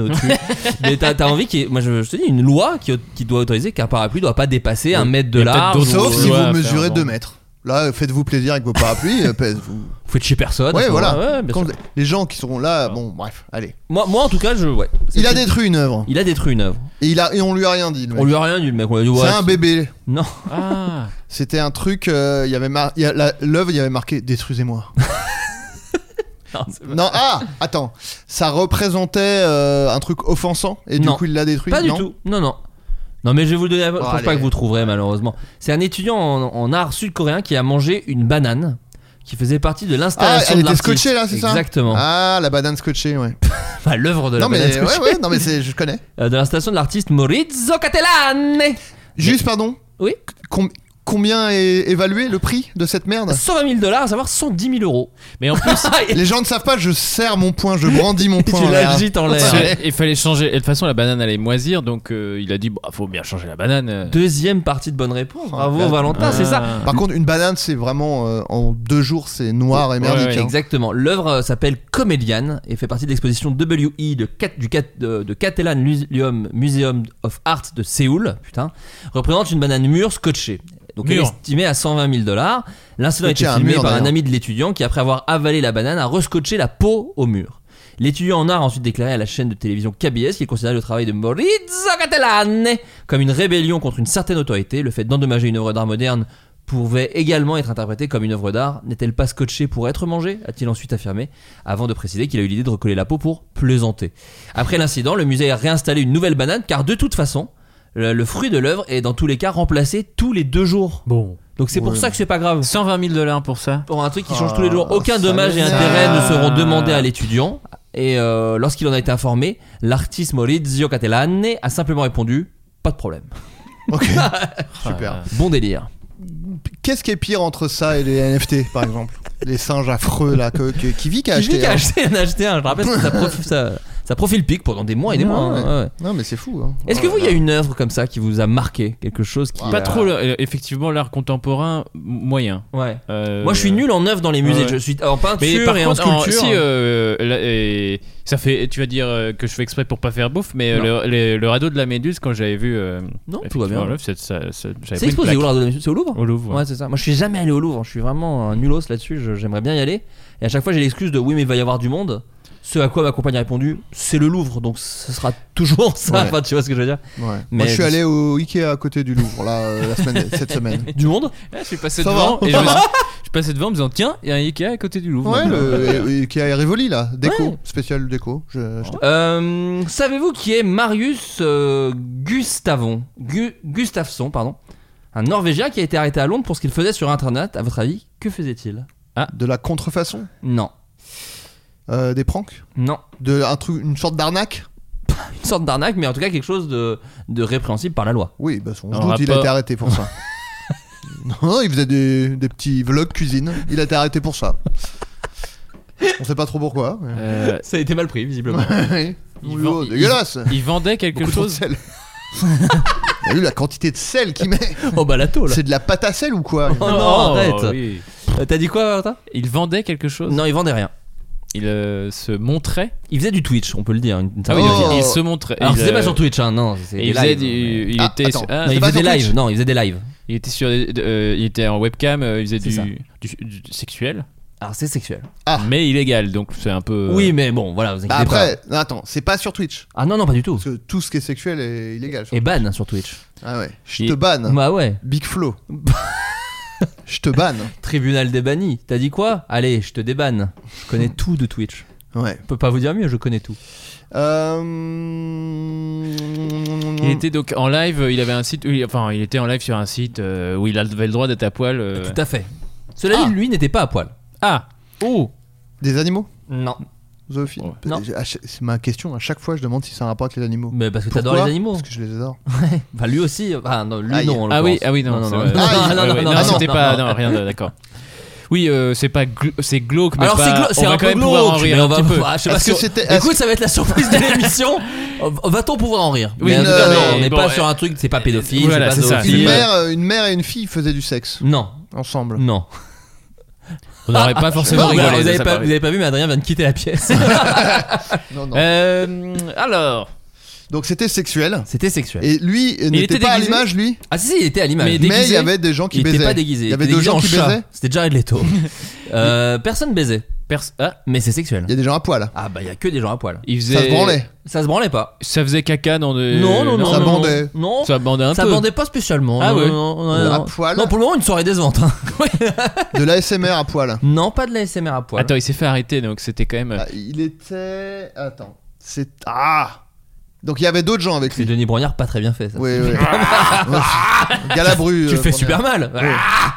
[SPEAKER 6] au-dessus. Mais t'as t'as envie qu'il y ait- Moi, je, je te dis, une loi qui, qui doit autoriser qu'un parapluie doit pas dépasser un mètre de
[SPEAKER 8] Il y a peut-être
[SPEAKER 6] large.
[SPEAKER 8] d'autres
[SPEAKER 6] ou-
[SPEAKER 2] Sauf si
[SPEAKER 8] ouais,
[SPEAKER 2] vous
[SPEAKER 8] faire,
[SPEAKER 2] mesurez
[SPEAKER 8] bon.
[SPEAKER 2] 2 mètres. Là, faites-vous plaisir avec vos parapluies. euh, pèse- vous-
[SPEAKER 6] Faut être chez personne. à
[SPEAKER 2] Ouais,
[SPEAKER 6] ce
[SPEAKER 2] voilà.
[SPEAKER 6] moment-là. Ah Ouais, bien
[SPEAKER 2] Quand
[SPEAKER 6] sûr.
[SPEAKER 2] les gens qui seront là, bon, bref, allez.
[SPEAKER 6] moi, moi, en tout cas, je. Ouais. C'est
[SPEAKER 2] Il a
[SPEAKER 6] tout.
[SPEAKER 2] détruit une œuvre
[SPEAKER 6] Il a détruit une œuvre.
[SPEAKER 2] et, il a, et on lui a rien dit. le mec.
[SPEAKER 6] On lui a rien dit, le mec. On lui a dit, ouais,
[SPEAKER 2] c'est un bébé.
[SPEAKER 6] Non.
[SPEAKER 8] Ah,
[SPEAKER 2] C'était un truc. euh, Il y avait mar- il y a la- l'œuvre, il y avait marqué détruisez-moi.
[SPEAKER 6] Non, c'est pas-
[SPEAKER 2] non, ah, attends. Ça représentait euh, un truc offensant et
[SPEAKER 6] Non.
[SPEAKER 2] du coup il l'a détruit.
[SPEAKER 6] Pas du
[SPEAKER 2] non
[SPEAKER 6] tout. Non, non. Non, mais je vais vous le donner. la- je
[SPEAKER 2] Oh,
[SPEAKER 6] pense
[SPEAKER 2] allez.
[SPEAKER 6] pas que vous trouverez, malheureusement. C'est un étudiant en, en art sud-coréen qui a mangé une banane qui faisait partie de
[SPEAKER 2] Ah,
[SPEAKER 6] l'installation
[SPEAKER 2] elle
[SPEAKER 6] de
[SPEAKER 2] était
[SPEAKER 6] l'artiste.
[SPEAKER 2] scotchée là, c'est ça
[SPEAKER 6] Exactement.
[SPEAKER 2] Ah, la banane scotchée, ouais.
[SPEAKER 6] Enfin, l'œuvre de la
[SPEAKER 2] non mais
[SPEAKER 6] banane scotchée.
[SPEAKER 2] ouais, ouais, non mais c'est, je connais.
[SPEAKER 6] Euh, de l'installation de l'artiste Maurizio Catellane.
[SPEAKER 2] Juste, pardon.
[SPEAKER 6] Oui.
[SPEAKER 2] com- combien est évalué le prix de cette merde
[SPEAKER 6] 120 000 dollars, à savoir 110 000 euros.
[SPEAKER 8] mais en plus,
[SPEAKER 2] Les gens ne savent pas. Je serre mon poing, je brandis mon
[SPEAKER 6] Tu
[SPEAKER 2] poing. en l'air.
[SPEAKER 6] l'agites en l'air.
[SPEAKER 2] Ouais.
[SPEAKER 8] euh, il fallait changer. Et de toute façon, la banane allait moisir, donc euh, il a dit bah, faut bien changer la banane.
[SPEAKER 6] Deuxième partie de bonne
[SPEAKER 2] Oh,
[SPEAKER 6] réponse. Bravo
[SPEAKER 2] merde.
[SPEAKER 6] Valentin, c'est ça.
[SPEAKER 2] Par contre, une banane, c'est vraiment euh, en deux jours, c'est noir et merdique.
[SPEAKER 8] ouais,
[SPEAKER 2] hein.
[SPEAKER 6] Exactement. L'œuvre euh, s'appelle Comédiane et fait partie de l'exposition WI de, Cat- du, Cat- de, de Catalan Museum, Museum of Art de Séoul. Putain. Représente une banane mûre scotchée. Donc elle est
[SPEAKER 8] Mûre.
[SPEAKER 6] estimée à 120 000 dollars. L'incident a été
[SPEAKER 2] Scotchée à un
[SPEAKER 6] filmé
[SPEAKER 2] mur,
[SPEAKER 6] par un
[SPEAKER 2] d'ailleurs.
[SPEAKER 6] ami de l'étudiant qui, après avoir avalé la banane, a rescotché la peau au mur. L'étudiant en art a ensuite déclaré à la chaîne de télévision KBS qu'il considérait le travail de Maurizio Catalane comme une rébellion contre une certaine autorité. Le fait d'endommager une œuvre d'art moderne pouvait également être interprété comme une œuvre d'art. N'est-elle pas scotchée pour être mangée a-t-il ensuite affirmé, avant de préciser qu'il a eu l'idée de recoller la peau pour plaisanter. Après l'incident, le musée a réinstallé une nouvelle banane car de toute façon, le, le fruit de l'œuvre est dans tous les cas remplacé tous les deux jours.
[SPEAKER 8] Bon,
[SPEAKER 6] Donc c'est pour
[SPEAKER 2] Ouais.
[SPEAKER 6] ça que c'est pas grave.
[SPEAKER 8] 120 000 dollars pour ça.
[SPEAKER 6] Pour un truc qui change tous les jours,
[SPEAKER 2] Ah,
[SPEAKER 6] aucun
[SPEAKER 2] ça
[SPEAKER 6] dommage et
[SPEAKER 2] m'énerve.
[SPEAKER 6] intérêt ne seront demandés à l'étudiant. Et euh, lorsqu'il en a été informé, l'artiste Maurizio Catellane a simplement répondu Pas de problème.
[SPEAKER 2] hein. Ok, super.
[SPEAKER 6] Bon délire.
[SPEAKER 2] Qu'est-ce qui est pire entre ça et les NFT, par exemple Les singes affreux, là, que, que- qui vit qui a
[SPEAKER 6] Qui
[SPEAKER 2] acheté
[SPEAKER 6] qui a
[SPEAKER 2] hein.
[SPEAKER 6] acheté un acheté un Je rappelle que ça, prof- ça, ça profile pique pendant des mois et des mois.
[SPEAKER 2] Ah
[SPEAKER 6] hein.
[SPEAKER 2] Ouais, ouais.
[SPEAKER 6] Ouais, ouais.
[SPEAKER 2] Non, mais c'est fou. hein.
[SPEAKER 6] Est-ce que vous, il y a une œuvre comme ça qui vous a marqué Quelque chose qui.
[SPEAKER 8] Pas
[SPEAKER 6] a-
[SPEAKER 8] trop, euh, effectivement, l'art contemporain moyen. euh.
[SPEAKER 6] Ouais. Moi, je suis nul en œuvre dans les musées.
[SPEAKER 8] ouais.
[SPEAKER 6] Je suis en peinture
[SPEAKER 8] Mais par
[SPEAKER 6] et
[SPEAKER 8] contre,
[SPEAKER 6] en
[SPEAKER 8] en-
[SPEAKER 6] sculpture.
[SPEAKER 8] si, euh, là, et ça fait, tu vas dire euh, que je fais exprès pour pas faire bouffe, mais euh,
[SPEAKER 6] Non.
[SPEAKER 8] le, les- le radeau de la Méduse quand j'avais vu. euh,
[SPEAKER 6] Non, tout va
[SPEAKER 8] effectivement,
[SPEAKER 6] bien.
[SPEAKER 8] l'œuvre, c'est- ça- ça- j'avais pris
[SPEAKER 6] C'est
[SPEAKER 8] une
[SPEAKER 6] exposé
[SPEAKER 8] claque.
[SPEAKER 6] au Louvre C'est au Louvre
[SPEAKER 8] Au Louvre,
[SPEAKER 6] Ouais,
[SPEAKER 8] ouais.
[SPEAKER 6] c'est ça. Moi, je suis jamais allé au Louvre. hein. Je suis vraiment un nulos là-dessus. Je- J'aimerais bien y aller. Et à chaque fois, j'ai l'excuse de oui, mais il va y avoir du monde. Ce à quoi ma compagne a répondu, c'est le Louvre, donc ce sera toujours ça.
[SPEAKER 2] Ouais.
[SPEAKER 6] Enfin, tu vois ce que je veux dire
[SPEAKER 2] Ouais.
[SPEAKER 6] Mais
[SPEAKER 2] Moi, je suis
[SPEAKER 6] je-
[SPEAKER 2] allé au Ikea à côté du Louvre, là, euh, la semaine, cette semaine.
[SPEAKER 6] Du monde
[SPEAKER 8] Ah, je suis passé
[SPEAKER 2] Ça
[SPEAKER 8] devant
[SPEAKER 2] va.
[SPEAKER 8] et je me suis- je suis passé devant en me disant tiens, il y a un Ikea à côté du Louvre.
[SPEAKER 2] Ouais, le, le Ikea et Rivoli, là, déco,
[SPEAKER 6] Ouais.
[SPEAKER 2] spécial déco. Je, je-
[SPEAKER 6] Euh, Savez-vous qui est Marius euh, Gustavon Gu- Gustafsson, pardon. Un Norvégien qui a été arrêté à Londres pour ce qu'il faisait sur Internet. À votre avis, que faisait-il
[SPEAKER 2] De la contrefaçon
[SPEAKER 6] Non.
[SPEAKER 2] Euh, Des pranks
[SPEAKER 6] Non.
[SPEAKER 2] de, un truc, Une sorte d'arnaque
[SPEAKER 6] Une sorte d'arnaque, mais en tout cas quelque chose de, de répréhensible par la loi.
[SPEAKER 2] Oui, bah, son doute,
[SPEAKER 8] Un
[SPEAKER 2] il a
[SPEAKER 8] rapport-
[SPEAKER 2] été arrêté pour ça. non, il faisait des, des petits vlogs cuisine. Il a été arrêté pour ça. On sait pas trop pourquoi. mais-
[SPEAKER 8] Euh,
[SPEAKER 6] Ça a été mal pris, visiblement.
[SPEAKER 2] Ouais.
[SPEAKER 8] ben, il
[SPEAKER 2] Oui,
[SPEAKER 8] vend-
[SPEAKER 2] oh,
[SPEAKER 8] il-
[SPEAKER 2] dégueulasse
[SPEAKER 8] il vendait quelque
[SPEAKER 2] Beaucoup trop de
[SPEAKER 8] chose.
[SPEAKER 2] sel. T'as vu la quantité de sel qu'il met
[SPEAKER 6] oh bah la tôle.
[SPEAKER 2] C'est de la pâte à sel ou quoi Bah,
[SPEAKER 6] Oh non, arrête.
[SPEAKER 8] oui.
[SPEAKER 6] Euh, T'as dit quoi, Valentin
[SPEAKER 8] Il vendait quelque chose.
[SPEAKER 6] Non, il vendait rien.
[SPEAKER 8] Il euh, se montrait.
[SPEAKER 6] Il faisait du Twitch, on peut le dire. une- une
[SPEAKER 8] Ah
[SPEAKER 6] certaine
[SPEAKER 8] oui,
[SPEAKER 2] Oh.
[SPEAKER 6] manière.
[SPEAKER 8] il, il se montrait.
[SPEAKER 6] Alors
[SPEAKER 8] il,
[SPEAKER 6] c'était
[SPEAKER 8] euh,
[SPEAKER 6] pas sur Twitch, hein, non. c'est
[SPEAKER 8] et
[SPEAKER 6] des
[SPEAKER 8] il faisait
[SPEAKER 6] lives. hein,
[SPEAKER 8] du- il
[SPEAKER 2] Ah,
[SPEAKER 8] était
[SPEAKER 2] attends.
[SPEAKER 8] sur- ah,
[SPEAKER 6] Non, il
[SPEAKER 2] pas
[SPEAKER 6] faisait des
[SPEAKER 2] sur Twitch
[SPEAKER 6] lives. Non, il faisait des lives.
[SPEAKER 8] il était sur des- euh, il était en webcam, euh, il faisait
[SPEAKER 6] C'est
[SPEAKER 8] du,
[SPEAKER 6] ça.
[SPEAKER 8] du- du sexuel,
[SPEAKER 6] Alors c'est sexuel.
[SPEAKER 2] Ah.
[SPEAKER 8] mais illégal, donc c'est un peu.
[SPEAKER 6] Oui, mais bon, voilà, vous inquiétez
[SPEAKER 2] Bah
[SPEAKER 6] pas.
[SPEAKER 2] après, non, attends, c'est pas sur Twitch.
[SPEAKER 6] Ah non, non, pas du tout.
[SPEAKER 2] Parce que tout ce qui est sexuel est illégal. sur-
[SPEAKER 6] Et ban sur Twitch.
[SPEAKER 2] Ah ouais. Je
[SPEAKER 8] Il-
[SPEAKER 2] te banne.
[SPEAKER 6] Bah ouais.
[SPEAKER 2] Big Flow. Je te banne.
[SPEAKER 6] Tribunal des bannis. T'as dit quoi Allez, je te débanne. Je connais tout de Twitch.
[SPEAKER 2] Ouais.
[SPEAKER 6] Je peux pas vous dire mieux, je connais tout.
[SPEAKER 2] Euh...
[SPEAKER 8] Il était donc en live, euh, il avait un site, oui, enfin il était en live sur un site euh, où il avait le droit d'être à poil. euh.
[SPEAKER 6] Tout à fait. Cela dit, lui n'était pas à poil.
[SPEAKER 8] Ah Oh
[SPEAKER 2] Des animaux
[SPEAKER 6] Non.
[SPEAKER 2] Zoophile
[SPEAKER 8] Ouais.
[SPEAKER 2] Parce- à chaque- C'est ma question, à chaque fois je demande si ça a un rapport avec les animaux.
[SPEAKER 6] Mais parce que t'adores les
[SPEAKER 2] Pourquoi
[SPEAKER 6] animaux.
[SPEAKER 2] Parce que je les adore.
[SPEAKER 6] Bah lui aussi. Ah non, lui
[SPEAKER 2] Ah,
[SPEAKER 6] non. en
[SPEAKER 8] Ah oui,
[SPEAKER 6] l'occurrence.
[SPEAKER 8] ah oui, non,
[SPEAKER 6] non,
[SPEAKER 8] c'est
[SPEAKER 6] non,
[SPEAKER 8] vrai.
[SPEAKER 2] Ah,
[SPEAKER 6] non,
[SPEAKER 8] Ouais,
[SPEAKER 6] non,
[SPEAKER 8] ouais,
[SPEAKER 6] non,
[SPEAKER 8] non, c'était
[SPEAKER 6] non,
[SPEAKER 8] pas,
[SPEAKER 6] non.
[SPEAKER 8] non, rien de, d'accord. Oui, euh, c'est pas, glo- c'est glauque, mais
[SPEAKER 6] Alors c'est
[SPEAKER 8] pas-
[SPEAKER 6] glo-
[SPEAKER 8] on
[SPEAKER 6] c'est
[SPEAKER 8] va
[SPEAKER 6] un
[SPEAKER 8] quand
[SPEAKER 6] peu
[SPEAKER 8] même pouvoir en
[SPEAKER 6] glauque,
[SPEAKER 8] rire
[SPEAKER 6] mais
[SPEAKER 8] un
[SPEAKER 6] on va-
[SPEAKER 8] petit peu.
[SPEAKER 6] Ah, je sais pas
[SPEAKER 2] Est-ce
[SPEAKER 6] si
[SPEAKER 2] que
[SPEAKER 6] on-
[SPEAKER 2] c'était- est-ce-
[SPEAKER 6] Écoute, ça va être la surprise de l'émission. Va-t-on pouvoir en rire
[SPEAKER 8] Oui,
[SPEAKER 6] Mais en
[SPEAKER 2] une-
[SPEAKER 6] tout cas,
[SPEAKER 2] euh,
[SPEAKER 6] non, on
[SPEAKER 8] mais
[SPEAKER 6] n'est
[SPEAKER 8] bon,
[SPEAKER 6] pas
[SPEAKER 8] euh,
[SPEAKER 6] sur un truc, c'est pas pédophile,
[SPEAKER 8] voilà,
[SPEAKER 6] c'est
[SPEAKER 8] Ah, c'est Mm.
[SPEAKER 6] pas
[SPEAKER 2] Une
[SPEAKER 8] ça. Une-
[SPEAKER 6] zoophile.
[SPEAKER 2] mère, euh, une mère et une fille faisaient du sexe
[SPEAKER 6] Non,
[SPEAKER 2] ensemble.
[SPEAKER 6] non.
[SPEAKER 8] On n'aurait pas forcément
[SPEAKER 6] Bon, bah,
[SPEAKER 8] rigolé.
[SPEAKER 6] vous,
[SPEAKER 8] de
[SPEAKER 6] avez
[SPEAKER 8] sa
[SPEAKER 6] pas,
[SPEAKER 8] part.
[SPEAKER 6] vous avez pas vu, mais Adrien vient de quitter la pièce.
[SPEAKER 2] Non, non.
[SPEAKER 8] Euh, alors,
[SPEAKER 2] Donc c'était sexuel.
[SPEAKER 6] C'était sexuel.
[SPEAKER 2] Et lui euh, n'était
[SPEAKER 8] Mm. était
[SPEAKER 2] pas à
[SPEAKER 8] déguisé
[SPEAKER 2] l'image, lui.
[SPEAKER 6] Ah si, si, il était à l'image.
[SPEAKER 8] Mais
[SPEAKER 2] Mais il y
[SPEAKER 8] déguisé
[SPEAKER 2] avait des gens qui
[SPEAKER 6] il
[SPEAKER 2] baisaient.
[SPEAKER 6] était pas déguisé.
[SPEAKER 2] Il
[SPEAKER 6] il
[SPEAKER 2] y avait
[SPEAKER 6] était
[SPEAKER 2] deux
[SPEAKER 6] déguisé
[SPEAKER 2] gens
[SPEAKER 6] en
[SPEAKER 2] qui
[SPEAKER 6] chat.
[SPEAKER 2] baisaient.
[SPEAKER 6] C'était Jared Leto. Euh, personne baisait,
[SPEAKER 8] pers- ah,
[SPEAKER 6] mais c'est sexuel.
[SPEAKER 2] Il y a des gens à poil.
[SPEAKER 6] Ah bah il y a que des gens à poil.
[SPEAKER 8] il faisait.
[SPEAKER 2] Ça se branlait.
[SPEAKER 6] Ça se branlait pas.
[SPEAKER 8] Ça faisait caca dans des.
[SPEAKER 6] non, non, non.
[SPEAKER 2] ça
[SPEAKER 6] non,
[SPEAKER 2] bandait.
[SPEAKER 6] Non.
[SPEAKER 8] Ça bandait un
[SPEAKER 6] Ça
[SPEAKER 8] peu.
[SPEAKER 6] bandait pas spécialement.
[SPEAKER 8] Ah
[SPEAKER 6] non,
[SPEAKER 8] ouais.
[SPEAKER 6] non, non, non,
[SPEAKER 2] À
[SPEAKER 6] non.
[SPEAKER 2] poil.
[SPEAKER 6] Non, pour le moment, une soirée décevante. hein.
[SPEAKER 2] De l'ASMR à poil.
[SPEAKER 6] Non, pas de la SMR à poil.
[SPEAKER 8] Attends, il s'est fait arrêter, donc c'était quand même.
[SPEAKER 2] Ah, il était. Attends. C'est. Ah Donc il y avait d'autres gens avec
[SPEAKER 6] C'est
[SPEAKER 2] lui.
[SPEAKER 6] Denis Brognard, pas très bien fait ça.
[SPEAKER 2] Oui, oui. Ouais. Galabru.
[SPEAKER 6] Ah. Tu
[SPEAKER 2] euh,
[SPEAKER 6] le fais
[SPEAKER 2] pour
[SPEAKER 6] super
[SPEAKER 2] dire.
[SPEAKER 6] mal. Ah,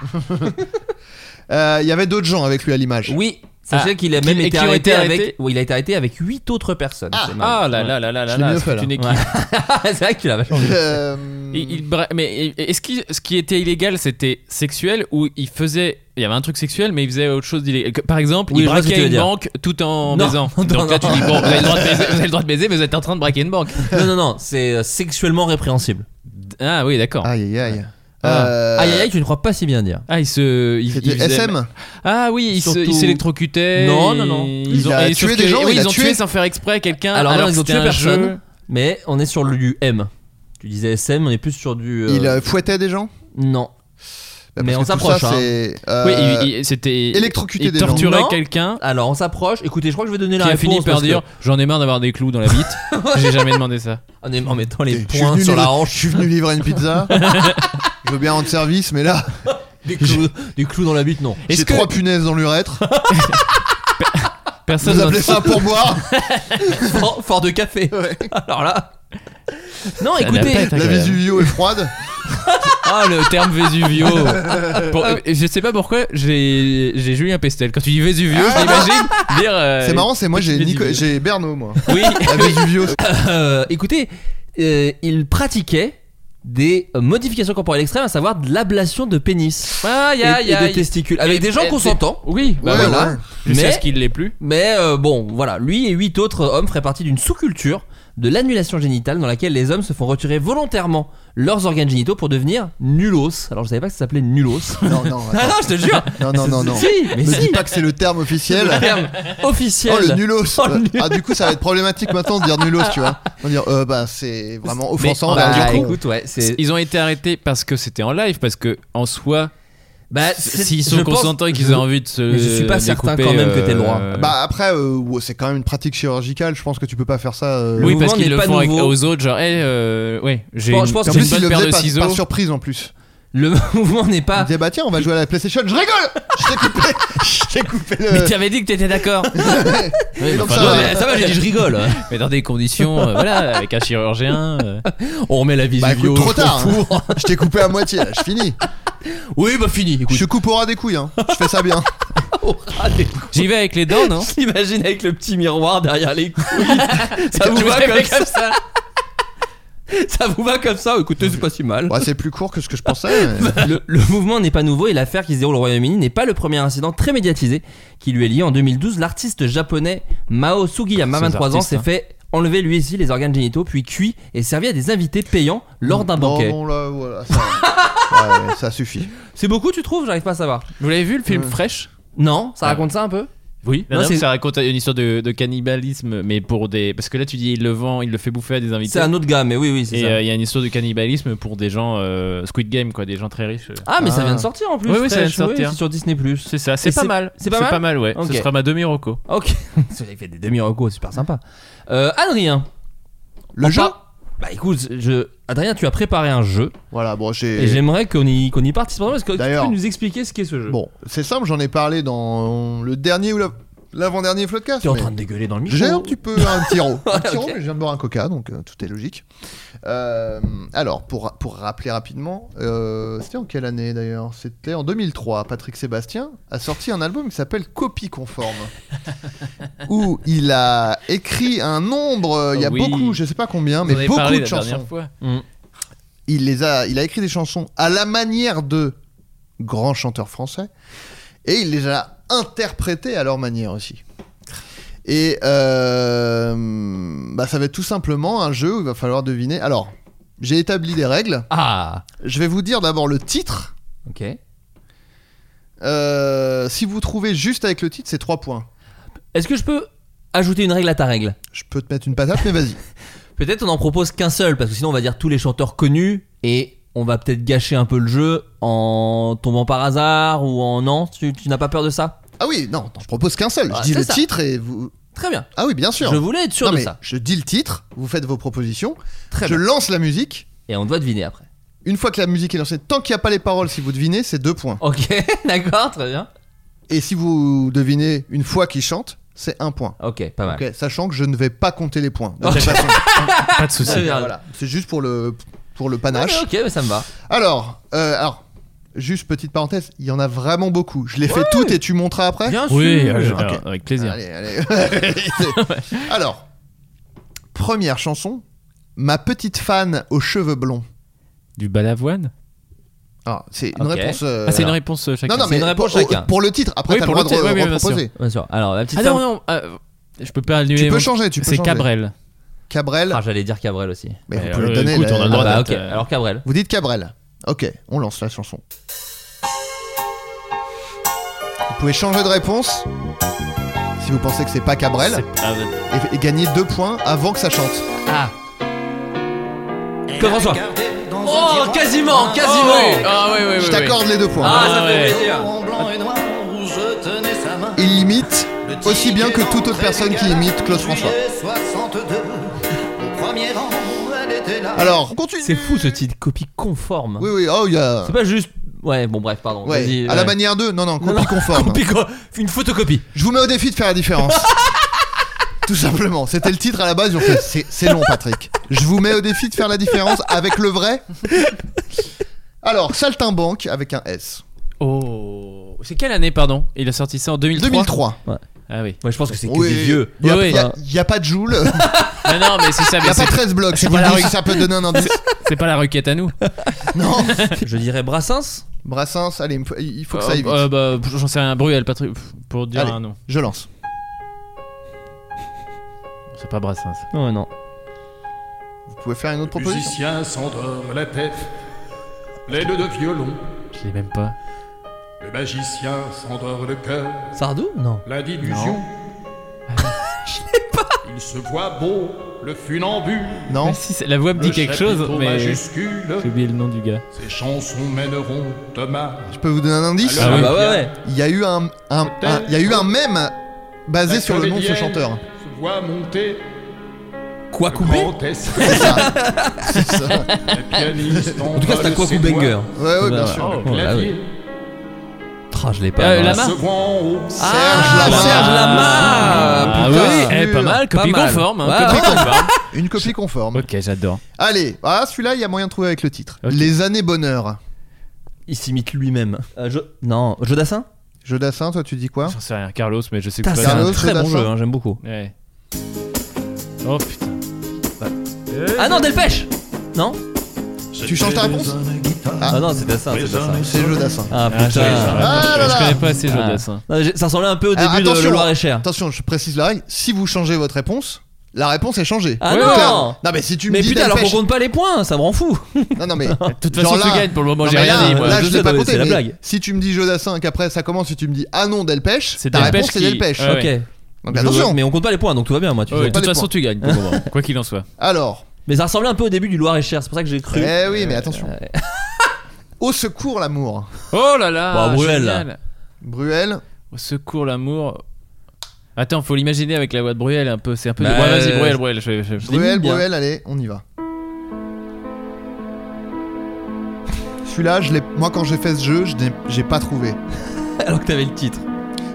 [SPEAKER 2] Euh, Il y avait d'autres gens avec lui à l'image.
[SPEAKER 6] Oui. Sachez
[SPEAKER 8] Ah.
[SPEAKER 6] qu'il a
[SPEAKER 8] Qui-
[SPEAKER 6] même
[SPEAKER 8] et
[SPEAKER 6] été
[SPEAKER 8] qui ont
[SPEAKER 6] arrêté
[SPEAKER 8] été arrêtés
[SPEAKER 6] avec. Oui, il a été arrêté avec 8 autres personnes. C'est
[SPEAKER 2] Bah,
[SPEAKER 6] marrant.
[SPEAKER 8] Ah là là là là là
[SPEAKER 2] Je l'ai mieux
[SPEAKER 8] là,
[SPEAKER 2] fait,
[SPEAKER 8] c'est
[SPEAKER 2] là.
[SPEAKER 8] une équipe.
[SPEAKER 6] Ouais. C'est vrai que tu l'as vachement vu.
[SPEAKER 2] Euh,
[SPEAKER 6] Mhm.
[SPEAKER 8] Il- il bra- mais est-ce que ce qui était illégal c'était sexuel ou il faisait il y avait un truc sexuel mais il faisait autre chose d'illégal Que- par exemple
[SPEAKER 6] Oui,
[SPEAKER 8] il
[SPEAKER 6] je vois ce que tu
[SPEAKER 8] braquait
[SPEAKER 6] veux
[SPEAKER 8] une
[SPEAKER 6] dire.
[SPEAKER 8] banque tout en
[SPEAKER 6] Non,
[SPEAKER 8] baisant
[SPEAKER 6] non,
[SPEAKER 8] donc là
[SPEAKER 6] non.
[SPEAKER 8] tu dis bon vous avez, le droit de baiser, vous avez le droit de baiser mais vous êtes en train de braquer une banque
[SPEAKER 6] Non, non, non, c'est euh, sexuellement répréhensible.
[SPEAKER 8] ah oui d'accord ah,
[SPEAKER 2] Aïe aïe aïe.
[SPEAKER 8] Ah.
[SPEAKER 2] Euh,
[SPEAKER 6] Aïe aïe aïe, tu ne crois pas si bien dire.
[SPEAKER 8] il se il,
[SPEAKER 2] C'était
[SPEAKER 8] il faisait-
[SPEAKER 2] SM
[SPEAKER 8] ah oui il se-
[SPEAKER 6] Surtout-
[SPEAKER 8] il s'électrocutait
[SPEAKER 6] Non, non, non.
[SPEAKER 8] ils
[SPEAKER 2] Il
[SPEAKER 8] ont
[SPEAKER 2] a
[SPEAKER 8] et sauf
[SPEAKER 2] tué des
[SPEAKER 8] que-
[SPEAKER 2] gens,
[SPEAKER 8] oui,
[SPEAKER 2] il
[SPEAKER 8] ils
[SPEAKER 2] a
[SPEAKER 8] ont
[SPEAKER 2] tué.
[SPEAKER 8] tué sans faire exprès quelqu'un
[SPEAKER 6] Alors, non,
[SPEAKER 8] que
[SPEAKER 6] ils ont
[SPEAKER 8] c'était
[SPEAKER 6] tué
[SPEAKER 8] un
[SPEAKER 6] personne,
[SPEAKER 8] jeu.
[SPEAKER 6] mais on est sur du M. Tu disais SM, on est plus sur du. euh,
[SPEAKER 2] Il euh, fouettait des gens
[SPEAKER 6] Non.
[SPEAKER 2] Bah,
[SPEAKER 6] Mais
[SPEAKER 2] parce
[SPEAKER 6] on
[SPEAKER 2] que tout
[SPEAKER 6] s'approche,
[SPEAKER 2] ça,
[SPEAKER 6] hein.
[SPEAKER 2] c'est, euh,
[SPEAKER 8] oui il- il- c'était
[SPEAKER 2] électrocuter
[SPEAKER 8] il
[SPEAKER 2] des gens.
[SPEAKER 8] torturait
[SPEAKER 6] Non.
[SPEAKER 8] quelqu'un
[SPEAKER 6] Alors on s'approche. Écoutez, je crois que je vais donner la
[SPEAKER 8] qui a
[SPEAKER 6] réponse.
[SPEAKER 8] fini par
[SPEAKER 6] parce que-
[SPEAKER 8] dire j'en ai marre d'avoir des clous dans la bite j'ai jamais demandé ça
[SPEAKER 6] en, en mettant les
[SPEAKER 2] Je suis
[SPEAKER 6] poings
[SPEAKER 2] venu
[SPEAKER 6] sur la
[SPEAKER 2] livrer-
[SPEAKER 6] hanche.
[SPEAKER 2] Je suis venu livrer une pizza. je veux bien rendre service, mais là,
[SPEAKER 6] Des clous, des clous dans la bite, non.
[SPEAKER 8] Est-ce
[SPEAKER 2] j'ai
[SPEAKER 8] que-
[SPEAKER 2] trois punaises dans l'urètre.
[SPEAKER 8] personne
[SPEAKER 2] Vous
[SPEAKER 8] n'en-
[SPEAKER 2] appelez ça pour boire
[SPEAKER 6] Fort, fort de café. Alors là. Non,
[SPEAKER 8] n'a pas
[SPEAKER 6] écoutez.
[SPEAKER 8] été-
[SPEAKER 2] La Vesuvio est froide.
[SPEAKER 8] Ah, le terme Vesuvio. Pour- euh, je sais pas pourquoi j'ai j'ai Julien Pestel. Quand tu dis Vesuvio,
[SPEAKER 6] Ah.
[SPEAKER 8] je t'imagine dire. euh,
[SPEAKER 2] C'est marrant, c'est moi, j'ai
[SPEAKER 8] Vesuvio.
[SPEAKER 2] Nico- j'ai Berno, moi.
[SPEAKER 8] Oui.
[SPEAKER 2] Ah,
[SPEAKER 6] Euh, écoutez, euh, il pratiquait des euh, modifications corporelles extrêmes, à savoir de l'ablation de pénis
[SPEAKER 8] Aïe,
[SPEAKER 6] et,
[SPEAKER 8] aïe,
[SPEAKER 6] et
[SPEAKER 8] aïe.
[SPEAKER 6] des testicules, avec
[SPEAKER 8] Et-
[SPEAKER 6] des gens
[SPEAKER 8] et-
[SPEAKER 6] consentants.
[SPEAKER 8] Oui, bah
[SPEAKER 6] Ouais,
[SPEAKER 8] voilà.
[SPEAKER 6] ouais.
[SPEAKER 8] Jusqu'à
[SPEAKER 6] Mais-
[SPEAKER 8] ce qu'il l'ait plus.
[SPEAKER 6] Mais euh, bon, voilà, lui et huit autres hommes feraient partie d'une sous-culture de l'annulation génitale dans laquelle les hommes se font retirer volontairement leurs organes génitaux pour devenir nulos. Alors je savais pas que ça s'appelait nulos.
[SPEAKER 2] Non, non,
[SPEAKER 6] Ah non, je te jure.
[SPEAKER 2] Non, non, non, non.
[SPEAKER 6] Si, mais
[SPEAKER 2] Me
[SPEAKER 6] si.
[SPEAKER 2] dis pas que c'est le terme officiel.
[SPEAKER 6] Le terme officiel.
[SPEAKER 2] Oh, le nulos.
[SPEAKER 6] Oh, le nul-
[SPEAKER 2] Ah, du coup, ça va être problématique maintenant de dire nulos, tu vois. On va dire, euh, bah, c'est vraiment offensant.
[SPEAKER 8] Mais-
[SPEAKER 2] envers
[SPEAKER 8] bah,
[SPEAKER 2] les cons.
[SPEAKER 6] ah, écoute, ouais, c'est
[SPEAKER 8] Ils ont été arrêtés parce que c'était en live, parce que en soi,
[SPEAKER 6] bah, c'est-
[SPEAKER 8] s'ils
[SPEAKER 6] je
[SPEAKER 8] sont
[SPEAKER 6] pense-
[SPEAKER 8] consentants et
[SPEAKER 6] je-
[SPEAKER 8] qu'ils ont envie de se.
[SPEAKER 6] Mais je suis pas certain
[SPEAKER 8] découper,
[SPEAKER 6] quand même que t'aies le droit.
[SPEAKER 8] euh,
[SPEAKER 2] Bah, après, euh, ouais, c'est quand même une pratique chirurgicale. Je pense que tu peux pas faire ça. euh,
[SPEAKER 6] Le
[SPEAKER 8] oui,
[SPEAKER 6] mouvement
[SPEAKER 8] parce qu'ils
[SPEAKER 6] n'est
[SPEAKER 8] le
[SPEAKER 6] pas
[SPEAKER 8] font avec-
[SPEAKER 6] nouveau.
[SPEAKER 8] aux autres, genre, hey, euh, ouais, j'ai
[SPEAKER 6] Je
[SPEAKER 8] une,
[SPEAKER 6] pense- je pense
[SPEAKER 8] j'ai
[SPEAKER 2] En
[SPEAKER 6] que
[SPEAKER 8] une
[SPEAKER 2] plus, il
[SPEAKER 8] bonne
[SPEAKER 2] le
[SPEAKER 8] paire de
[SPEAKER 2] faisait par,
[SPEAKER 8] ciseaux. Ah.
[SPEAKER 2] par surprise en plus.
[SPEAKER 6] Le mouvement n'est
[SPEAKER 2] Il
[SPEAKER 6] pas.
[SPEAKER 2] disait, bah tiens, on va jouer à la PlayStation. Je rigole Je t'ai coupé Je t'ai coupé le.
[SPEAKER 8] Mais tu avais dit que t'étais d'accord.
[SPEAKER 2] euh, Et donc,
[SPEAKER 8] enfin,
[SPEAKER 2] ça
[SPEAKER 8] non,
[SPEAKER 2] va.
[SPEAKER 8] mais-
[SPEAKER 6] ça va, j'ai dit, je rigole.
[SPEAKER 8] Mais dans des conditions, euh, voilà, avec un chirurgien. euh,
[SPEAKER 6] On remet la visio.
[SPEAKER 2] Bah écoute, trop tard.
[SPEAKER 6] au four.
[SPEAKER 2] hein. Je t'ai coupé à moitié, là. je finis.
[SPEAKER 6] Oui, bah fini.
[SPEAKER 2] Je
[SPEAKER 6] Écoute,
[SPEAKER 2] te coupe au ras des couilles, hein. je fais ça bien.
[SPEAKER 8] J'y vais avec les dents, non
[SPEAKER 6] Imagine avec le petit miroir derrière les couilles. ça
[SPEAKER 8] Tu
[SPEAKER 6] vous va
[SPEAKER 8] fais
[SPEAKER 6] comme ça.
[SPEAKER 8] ça.
[SPEAKER 6] Ça vous va comme ça Écoutez, c'est pas si mal.
[SPEAKER 2] Ouais, c'est plus court que ce que je pensais. mais-
[SPEAKER 6] Le, le mouvement n'est pas nouveau et l'affaire qui se déroule au Royaume-Uni n'est pas le premier incident très médiatisé qui lui est lié. En 2012, l'artiste japonais Mao Sugiyama,
[SPEAKER 8] Ces
[SPEAKER 6] 23 ans,
[SPEAKER 8] artistes,
[SPEAKER 6] s'est
[SPEAKER 8] hein.
[SPEAKER 6] fait enlever lui aussi les organes génitaux, puis cuit et servi à des invités payants lors d'un
[SPEAKER 2] Non,
[SPEAKER 6] banquet.
[SPEAKER 2] non, là, voilà, ça, ouais, ça suffit.
[SPEAKER 6] C'est beaucoup, tu trouves J'arrive pas à savoir.
[SPEAKER 8] Vous l'avez vu le film
[SPEAKER 2] Ouais.
[SPEAKER 8] Fresh
[SPEAKER 6] Non Ça
[SPEAKER 8] Ah.
[SPEAKER 6] raconte ça un peu
[SPEAKER 8] Oui,
[SPEAKER 6] Non, c'est-
[SPEAKER 8] ça raconte une histoire de, de cannibalisme, mais pour des. Parce que là, tu dis, il le vend, il le fait bouffer à des invités.
[SPEAKER 6] C'est un autre gars, mais oui, oui, c'est
[SPEAKER 8] Et
[SPEAKER 6] ça.
[SPEAKER 8] euh, il y a une histoire de cannibalisme pour des gens euh, Squid Game, quoi, des gens très riches.
[SPEAKER 6] Ah, mais ça
[SPEAKER 2] Ah.
[SPEAKER 6] vient de sortir en plus.
[SPEAKER 8] Oui, oui, ça
[SPEAKER 6] Fresh,
[SPEAKER 8] vient de sortir.
[SPEAKER 6] c'est sur Disney.
[SPEAKER 8] C'est ça, c'est
[SPEAKER 6] Et
[SPEAKER 8] pas
[SPEAKER 6] c'est-
[SPEAKER 8] mal.
[SPEAKER 6] c'est pas mal
[SPEAKER 8] ouais.
[SPEAKER 6] Ok.
[SPEAKER 8] Ce sera ma demi roco
[SPEAKER 6] Ok. J'avais fait des demi-recos, super sympa. Euh, Adrien.
[SPEAKER 2] Le
[SPEAKER 6] en
[SPEAKER 2] jeu
[SPEAKER 6] par- Bah écoute, je... Adrien, tu as préparé un jeu.
[SPEAKER 2] Voilà, bon,
[SPEAKER 6] Et
[SPEAKER 2] j'ai.
[SPEAKER 6] j'aimerais qu'on y, qu'on y participe. Est-ce que tu
[SPEAKER 2] D'ailleurs-
[SPEAKER 6] peux nous expliquer ce qu'est ce jeu
[SPEAKER 2] Bon, c'est simple, j'en ai parlé dans le dernier ou la- l'avant-dernier Floodcast.
[SPEAKER 6] Tu es en
[SPEAKER 2] mais-
[SPEAKER 6] train de dégueuler dans le micro.
[SPEAKER 2] J'ai un petit peu un tiro. un
[SPEAKER 6] Ouais,
[SPEAKER 2] tiro,
[SPEAKER 6] ok.
[SPEAKER 2] mais je viens de boire un coca, donc euh, tout est logique. Euh, alors, pour, pour rappeler rapidement, euh, c'était en quelle année d'ailleurs C'était en 2003. Patrick Sébastien a sorti un album qui s'appelle Copie conforme, où il a écrit un nombre, euh, il y a
[SPEAKER 8] Oui.
[SPEAKER 2] beaucoup, je sais pas combien, mais beaucoup de chansons. Il, les a, il a écrit des chansons à la manière de grands chanteurs français, et il les a interprétées à leur manière aussi. Et euh, bah, ça va être tout simplement un jeu où il va falloir deviner. Alors, j'ai établi des règles.
[SPEAKER 6] Ah
[SPEAKER 2] Je vais vous dire d'abord le titre.
[SPEAKER 6] Ok.
[SPEAKER 2] Euh, si vous trouvez juste avec le titre, c'est 3 points.
[SPEAKER 6] Est-ce que je peux ajouter une règle à ta règle
[SPEAKER 2] Je peux te mettre une patate, mais vas-y.
[SPEAKER 6] Peut-être on en propose qu'un seul, parce que sinon on va dire tous les chanteurs connus et on va peut-être gâcher un peu le jeu en tombant par hasard ou en non. Tu, tu n'as pas peur de ça
[SPEAKER 2] Ah oui, non, non, je propose qu'un seul.
[SPEAKER 6] Ah,
[SPEAKER 2] je dis
[SPEAKER 6] c'est
[SPEAKER 2] le
[SPEAKER 6] ça.
[SPEAKER 2] titre et vous.
[SPEAKER 6] Très bien.
[SPEAKER 2] Ah oui, bien sûr.
[SPEAKER 6] Je voulais être sûr
[SPEAKER 2] Non,
[SPEAKER 6] de
[SPEAKER 2] mais
[SPEAKER 6] ça.
[SPEAKER 2] Je dis le titre, vous faites vos propositions.
[SPEAKER 6] Très
[SPEAKER 2] je
[SPEAKER 6] bien.
[SPEAKER 2] lance la musique.
[SPEAKER 6] Et on doit deviner après.
[SPEAKER 2] Une fois que la musique est lancée, tant qu'il n'y a pas les paroles, si vous devinez, c'est 2 points.
[SPEAKER 6] Ok, d'accord, très bien.
[SPEAKER 2] Et si vous devinez une fois qu'il chante, c'est 1 point.
[SPEAKER 6] Ok, pas mal.
[SPEAKER 2] Ok, sachant que je ne vais pas compter les points. de toute
[SPEAKER 6] Ah Ok.
[SPEAKER 2] façon.
[SPEAKER 8] Pas de soucis.
[SPEAKER 6] Très Ah, bien.
[SPEAKER 2] Voilà, c'est juste pour le pour le panache.
[SPEAKER 6] Ouais, ok, mais ça me va.
[SPEAKER 2] Alors, euh, alors, juste petite parenthèse, il y en a vraiment beaucoup. Je les fais toutes et tu monteras après.
[SPEAKER 6] Bien sûr.
[SPEAKER 8] Oui, euh, je-
[SPEAKER 2] Ok.
[SPEAKER 8] alors, avec plaisir.
[SPEAKER 2] Allez, allez. alors, première chanson, ma petite fan aux cheveux blonds.
[SPEAKER 8] Du balavoine
[SPEAKER 2] Alors, c'est une
[SPEAKER 6] Ok.
[SPEAKER 2] réponse. euh,
[SPEAKER 8] Ah, c'est une
[SPEAKER 2] alors-
[SPEAKER 8] réponse euh, chacun.
[SPEAKER 2] Non, non,
[SPEAKER 6] C'est
[SPEAKER 2] mais
[SPEAKER 6] une réponse
[SPEAKER 2] pour,
[SPEAKER 6] chacun.
[SPEAKER 2] pour le titre. Après,
[SPEAKER 8] Oui,
[SPEAKER 2] t'as le droit
[SPEAKER 8] pour le
[SPEAKER 2] de
[SPEAKER 8] titre, oui, oui, bien
[SPEAKER 2] reproposer.
[SPEAKER 6] Bien sûr. Alors, la petite
[SPEAKER 8] Ah
[SPEAKER 6] femme-
[SPEAKER 8] non, non, euh, je peux pas annuler.
[SPEAKER 2] Tu peux
[SPEAKER 8] mon-
[SPEAKER 2] changer, tu peux
[SPEAKER 8] C'est
[SPEAKER 2] changer.
[SPEAKER 8] Cabrel.
[SPEAKER 2] Cabrel.
[SPEAKER 6] Ah, j'allais dire Cabrel aussi.
[SPEAKER 2] mais vous
[SPEAKER 8] Mais,
[SPEAKER 2] pouvez
[SPEAKER 8] euh,
[SPEAKER 2] le donner.
[SPEAKER 8] écoute,
[SPEAKER 2] la-
[SPEAKER 8] on a le
[SPEAKER 6] Ah
[SPEAKER 8] droit
[SPEAKER 6] bah,
[SPEAKER 8] d'être,
[SPEAKER 6] ok,
[SPEAKER 8] euh,
[SPEAKER 6] alors Cabrel.
[SPEAKER 2] Vous dites Cabrel. Ok, on lance la chanson. Vous pouvez changer de réponse si vous pensez que c'est pas Cabrel
[SPEAKER 8] C'est- ah, bah,
[SPEAKER 2] et, et gagner deux points avant que ça chante.
[SPEAKER 6] Ah Que François Oh, quasiment, quasiment
[SPEAKER 8] Ah oui, oui, oui.
[SPEAKER 2] Je t'accorde les deux points.
[SPEAKER 6] Ah,
[SPEAKER 8] Ah
[SPEAKER 6] ça
[SPEAKER 8] ouais.
[SPEAKER 6] fait plaisir
[SPEAKER 2] Il l'imite aussi bien que toute autre personne qui imite Claude François. Alors, on continue.
[SPEAKER 6] C'est fou ce titre, copie conforme.
[SPEAKER 2] Oui, oui, oh, il y a.
[SPEAKER 6] C'est pas juste. Ouais, bon, bref, pardon.
[SPEAKER 2] Ouais,
[SPEAKER 6] vas-y,
[SPEAKER 2] à la
[SPEAKER 6] ouais.
[SPEAKER 2] manière d'eux, non, non,
[SPEAKER 6] Non,
[SPEAKER 2] copie
[SPEAKER 6] non,
[SPEAKER 2] conforme.
[SPEAKER 6] copie co- Une photocopie.
[SPEAKER 2] Je vous mets au défi de faire la différence. Tout simplement, c'était le titre à la base. ils ont fait, C'est c'est long, Patrick. Je vous mets au défi de faire la différence avec le vrai. Alors, Saltimbanque avec un S.
[SPEAKER 8] Oh. C'est quelle année, pardon Il a sorti ça en 2003.
[SPEAKER 2] 2003.
[SPEAKER 8] Ah oui.
[SPEAKER 6] je pense que c'est
[SPEAKER 2] Oui, Il n'y a, il y a- il y a pas de Joule.
[SPEAKER 8] Mais non, mais c'est ça.
[SPEAKER 2] Il n'y
[SPEAKER 8] mais
[SPEAKER 2] a pas
[SPEAKER 8] c'est-
[SPEAKER 2] 13 blocs.
[SPEAKER 8] c'est
[SPEAKER 2] je
[SPEAKER 8] pas
[SPEAKER 2] vous
[SPEAKER 8] la
[SPEAKER 2] le dis,
[SPEAKER 8] rue-
[SPEAKER 2] ça peut donner un indice.
[SPEAKER 8] C'est pas la requête à nous.
[SPEAKER 2] Non.
[SPEAKER 6] Je dirais Brassens.
[SPEAKER 2] Brassens, allez, il me faut- il faut que ça aille vite.
[SPEAKER 8] Euh, bah, J'en sais rien. Bruel, Patrick. Pour dire
[SPEAKER 2] Allez,
[SPEAKER 8] un nom.
[SPEAKER 2] Je lance.
[SPEAKER 8] C'est pas Brassens.
[SPEAKER 6] Non, non.
[SPEAKER 2] Vous pouvez faire une autre
[SPEAKER 7] Les
[SPEAKER 2] proposition
[SPEAKER 7] musiciens s'endorment la tête, les deux de violon.
[SPEAKER 8] Je l'ai même pas.
[SPEAKER 7] Le magicien s'endort le cœur,
[SPEAKER 6] Sardou Non.
[SPEAKER 7] la dilution. Il se voit beau, le funambule.
[SPEAKER 8] Mais si, c'est- la voix me dit
[SPEAKER 7] Le
[SPEAKER 8] quelque chose,
[SPEAKER 7] chapiteau
[SPEAKER 8] mais.
[SPEAKER 7] majuscule.
[SPEAKER 8] J'ai oublié le nom du gars.
[SPEAKER 7] Ces chansons mèneront Thomas.
[SPEAKER 2] Je peux vous donner un indice
[SPEAKER 8] Ah oui. Ah bah ouais, ouais.
[SPEAKER 2] Il y a eu un, un- un- il y a eu un mème basé
[SPEAKER 8] Bah,
[SPEAKER 2] sur le nom de ce chanteur.
[SPEAKER 7] Se voit monter.
[SPEAKER 6] Quoi
[SPEAKER 7] couper
[SPEAKER 2] C'est ça. C'est ça.
[SPEAKER 6] En tout cas, c'est un Kwaku Banger.
[SPEAKER 2] Ouais, ouais, bien sûr.
[SPEAKER 6] Oh, là, oui. Ah, je l'ai pas.
[SPEAKER 8] bah Euh,
[SPEAKER 6] moi.
[SPEAKER 8] Lama
[SPEAKER 2] Serge
[SPEAKER 6] Ah,
[SPEAKER 2] Lama.
[SPEAKER 6] Serge Lama
[SPEAKER 8] Ah
[SPEAKER 6] Putain.
[SPEAKER 8] oui, eh, pas mal,
[SPEAKER 6] Pas
[SPEAKER 8] copie
[SPEAKER 6] mal.
[SPEAKER 8] conforme. hein,
[SPEAKER 6] Ouais,
[SPEAKER 8] copie
[SPEAKER 6] ouais.
[SPEAKER 8] conforme.
[SPEAKER 2] Une copie conforme.
[SPEAKER 8] ok, j'adore.
[SPEAKER 2] Allez, ah, celui-là, il y a moyen de trouver avec le titre. Les années bonheur.
[SPEAKER 6] Il s'imite lui-même. Euh, je... Non, Jodassin
[SPEAKER 2] Jeu d'assin, toi, tu dis quoi
[SPEAKER 8] J'en sais rien, Carlos, mais je sais que c'est
[SPEAKER 6] Putain, C'est
[SPEAKER 8] pas
[SPEAKER 6] un
[SPEAKER 2] Carlos
[SPEAKER 6] très bon
[SPEAKER 2] Jodassin.
[SPEAKER 6] jeu, hein, j'aime beaucoup.
[SPEAKER 8] Ouais. Oh putain.
[SPEAKER 2] Eh,
[SPEAKER 6] Ah non, Delpech Non
[SPEAKER 2] Tu changes ta réponse
[SPEAKER 6] Ah non, c'est Dassin, c'est Dassin.
[SPEAKER 2] C'est jeu d'assin.
[SPEAKER 6] Ah
[SPEAKER 8] Ah, je,
[SPEAKER 6] putain.
[SPEAKER 2] Ah là
[SPEAKER 8] je
[SPEAKER 2] là.
[SPEAKER 8] connais pas assez
[SPEAKER 6] Ah.
[SPEAKER 8] Jodas. hein.
[SPEAKER 6] Non, j'ai- Ça ressemblait un peu au
[SPEAKER 2] Alors,
[SPEAKER 6] début de
[SPEAKER 2] attention,
[SPEAKER 6] Le Loir-et-Cher.
[SPEAKER 2] Attention, je précise la règle. Si vous changez votre réponse, la réponse est changée.
[SPEAKER 6] Ah
[SPEAKER 2] Donc,
[SPEAKER 6] non
[SPEAKER 2] là, Non, mais si tu me
[SPEAKER 6] Mais
[SPEAKER 2] dis
[SPEAKER 6] putain, alors qu'on
[SPEAKER 2] Delpech-
[SPEAKER 6] compte pas les points, ça me rend fou.
[SPEAKER 2] Non, non, mais.
[SPEAKER 8] De toute façon,
[SPEAKER 2] Genre là-
[SPEAKER 8] tu gagnes pour le moment,
[SPEAKER 2] Non,
[SPEAKER 8] j'ai
[SPEAKER 2] mais
[SPEAKER 8] rien
[SPEAKER 2] là,
[SPEAKER 8] dit. Moi.
[SPEAKER 2] là,
[SPEAKER 6] Je
[SPEAKER 2] je
[SPEAKER 6] sais,
[SPEAKER 2] l'ai pas
[SPEAKER 6] non, mais
[SPEAKER 2] compté.
[SPEAKER 6] c'est la
[SPEAKER 2] mais
[SPEAKER 6] blague.
[SPEAKER 2] Si tu me dis jeu d'assin et qu'après ça commence, si tu me dis ah non Delpech,
[SPEAKER 8] C'est
[SPEAKER 2] ta
[SPEAKER 8] Delpech
[SPEAKER 2] réponse c'est
[SPEAKER 8] qui-
[SPEAKER 2] Delpech.
[SPEAKER 8] Ah
[SPEAKER 6] Ok.
[SPEAKER 8] ouais.
[SPEAKER 2] Donc
[SPEAKER 6] Je-
[SPEAKER 2] attention.
[SPEAKER 6] Mais on compte pas les points, donc tout va bien, moi. tu
[SPEAKER 8] Ouais,
[SPEAKER 6] vois.
[SPEAKER 8] de
[SPEAKER 2] pas
[SPEAKER 8] toute
[SPEAKER 2] les
[SPEAKER 8] façon,
[SPEAKER 2] points.
[SPEAKER 8] tu gagnes pour le moment, quoi qu'il en soit.
[SPEAKER 2] Alors,
[SPEAKER 6] Mais ça ressemblait un peu au début du Loir-et-Cher, c'est pour ça que j'ai cru. Euh,
[SPEAKER 2] eh oui, mais attention.
[SPEAKER 6] ouais.
[SPEAKER 2] Au secours l'amour.
[SPEAKER 8] Oh là là
[SPEAKER 6] Bon, Bruel,
[SPEAKER 8] génial.
[SPEAKER 2] Bruel.
[SPEAKER 8] Au secours, l'amour. Attends, faut l'imaginer avec la voix de Bruel un peu. C'est un peu.
[SPEAKER 6] Bah,
[SPEAKER 8] ouais, vas-y,
[SPEAKER 6] euh,
[SPEAKER 8] Bruel, Bruel. je- je-
[SPEAKER 6] l'ai mis
[SPEAKER 2] Bruel,
[SPEAKER 6] bien.
[SPEAKER 2] Bruel, allez, on y va. Celui-là, je l'ai- moi quand j'ai fait ce jeu, je n'ai- j'ai pas trouvé.
[SPEAKER 6] Alors que t'avais le titre.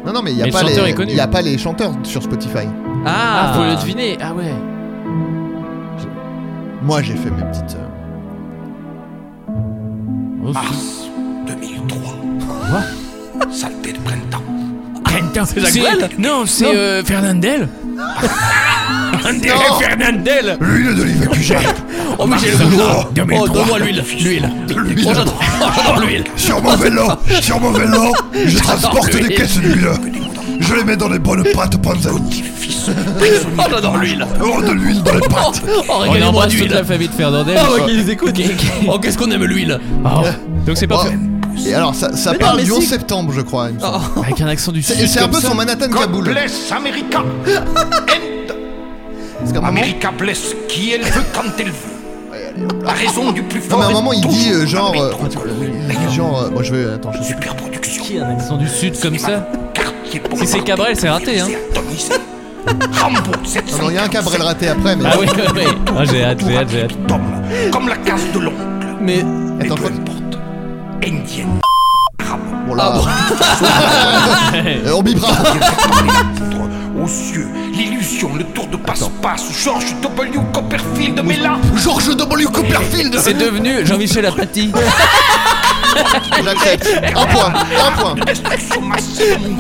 [SPEAKER 2] Non, non, mais il n'y a,
[SPEAKER 8] Mais le
[SPEAKER 2] pas
[SPEAKER 8] chanteur
[SPEAKER 2] les-
[SPEAKER 8] est connu.
[SPEAKER 2] y a pas les chanteurs sur Spotify.
[SPEAKER 8] Ah,
[SPEAKER 6] Ah,
[SPEAKER 8] faut le deviner. Ah ouais.
[SPEAKER 2] Moi, j'ai fait mes petites. euh,
[SPEAKER 8] Oh,
[SPEAKER 10] Mars 2003. Saleté de printemps.
[SPEAKER 8] c'est Jacques Brel Non, c'est euh, Fernandel. Oh,
[SPEAKER 2] Non
[SPEAKER 8] Fernandel
[SPEAKER 10] L'huile d'olive que j'ai.
[SPEAKER 8] Oh, mais j'ai le
[SPEAKER 10] Oh,
[SPEAKER 8] Oh, donne-moi l'huile. L'huile. Oh, j'adore. J'adore l'huile.
[SPEAKER 10] Sur mon vélo, sur mon
[SPEAKER 6] Oh,
[SPEAKER 10] vélo, je transporte
[SPEAKER 8] l'huile.
[SPEAKER 10] des caisses d'huile. Je les mets dans les bonnes pâtes panzani.
[SPEAKER 8] Oh, j'adore l'huile.
[SPEAKER 10] Oh, de l'huile dans les pâtes.
[SPEAKER 6] Oh,
[SPEAKER 8] On
[SPEAKER 6] regardez-moi
[SPEAKER 8] embrasse toute
[SPEAKER 6] d'huile.
[SPEAKER 8] la famille de Fernandel. Ah.
[SPEAKER 6] Ah, ok, ils écoutent. Oh, qu'est-ce qu'on aime l'huile. Euh.
[SPEAKER 8] Donc c'est pas
[SPEAKER 2] Oh. Et alors, ça, ça
[SPEAKER 6] Mais non,
[SPEAKER 2] parle
[SPEAKER 6] mais
[SPEAKER 2] du
[SPEAKER 6] si.
[SPEAKER 2] 11 septembre, je crois. il me semble.
[SPEAKER 6] Oh.
[SPEAKER 8] Avec un accent du
[SPEAKER 2] C'est-
[SPEAKER 8] sud
[SPEAKER 2] C'est un
[SPEAKER 8] comme
[SPEAKER 2] peu
[SPEAKER 8] ça.
[SPEAKER 2] son Manhattan Kaboul.
[SPEAKER 10] Bless America.
[SPEAKER 2] Parce qu'à
[SPEAKER 7] Ah
[SPEAKER 2] un moment,
[SPEAKER 10] America bless qui elle veut quand elle veut. La raison du plus
[SPEAKER 2] non,
[SPEAKER 10] fort.
[SPEAKER 2] mais à un
[SPEAKER 10] est
[SPEAKER 2] moment, il dit
[SPEAKER 10] toujours
[SPEAKER 2] euh, genre.
[SPEAKER 10] la
[SPEAKER 2] euh,
[SPEAKER 10] méthode.
[SPEAKER 2] il dit genre. euh, Moi, je vais. Attends, je sais
[SPEAKER 10] Super production.
[SPEAKER 8] Accent du sud comme ça.
[SPEAKER 10] Quartier pour
[SPEAKER 8] Si c'est Cabrel, c'est raté, hein.
[SPEAKER 10] Rambo,
[SPEAKER 2] Non, non, il y a un Cabrel raté après, mais.
[SPEAKER 8] Ah oui, oui, oui. Ah, j'ai hâte, j'ai hâte, j'ai hâte.
[SPEAKER 10] Comme la case de l'oncle.
[SPEAKER 6] Mais.
[SPEAKER 10] Mais
[SPEAKER 2] Attends,
[SPEAKER 10] peu
[SPEAKER 2] quoi
[SPEAKER 10] importe. Indienne. Arabe.
[SPEAKER 2] Bon, là.
[SPEAKER 8] Ah
[SPEAKER 2] Euh, on bipera.
[SPEAKER 10] aux yeux, l'illusion, le tour de passe-passe, George W. Copperfield, mais là,
[SPEAKER 2] George W. Copperfield
[SPEAKER 8] C'est devenu Jean-Michel Apathy.
[SPEAKER 2] J'accepte. Un point, un point.
[SPEAKER 10] destruction massive, mon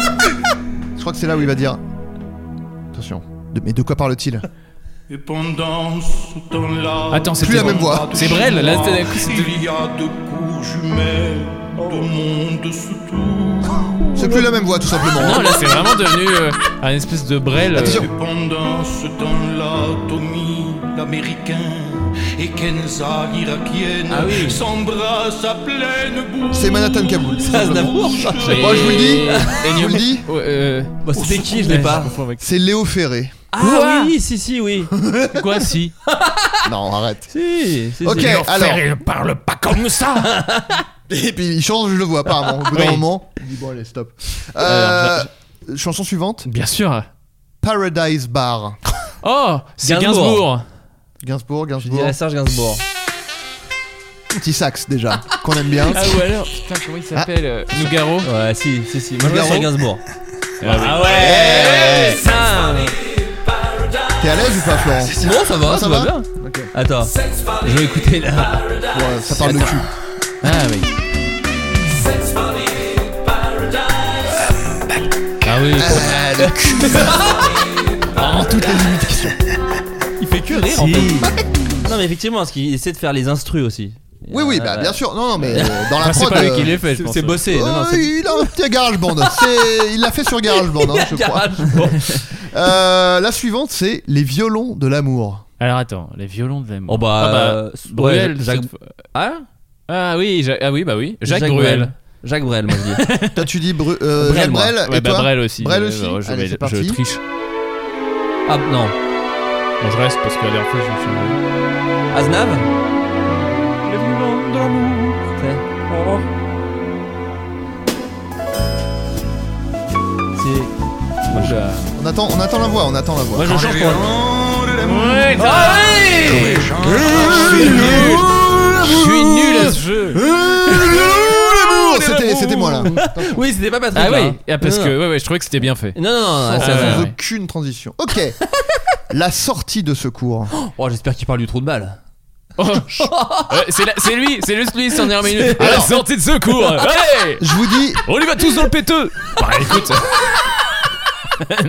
[SPEAKER 2] Je crois que c'est là où il va dire. Attention. De- mais de quoi parle-t-il
[SPEAKER 7] Et pendant ce temps-là,
[SPEAKER 8] Attends, c'est
[SPEAKER 2] Plus la même voix.
[SPEAKER 8] C'est Brel, là, c'est-
[SPEAKER 7] il y a deux coups jumelles, deux mondes se tournent.
[SPEAKER 2] C'est plus la même voix, tout simplement.
[SPEAKER 8] Non, là, c'est vraiment devenu euh, un espèce de Brel. euh,
[SPEAKER 2] Attention.
[SPEAKER 7] Et pendant ce temps-là, Tommy, l'américain, et Kenza, l'irakienne,
[SPEAKER 8] Ah oui.
[SPEAKER 7] s'embrassent à pleine bouche.
[SPEAKER 2] C'est Manhattan Kaboul.
[SPEAKER 8] Ah,
[SPEAKER 6] C'est Aznavour, ça.
[SPEAKER 8] mais-
[SPEAKER 2] Moi, je vous le dis.
[SPEAKER 8] Et
[SPEAKER 2] Je vous le dis.
[SPEAKER 8] Ouais, euh,
[SPEAKER 6] Bah, c'était qui Je l'ai pas.
[SPEAKER 2] C'est Léo Ferré.
[SPEAKER 6] Ah oui, si, si, oui.
[SPEAKER 8] Quoi, si
[SPEAKER 2] Non, arrête.
[SPEAKER 6] Si, si, si.
[SPEAKER 2] Ok, alors.
[SPEAKER 10] ne parle pas comme ça.
[SPEAKER 2] Et puis il change, je le vois apparemment. Au bout d'un
[SPEAKER 8] Oui.
[SPEAKER 2] moment, il dit bon allez stop. Euh,
[SPEAKER 8] Alors,
[SPEAKER 2] chanson suivante,
[SPEAKER 8] Bien sûr.
[SPEAKER 2] Paradise Bar.
[SPEAKER 8] Oh, c'est
[SPEAKER 6] Gainsbourg.
[SPEAKER 8] Gainsbourg.
[SPEAKER 2] Gainsbourg,
[SPEAKER 6] Je
[SPEAKER 2] Gainsbourg,
[SPEAKER 6] dirais Serge Gainsbourg.
[SPEAKER 2] petit sax déjà, qu'on aime bien.
[SPEAKER 8] Ah ou alors, putain, comment il s'appelle euh, Nougaro
[SPEAKER 6] Ouais, si, si, si. Moi, je
[SPEAKER 2] Nougaro.
[SPEAKER 6] dirais Gainsbourg.
[SPEAKER 8] Ah
[SPEAKER 6] ouais
[SPEAKER 2] T'es à l'aise ou pas Florent
[SPEAKER 6] Bon, ça va,
[SPEAKER 2] Ah,
[SPEAKER 6] ça
[SPEAKER 2] ça
[SPEAKER 6] va
[SPEAKER 2] va
[SPEAKER 6] bien. Attends, je vais écouter là.
[SPEAKER 2] Bon, euh, Ça parle de cul.
[SPEAKER 8] Ah oui. Ah oui.
[SPEAKER 6] En toutes les limitations.
[SPEAKER 8] Il fait que rire
[SPEAKER 6] en fait. Non mais effectivement, parce qu'il essaie de faire les instrus aussi.
[SPEAKER 2] Oui, oui, bah, bien sûr. Non, non, mais euh, dans la
[SPEAKER 8] Ah, Enfin, c'est
[SPEAKER 2] prod,
[SPEAKER 8] pas lui
[SPEAKER 2] euh,
[SPEAKER 8] qui l'ait fait, je pense. C'est bossé, non, non,
[SPEAKER 2] Oh,
[SPEAKER 8] c'est-
[SPEAKER 2] il a un petit GarageBand. C'est- Il l'a fait sur GarageBand, hein, je crois. Euh, la suivante, c'est les violons de l'amour.
[SPEAKER 8] Alors attends, les violons de l'amour.
[SPEAKER 6] Oh bah,
[SPEAKER 8] Ah
[SPEAKER 6] euh,
[SPEAKER 8] Bruel,
[SPEAKER 6] ouais, Jacques-
[SPEAKER 8] cette fois. Ah oui, Ja- ah oui, bah oui. Jacques, Bruel.
[SPEAKER 6] Jacques Brel, moi je dis.
[SPEAKER 2] Toi, tu dis Bru- euh,
[SPEAKER 6] Brel,
[SPEAKER 2] Jacques
[SPEAKER 6] moi.
[SPEAKER 2] Brel,
[SPEAKER 8] Ouais,
[SPEAKER 2] et
[SPEAKER 8] bah,
[SPEAKER 2] toi
[SPEAKER 8] Brel aussi.
[SPEAKER 2] Brel
[SPEAKER 8] je-
[SPEAKER 2] aussi.
[SPEAKER 8] Je,
[SPEAKER 2] Allez,
[SPEAKER 8] vais-
[SPEAKER 2] c'est
[SPEAKER 8] je
[SPEAKER 2] parti.
[SPEAKER 8] triche.
[SPEAKER 6] Ah non.
[SPEAKER 8] Bon, je reste parce que la dernière fois, je me suis.
[SPEAKER 6] Aznav
[SPEAKER 8] Les violons de l'amour.
[SPEAKER 6] C'est. Moi je.
[SPEAKER 2] On attend, on attend la voix, on attend la voix. Ah.
[SPEAKER 6] Moi je change pour.
[SPEAKER 8] Ouais, ça
[SPEAKER 6] Je suis nul à ce jeu.
[SPEAKER 2] L'amour, c'était- C'était moi là.
[SPEAKER 6] Oui, c'était pas Patrick.
[SPEAKER 8] Ah
[SPEAKER 6] là,
[SPEAKER 8] oui,
[SPEAKER 6] hein.
[SPEAKER 8] ah, parce
[SPEAKER 6] Non,
[SPEAKER 8] que Ah. ouais, ouais, je trouvais que c'était bien fait.
[SPEAKER 6] Non, non, non, non,
[SPEAKER 2] Sans
[SPEAKER 6] c'est Aznavour.
[SPEAKER 2] aucune transition. Ok. La sortie de secours.
[SPEAKER 6] Oh, j'espère qu'il parle du trou de balle.
[SPEAKER 8] Ouais, Euh, c'est la- c'est lui, c'est juste lui, son dernier minute.
[SPEAKER 6] C'est-
[SPEAKER 8] À la sortie de secours. Allez
[SPEAKER 2] Je vous dis,
[SPEAKER 8] On y va tous dans le péteux. Bah écoute,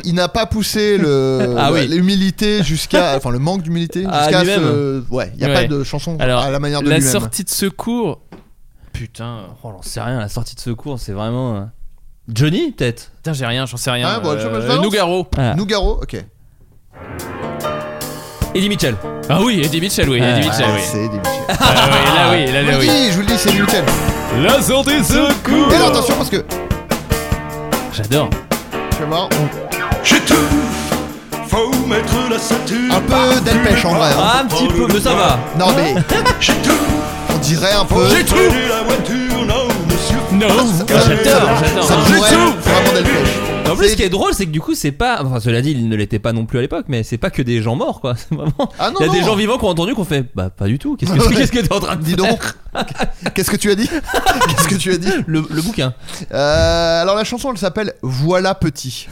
[SPEAKER 2] il n'a pas poussé le
[SPEAKER 6] Ah oui.
[SPEAKER 2] l'humilité jusqu'à enfin le manque d'humilité
[SPEAKER 6] Ah,
[SPEAKER 2] jusqu'à
[SPEAKER 6] lui-même.
[SPEAKER 2] ce ouais, il y a
[SPEAKER 8] Ouais.
[SPEAKER 2] pas de chanson
[SPEAKER 8] Alors,
[SPEAKER 2] à la manière de
[SPEAKER 8] la
[SPEAKER 2] lui-même.
[SPEAKER 8] sortie de secours. Putain,
[SPEAKER 6] Oh, j'en sais rien, la sortie de secours, c'est vraiment. euh, Johnny, peut-être
[SPEAKER 8] putain, j'ai rien, j'en sais rien.
[SPEAKER 2] Ah, bon,
[SPEAKER 6] bah,
[SPEAKER 2] je- je
[SPEAKER 8] euh,
[SPEAKER 2] balance.
[SPEAKER 8] Nougaro.
[SPEAKER 6] Ah.
[SPEAKER 2] Nougaro, OK.
[SPEAKER 6] Eddie Mitchell.
[SPEAKER 8] Ah oui, Eddie Mitchell, oui, Eddie
[SPEAKER 6] Ah,
[SPEAKER 8] Mitchell,
[SPEAKER 2] Ah,
[SPEAKER 8] oui.
[SPEAKER 2] c'est des Michel.
[SPEAKER 8] Ah, oui, là
[SPEAKER 2] Je
[SPEAKER 8] oui, là, là
[SPEAKER 2] vous le
[SPEAKER 8] oui.
[SPEAKER 2] dis, je vous le dis, c'est nickel.
[SPEAKER 8] La sortie de
[SPEAKER 2] Et alors
[SPEAKER 8] secours.
[SPEAKER 2] attention parce que
[SPEAKER 8] J'adore.
[SPEAKER 2] tu vas voir, on-
[SPEAKER 7] J'étouffe, faut mettre la ceinture.
[SPEAKER 2] un peu d'Elpèche en vrai. hein.
[SPEAKER 6] Ah, un petit peu, mais ça va.
[SPEAKER 8] Ah.
[SPEAKER 2] Non mais on dirait un peu
[SPEAKER 7] Prenez la voiture, non, monsieur.
[SPEAKER 8] Non, j'adore,
[SPEAKER 2] ça
[SPEAKER 8] j'adore.
[SPEAKER 2] pourrait être vraiment d'Elpèche.
[SPEAKER 6] En plus,
[SPEAKER 2] C'est-
[SPEAKER 6] ce qui est drôle, c'est que du coup, c'est pas. Enfin, cela dit, il ne l'était pas non plus à l'époque, mais c'est pas que des gens morts, quoi. C'est vraiment.
[SPEAKER 2] Ah non,
[SPEAKER 6] il y a des
[SPEAKER 2] non.
[SPEAKER 6] gens vivants qui ont entendu qu'on fait. Bah, pas du tout. Qu'est-ce que qu'est-ce que t'es en train de
[SPEAKER 2] Dis
[SPEAKER 6] dire
[SPEAKER 2] donc. Qu'est-ce que tu as dit Qu'est-ce que tu as dit
[SPEAKER 6] le, le bouquin.
[SPEAKER 2] Euh, alors la chanson elle s'appelle Voilà petit.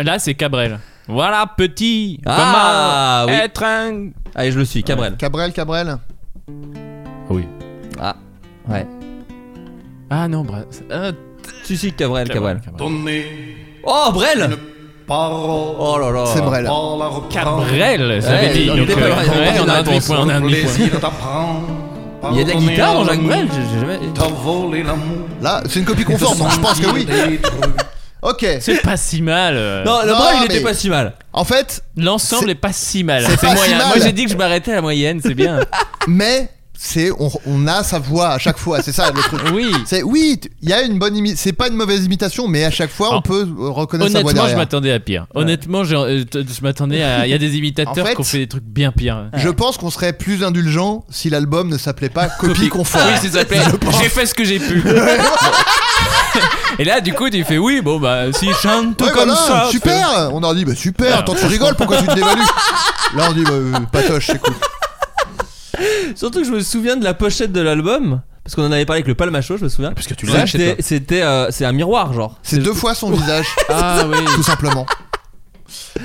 [SPEAKER 8] Là, c'est Cabrel. Voilà, petit.
[SPEAKER 6] Ah,
[SPEAKER 8] comment
[SPEAKER 6] oui.
[SPEAKER 8] être un.
[SPEAKER 6] Allez, je le suis, Cabrel.
[SPEAKER 2] Cabrel, Cabrel.
[SPEAKER 8] Oui.
[SPEAKER 6] Ah. Ouais.
[SPEAKER 8] Ah non, bref. Ah,
[SPEAKER 6] Si, si, Cabrel, Cabrel.
[SPEAKER 7] Donnez
[SPEAKER 6] Oh, Brel
[SPEAKER 7] parole.
[SPEAKER 6] Oh là là.
[SPEAKER 2] C'est vrai là.
[SPEAKER 7] par la reprendre.
[SPEAKER 8] Brel, j'avais
[SPEAKER 6] Ouais,
[SPEAKER 8] dit.
[SPEAKER 6] on
[SPEAKER 8] donc,
[SPEAKER 6] était pas
[SPEAKER 8] euh,
[SPEAKER 6] loin, on était
[SPEAKER 8] ouais, on
[SPEAKER 6] pas
[SPEAKER 8] a
[SPEAKER 6] loin
[SPEAKER 8] un
[SPEAKER 6] de la
[SPEAKER 8] demi-point, on a un
[SPEAKER 7] Le
[SPEAKER 8] demi-point.
[SPEAKER 7] plaisir d'apprendre.
[SPEAKER 6] Il y a de la
[SPEAKER 7] Pardonner
[SPEAKER 6] guitare dans
[SPEAKER 7] à
[SPEAKER 6] Jacques
[SPEAKER 7] l'ennemi
[SPEAKER 6] Brel, j'ai j'ai jamais.
[SPEAKER 7] T'as volé l'amour.
[SPEAKER 2] Là, c'est une copie conforme, donc je pense que oui. Ok.
[SPEAKER 8] C'est pas si mal. euh,
[SPEAKER 6] Non, le
[SPEAKER 2] Non,
[SPEAKER 6] Brel, il
[SPEAKER 2] mais-
[SPEAKER 6] était pas si mal.
[SPEAKER 2] En fait,
[SPEAKER 8] L'ensemble
[SPEAKER 2] C'est-
[SPEAKER 8] est... pas si mal.
[SPEAKER 2] c'est pas si
[SPEAKER 8] moyen.
[SPEAKER 2] mal.
[SPEAKER 8] Moi, j'ai dit que je m'arrêtais à la moyenne, c'est bien.
[SPEAKER 2] mais c'est on, on a sa voix à chaque fois, c'est ça le truc.
[SPEAKER 8] Oui.
[SPEAKER 2] C'est oui, t- il y a une bonne imitation, c'est pas une mauvaise imitation, mais à chaque fois on
[SPEAKER 8] Alors,
[SPEAKER 2] peut euh, reconnaître sa voix
[SPEAKER 8] Ah. Honnêtement, je
[SPEAKER 2] derrière.
[SPEAKER 8] m'attendais à pire. Honnêtement, j'ai- euh, t- je m'attendais à. Il y a des imitateurs
[SPEAKER 2] En fait-
[SPEAKER 8] qui ont fait des trucs bien pires.
[SPEAKER 2] Je pense qu'on serait plus indulgent si l'album ne s'appelait pas Copie conforme.
[SPEAKER 8] Oui, c'est ça s'appelait. J'ai fait ce que j'ai pu. Et là, du coup, tu fais oui, bon bah si je chante
[SPEAKER 2] Ouais,
[SPEAKER 8] comme
[SPEAKER 2] voilà,
[SPEAKER 8] ça. Ah.
[SPEAKER 2] super On leur dit bah super, attends tu rigoles, pourquoi tu te dévalues Là on dit bah euh, patoche, c'est cool.
[SPEAKER 6] Surtout que je me souviens de la pochette de l'album. Parce qu'on en avait parlé avec le palmacho, je me souviens. Parce que
[SPEAKER 8] tu l'as chez toi.
[SPEAKER 6] C'était euh, c'est un miroir, genre.
[SPEAKER 2] C'est deux fois son visage,
[SPEAKER 8] Ah oui.
[SPEAKER 2] tout simplement.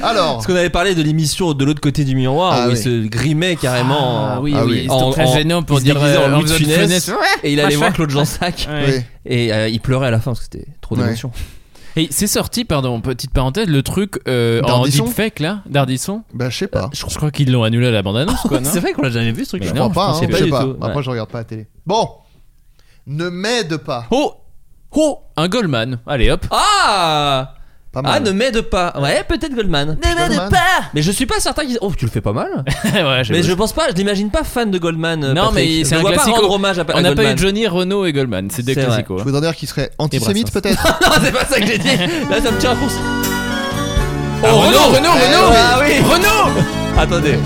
[SPEAKER 2] Alors,
[SPEAKER 6] Parce qu'on avait parlé de l'émission de l'autre côté du miroir
[SPEAKER 2] Ah
[SPEAKER 6] où il
[SPEAKER 2] oui.
[SPEAKER 6] se grimait carrément.
[SPEAKER 8] Ah
[SPEAKER 6] en-
[SPEAKER 8] oui,
[SPEAKER 2] Ah oui.
[SPEAKER 8] oui. C'était
[SPEAKER 6] En- en-
[SPEAKER 8] très gênant
[SPEAKER 6] il
[SPEAKER 8] pour
[SPEAKER 6] se
[SPEAKER 8] dire
[SPEAKER 6] déguisait en
[SPEAKER 8] euh,
[SPEAKER 6] Louis de
[SPEAKER 8] Louis de
[SPEAKER 6] Funès.
[SPEAKER 8] Funès. Ouais,
[SPEAKER 6] Et il allait
[SPEAKER 8] machin.
[SPEAKER 6] voir Claude Jansac.
[SPEAKER 8] Ouais.
[SPEAKER 2] oui.
[SPEAKER 6] Et euh, il pleurait à la fin parce que c'était trop
[SPEAKER 2] Ouais.
[SPEAKER 6] d'émotion.
[SPEAKER 8] Et c'est sorti, pardon, petite parenthèse, le truc euh, en
[SPEAKER 2] D'Ardisson
[SPEAKER 8] deepfake là, d'Ardisson.
[SPEAKER 2] Bah je sais pas.
[SPEAKER 8] Je crois qu'ils l'ont annulé à la bande-annonce, quoi, non
[SPEAKER 6] C'est vrai qu'on l'a jamais vu ce truc.
[SPEAKER 8] Mais
[SPEAKER 2] Je crois
[SPEAKER 8] non,
[SPEAKER 2] pas,
[SPEAKER 8] je
[SPEAKER 2] hein,
[SPEAKER 8] pensais
[SPEAKER 2] je
[SPEAKER 8] pas
[SPEAKER 2] sais
[SPEAKER 8] du
[SPEAKER 2] pas.
[SPEAKER 8] tout,
[SPEAKER 2] Après,
[SPEAKER 8] ouais.
[SPEAKER 2] je regarde pas la télé. Bon, ne m'aide pas.
[SPEAKER 8] Oh Oh Un Goldman Allez hop
[SPEAKER 6] Ah
[SPEAKER 2] Pas
[SPEAKER 6] Ah,
[SPEAKER 2] mal.
[SPEAKER 6] ne m'aide pas. Ouais, peut-être Goldman. Ne
[SPEAKER 2] m'aide Goldman.
[SPEAKER 6] pas. Mais je suis pas certain qu'ils. Oh, tu le fais pas mal.
[SPEAKER 8] Ouais, j'ai
[SPEAKER 6] Mais
[SPEAKER 8] bossé.
[SPEAKER 6] je pense pas. Je l'imagine pas fan de Goldman. euh,
[SPEAKER 8] Non,
[SPEAKER 6] Patrick.
[SPEAKER 8] mais c'est
[SPEAKER 6] Je
[SPEAKER 8] un
[SPEAKER 6] vois pas
[SPEAKER 8] classico.
[SPEAKER 6] rendre hommage à, à
[SPEAKER 8] On n'a pas
[SPEAKER 6] Goldman.
[SPEAKER 8] eu Johnny, Renault et Goldman, c'est des
[SPEAKER 6] C'est vrai.
[SPEAKER 8] classicos.
[SPEAKER 2] Je
[SPEAKER 8] hein.
[SPEAKER 2] voudrais dire qu'il serait antisémite
[SPEAKER 8] Brassens.
[SPEAKER 2] peut-être.
[SPEAKER 6] non, c'est pas ça que j'ai dit. Là, ça me tient à course.
[SPEAKER 8] Ah, Renault, Renault,
[SPEAKER 2] Eh
[SPEAKER 8] Renault
[SPEAKER 6] Ah oui.
[SPEAKER 8] Renault
[SPEAKER 6] Attendez.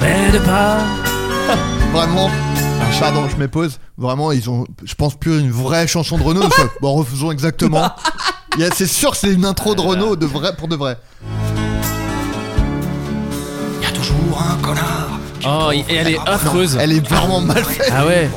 [SPEAKER 8] M'aide pas
[SPEAKER 2] Vraiment. Ah, Pardon, je m'épose. Vraiment, ils ont, je pense, plus une vraie chanson de Renault. une fois. bon, refaisons exactement. Il y a- C'est sûr, que c'est une intro de Renault de vrai, pour de vrai.
[SPEAKER 7] Il y a toujours un connard
[SPEAKER 8] Oh, et elle est affreuse.
[SPEAKER 2] Elle est vraiment mal faite.
[SPEAKER 8] Ah ouais.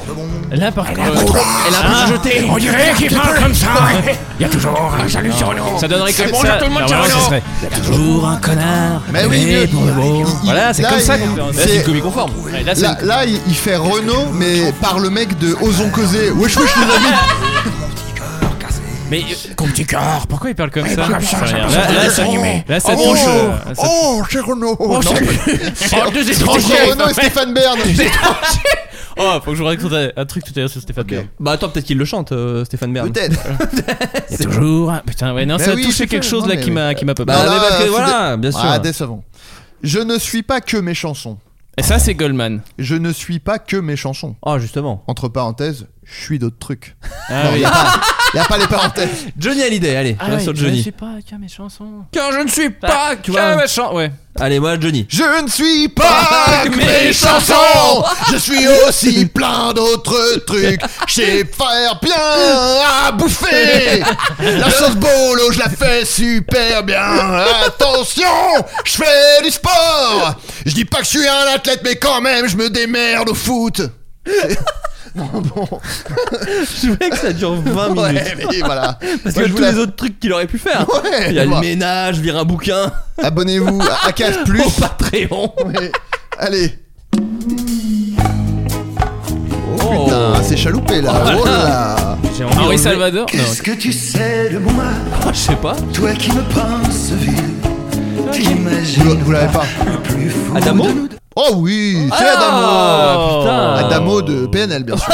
[SPEAKER 8] Là par contre, euh, elle a Ah. un peu jeté.
[SPEAKER 10] On dirait qu'il parle comme ça. Il y a toujours un salut sur nous.
[SPEAKER 8] hein. Ça donnerait
[SPEAKER 10] C'est
[SPEAKER 8] comme
[SPEAKER 10] bon,
[SPEAKER 8] ça.
[SPEAKER 10] tout le monde
[SPEAKER 8] Ah,
[SPEAKER 10] sur
[SPEAKER 8] voilà,
[SPEAKER 10] nous.
[SPEAKER 8] ça serait- Il y a toujours un connard.
[SPEAKER 2] Mais Eh oui, mais-
[SPEAKER 8] pour le bon.
[SPEAKER 2] il-
[SPEAKER 8] Voilà, c'est
[SPEAKER 2] là,
[SPEAKER 8] comme ça
[SPEAKER 2] il-
[SPEAKER 8] qu'on fait. Là,
[SPEAKER 2] c'est-
[SPEAKER 8] c'est une comédie conforme. Ouais, Là, c'est
[SPEAKER 2] Là, là, il, il fait Renault, mais par le mec de Ozon Causé. Wesh, wesh, les amis.
[SPEAKER 8] Mais
[SPEAKER 10] Comme petit cœur.
[SPEAKER 8] pourquoi il parle comme
[SPEAKER 2] Eh,
[SPEAKER 10] Ouais,
[SPEAKER 8] ça
[SPEAKER 10] parle comme ça,
[SPEAKER 8] Enfin,
[SPEAKER 10] j'ai
[SPEAKER 8] Là,
[SPEAKER 10] l'impression
[SPEAKER 8] là,
[SPEAKER 10] d'être
[SPEAKER 8] ça-
[SPEAKER 10] animé.
[SPEAKER 8] là, ça
[SPEAKER 2] Oh,
[SPEAKER 8] touche. euh,
[SPEAKER 2] oh,
[SPEAKER 8] ça-
[SPEAKER 2] oh, c'est Renault.
[SPEAKER 10] Oh,
[SPEAKER 2] Non,
[SPEAKER 10] c'est-
[SPEAKER 2] mais-
[SPEAKER 10] Oh, deux
[SPEAKER 2] C'est entre
[SPEAKER 10] étrangers.
[SPEAKER 2] Renault et Stéphane Bern.
[SPEAKER 8] Oh, faut que je vous raconte un un truc tout à l'heure sur Stéphane Bern.
[SPEAKER 6] Bah attends, peut-être qu'il le chante, euh, Stéphane Bern.
[SPEAKER 2] Peut-être.
[SPEAKER 8] Il y a toujours. un- Putain, ouais, non,
[SPEAKER 2] Mais
[SPEAKER 8] ça a
[SPEAKER 2] oui,
[SPEAKER 8] touché
[SPEAKER 2] c'est
[SPEAKER 8] quelque
[SPEAKER 2] fait.
[SPEAKER 8] chose
[SPEAKER 2] Non,
[SPEAKER 8] là
[SPEAKER 2] mais-
[SPEAKER 8] qui m'a qui m'a pas
[SPEAKER 6] Bah,
[SPEAKER 2] Bah,
[SPEAKER 8] mal.
[SPEAKER 6] là,
[SPEAKER 2] là,
[SPEAKER 6] parce que
[SPEAKER 2] c'est
[SPEAKER 6] voilà, bien sûr.
[SPEAKER 2] Ah, décevant. Je ne suis pas que mes chansons.
[SPEAKER 8] Et ça, c'est Goldman.
[SPEAKER 2] Je ne suis pas que mes chansons.
[SPEAKER 6] Ah, justement.
[SPEAKER 2] Entre parenthèses, je suis d'autres trucs.
[SPEAKER 8] Ah
[SPEAKER 2] non,
[SPEAKER 8] oui.
[SPEAKER 2] y a pas- y a pas les parenthèses.
[SPEAKER 6] Johnny Hallyday, allez,
[SPEAKER 8] Ah
[SPEAKER 6] viens
[SPEAKER 8] ouais,
[SPEAKER 6] sur
[SPEAKER 8] je ne
[SPEAKER 6] Johnny.
[SPEAKER 8] suis pas qu'un mes chansons.
[SPEAKER 6] Car je ne suis pas,
[SPEAKER 2] Ah
[SPEAKER 6] tu vois.
[SPEAKER 8] Qu'un mes chansons, ouais.
[SPEAKER 6] Allez, moi, Johnny.
[SPEAKER 2] Je ne suis
[SPEAKER 6] Ah,
[SPEAKER 2] pas que mes chansons, je suis aussi plein d'autres trucs. Je sais faire bien à bouffer. La sauce bolo, je la fais super bien. Attention, je fais du sport. Je dis pas que je suis un athlète, mais quand même, je me démerde au foot.
[SPEAKER 6] Je voulais que ça dure 20 minutes.
[SPEAKER 2] Ouais, mais voilà.
[SPEAKER 6] Parce
[SPEAKER 2] Moi,
[SPEAKER 6] que
[SPEAKER 2] je
[SPEAKER 6] tous
[SPEAKER 2] voulais-
[SPEAKER 6] les autres trucs qu'il aurait pu faire.
[SPEAKER 2] Ouais,
[SPEAKER 6] Il y a le
[SPEAKER 2] voilà.
[SPEAKER 6] ménage, lire un bouquin,
[SPEAKER 2] Abonnez-vous à 4 plus.
[SPEAKER 6] au Patreon.
[SPEAKER 2] Ouais. Allez. Oh, putain, c'est chaloupé là. Oh là.
[SPEAKER 8] J'ai envie Henri
[SPEAKER 6] d'enlever-
[SPEAKER 8] Salvador Non,
[SPEAKER 7] Qu'est-ce que tu sais de moi
[SPEAKER 6] Oh, je sais pas. Ah,
[SPEAKER 7] Toi qui me penses vieux,
[SPEAKER 2] Vous,
[SPEAKER 7] t'imagines
[SPEAKER 2] vous l'avez pas
[SPEAKER 7] le plus fou.
[SPEAKER 6] Adamo
[SPEAKER 2] Oh oui, c'est Adamo.
[SPEAKER 6] Ah, putain.
[SPEAKER 2] Adamo de PNL, bien sûr.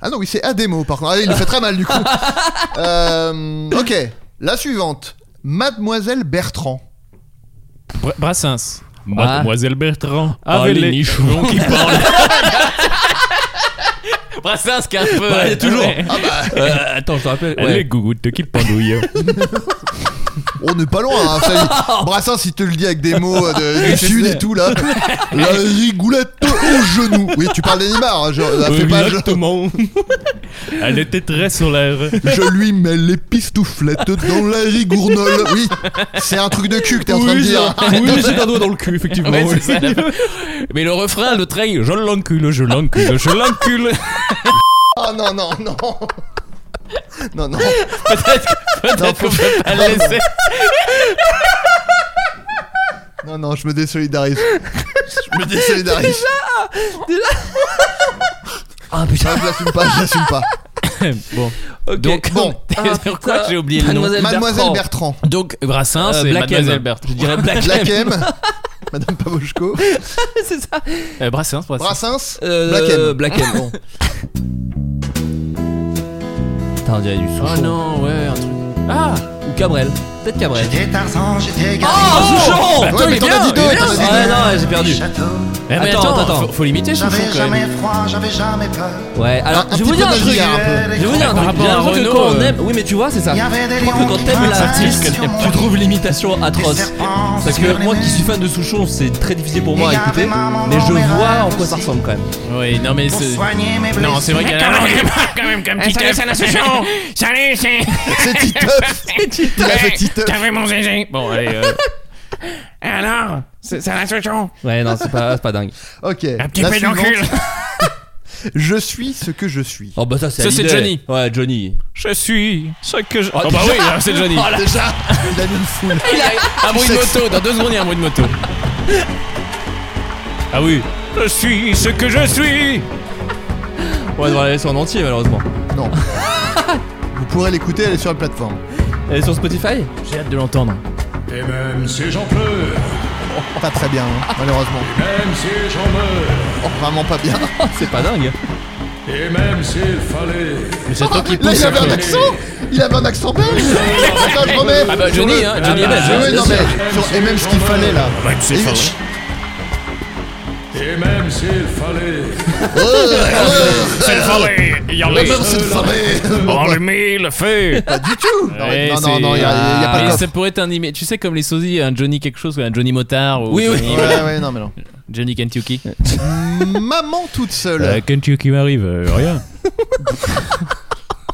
[SPEAKER 2] ah non, oui, c'est Ademo par contre. Ah, il le fait très mal du coup. Euh, ok, la suivante. Mademoiselle Bertrand.
[SPEAKER 8] Br- Brassens.
[SPEAKER 9] Mademoiselle Bertrand,
[SPEAKER 8] Ah,
[SPEAKER 9] avec
[SPEAKER 8] les
[SPEAKER 9] les nichons qui parlent.
[SPEAKER 8] Brassens qui est un peu.
[SPEAKER 6] Bah, il y a toujours.
[SPEAKER 8] Ouais.
[SPEAKER 6] Euh, attends, je te rappelle. ouais.
[SPEAKER 9] Les gougoutes qui pendouillent.
[SPEAKER 2] On n'est pas loin. Hein, ça y est. Brassens, il te le dit avec des mots euh, de, du sud et tout là. La rigoulette au genou. Oui, tu parles d'Animar. Hein, je, la fais pas, je-
[SPEAKER 9] Exactement. Elle était très
[SPEAKER 8] E.
[SPEAKER 9] solaire.
[SPEAKER 2] Je lui mets les pistouflettes dans la rigournole. Oui, c'est un truc de cul que t'es en train de dire.
[SPEAKER 9] Oui, j'ai un doigt dans le cul, effectivement.
[SPEAKER 8] Ouais,
[SPEAKER 9] oui.
[SPEAKER 8] c'est ça, la- Mais le refrain, le trail, je l'encule, je l'encule, je l'encule.
[SPEAKER 2] Oh non, non, non. Non, non.
[SPEAKER 8] Peut-être
[SPEAKER 2] Non,
[SPEAKER 8] peut-être
[SPEAKER 2] faut-
[SPEAKER 8] qu'on peut pas le laisser.
[SPEAKER 2] Non, non, je me désolidarise. Je me désolidarise.
[SPEAKER 6] Ah putain.
[SPEAKER 2] Ah, je l'assume pas, je l'assume pas.
[SPEAKER 8] Bon.
[SPEAKER 6] Ok.
[SPEAKER 8] Donc,
[SPEAKER 2] Bon.
[SPEAKER 8] sur quoi j'ai oublié le nom
[SPEAKER 6] Mademoiselle
[SPEAKER 2] Mademoiselle
[SPEAKER 6] Bertrand.
[SPEAKER 2] Bertrand.
[SPEAKER 8] Donc, Brassens
[SPEAKER 6] Euh,
[SPEAKER 8] et
[SPEAKER 6] Black M.
[SPEAKER 8] Mademoiselle Bertrand.
[SPEAKER 6] Je dirais Black M.
[SPEAKER 2] Black M. Madame Pavoshko.
[SPEAKER 6] C'est ça.
[SPEAKER 8] Euh, Brassens, Brassens.
[SPEAKER 2] Brassens.
[SPEAKER 6] Euh,
[SPEAKER 2] Black M.
[SPEAKER 6] Black M, bon. Putain, on dirait du Souchon.
[SPEAKER 8] Oh non, ouais, un truc. Ah
[SPEAKER 6] Ou Cabrel. Peut-être Cabrel.
[SPEAKER 7] J'étais Tarzan, j'étais
[SPEAKER 6] Oh,
[SPEAKER 7] Garou,
[SPEAKER 6] Souchon
[SPEAKER 2] Ouais, mais t'en as dit deux, t'en as dit
[SPEAKER 6] Ah
[SPEAKER 2] deux.
[SPEAKER 6] non, j'ai perdu.
[SPEAKER 7] château.
[SPEAKER 8] Eh, mais
[SPEAKER 6] Attends,
[SPEAKER 8] attends,
[SPEAKER 6] attends.
[SPEAKER 8] Faut, faut limiter ce
[SPEAKER 7] J'avais
[SPEAKER 8] quand même.
[SPEAKER 7] jamais froid, j'avais jamais peur.
[SPEAKER 6] Ouais, alors
[SPEAKER 2] Un petit
[SPEAKER 6] je vais vous
[SPEAKER 2] peu
[SPEAKER 6] dire un truc.
[SPEAKER 2] d'Adrien,
[SPEAKER 6] hein.
[SPEAKER 2] un
[SPEAKER 6] Je vais vous dire
[SPEAKER 8] Par
[SPEAKER 6] un truc.
[SPEAKER 8] rapport
[SPEAKER 6] J'ai
[SPEAKER 8] à
[SPEAKER 6] l'impression que
[SPEAKER 8] Renaud,
[SPEAKER 6] quand on
[SPEAKER 8] euh,
[SPEAKER 6] aime. Oui, mais tu vois, c'est ça.
[SPEAKER 7] Il y
[SPEAKER 6] Je
[SPEAKER 7] avait des
[SPEAKER 6] crois que
[SPEAKER 7] lions
[SPEAKER 6] quand
[SPEAKER 7] qui
[SPEAKER 6] t'aimes l'artiste,
[SPEAKER 7] passaient sur mon
[SPEAKER 6] tu trouves l'imitation
[SPEAKER 7] Des
[SPEAKER 6] atroce.
[SPEAKER 7] serpents
[SPEAKER 6] Parce
[SPEAKER 7] sur
[SPEAKER 6] que
[SPEAKER 7] les
[SPEAKER 6] moi qui
[SPEAKER 7] mers.
[SPEAKER 6] suis fan de Souchon, c'est très difficile pour moi à
[SPEAKER 7] Il y avait
[SPEAKER 6] écouter.
[SPEAKER 7] maman
[SPEAKER 6] Mais
[SPEAKER 7] dans
[SPEAKER 6] je
[SPEAKER 7] mes
[SPEAKER 6] vois en
[SPEAKER 7] rêves
[SPEAKER 6] quoi
[SPEAKER 7] aussi.
[SPEAKER 6] ça ressemble quand même.
[SPEAKER 8] Oui, non, mais
[SPEAKER 7] Pour
[SPEAKER 8] c'est.
[SPEAKER 7] soigner mes blessures.
[SPEAKER 8] Non, c'est vrai qu'il y a
[SPEAKER 5] Comment
[SPEAKER 8] un.
[SPEAKER 5] il parle quand même comme
[SPEAKER 3] Eh,
[SPEAKER 5] petit
[SPEAKER 3] salut,
[SPEAKER 5] œuf.
[SPEAKER 3] c'est la solution.
[SPEAKER 5] Salut, c'est.
[SPEAKER 2] C'est Titeuf. Il a fait Titeuf.
[SPEAKER 5] T'as vu mon zézé
[SPEAKER 8] Bon, allez. euh,
[SPEAKER 5] Et Alors C'est c'est la solution
[SPEAKER 6] Ouais, non, c'est pas, c'est pas dingue.
[SPEAKER 2] Ok.
[SPEAKER 5] Un petit
[SPEAKER 2] la
[SPEAKER 5] pédoncule
[SPEAKER 2] suivante. Je suis ce que je suis.
[SPEAKER 6] Oh bah ça, c'est
[SPEAKER 8] Ça, c'est
[SPEAKER 6] Hallyday.
[SPEAKER 8] Johnny.
[SPEAKER 6] Ouais, Johnny.
[SPEAKER 8] Je suis ce que je.
[SPEAKER 2] Ah,
[SPEAKER 6] Oh,
[SPEAKER 8] Oh, bah
[SPEAKER 6] déjà
[SPEAKER 8] oui, là, c'est Johnny.
[SPEAKER 2] Déjà, il a mis une foule.
[SPEAKER 8] Un bruit de moto, dans deux secondes, il y a un bruit de moto. Ah oui. Je suis ce que je suis.
[SPEAKER 6] On va devoir la laisser en entier, malheureusement.
[SPEAKER 2] Non. Vous pourrez l'écouter, elle est sur la plateforme.
[SPEAKER 6] Elle est sur Spotify
[SPEAKER 8] J'ai hâte de l'entendre.
[SPEAKER 7] Et même si j'en pleure,
[SPEAKER 2] Pas très bien, hein, malheureusement.
[SPEAKER 7] même si j'en meurs,
[SPEAKER 2] Oh, vraiment pas bien.
[SPEAKER 6] Oh, c'est pas dingue.
[SPEAKER 7] et même s'il fallait.
[SPEAKER 8] Mais j'attends qu'il
[SPEAKER 2] Là,
[SPEAKER 8] pousse
[SPEAKER 2] il
[SPEAKER 8] un
[SPEAKER 2] avait un
[SPEAKER 8] peu.
[SPEAKER 2] accent Il avait un accent belge Attends, je remets
[SPEAKER 8] Ah bah, Johnny, hein, Johnny est belge,
[SPEAKER 2] Oui,
[SPEAKER 8] hein,
[SPEAKER 2] oui,
[SPEAKER 8] bien
[SPEAKER 2] non,
[SPEAKER 8] sûr.
[SPEAKER 2] mais sur- Et même ce qu'il fallait, là.
[SPEAKER 5] Bah,
[SPEAKER 9] Même s'il
[SPEAKER 2] Et-
[SPEAKER 9] fallait.
[SPEAKER 7] Et même s'il fallait.
[SPEAKER 5] C'est le follet Il y a
[SPEAKER 2] Et même
[SPEAKER 5] les
[SPEAKER 2] s'il fallait
[SPEAKER 5] Enlumer le feu
[SPEAKER 2] Pas du tout Non,
[SPEAKER 8] Ouais,
[SPEAKER 2] non,
[SPEAKER 8] Eh, c'est-
[SPEAKER 2] non, non, il y a, il y a pas
[SPEAKER 8] Mais
[SPEAKER 2] de
[SPEAKER 8] ça
[SPEAKER 2] coffre.
[SPEAKER 8] pourrait être un animé. Tu sais, comme les sosies, un Johnny quelque chose, un Johnny Motard ou
[SPEAKER 6] Oui, oui.
[SPEAKER 8] Johnny,
[SPEAKER 2] Ouais, ouais, non, mais non.
[SPEAKER 8] Johnny Kentucky.
[SPEAKER 2] Euh,
[SPEAKER 8] Euh,
[SPEAKER 2] Maman toute seule
[SPEAKER 8] Kentucky m'arrive, rien.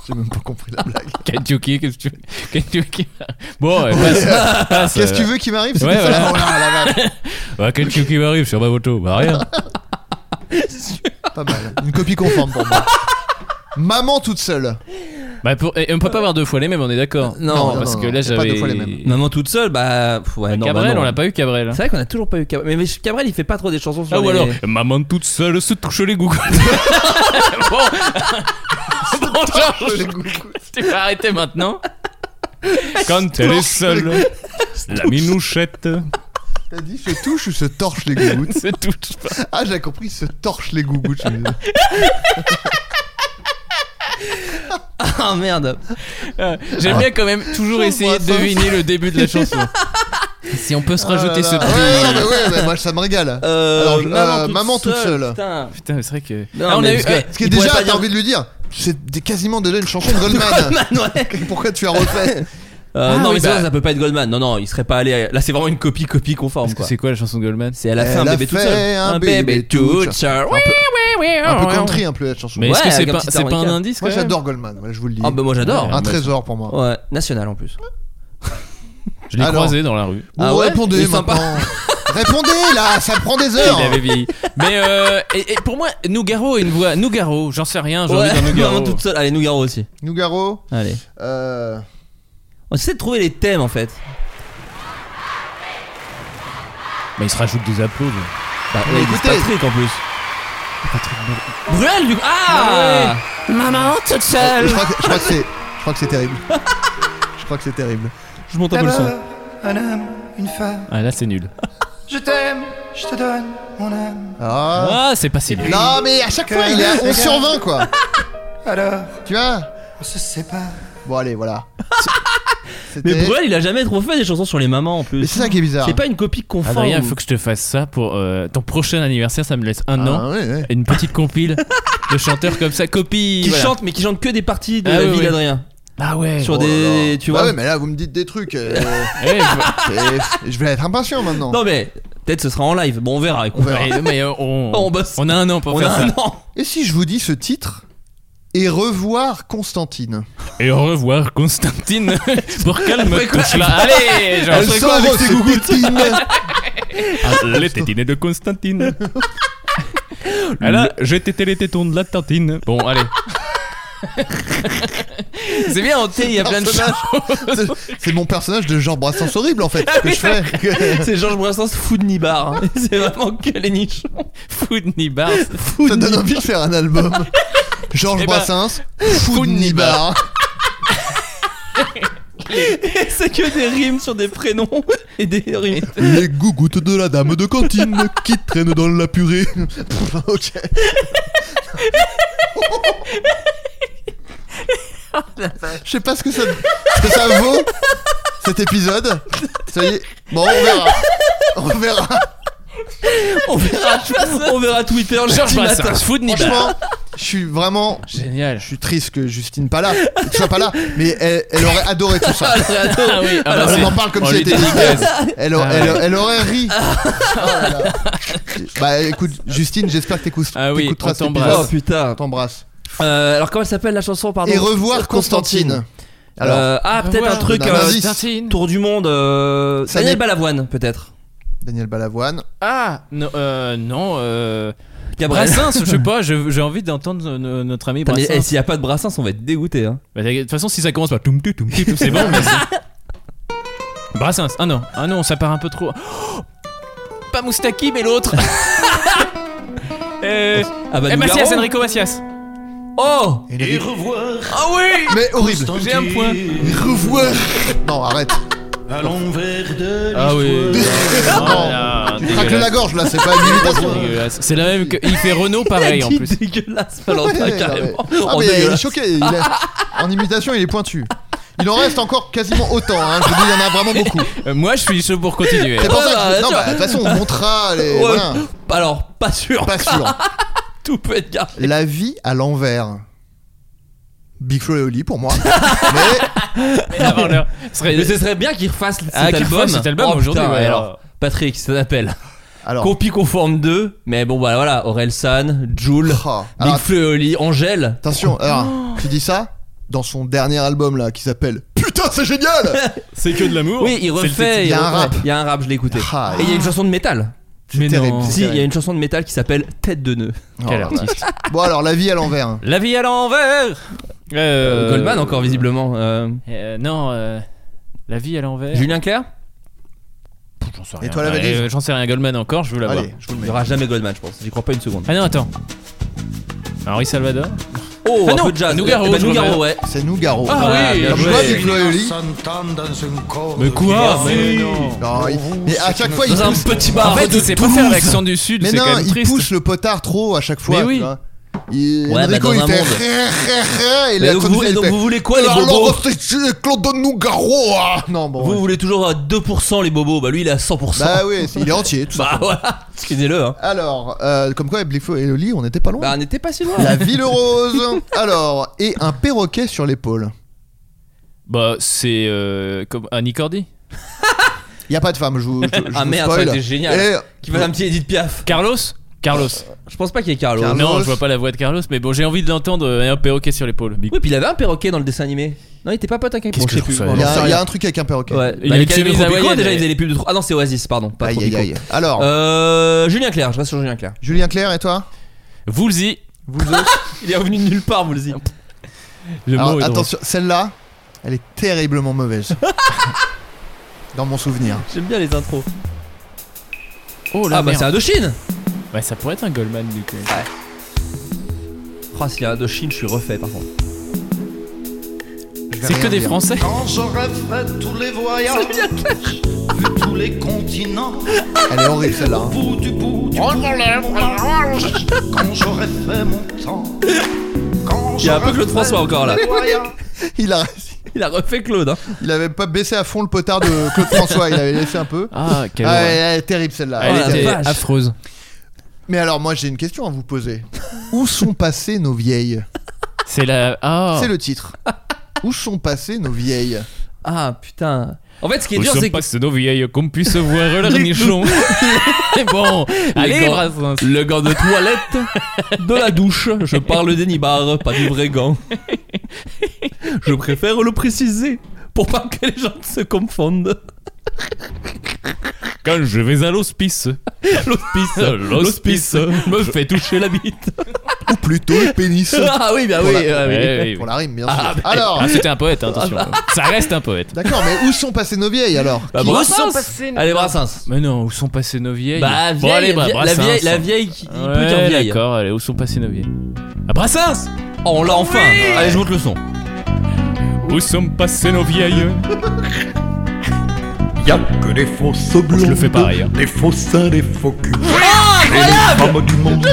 [SPEAKER 2] J'ai même pas compris la blague.
[SPEAKER 8] Kentucky, qu'est-ce que tu Kentucky. Bon, ouais,
[SPEAKER 2] Ouais.
[SPEAKER 8] passe, passe,
[SPEAKER 2] Qu'est-ce
[SPEAKER 8] euh.
[SPEAKER 2] que tu veux qu'il m'arrive C'est
[SPEAKER 8] Ouais,
[SPEAKER 2] tout ça,
[SPEAKER 8] voilà.
[SPEAKER 2] la branleur à la vanne.
[SPEAKER 8] Bah, Kentucky m'arrive sur ma moto. Bah, rien.
[SPEAKER 2] Pas mal. Une copie conforme pour moi. Maman toute seule.
[SPEAKER 8] Bah, pour... et on peut pas avoir deux fois les mêmes, on est d'accord.
[SPEAKER 6] Non,
[SPEAKER 2] non,
[SPEAKER 8] parce
[SPEAKER 2] non,
[SPEAKER 8] que
[SPEAKER 2] non,
[SPEAKER 8] là,
[SPEAKER 2] y a pas
[SPEAKER 8] j'avais.
[SPEAKER 2] deux fois les mêmes.
[SPEAKER 6] Maman toute seule, bah. pff, Ouais, non, bah
[SPEAKER 8] Cabrel,
[SPEAKER 6] non.
[SPEAKER 8] on l'a pas eu Cabrel. hein.
[SPEAKER 6] C'est vrai qu'on a toujours pas eu Cabrel. Mais, mais Cabrel, il fait pas trop des chansons sur
[SPEAKER 8] Ah, ou
[SPEAKER 6] les-
[SPEAKER 8] alors, maman toute seule se touche les gougouttes. bon, bon Georges, tu vas arrêter maintenant. Quand elle est seule, la minouchette
[SPEAKER 2] T'as dit se touche ou se torche les gougouttes
[SPEAKER 8] se touche pas.
[SPEAKER 2] Ah, j'ai compris, se torche les gougouttes. je me disais.
[SPEAKER 6] Ah merde.
[SPEAKER 8] Euh, J'aime
[SPEAKER 6] Ah.
[SPEAKER 8] bien quand même toujours
[SPEAKER 6] J'en
[SPEAKER 8] essayer
[SPEAKER 6] vois
[SPEAKER 8] de
[SPEAKER 6] pas.
[SPEAKER 8] deviner le début de la chanson. si on peut se rajouter
[SPEAKER 2] Ah
[SPEAKER 8] ce
[SPEAKER 2] là là.
[SPEAKER 8] petit-
[SPEAKER 2] Ouais, non, mais ouais, bah, moi ça me régale.
[SPEAKER 6] Euh,
[SPEAKER 2] Alors,
[SPEAKER 6] maman,
[SPEAKER 2] euh,
[SPEAKER 6] toute
[SPEAKER 2] maman toute
[SPEAKER 6] seule,
[SPEAKER 2] seule.
[SPEAKER 6] Putain.
[SPEAKER 8] Putain, mais c'est vrai que.
[SPEAKER 6] Non,
[SPEAKER 8] Ah, on
[SPEAKER 6] mais
[SPEAKER 8] a eu.
[SPEAKER 6] parce que-
[SPEAKER 8] ouais.
[SPEAKER 2] Parce que
[SPEAKER 6] Il pourrait
[SPEAKER 2] déjà,
[SPEAKER 6] pas
[SPEAKER 2] t'as
[SPEAKER 6] dire-
[SPEAKER 2] envie de lui dire, c'est d- quasiment déjà une chanson de Goldman.
[SPEAKER 6] Goldman, ouais.
[SPEAKER 2] Pourquoi tu as refait
[SPEAKER 8] Ah
[SPEAKER 6] Euh, non,
[SPEAKER 8] oui,
[SPEAKER 6] mais c'est
[SPEAKER 8] bah-
[SPEAKER 6] vrai, ça peut pas être Goldman. Non, non, il serait pas allé. à- Là, c'est vraiment une copie, copie conforme,
[SPEAKER 8] Parce que
[SPEAKER 6] quoi.
[SPEAKER 8] C'est quoi la chanson de Goldman
[SPEAKER 6] C'est à la
[SPEAKER 2] Elle
[SPEAKER 6] fin, un
[SPEAKER 2] a
[SPEAKER 6] bébé tout
[SPEAKER 2] fait
[SPEAKER 6] seul.
[SPEAKER 2] un bébé toute
[SPEAKER 6] seul. Oui, oui, oui.
[SPEAKER 2] Un peu country, un peu la chanson.
[SPEAKER 8] Mais est-ce
[SPEAKER 6] Ah,
[SPEAKER 8] que
[SPEAKER 6] Ouais,
[SPEAKER 8] c'est
[SPEAKER 6] avec un
[SPEAKER 8] pas,
[SPEAKER 6] petit
[SPEAKER 8] c'est pas un
[SPEAKER 6] harmonica.
[SPEAKER 8] indice quand
[SPEAKER 2] Moi
[SPEAKER 8] même
[SPEAKER 2] j'adore Goldman, voilà, je vous le dis.
[SPEAKER 6] Ah, bah, moi, j'adore.
[SPEAKER 2] Un
[SPEAKER 8] bah,
[SPEAKER 2] trésor pour moi.
[SPEAKER 6] Ouais, national en plus.
[SPEAKER 8] Je l'ai
[SPEAKER 2] Alors.
[SPEAKER 8] croisé dans la rue.
[SPEAKER 2] Bon,
[SPEAKER 6] Ah ouais Il
[SPEAKER 2] répondez
[SPEAKER 6] est sympa.
[SPEAKER 2] maintenant. répondez là, ça prend des
[SPEAKER 8] Il
[SPEAKER 6] Hein.
[SPEAKER 2] heures.
[SPEAKER 8] avait vieilli. Mais euh, et, et pour moi, Nougaro a une voix. Nougaro, j'en sais
[SPEAKER 6] Ah,
[SPEAKER 8] rien, j'ai envie d'un Nougaro.
[SPEAKER 6] maman toute seule. Allez, Nougaro aussi.
[SPEAKER 2] Nougaro,
[SPEAKER 6] Allez.
[SPEAKER 2] euh,
[SPEAKER 6] On essaie de trouver les thèmes en fait.
[SPEAKER 8] Mais il se rajoute des applaudissements.
[SPEAKER 6] Bah,
[SPEAKER 2] Mais
[SPEAKER 6] ouais, il dit
[SPEAKER 2] écoutez.
[SPEAKER 6] Patrick en plus. Bruel du coup. Ah Maman toute
[SPEAKER 2] je
[SPEAKER 6] seule
[SPEAKER 2] crois que, je crois que c'est, je crois que c'est terrible. Je crois que c'est terrible.
[SPEAKER 6] Je monte un peu le son.
[SPEAKER 7] un homme, une femme.
[SPEAKER 8] Ah là, c'est nul.
[SPEAKER 7] Je t'aime, je te donne mon âme.
[SPEAKER 2] Ah.
[SPEAKER 8] Ah, c'est pas si nul.
[SPEAKER 2] Non mais à chaque fois il est à 11 sur 20 quoi.
[SPEAKER 7] Alors,
[SPEAKER 2] Tu vois
[SPEAKER 7] on se sépare.
[SPEAKER 2] Bon allez voilà. C'était-
[SPEAKER 6] Mais Bruel, il a jamais trop fait des chansons sur les mamans en
[SPEAKER 2] Mais
[SPEAKER 6] plus.
[SPEAKER 2] c'est ça qui est bizarre.
[SPEAKER 6] C'est pas une copie conforme.
[SPEAKER 8] Adrien, il faut que je te fasse ça pour euh, ton prochain anniversaire. Ça me laisse un an.
[SPEAKER 2] Ah, ouais, ouais.
[SPEAKER 8] Une petite compile de chanteurs comme ça, copie.
[SPEAKER 6] Qui
[SPEAKER 8] voilà.
[SPEAKER 6] chante, mais qui chante que des parties de
[SPEAKER 8] Ah
[SPEAKER 6] la
[SPEAKER 8] oui,
[SPEAKER 6] vie
[SPEAKER 8] oui.
[SPEAKER 6] d'Adrien.
[SPEAKER 8] Ah ouais.
[SPEAKER 6] Sur
[SPEAKER 2] Oh là
[SPEAKER 6] des.
[SPEAKER 2] là.
[SPEAKER 6] Tu
[SPEAKER 2] Bah
[SPEAKER 6] vois
[SPEAKER 2] ouais, mais là vous me dites des trucs. euh,
[SPEAKER 8] Eh, bah,
[SPEAKER 2] et- et je vais être impatient maintenant.
[SPEAKER 6] Non mais peut-être ce sera en live. Bon on verra. écoute.
[SPEAKER 2] On verra.
[SPEAKER 8] eh, mais euh, on,
[SPEAKER 6] On bosse.
[SPEAKER 8] on a un an pour
[SPEAKER 6] Oh, bah, On a
[SPEAKER 8] faire
[SPEAKER 6] un
[SPEAKER 8] ça.
[SPEAKER 6] an.
[SPEAKER 2] Et si je vous dis ce titre et revoir Constantine
[SPEAKER 8] Et au revoir, Constantine. pour qu'elle me touche là. Allez,
[SPEAKER 6] Ah,
[SPEAKER 2] Elle
[SPEAKER 8] Georges.
[SPEAKER 2] sort avec ses gougouttines
[SPEAKER 8] Les tétines de Constantine. Ah là, j'ai tété les tétons de la tantine. Bon, allez. C'est bien, on il y a plein de
[SPEAKER 2] Personnage. C'est- C'est mon personnage de Jean Brassens horrible en fait que je fais.
[SPEAKER 6] C'est Georges Brassens food nibar. C'est vraiment que les niches.
[SPEAKER 8] Food ni bars.
[SPEAKER 2] Ça donne envie de faire un album. Georges
[SPEAKER 8] Eh ben,
[SPEAKER 2] Brassens, Food Nibar.
[SPEAKER 6] C'est que des rimes sur des prénoms et des rimes.
[SPEAKER 2] Les gougouttes de la dame de cantine qui traîne dans la purée. Pff, ok. Je sais pas ce que ça, ce que ça vaut cet épisode. Ça y est. Bon, on verra. On verra.
[SPEAKER 6] On verra, on verra Twitter
[SPEAKER 8] Georges
[SPEAKER 6] lundi matin.
[SPEAKER 8] Brassens, food ni bars.
[SPEAKER 2] Franchement, je suis vraiment.
[SPEAKER 8] Génial.
[SPEAKER 2] Je suis triste que Justine pas là, que tu sois pas là, mais elle, elle aurait adoré tout ça.
[SPEAKER 8] Ah oui, ah bah,
[SPEAKER 2] on
[SPEAKER 8] c'est-
[SPEAKER 2] en parle comme
[SPEAKER 8] on
[SPEAKER 2] si elle
[SPEAKER 8] lui
[SPEAKER 2] était
[SPEAKER 8] dédicace.
[SPEAKER 2] Elle,
[SPEAKER 8] Ah
[SPEAKER 2] elle- elle aurait ri. Oh là là. Bah écoute, Justine, j'espère que t'écoutes-
[SPEAKER 8] Ah oui,
[SPEAKER 2] t'écouteras
[SPEAKER 8] on
[SPEAKER 2] cet épisode.
[SPEAKER 8] t'embrasse.
[SPEAKER 6] Oh putain.
[SPEAKER 2] On t'embrasse.
[SPEAKER 6] Euh, alors comment elle s'appelle la chanson pardon
[SPEAKER 2] Et revoir Constantine. Alors,
[SPEAKER 6] Euh, ah peut-être un
[SPEAKER 8] Revoir
[SPEAKER 6] truc.
[SPEAKER 2] Constantine.
[SPEAKER 6] euh,
[SPEAKER 2] Vas-y.
[SPEAKER 8] Constantine.
[SPEAKER 6] tour du monde. Euh,
[SPEAKER 2] Ça
[SPEAKER 6] Daniel
[SPEAKER 2] n'est-
[SPEAKER 6] Balavoine peut-être.
[SPEAKER 2] Daniel Balavoine.
[SPEAKER 8] Ah, non, euh, non, euh,
[SPEAKER 6] Gabriel.
[SPEAKER 8] Brassens, je sais pas, je- j'ai envie d'entendre euh, no- notre ami
[SPEAKER 6] Putain, mais, eh,
[SPEAKER 8] Brassens.
[SPEAKER 6] S'il y a pas de Brassens on va être dégoûté. Hein.
[SPEAKER 8] Bah, De toute façon, si ça commence par toum toum toum toum, c'est bon, mais c'est- Brassens, ah non, ah non, ça part un peu trop. Oh pas Moustaki, mais l'autre. euh,
[SPEAKER 6] Ah bah
[SPEAKER 8] eh,
[SPEAKER 6] Nougaro.
[SPEAKER 8] Macias, Enrico Macias.
[SPEAKER 6] Oh
[SPEAKER 7] Et revoir
[SPEAKER 8] Ah oui
[SPEAKER 2] Mais horrible.
[SPEAKER 7] Constantine
[SPEAKER 8] J'ai un point.
[SPEAKER 2] Revoir. Non, arrête.
[SPEAKER 7] à l'envers de
[SPEAKER 8] Ah oui.
[SPEAKER 2] Non. Tu craques la gorge là, c'est pas une imitation.
[SPEAKER 8] Ah Dégueulasse. C'est la même que. Il fait Renault pareil en
[SPEAKER 6] Dit
[SPEAKER 8] plus.
[SPEAKER 6] Dégueulasse
[SPEAKER 2] Ouais,
[SPEAKER 6] Valentin
[SPEAKER 2] ouais,
[SPEAKER 6] carrément.
[SPEAKER 2] ouais. Ah,
[SPEAKER 6] Oh,
[SPEAKER 2] mais il est
[SPEAKER 6] dégueulasse.
[SPEAKER 2] choqué. il est- En imitation, il est pointu. Il en reste encore quasiment autant. Hein. Je vous dis, il y en a vraiment beaucoup.
[SPEAKER 8] Euh, moi je suis chaud pour continuer.
[SPEAKER 2] C'est pour
[SPEAKER 6] Ouais,
[SPEAKER 2] ça que
[SPEAKER 6] bah,
[SPEAKER 2] non,
[SPEAKER 6] tu
[SPEAKER 2] bah,
[SPEAKER 6] vois.
[SPEAKER 2] de toute façon, on montera les.
[SPEAKER 6] Ouais.
[SPEAKER 2] voilà.
[SPEAKER 6] Alors pas sûr.
[SPEAKER 2] Pas sûr.
[SPEAKER 6] Tout peut être gardé.
[SPEAKER 2] La vie à l'envers. Big Flo et Oli pour moi. Mais
[SPEAKER 8] Avant l'heure. Ce serait-
[SPEAKER 6] Mais ce serait bien qu'il refasse cet
[SPEAKER 8] Ah, qu'il
[SPEAKER 6] album.
[SPEAKER 8] refasse cet album
[SPEAKER 6] Oh, putain,
[SPEAKER 8] aujourd'hui, ouais.
[SPEAKER 6] Alors Patrick ça s'appelle.
[SPEAKER 2] alors.
[SPEAKER 6] Copie conforme 2, mais bon bah voilà, Orelsan, Joule,
[SPEAKER 2] Oh,
[SPEAKER 6] Big
[SPEAKER 2] alors,
[SPEAKER 6] Flo et Oli, Angèle.
[SPEAKER 2] attention, alors, tu dis ça, dans son dernier album là qui s'appelle Putain, c'est génial
[SPEAKER 8] C'est que de l'amour.
[SPEAKER 6] Oui,
[SPEAKER 2] C'est
[SPEAKER 6] il
[SPEAKER 2] le titre.
[SPEAKER 6] refait.
[SPEAKER 2] Il y a un
[SPEAKER 6] refait.
[SPEAKER 2] rap.
[SPEAKER 6] Il y a un rap, je l'ai écouté.
[SPEAKER 2] Ah,
[SPEAKER 6] Et il y a une chanson de métal.
[SPEAKER 2] Mais terrible, non. c'est
[SPEAKER 6] Si, il y a
[SPEAKER 2] terrible.
[SPEAKER 6] une chanson de métal qui s'appelle Tête de nœud. Quel
[SPEAKER 2] Oh,
[SPEAKER 6] artiste.
[SPEAKER 2] Bon alors la vie à l'envers.
[SPEAKER 6] Ah
[SPEAKER 2] hein.
[SPEAKER 8] La vie à l'envers Euh,
[SPEAKER 6] Goldman encore visiblement. Euh,
[SPEAKER 8] euh, Non, euh, la vie à l'envers.
[SPEAKER 6] Julien Clerc
[SPEAKER 8] Pff, J'en sais rien.
[SPEAKER 2] Et toi, la
[SPEAKER 8] Ouais,
[SPEAKER 2] valise
[SPEAKER 8] euh, J'en sais rien. Goldman encore,
[SPEAKER 6] bah.
[SPEAKER 8] je veux la voir.
[SPEAKER 2] Allez, je vous le
[SPEAKER 6] Il
[SPEAKER 2] mets.
[SPEAKER 6] n'y aura jamais Goldman, je pense. J'y crois pas une seconde.
[SPEAKER 8] Ah non, attends. Henri Salvador
[SPEAKER 6] Oh,
[SPEAKER 8] Ah
[SPEAKER 6] un
[SPEAKER 8] non,
[SPEAKER 6] peu de jazz.
[SPEAKER 8] Nougaro,
[SPEAKER 6] Eh ben,
[SPEAKER 8] je
[SPEAKER 6] Nougaro,
[SPEAKER 8] reviens.
[SPEAKER 6] ouais.
[SPEAKER 2] C'est Nougaro.
[SPEAKER 8] Ah oui,
[SPEAKER 2] Comme
[SPEAKER 8] bien
[SPEAKER 2] quoi,
[SPEAKER 8] joué.
[SPEAKER 2] du Cloyoli.
[SPEAKER 8] Mais quoi Oh, Mais
[SPEAKER 2] Non, il- Mais à chaque fois, Ah, il
[SPEAKER 8] Dans un
[SPEAKER 2] pousse-
[SPEAKER 8] petit bar
[SPEAKER 2] En fait,
[SPEAKER 8] de
[SPEAKER 2] il
[SPEAKER 8] c'est pas
[SPEAKER 2] pousse.
[SPEAKER 8] faire l'accent du sud,
[SPEAKER 2] Mais
[SPEAKER 8] c'est
[SPEAKER 2] non,
[SPEAKER 8] quand même
[SPEAKER 2] il
[SPEAKER 8] triste.
[SPEAKER 2] pousse le potard trop à chaque fois.
[SPEAKER 8] Mais
[SPEAKER 2] tu
[SPEAKER 8] oui.
[SPEAKER 2] vois. Il...
[SPEAKER 6] Ouais, bah,
[SPEAKER 2] Enrico,
[SPEAKER 6] dans
[SPEAKER 2] il
[SPEAKER 6] un
[SPEAKER 2] fait
[SPEAKER 6] monde.
[SPEAKER 2] rrrr, et
[SPEAKER 6] Mais
[SPEAKER 2] la
[SPEAKER 6] donc,
[SPEAKER 2] traduction,
[SPEAKER 6] vous, et
[SPEAKER 2] il
[SPEAKER 6] donc
[SPEAKER 2] fait-
[SPEAKER 6] vous voulez quoi les
[SPEAKER 2] Alors,
[SPEAKER 6] bobos
[SPEAKER 2] c'est- c'est Claude Nougaro ah Non, bon.
[SPEAKER 6] Vous
[SPEAKER 2] ouais.
[SPEAKER 6] voulez toujours à 2% les bobos, bah lui il est à 100%.
[SPEAKER 2] Bah oui, c'est- il est entier. Tout
[SPEAKER 6] Bah
[SPEAKER 2] simplement.
[SPEAKER 6] voilà, excusez-le. Hein.
[SPEAKER 2] Alors, euh, comme quoi, Blifo et Loli, on n'était pas loin.
[SPEAKER 6] Bah on n'était pas si loin.
[SPEAKER 2] La ville rose. Alors, et un perroquet sur l'épaule.
[SPEAKER 8] Bah, c'est euh, comme Annie Cordy.
[SPEAKER 2] Il y a pas de femme, je vous je- je vous
[SPEAKER 6] Ah merde, ça aurait
[SPEAKER 2] spoil.
[SPEAKER 6] été génial.
[SPEAKER 2] Et-
[SPEAKER 6] Qui fasse un petit Edith Piaf.
[SPEAKER 8] Carlos Carlos.
[SPEAKER 6] Je pense pas qu'il y ait Carlo.
[SPEAKER 2] Carlos.
[SPEAKER 8] Non, je vois pas la voix de Carlos, mais bon, j'ai envie de l'entendre euh, un perroquet sur l'épaule. Big-
[SPEAKER 6] Oui, puis il avait un perroquet dans le dessin animé. Non, il était pas pote avec un
[SPEAKER 8] Qu'est-ce
[SPEAKER 6] bon, je
[SPEAKER 8] que
[SPEAKER 6] sais plus.
[SPEAKER 8] j'en sais
[SPEAKER 6] On
[SPEAKER 2] Il y,
[SPEAKER 6] en sait
[SPEAKER 2] a, il y a
[SPEAKER 6] rien.
[SPEAKER 2] un truc avec un perroquet.
[SPEAKER 6] Ouais,
[SPEAKER 8] Il
[SPEAKER 6] bah,
[SPEAKER 8] a
[SPEAKER 6] les
[SPEAKER 8] une
[SPEAKER 6] Calibre
[SPEAKER 8] chemise
[SPEAKER 6] Tropico,
[SPEAKER 8] hawaïenne,
[SPEAKER 6] déjà
[SPEAKER 8] mais-
[SPEAKER 6] ils faisaient les pubs de Tro- Ah non, c'est Oasis, pardon. Pas
[SPEAKER 2] Aïe, aïe,
[SPEAKER 6] Tropico.
[SPEAKER 2] aïe. Alors,
[SPEAKER 6] Euh, Julien Clerc, je reste sur Julien Clerc.
[SPEAKER 2] Julien Clerc et toi
[SPEAKER 8] Woolsey.
[SPEAKER 6] il est revenu de nulle part, vous le dites.
[SPEAKER 8] Le
[SPEAKER 2] Alors,
[SPEAKER 8] mot est drôle.
[SPEAKER 2] attention, celle-là, elle est terriblement mauvaise. Dans mon souvenir.
[SPEAKER 6] J'aime bien les intros.
[SPEAKER 8] Oh là
[SPEAKER 6] Ah bah c'est
[SPEAKER 8] ça...
[SPEAKER 6] Indochine
[SPEAKER 8] bah ça pourrait être un Goldman du coup.
[SPEAKER 6] Oh, s'il y a Indochine, je suis refait par contre.
[SPEAKER 2] Je vais
[SPEAKER 8] C'est
[SPEAKER 2] rien
[SPEAKER 8] que des
[SPEAKER 2] dire.
[SPEAKER 8] Français.
[SPEAKER 7] Quand j'aurai fait tous les voyages, vu tous les continents,
[SPEAKER 2] Elle est horrible celle-là. hein.
[SPEAKER 7] au bout du bout du bout de mon arrange, quand j'aurai fait mon temps, quand
[SPEAKER 6] Il y a un
[SPEAKER 7] j'aurai
[SPEAKER 6] peu Claude
[SPEAKER 7] fait
[SPEAKER 6] François encore, là.
[SPEAKER 7] tous les voyages,
[SPEAKER 2] Il, a,
[SPEAKER 6] Il a refait Claude. Hein.
[SPEAKER 2] il avait pas baissé à fond le potard de Claude François, il avait laissé un peu.
[SPEAKER 8] Ah, quelle
[SPEAKER 2] Ah,
[SPEAKER 8] horreur.
[SPEAKER 2] elle est terrible celle-là.
[SPEAKER 6] Oh la
[SPEAKER 8] Elle était
[SPEAKER 6] vache.
[SPEAKER 8] affreuse.
[SPEAKER 2] Mais alors, moi j'ai une question à vous poser. Où sont passées nos vieilles
[SPEAKER 8] C'est la. Ah
[SPEAKER 2] C'est le titre. Où sont passées nos vieilles
[SPEAKER 6] Ah putain. En fait, ce qui est
[SPEAKER 8] Nous
[SPEAKER 6] dur,
[SPEAKER 8] sommes
[SPEAKER 6] c'est que.
[SPEAKER 8] passés nos vieilles qu'on puisse voir leur nichon. Et bon, allez,
[SPEAKER 6] gants.
[SPEAKER 8] Brassens.
[SPEAKER 6] Le gant de toilette, de la douche, je parle des nibards, pas du vrai gant. Je préfère le préciser pour pas que les gens se confondent.
[SPEAKER 8] Quand je vais à l'hospice,
[SPEAKER 6] L'hospice,
[SPEAKER 8] l'hospice
[SPEAKER 6] me fait toucher la bite.
[SPEAKER 2] Ou plutôt le pénis
[SPEAKER 6] Ah oui, bah oui,
[SPEAKER 2] Voilà.
[SPEAKER 6] ah oui.
[SPEAKER 8] Ouais, oui,
[SPEAKER 2] Pour
[SPEAKER 8] oui.
[SPEAKER 2] la rime, bien sûr.
[SPEAKER 8] Ah, mais-
[SPEAKER 2] alors,
[SPEAKER 8] ah, c'était un poète, hein, attention. Ça reste un poète.
[SPEAKER 2] d'accord, mais où sont passées nos vieilles alors
[SPEAKER 6] Bah,
[SPEAKER 2] Qui-
[SPEAKER 6] Brassens.
[SPEAKER 8] sont passées nos-
[SPEAKER 6] Allez, Brassens.
[SPEAKER 8] Mais non, où sont passées nos vieilles
[SPEAKER 6] Bah,
[SPEAKER 8] Bon,
[SPEAKER 6] vieille,
[SPEAKER 8] allez,
[SPEAKER 6] la,
[SPEAKER 8] Bra-
[SPEAKER 6] vieille- la
[SPEAKER 8] Brassens.
[SPEAKER 6] vieille, la vieille qui il peut dire
[SPEAKER 8] Ouais,
[SPEAKER 6] vieille. Oh,
[SPEAKER 8] D'accord, allez, où sont passées nos vieilles À Brassens
[SPEAKER 6] on l'a enfin. Allez, je monte le son.
[SPEAKER 8] Où sont passées nos vieilles
[SPEAKER 7] Y'a que des faux blondes,
[SPEAKER 8] Je le fais pareil, hein.
[SPEAKER 7] des faux seins, des faux culs.
[SPEAKER 6] Ah,
[SPEAKER 7] Chez les femmes du monde,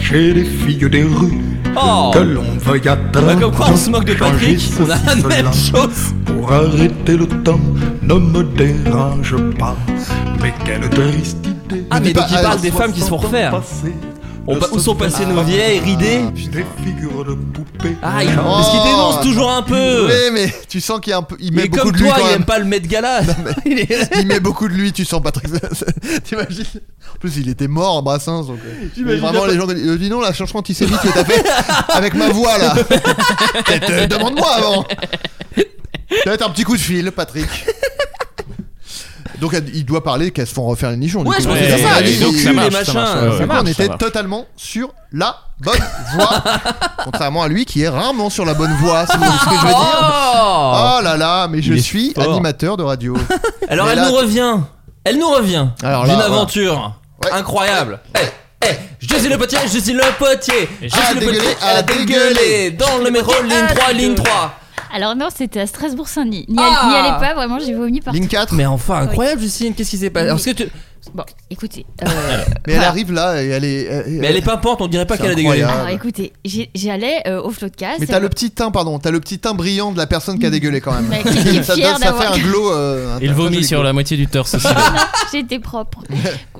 [SPEAKER 7] chez les filles des rues,
[SPEAKER 6] Oh.
[SPEAKER 7] que l'on veuille atteindre.
[SPEAKER 6] Bah, comme quoi on se moque de
[SPEAKER 7] changer
[SPEAKER 6] Patrick, on a la
[SPEAKER 7] ceci,
[SPEAKER 6] même
[SPEAKER 7] cela.
[SPEAKER 6] chose.
[SPEAKER 7] Pour arrêter le temps, ne me dérange pas. Mais quelle triste idée.
[SPEAKER 6] Ah, mais
[SPEAKER 2] Bah,
[SPEAKER 6] donc il
[SPEAKER 2] euh,
[SPEAKER 6] parle des femmes qui se font refaire. On pa- où sont passées nos vieilles ridées
[SPEAKER 7] Des figures de poupées.
[SPEAKER 6] Ah, il, parce qu'il dénonce toujours un peu.
[SPEAKER 2] Oui, mais tu sens qu'il y a un peu. Il met
[SPEAKER 6] mais
[SPEAKER 2] beaucoup
[SPEAKER 6] comme
[SPEAKER 2] de lui
[SPEAKER 6] toi,
[SPEAKER 2] quand
[SPEAKER 6] il
[SPEAKER 2] même.
[SPEAKER 6] aime pas le Met Gala. Il est-
[SPEAKER 2] Il met beaucoup de lui, tu sens Patrick. T'imagines En plus, il était mort en Brassens. Donc, euh, vraiment, les gens qui disent euh, dis non, la chanson antisémite que t'as fait avec ma voix là. Peut-être, euh, Demande-moi avant. Peut-être un petit coup de fil, Patrick. Donc, elle- il doit parler qu'elles se font refaire les nichons. du
[SPEAKER 6] Ouais,
[SPEAKER 2] coup.
[SPEAKER 6] je pense
[SPEAKER 8] Ouais,
[SPEAKER 6] que c'est ça.
[SPEAKER 8] ouais,
[SPEAKER 6] Les
[SPEAKER 8] ouais, donc
[SPEAKER 6] culs,
[SPEAKER 8] ça
[SPEAKER 6] les
[SPEAKER 8] marche, ça
[SPEAKER 6] machins.
[SPEAKER 8] marche, ouais, ouais.
[SPEAKER 2] Du coup, on
[SPEAKER 8] marche,
[SPEAKER 2] était
[SPEAKER 8] ça marche.
[SPEAKER 2] totalement sur la bonne voie. Contrairement à lui qui est rarement sur la bonne voie, si vous voyez ce que je veux dire.
[SPEAKER 6] Oh
[SPEAKER 2] Oh là là, mais je
[SPEAKER 6] Il est
[SPEAKER 2] suis
[SPEAKER 6] fort.
[SPEAKER 2] animateur de radio.
[SPEAKER 6] Alors
[SPEAKER 2] Mais
[SPEAKER 6] elle
[SPEAKER 2] là-
[SPEAKER 6] nous revient. Elle nous revient.
[SPEAKER 2] Alors là,
[SPEAKER 6] D'une
[SPEAKER 2] voilà.
[SPEAKER 6] aventure
[SPEAKER 2] Ouais.
[SPEAKER 6] incroyable. Eh, eh, Je suis le potier, je suis le potier. Je
[SPEAKER 2] à
[SPEAKER 6] suis le
[SPEAKER 2] dégueuler,
[SPEAKER 6] potier.
[SPEAKER 2] à
[SPEAKER 6] Elle a
[SPEAKER 2] dégueuler.
[SPEAKER 6] dégueulé dans le métro, ligne 3, ligne 3.
[SPEAKER 11] Alors non, c'était à Strasbourg-Saint-Denis. Ah. N'y,
[SPEAKER 6] Ah
[SPEAKER 11] allez- n'y allez pas, vraiment, j'ai vomi partout.
[SPEAKER 2] Ligne 4.
[SPEAKER 6] Mais enfin, incroyable, Justine. Qu'est-ce qui s'est passé Alors, est-ce que tu-
[SPEAKER 11] Bon, écoutez. euh,
[SPEAKER 2] Mais elle arrive là et elle est.
[SPEAKER 6] Mais elle est pimpante, on dirait pas
[SPEAKER 2] C'est
[SPEAKER 6] qu'elle a dégueulé.
[SPEAKER 2] incroyable.
[SPEAKER 11] alors écoutez, j'ai- j'allais euh, au Floodcast.
[SPEAKER 2] Mais
[SPEAKER 11] et
[SPEAKER 2] t'as
[SPEAKER 11] bon-
[SPEAKER 2] le petit teint, pardon, t'as le petit teint brillant de la personne qui a dégueulé quand même.
[SPEAKER 11] Mais qui est
[SPEAKER 2] ça,
[SPEAKER 11] fier
[SPEAKER 2] donne- ça fait
[SPEAKER 11] d'avoir-
[SPEAKER 2] un glow. euh, un-
[SPEAKER 8] Il
[SPEAKER 2] un-
[SPEAKER 8] vomit sur la moitié du torse aussi.
[SPEAKER 11] J'étais propre.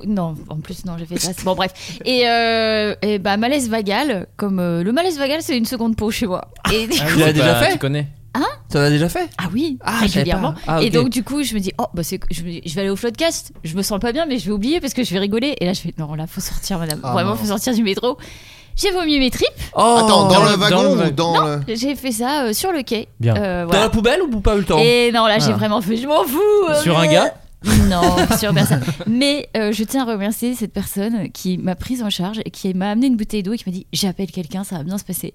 [SPEAKER 11] non, en plus, non, j'ai fait ça. Bon, bref. Et, euh, et bah, malaise vagal, comme euh, le malaise vagal, c'est une seconde peau chez moi. Et,
[SPEAKER 6] Tu l'as déjà
[SPEAKER 8] Bah,
[SPEAKER 6] fait
[SPEAKER 8] Tu connais
[SPEAKER 6] Tu en as déjà fait
[SPEAKER 11] ah oui,
[SPEAKER 6] Ah, je savais
[SPEAKER 11] régulièrement.
[SPEAKER 6] pas. Ah, ok.
[SPEAKER 11] Et donc, du coup, je me dis, oh, bah, c'est, je, me dis, je vais aller au Floodcast. Je me sens pas bien, mais je vais oublier parce que je vais rigoler. Et là, je fais, non, là, faut sortir, madame.
[SPEAKER 2] Ah,
[SPEAKER 11] Vraiment,
[SPEAKER 2] non.
[SPEAKER 11] faut sortir du métro. J'ai vomi mes tripes.
[SPEAKER 6] Oh.
[SPEAKER 8] Oh,
[SPEAKER 2] Attends, dans, le wagon ou dans
[SPEAKER 11] Non,
[SPEAKER 2] le.
[SPEAKER 11] j'ai fait ça euh, sur le quai.
[SPEAKER 6] Bien.
[SPEAKER 11] Euh,
[SPEAKER 6] Dans
[SPEAKER 11] voilà.
[SPEAKER 6] la poubelle ou pas eu le temps
[SPEAKER 11] Et non, là, j'ai
[SPEAKER 6] Ah.
[SPEAKER 11] vraiment fait, je m'en fous. euh,
[SPEAKER 6] Sur un
[SPEAKER 11] euh,
[SPEAKER 6] gars
[SPEAKER 11] Non, sur personne. Mais euh, je tiens à remercier cette personne qui m'a prise en charge et qui m'a amené une bouteille d'eau et qui m'a dit j'appelle quelqu'un, ça va bien se passer.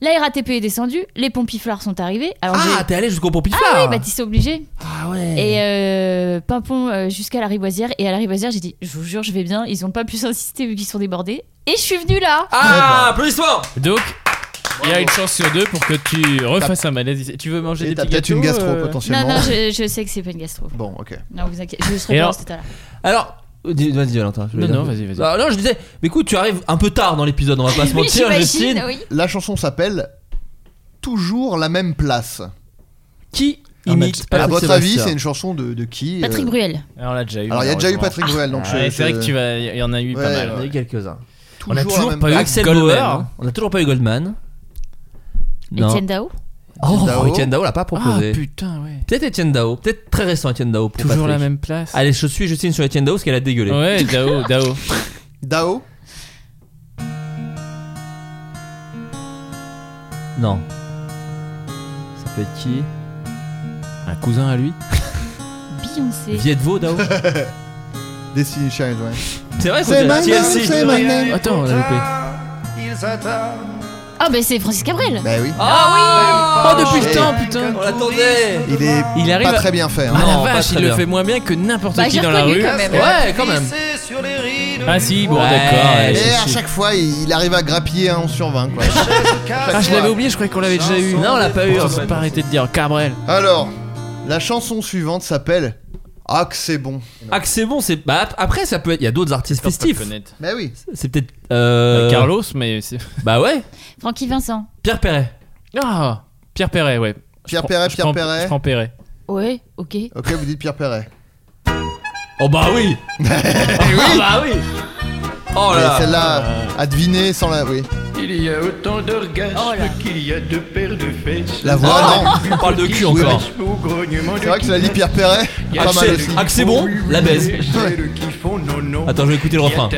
[SPEAKER 11] La RATP est descendue, les pompiflards sont arrivés. Alors
[SPEAKER 6] Ah,
[SPEAKER 11] j'ai-
[SPEAKER 6] t'es allé jusqu'au pompiflard
[SPEAKER 11] Ah oui, bah t'y sais obligé.
[SPEAKER 6] Ah ouais.
[SPEAKER 11] Et euh, pimpon euh, jusqu'à la riboisière. Et à la riboisière, j'ai dit, je vous jure, je vais bien. Ils ont pas pu s'insister vu qu'ils sont débordés. Et je suis venue là.
[SPEAKER 6] Ah, applaudissements
[SPEAKER 8] Donc, il y a une chance sur deux pour que tu refasses un malaise. ici. Tu veux manger
[SPEAKER 2] Et
[SPEAKER 8] des
[SPEAKER 2] t'as
[SPEAKER 8] petits
[SPEAKER 2] peut-être une
[SPEAKER 8] gâteaux,
[SPEAKER 2] gastro,
[SPEAKER 8] euh,
[SPEAKER 11] Non, non, je, je sais que c'est pas une gastro.
[SPEAKER 2] Bon, ok.
[SPEAKER 11] Non, vous inquiétez, je serai
[SPEAKER 6] Et
[SPEAKER 11] bien
[SPEAKER 6] alors-
[SPEAKER 11] tout à l'heure.
[SPEAKER 6] Alors, dis- vas-y Valentin. je voulais
[SPEAKER 8] Non,
[SPEAKER 6] dire-
[SPEAKER 8] non, vas-y, vas-y.
[SPEAKER 2] Bah,
[SPEAKER 6] Ah, non, je disais, mais écoute, tu arrives un peu tard dans l'épisode, on va pas se
[SPEAKER 11] Oui,
[SPEAKER 6] mentir,
[SPEAKER 11] j'imagine,
[SPEAKER 6] Justine.
[SPEAKER 11] oui.
[SPEAKER 2] La chanson s'appelle Toujours la même place.
[SPEAKER 6] Qui
[SPEAKER 8] imite
[SPEAKER 2] À
[SPEAKER 8] Patrick
[SPEAKER 2] votre
[SPEAKER 8] Sébastien
[SPEAKER 2] avis, c'est une chanson de, de qui euh,
[SPEAKER 11] Patrick Bruel.
[SPEAKER 8] Alors, on l'a déjà eu.
[SPEAKER 2] Alors, il y a déjà eu Patrick
[SPEAKER 8] malheureusement.
[SPEAKER 2] Bruel, donc
[SPEAKER 8] Ah ouais,
[SPEAKER 2] je-
[SPEAKER 8] C'est vrai
[SPEAKER 2] je-
[SPEAKER 8] que tu vas. Il y en a eu pas
[SPEAKER 2] Ouais,
[SPEAKER 8] mal.
[SPEAKER 2] ouais.
[SPEAKER 6] Il y en a eu quelques-uns.
[SPEAKER 2] Toujours
[SPEAKER 6] On
[SPEAKER 2] la
[SPEAKER 6] a toujours
[SPEAKER 2] même
[SPEAKER 6] pas eu
[SPEAKER 2] place.
[SPEAKER 6] Axel
[SPEAKER 8] Goldman.
[SPEAKER 6] Bauer, hein. on a toujours pas eu Goldman. Non.
[SPEAKER 11] Etienne Dao
[SPEAKER 6] Oh,
[SPEAKER 2] Dao.
[SPEAKER 6] Etienne Dao l'a pas proposé.
[SPEAKER 8] Ah putain, ouais.
[SPEAKER 6] Peut-être Etienne Dao, peut-être très récent Etienne Dao pour
[SPEAKER 8] Toujours
[SPEAKER 6] Patrick.
[SPEAKER 8] la même place.
[SPEAKER 6] Allez, je suis Justine sur Etienne Dao parce qu'elle a dégueulé.
[SPEAKER 8] Ouais, Dao, Dao.
[SPEAKER 2] Dao
[SPEAKER 6] Non. Ça peut être qui
[SPEAKER 8] Un cousin à lui
[SPEAKER 11] Beyoncé.
[SPEAKER 6] Viet Vo Dao
[SPEAKER 2] Destiny Child, ouais.
[SPEAKER 6] C'est vrai qu'on
[SPEAKER 2] C'est
[SPEAKER 6] dirait
[SPEAKER 2] my name,
[SPEAKER 6] TLC.
[SPEAKER 2] c'est my name.
[SPEAKER 8] Attends, on l'a loupé.
[SPEAKER 11] Ah, bah c'est Francis Cabrel.
[SPEAKER 2] Bah oui.
[SPEAKER 11] Oh.
[SPEAKER 6] Ah oui Oh, depuis
[SPEAKER 2] Eh.
[SPEAKER 6] le temps, putain On l'attendait
[SPEAKER 2] Il est
[SPEAKER 8] Il arrive
[SPEAKER 2] pas
[SPEAKER 8] à-
[SPEAKER 2] très bien fait. hein.
[SPEAKER 8] Ah
[SPEAKER 6] Non,
[SPEAKER 8] la
[SPEAKER 6] pas
[SPEAKER 8] vache,
[SPEAKER 6] très
[SPEAKER 8] il le
[SPEAKER 6] bien.
[SPEAKER 8] fait moins bien que n'importe
[SPEAKER 11] Bah,
[SPEAKER 8] qui
[SPEAKER 11] j'ai
[SPEAKER 8] dans la
[SPEAKER 11] reconnu
[SPEAKER 8] rue.
[SPEAKER 11] quand même.
[SPEAKER 6] Ouais, quand même
[SPEAKER 8] Ah si, bon,
[SPEAKER 6] Ouais.
[SPEAKER 8] d'accord. ouais,
[SPEAKER 6] Mais
[SPEAKER 2] Et
[SPEAKER 8] c'est
[SPEAKER 2] à
[SPEAKER 8] sûr.
[SPEAKER 2] chaque fois, il il arrive à grappiller un 11 sur 20. Quoi.
[SPEAKER 8] Ah, je l'avais oublié, je croyais qu'on l'avait déjà eu.
[SPEAKER 6] Non, on l'a pas eu, en
[SPEAKER 8] On
[SPEAKER 6] fait.
[SPEAKER 8] s'est pas arrêté de dire Cabrel.
[SPEAKER 2] Alors, la chanson suivante s'appelle Ah que c'est bon.
[SPEAKER 6] Ah que c'est bon, c'est. Bah, ap- après, ça peut être. Il y a d'autres artistes festifs.
[SPEAKER 2] Bah oui.
[SPEAKER 6] C'est peut-être. euh,
[SPEAKER 8] Carlos, mais c'est.
[SPEAKER 6] Bah ouais.
[SPEAKER 11] Francky Vincent.
[SPEAKER 6] Pierre Perret.
[SPEAKER 8] Ah Pierre Perret, ouais.
[SPEAKER 2] Pierre
[SPEAKER 8] Je prends-
[SPEAKER 2] Perret,
[SPEAKER 8] je
[SPEAKER 2] Pierre
[SPEAKER 8] prends-
[SPEAKER 2] Perret.
[SPEAKER 8] Je prends Perret.
[SPEAKER 11] Ouais, ok.
[SPEAKER 2] Ok, vous dites Pierre Perret.
[SPEAKER 6] Oh bah oui. Oh bah oui. Oh
[SPEAKER 2] Mais
[SPEAKER 6] là. là.
[SPEAKER 2] celle-là, à deviner sans la. Oui.
[SPEAKER 7] Il y a autant d'orgasmes
[SPEAKER 11] Oh
[SPEAKER 7] qu'il y a de paires de fesses. Ah.
[SPEAKER 2] La voix, non.
[SPEAKER 6] On parle de cul encore.
[SPEAKER 2] C'est vrai que cela dit Pierre Perret.
[SPEAKER 6] Ah,
[SPEAKER 2] Pas mal
[SPEAKER 6] c'est-
[SPEAKER 2] aussi.
[SPEAKER 6] ah, que c'est bon La baise. Attends, je vais écouter le refrain.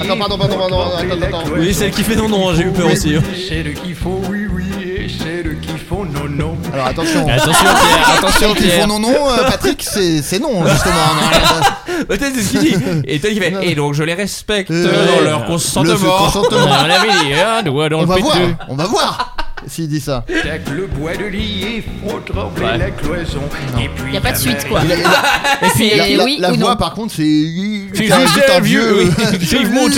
[SPEAKER 2] Attends, pardon, pardon, pardon. Attends, attends. attends.
[SPEAKER 6] Oui, celle qui fait non, non, hein, j'ai eu peur aussi. hein.
[SPEAKER 2] Alors attention.
[SPEAKER 8] Attention, Pierre, attention,
[SPEAKER 2] Qui font
[SPEAKER 8] Pierre.
[SPEAKER 2] non, non, euh, Patrick, c'est c'est non, justement. Non, non,
[SPEAKER 6] Peut-être c'est ce qu'il dit. Et peut-être qu'il fait. Et donc je les respecte
[SPEAKER 2] Euh,
[SPEAKER 6] dans
[SPEAKER 2] ouais.
[SPEAKER 6] leur
[SPEAKER 2] Le
[SPEAKER 6] consentement.
[SPEAKER 8] On
[SPEAKER 2] consentement.
[SPEAKER 8] l'avait dit, un doigt dans
[SPEAKER 2] On
[SPEAKER 8] le
[SPEAKER 2] va voir,
[SPEAKER 8] péteux.
[SPEAKER 2] on va voir s'il dit ça.
[SPEAKER 7] Le bois de lit et faut trembler la cloison. Et puis
[SPEAKER 11] Y a pas de suite, quoi.
[SPEAKER 2] Il a- il a-
[SPEAKER 11] Et puis,
[SPEAKER 2] la la-
[SPEAKER 11] oui
[SPEAKER 2] la
[SPEAKER 11] ou
[SPEAKER 2] voix,
[SPEAKER 11] non
[SPEAKER 2] par contre, c'est.
[SPEAKER 8] C'est
[SPEAKER 2] c'est un-
[SPEAKER 8] Michel
[SPEAKER 2] c'est un
[SPEAKER 8] Vieux, oui. Vive mon temps,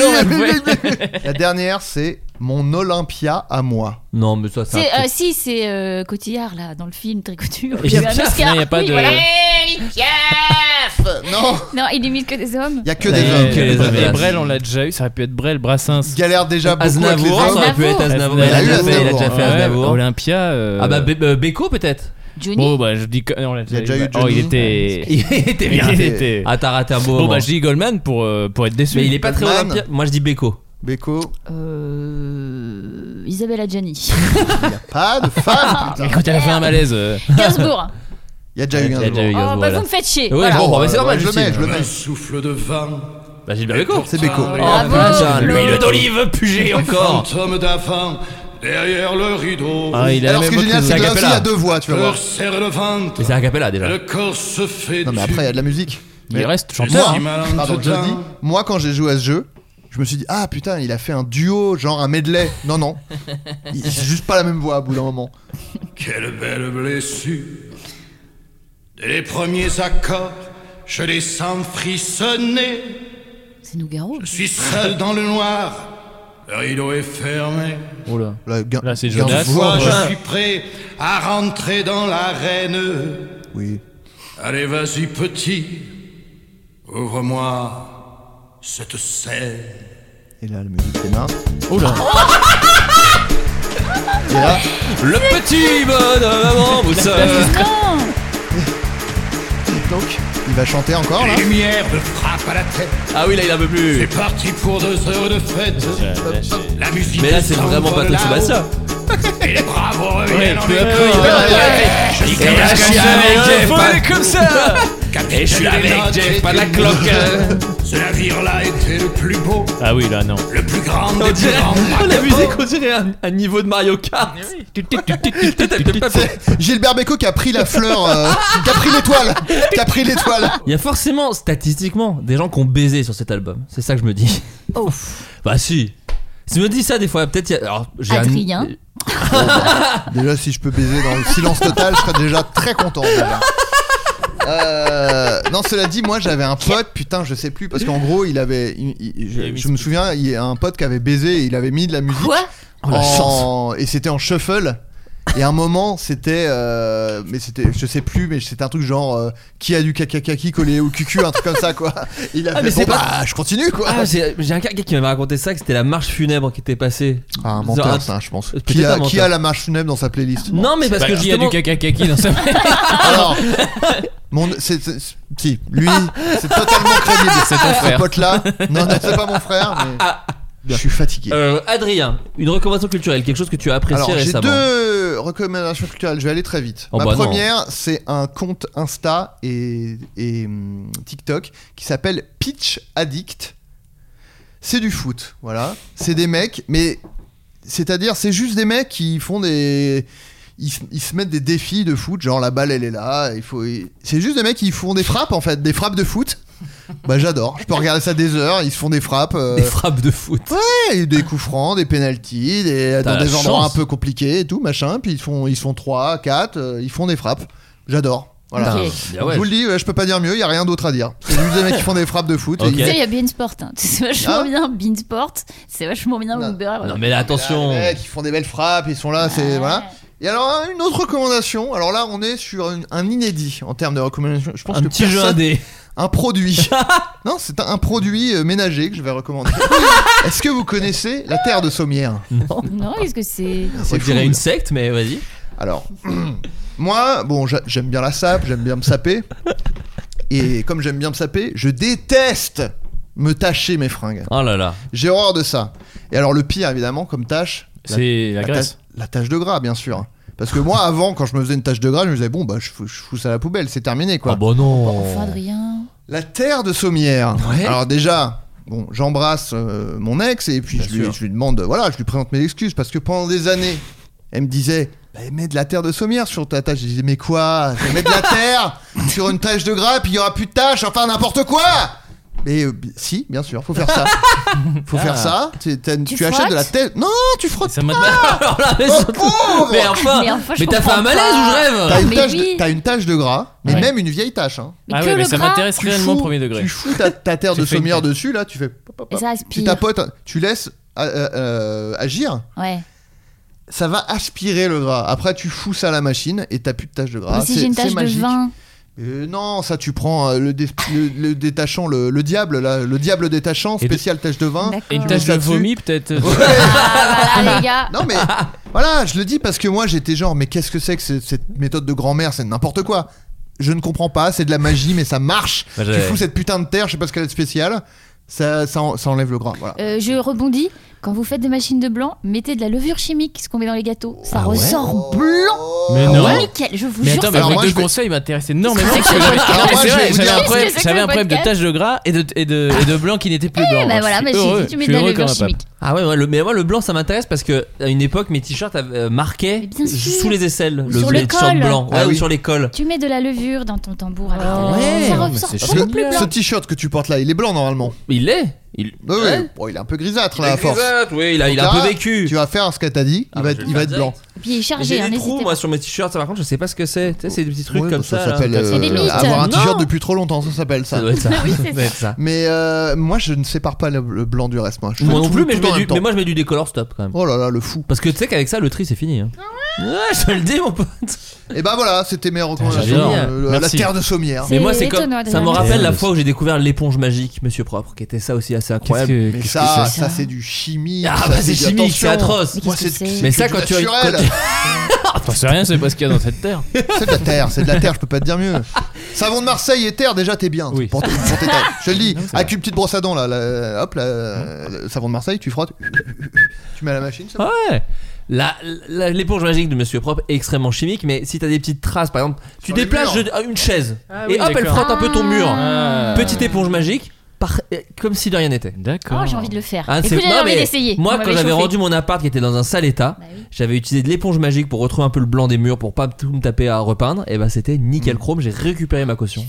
[SPEAKER 8] elle
[SPEAKER 2] La dernière, c'est Mon Olympia à moi.
[SPEAKER 6] Non, mais ça,
[SPEAKER 11] C'est,
[SPEAKER 6] c'est.
[SPEAKER 11] euh,
[SPEAKER 6] un truc-
[SPEAKER 11] si, c'est euh, Cotillard, là, dans le film, très connu.
[SPEAKER 6] Et
[SPEAKER 11] Il a eu un
[SPEAKER 6] Piaf,
[SPEAKER 11] Oscar.
[SPEAKER 8] non, y a pas
[SPEAKER 11] Oui,
[SPEAKER 8] de-
[SPEAKER 11] voilà.
[SPEAKER 2] Non,
[SPEAKER 11] Non, il imite que des hommes.
[SPEAKER 2] il y a que
[SPEAKER 6] Ouais.
[SPEAKER 2] des
[SPEAKER 8] Et-
[SPEAKER 2] hommes.
[SPEAKER 6] que les hommes,
[SPEAKER 8] Et
[SPEAKER 6] hélas.
[SPEAKER 8] Brel, on l'a déjà eu, ça aurait pu être Brel, Brassens.
[SPEAKER 2] Galère déjà beaucoup avec les
[SPEAKER 6] Aznavour, ça
[SPEAKER 2] hommes.
[SPEAKER 6] aurait pu être Aznavour.
[SPEAKER 8] Aznavour.
[SPEAKER 6] Il a déjà
[SPEAKER 2] Il a eu hein.
[SPEAKER 6] fait- il a déjà fait
[SPEAKER 8] Ouais,
[SPEAKER 6] Aznavour.
[SPEAKER 8] Olympia. euh,
[SPEAKER 6] Ah bah Be- euh, Beko peut-être
[SPEAKER 11] Johnny.
[SPEAKER 8] Bon, bah, je dis que. non, on l'a
[SPEAKER 2] déjà eu
[SPEAKER 8] Oh, il
[SPEAKER 2] Johnny.
[SPEAKER 8] était.
[SPEAKER 6] Il était bien.
[SPEAKER 8] Il était.
[SPEAKER 6] Ah t'as raté un beau
[SPEAKER 8] Bon,
[SPEAKER 6] moment.
[SPEAKER 8] bah, je dis Goldman pour, euh, pour être déçu.
[SPEAKER 6] Mais il est pas très
[SPEAKER 2] Goldman.
[SPEAKER 6] olympien. Moi je dis Beko.
[SPEAKER 2] Beko,
[SPEAKER 11] Euh, Isabelle Adjani.
[SPEAKER 2] pas de femme, putain.
[SPEAKER 8] Mais quand elle a fait un malaise. euh,
[SPEAKER 11] Gainsbourg.
[SPEAKER 2] Il y a déjà eu
[SPEAKER 6] Il y a
[SPEAKER 2] un
[SPEAKER 6] déjà eu
[SPEAKER 11] Oh, bah,
[SPEAKER 2] jour.
[SPEAKER 6] Gainsbourg, Ah, voilà.
[SPEAKER 11] vous me faites chier.
[SPEAKER 6] Ouais,
[SPEAKER 11] voilà.
[SPEAKER 6] bon, bah, c'est
[SPEAKER 2] Ouais,
[SPEAKER 6] normal,
[SPEAKER 2] je le
[SPEAKER 6] Justine.
[SPEAKER 2] mets, je le mets.
[SPEAKER 7] souffle de vin,
[SPEAKER 6] Bah Gilbert Beko.
[SPEAKER 2] C'est Beko.
[SPEAKER 6] Ah,
[SPEAKER 11] Bravo.
[SPEAKER 6] Oh, Putain,
[SPEAKER 11] Flo.
[SPEAKER 6] l'huile d'olive pugée encore.
[SPEAKER 7] fantôme d'avant, derrière le rideau.
[SPEAKER 8] Ah, il a la
[SPEAKER 2] Alors, ce
[SPEAKER 8] même
[SPEAKER 2] qui est génial,
[SPEAKER 8] voix que
[SPEAKER 2] c'est que
[SPEAKER 8] nous.
[SPEAKER 2] là aussi, il y a deux voix, tu vas voir.
[SPEAKER 7] Leur serre le ventre,
[SPEAKER 6] Mais c'est a cappella déjà.
[SPEAKER 7] le corps se fait
[SPEAKER 2] Non, mais après, il y a de la musique.
[SPEAKER 8] Il reste
[SPEAKER 2] Moi,
[SPEAKER 8] chanteur.
[SPEAKER 7] Si
[SPEAKER 2] hein,
[SPEAKER 7] malin
[SPEAKER 2] pardon, je le
[SPEAKER 7] dedans.
[SPEAKER 2] dis, moi quand j'ai joué à ce jeu, je me suis dit ah putain il a fait un duo genre un medley. Non non, Il- c'est juste pas la même voix à bout d'un moment.
[SPEAKER 7] Quelle belle blessure Dès les premiers accords, je les sens frissonner.
[SPEAKER 11] C'est Nougaro.
[SPEAKER 7] Je suis seul dans le noir, le rideau est fermé.
[SPEAKER 8] Oh là.
[SPEAKER 2] Là, Gain-
[SPEAKER 8] Là, c'est
[SPEAKER 2] Gainsbourg,
[SPEAKER 8] Jonas.
[SPEAKER 7] Moi,
[SPEAKER 2] ouais.
[SPEAKER 7] je suis prêt à rentrer dans l'arène.
[SPEAKER 2] Oui.
[SPEAKER 7] Allez, vas-y, petit, ouvre-moi cette scène.
[SPEAKER 2] Et là la musique c'est mince.
[SPEAKER 8] Oh là.
[SPEAKER 2] Et là
[SPEAKER 6] Le petit bonhomme en boussole.
[SPEAKER 11] Non
[SPEAKER 2] donc il va chanter encore là.
[SPEAKER 7] Lumière me frappe à la tête.
[SPEAKER 6] Ah oui là il en peut
[SPEAKER 7] C'est
[SPEAKER 6] plus.
[SPEAKER 7] parti pour deux heures de fête. La musique
[SPEAKER 6] Mais là c'est
[SPEAKER 7] s'envole
[SPEAKER 6] vraiment Patrick
[SPEAKER 7] là-haut.
[SPEAKER 6] Sébastien.
[SPEAKER 7] Et les bravos reviennent en
[SPEAKER 8] peu à
[SPEAKER 7] lumière.
[SPEAKER 8] peu, il va-
[SPEAKER 7] Je suis comme ça,
[SPEAKER 6] avec Jeff.
[SPEAKER 8] comme ça
[SPEAKER 7] Et je suis
[SPEAKER 6] avec Jeff, pas la cloque.
[SPEAKER 7] Ce navire-là était le plus beau,
[SPEAKER 8] Ah oui, là, non.
[SPEAKER 7] le plus grand
[SPEAKER 6] On
[SPEAKER 7] des plus
[SPEAKER 6] dirait,
[SPEAKER 7] grands.
[SPEAKER 6] la musique, on dirait un, un niveau de Mario Kart.
[SPEAKER 11] Eh
[SPEAKER 2] Gilbert Beco qui a pris la fleur, euh, qui a pris l'étoile, qui a pris l'étoile.
[SPEAKER 6] Il y a forcément, statistiquement, des gens qui ont baisé sur cet album. C'est ça que je me dis. Bah si. Si je me dis ça des fois, peut-être. il y a- Alors, j'ai un-
[SPEAKER 11] Adrien.
[SPEAKER 2] Déjà, si je peux baiser dans le silence total, je serais déjà très content. déjà. Euh, non, cela dit, moi j'avais un pote, putain, je sais plus, parce qu'en gros, il avait. il- il- je, je me souviens, il y a un pote qui avait baisé et il avait mis de la musique.
[SPEAKER 11] Quoi
[SPEAKER 6] Oh, la
[SPEAKER 2] en-
[SPEAKER 6] chance.
[SPEAKER 2] Et c'était en shuffle. Et à un moment, c'était. euh, mais c'était. Je sais plus, mais c'était un truc genre. euh, qui a du kakakaki collé au cucu, un truc comme ça, quoi. Il a
[SPEAKER 6] Ah,
[SPEAKER 2] fait,
[SPEAKER 6] mais c'est
[SPEAKER 2] bon,
[SPEAKER 6] pas-
[SPEAKER 2] bah, je continue, quoi.
[SPEAKER 6] Ah, j'ai j'ai un gars qui m'avait raconté ça, que c'était la marche funèbre qui était passée.
[SPEAKER 2] Ah, un menteur, ça, je pense. Qui a, qui a la marche funèbre dans sa playlist
[SPEAKER 6] Non, mais parce
[SPEAKER 8] Bah,
[SPEAKER 6] que
[SPEAKER 8] qui a du
[SPEAKER 6] justement-
[SPEAKER 8] caca-caki dans sa
[SPEAKER 2] Alors, mon, c'est, c'est- c'est- si, lui, c'est totalement crédible.
[SPEAKER 8] C'est ton frère. Ah,
[SPEAKER 2] Ce pote-là, non, non, c'est pas mon frère, mais je suis fatigué.
[SPEAKER 6] Euh, Adrien, une recommandation culturelle, quelque chose que tu as apprécié
[SPEAKER 2] Alors, j'ai
[SPEAKER 6] récemment.
[SPEAKER 2] deux recommandations culturelles. Je vais aller très vite.
[SPEAKER 6] Oh,
[SPEAKER 2] Ma
[SPEAKER 6] bah non.
[SPEAKER 2] première, c'est un compte Insta et, et, hum, TikTok qui s'appelle Pitch Addict. C'est du foot, voilà. C'est des mecs, mais c'est-à-dire, c'est juste des mecs qui font des. Ils, se- ils se mettent des défis de foot, genre la balle elle est là, il faut. il- C'est juste des mecs qui font des frappes en fait, des frappes de foot. Bah j'adore, je peux regarder ça des heures, ils se font des frappes. euh,
[SPEAKER 6] Des frappes de foot.
[SPEAKER 2] Ouais, des coups francs, des pénalties, des,
[SPEAKER 6] T'as
[SPEAKER 2] dans
[SPEAKER 6] la
[SPEAKER 2] des endroits un
[SPEAKER 6] chance.
[SPEAKER 2] peu compliqués et tout, machin. Puis ils font, ils font 3, 4, euh, ils font des frappes. J'adore. Voilà.
[SPEAKER 6] Putain,
[SPEAKER 2] Donc,
[SPEAKER 6] bien Ah ouais.
[SPEAKER 2] Je vous le dis, ouais, je peux pas dire mieux, il y a rien d'autre à dire. C'est juste des mecs qui font des frappes de foot. et
[SPEAKER 6] Ok.
[SPEAKER 2] ils-
[SPEAKER 11] Tu sais, il y a Beansport. hein. C'est vachement
[SPEAKER 2] Ah.
[SPEAKER 11] bien, Beansport. C'est vachement bien, Uber.
[SPEAKER 6] Non, mais là, attention.
[SPEAKER 2] Ah, Les mecs, ils font des belles frappes, ils sont là, c'est voilà. Et alors une autre recommandation. Alors là, on est sur une- un inédit en termes de recommandation. Je pense
[SPEAKER 6] Un
[SPEAKER 2] que
[SPEAKER 6] petit jeu
[SPEAKER 2] personne-
[SPEAKER 6] indé.
[SPEAKER 2] Un produit. non, c'est un, un produit euh, ménager que je vais recommander. Est-ce que vous connaissez la terre de Sommière
[SPEAKER 6] Non.
[SPEAKER 11] Non, qu'est-ce que c'est
[SPEAKER 6] On
[SPEAKER 2] C'est
[SPEAKER 6] dirait
[SPEAKER 2] fou.
[SPEAKER 6] une secte, mais vas-y.
[SPEAKER 2] Alors, moi, bon, j'a- j'aime bien la sape, j'aime bien me saper. Et comme j'aime bien me saper, je déteste me tacher mes fringues.
[SPEAKER 6] Oh là là.
[SPEAKER 2] J'ai horreur de ça. Et alors, le pire, évidemment, comme tâche,
[SPEAKER 8] C'est la graisse.
[SPEAKER 2] ta- la tache de gras, bien sûr. Parce que moi, avant, quand je me faisais une tache de gras, je me disais, bon, bah, je fous, je fous ça à la poubelle, c'est terminé, quoi.
[SPEAKER 6] Ah bah
[SPEAKER 11] Enfin,
[SPEAKER 6] non.
[SPEAKER 11] Adrien.
[SPEAKER 2] La terre de Sommières.
[SPEAKER 6] Ouais.
[SPEAKER 2] Alors déjà, bon, j'embrasse euh, mon ex et puis
[SPEAKER 6] Bien
[SPEAKER 2] je lui,
[SPEAKER 6] sûr.
[SPEAKER 2] je lui demande, voilà, je lui présente mes excuses parce que pendant des années, elle me disait, bah, mets de la terre de Sommières sur ta tâche. Je disais, mais quoi Je vais mettre de la terre sur une tâche de gras puis il y aura plus de tâche, enfin n'importe quoi mais euh, bi- si, bien sûr, faut faire ça. faut faire
[SPEAKER 6] Ah.
[SPEAKER 2] ça. Tu, t'as-
[SPEAKER 11] Tu
[SPEAKER 2] tu achètes de la
[SPEAKER 11] frottes
[SPEAKER 2] tête. Non, tu frottes.
[SPEAKER 8] Ça m'a
[SPEAKER 6] Alors là, mais surtout-
[SPEAKER 2] Oh, pauvre
[SPEAKER 6] mais enfin,
[SPEAKER 11] Mais enfin, je
[SPEAKER 6] mais t'as fait
[SPEAKER 11] comprends
[SPEAKER 6] un malaise
[SPEAKER 11] pas.
[SPEAKER 6] ou je rêve
[SPEAKER 2] T'as une,
[SPEAKER 11] Mais
[SPEAKER 2] tache de-
[SPEAKER 11] oui.
[SPEAKER 2] t'as une tache de gras, mais
[SPEAKER 8] Ouais.
[SPEAKER 2] même une vieille tache. hein.
[SPEAKER 11] Mais
[SPEAKER 8] Ah
[SPEAKER 11] que
[SPEAKER 8] ouais,
[SPEAKER 11] le
[SPEAKER 8] mais ça
[SPEAKER 11] gras.
[SPEAKER 8] m'intéresse
[SPEAKER 2] Tu
[SPEAKER 8] réellement au
[SPEAKER 2] fous-
[SPEAKER 8] premier degré.
[SPEAKER 2] Tu fous ta, ta terre
[SPEAKER 8] Tu
[SPEAKER 2] de
[SPEAKER 8] fais une
[SPEAKER 2] sommière
[SPEAKER 8] tache.
[SPEAKER 2] dessus, là, tu fais. pop, pop,
[SPEAKER 11] Et
[SPEAKER 2] pop.
[SPEAKER 11] ça
[SPEAKER 2] tu
[SPEAKER 11] aspire.
[SPEAKER 2] tapotes, tu laisses euh, euh, agir,
[SPEAKER 11] Ouais.
[SPEAKER 2] ça va aspirer le gras. Après, tu fous ça à la machine et t'as plus de tache de gras.
[SPEAKER 11] mais si
[SPEAKER 2] C'est-
[SPEAKER 11] j'ai une
[SPEAKER 2] c'est
[SPEAKER 11] tache de
[SPEAKER 2] magique.
[SPEAKER 11] vin.
[SPEAKER 2] Euh, non, ça, tu prends euh, le, dé- le- le détachant, le, le diable, là, le diable détachant,
[SPEAKER 8] Et de-
[SPEAKER 2] spécial tache de vin.
[SPEAKER 11] D'accord.
[SPEAKER 8] Et une
[SPEAKER 2] Tu
[SPEAKER 8] tache
[SPEAKER 2] mets
[SPEAKER 8] de
[SPEAKER 2] ça dessus.
[SPEAKER 8] vomi, peut-être
[SPEAKER 11] Ah, voilà, les gars.
[SPEAKER 2] Non mais voilà, je le dis parce que moi j'étais genre mais qu'est-ce que c'est que ce- cette méthode de grand-mère, c'est n'importe quoi. Je ne comprends pas, c'est de la magie mais ça marche.
[SPEAKER 6] Bah,
[SPEAKER 2] tu
[SPEAKER 6] j'ai-
[SPEAKER 2] fous cette putain de terre, je sais pas ce qu'elle est de spécial, ça, ça, en- ça enlève le gras. Voilà.
[SPEAKER 11] Euh, je rebondis. Quand vous faites des machines de blanc, mettez de la levure chimique, ce qu'on met dans les gâteaux. Ça
[SPEAKER 6] Ah ouais
[SPEAKER 11] ressort blanc.
[SPEAKER 8] Mais
[SPEAKER 11] Ah
[SPEAKER 8] non.
[SPEAKER 11] ouais, Nickel, je vous
[SPEAKER 8] Mais
[SPEAKER 11] jure.
[SPEAKER 8] attends,
[SPEAKER 11] ça-
[SPEAKER 8] mais
[SPEAKER 2] Alors
[SPEAKER 8] moi,
[SPEAKER 2] moi,
[SPEAKER 8] deux
[SPEAKER 2] je vais-
[SPEAKER 8] conseils m'intéressent énormément. parce que-
[SPEAKER 11] C'est vrai.
[SPEAKER 8] Non, mais
[SPEAKER 2] moi,
[SPEAKER 8] c'est
[SPEAKER 2] je vais
[SPEAKER 8] vrai,
[SPEAKER 2] vous
[SPEAKER 8] J'avais
[SPEAKER 2] dire-
[SPEAKER 8] un problème,
[SPEAKER 11] C'est ça que
[SPEAKER 8] j'avais
[SPEAKER 11] le
[SPEAKER 8] un problème de
[SPEAKER 11] podcast.
[SPEAKER 8] tache de gras et de, et de, et de blanc qui n'était plus
[SPEAKER 11] bah
[SPEAKER 8] blanc. Moi,
[SPEAKER 11] voilà,
[SPEAKER 8] je
[SPEAKER 11] mais
[SPEAKER 8] suis
[SPEAKER 11] j'ai dit,
[SPEAKER 8] heureux.
[SPEAKER 11] tu mets
[SPEAKER 8] Je suis
[SPEAKER 11] de la
[SPEAKER 8] heureux comme
[SPEAKER 11] levure
[SPEAKER 8] un pape.
[SPEAKER 11] chimique.
[SPEAKER 6] Ah ouais, ouais, le- mais moi le blanc ça m'intéresse parce que à une époque mes t-shirts euh, marquaient
[SPEAKER 11] Mais bien sûr.
[SPEAKER 6] sous les aisselles
[SPEAKER 11] Ou
[SPEAKER 6] le,
[SPEAKER 11] sur
[SPEAKER 6] les
[SPEAKER 11] le
[SPEAKER 6] t-shirts
[SPEAKER 11] col.
[SPEAKER 6] blancs, ouais,
[SPEAKER 2] Ah
[SPEAKER 6] ou
[SPEAKER 2] oui.
[SPEAKER 6] sur les cols.
[SPEAKER 11] Tu mets de la levure dans ton tambour. avec ta-
[SPEAKER 6] Ah
[SPEAKER 11] Ça
[SPEAKER 6] ouais.
[SPEAKER 8] Mais
[SPEAKER 11] ressort
[SPEAKER 8] c'est
[SPEAKER 11] beaucoup plus
[SPEAKER 2] Ce
[SPEAKER 11] blanc.
[SPEAKER 2] t-shirt que tu portes là, il est blanc normalement. Bah
[SPEAKER 6] Il est il...
[SPEAKER 2] Oui, oui.
[SPEAKER 6] Ouais.
[SPEAKER 2] Bon, il est un peu grisâtre là à force.
[SPEAKER 6] Exact, oui, il a, il a
[SPEAKER 2] Donc
[SPEAKER 6] un
[SPEAKER 2] là,
[SPEAKER 6] peu vécu.
[SPEAKER 2] Tu vas faire ce qu'elle t'a dit, il
[SPEAKER 6] Ah,
[SPEAKER 2] va
[SPEAKER 6] bah,
[SPEAKER 2] être,
[SPEAKER 6] je vais
[SPEAKER 2] il va
[SPEAKER 6] faire
[SPEAKER 2] être blanc.
[SPEAKER 6] direct.
[SPEAKER 11] Et puis il est
[SPEAKER 6] Mais J'ai
[SPEAKER 11] chargé, hein,
[SPEAKER 6] des trous
[SPEAKER 11] n'hésitez
[SPEAKER 6] moi
[SPEAKER 11] pas.
[SPEAKER 6] sur mes t-shirts, ça, par contre je sais pas ce que c'est. Tu sais, c'est des petits trucs
[SPEAKER 2] Ouais,
[SPEAKER 6] comme
[SPEAKER 2] bah, ça
[SPEAKER 6] ça. là.
[SPEAKER 2] s'appelle
[SPEAKER 8] comme ça.
[SPEAKER 2] euh,
[SPEAKER 11] C'est des mythes.
[SPEAKER 2] avoir un t-shirt
[SPEAKER 6] Non.
[SPEAKER 2] depuis trop longtemps, ça s'appelle ça.
[SPEAKER 6] Ça doit être ça.
[SPEAKER 11] Oui, c'est
[SPEAKER 6] Ça doit être ça.
[SPEAKER 2] Mais euh, moi je ne sépare pas le, le blanc du reste moi. Je
[SPEAKER 6] Moi
[SPEAKER 2] fais
[SPEAKER 6] non
[SPEAKER 2] tout-
[SPEAKER 6] plus, mais,
[SPEAKER 2] tout
[SPEAKER 6] je mets
[SPEAKER 2] en
[SPEAKER 6] du-
[SPEAKER 2] même temps.
[SPEAKER 6] mais moi je mets du décolor stop quand même.
[SPEAKER 2] Oh là là, le fou.
[SPEAKER 6] Parce que tu sais qu'avec ça, le tri c'est fini.
[SPEAKER 11] Ah
[SPEAKER 6] Hein. Ouais, je te le dis, mon pote.
[SPEAKER 2] Et bah voilà, c'était mes recommandations.
[SPEAKER 6] j'adore.
[SPEAKER 2] euh, La
[SPEAKER 8] Merci.
[SPEAKER 2] terre de Sommière.
[SPEAKER 6] Mais moi, c'est
[SPEAKER 11] étonnant,
[SPEAKER 6] comme.
[SPEAKER 11] Adrien.
[SPEAKER 6] Ça me rappelle la
[SPEAKER 8] Merci.
[SPEAKER 6] fois où j'ai découvert l'éponge magique, Monsieur Propre, qui était ça aussi
[SPEAKER 8] Qu'est-ce
[SPEAKER 6] assez incroyable.
[SPEAKER 8] que.
[SPEAKER 2] Mais
[SPEAKER 8] qu'est-ce
[SPEAKER 2] ça,
[SPEAKER 8] que
[SPEAKER 11] c'est
[SPEAKER 2] ça
[SPEAKER 11] ça
[SPEAKER 2] c'est du chimie.
[SPEAKER 6] Ah,
[SPEAKER 2] ça,
[SPEAKER 6] bah,
[SPEAKER 2] c'est
[SPEAKER 6] c'est
[SPEAKER 2] du-
[SPEAKER 6] chimique, c'est
[SPEAKER 2] attention.
[SPEAKER 6] atroce.
[SPEAKER 11] Mais
[SPEAKER 2] Moi,
[SPEAKER 11] qu'est-ce que
[SPEAKER 2] c'est-
[SPEAKER 11] c'est
[SPEAKER 6] Mais
[SPEAKER 2] c'est
[SPEAKER 6] ça,
[SPEAKER 2] du
[SPEAKER 6] quand tu as-
[SPEAKER 2] naturel.
[SPEAKER 6] quand tu-
[SPEAKER 8] c'est J'en sais rien, c'est parce qu'il y a dans cette terre.
[SPEAKER 2] C'est de la terre, c'est de la terre, je peux pas te dire mieux. Savon de Marseille et terre, déjà t'es bien.
[SPEAKER 8] Oui.
[SPEAKER 2] Pour tes- pour tes tailles. je te le dis, avec une petite brosse à dents là, là,
[SPEAKER 6] Hein
[SPEAKER 2] hop, là, le savon de Marseille, tu frottes, tu mets à la machine. ça va.
[SPEAKER 6] Ah Ouais. La- la- L'éponge magique de Monsieur Propre est extrêmement chimique, mais si t'as des petites traces, par exemple, tu
[SPEAKER 2] Sur les
[SPEAKER 6] déplaces
[SPEAKER 2] murs.
[SPEAKER 6] je- une chaise
[SPEAKER 8] Ah
[SPEAKER 6] et
[SPEAKER 8] oui,
[SPEAKER 6] hop, elle
[SPEAKER 8] d'accord.
[SPEAKER 6] frotte un peu ton mur.
[SPEAKER 8] Ah.
[SPEAKER 6] Petite éponge magique, par- et comme si de rien n'était.
[SPEAKER 8] D'accord.
[SPEAKER 11] Oh, j'ai envie de le faire.
[SPEAKER 6] Ah, c'est-
[SPEAKER 11] Écoutez, j'ai
[SPEAKER 6] non,
[SPEAKER 11] envie
[SPEAKER 6] mais
[SPEAKER 11] d'essayer. On
[SPEAKER 6] Moi,
[SPEAKER 11] m'avait
[SPEAKER 6] quand j'avais
[SPEAKER 11] chauffé. Bah
[SPEAKER 6] rendu mon appart qui était dans un sale état, j'avais utilisé de l'éponge magique pour retrouver un peu le blanc des murs pour pas tout me taper à repeindre. Et bah, c'était nickel
[SPEAKER 8] Mm.
[SPEAKER 6] chrome. J'ai récupéré ma caution.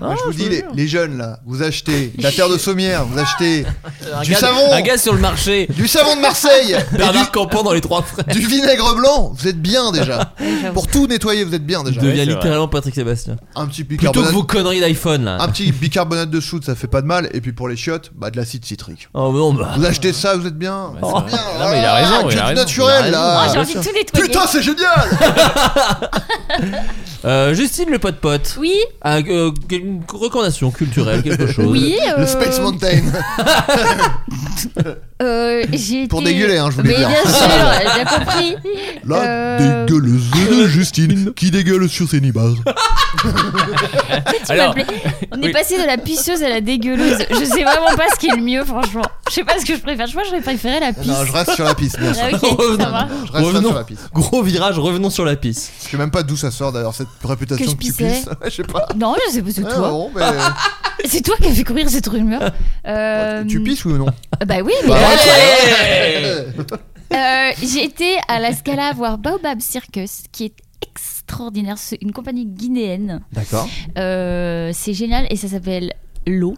[SPEAKER 2] Moi, Ah, je vous dis, les, les jeunes là, vous achetez de la terre de sommière, vous achetez
[SPEAKER 6] Un
[SPEAKER 2] du
[SPEAKER 6] gars-
[SPEAKER 2] savon,
[SPEAKER 6] Un gars sur le marché.
[SPEAKER 2] du savon de Marseille,
[SPEAKER 6] Bernard Campan dans les trois frères.
[SPEAKER 2] et du vinaigre blanc, vous êtes bien déjà. Pour tout nettoyer, vous êtes bien déjà.
[SPEAKER 6] Devient littéralement Patrick Sébastien.
[SPEAKER 2] Un petit
[SPEAKER 6] Plutôt que
[SPEAKER 2] bicarbonate.
[SPEAKER 6] vos conneries d'iPhone là.
[SPEAKER 2] Un petit bicarbonate de soude, ça fait pas de mal. Et puis pour les chiottes, bah de l'acide citrique.
[SPEAKER 6] Oh non, bah.
[SPEAKER 2] Vous achetez ça, vous êtes bien.
[SPEAKER 8] Ah. Bah, c'est
[SPEAKER 2] Oh,
[SPEAKER 8] vrai.
[SPEAKER 2] bien.
[SPEAKER 8] Non, mais il a
[SPEAKER 2] Ah,
[SPEAKER 8] raison,
[SPEAKER 2] que
[SPEAKER 8] il a
[SPEAKER 2] du
[SPEAKER 8] raison.
[SPEAKER 2] naturel
[SPEAKER 8] Il a
[SPEAKER 2] là.
[SPEAKER 8] raison.
[SPEAKER 11] Oh, j'ai envie de tout nettoyer.
[SPEAKER 2] Putain, c'est génial.
[SPEAKER 6] Euh, Justine, le pote-pote.
[SPEAKER 11] Oui.
[SPEAKER 6] Ah, euh, une recommandation culturelle, quelque chose.
[SPEAKER 11] Oui, euh,
[SPEAKER 2] Le Space Mountain.
[SPEAKER 11] Euh, j'ai
[SPEAKER 2] Pour
[SPEAKER 11] été-
[SPEAKER 2] dégueuler, hein, je voulais
[SPEAKER 11] Mais
[SPEAKER 2] dire.
[SPEAKER 11] bien sûr, j'ai compris.
[SPEAKER 2] La
[SPEAKER 11] Euh,
[SPEAKER 2] dégueuleuse de Justine qui dégueule sur ses nibards.
[SPEAKER 11] tu m'appelais- On est passé de la pisseuse à la dégueuleuse. Je sais vraiment pas ce qui est le mieux, franchement. Je sais pas ce que je préfère. Je crois que j'aurais préféré la pisse.
[SPEAKER 2] Non, je reste sur la piste, bien sûr.
[SPEAKER 11] Ah, ok, ça va.
[SPEAKER 2] Je reste
[SPEAKER 6] Revenons.
[SPEAKER 2] sur la piste.
[SPEAKER 6] Gros virage, revenons sur la piste.
[SPEAKER 2] Je sais même pas d'où ça sort d'ailleurs cette
[SPEAKER 11] Que
[SPEAKER 2] réputation
[SPEAKER 11] je
[SPEAKER 2] que, tu
[SPEAKER 11] pissais.
[SPEAKER 2] pisses. Je sais pas.
[SPEAKER 11] Non, je sais pas, c'est
[SPEAKER 2] Ouais,
[SPEAKER 11] toi.
[SPEAKER 2] bon, mais euh,
[SPEAKER 11] C'est toi qui as fait courir cette rumeur. Euh,
[SPEAKER 2] tu pisses ou non
[SPEAKER 11] Bah oui, mais.
[SPEAKER 2] Bah,
[SPEAKER 11] Euh, j'ai été à la Scala voir Baobab Circus, qui est extraordinaire. C'est une compagnie guinéenne.
[SPEAKER 6] D'accord.
[SPEAKER 11] Euh, c'est génial et ça s'appelle L'eau.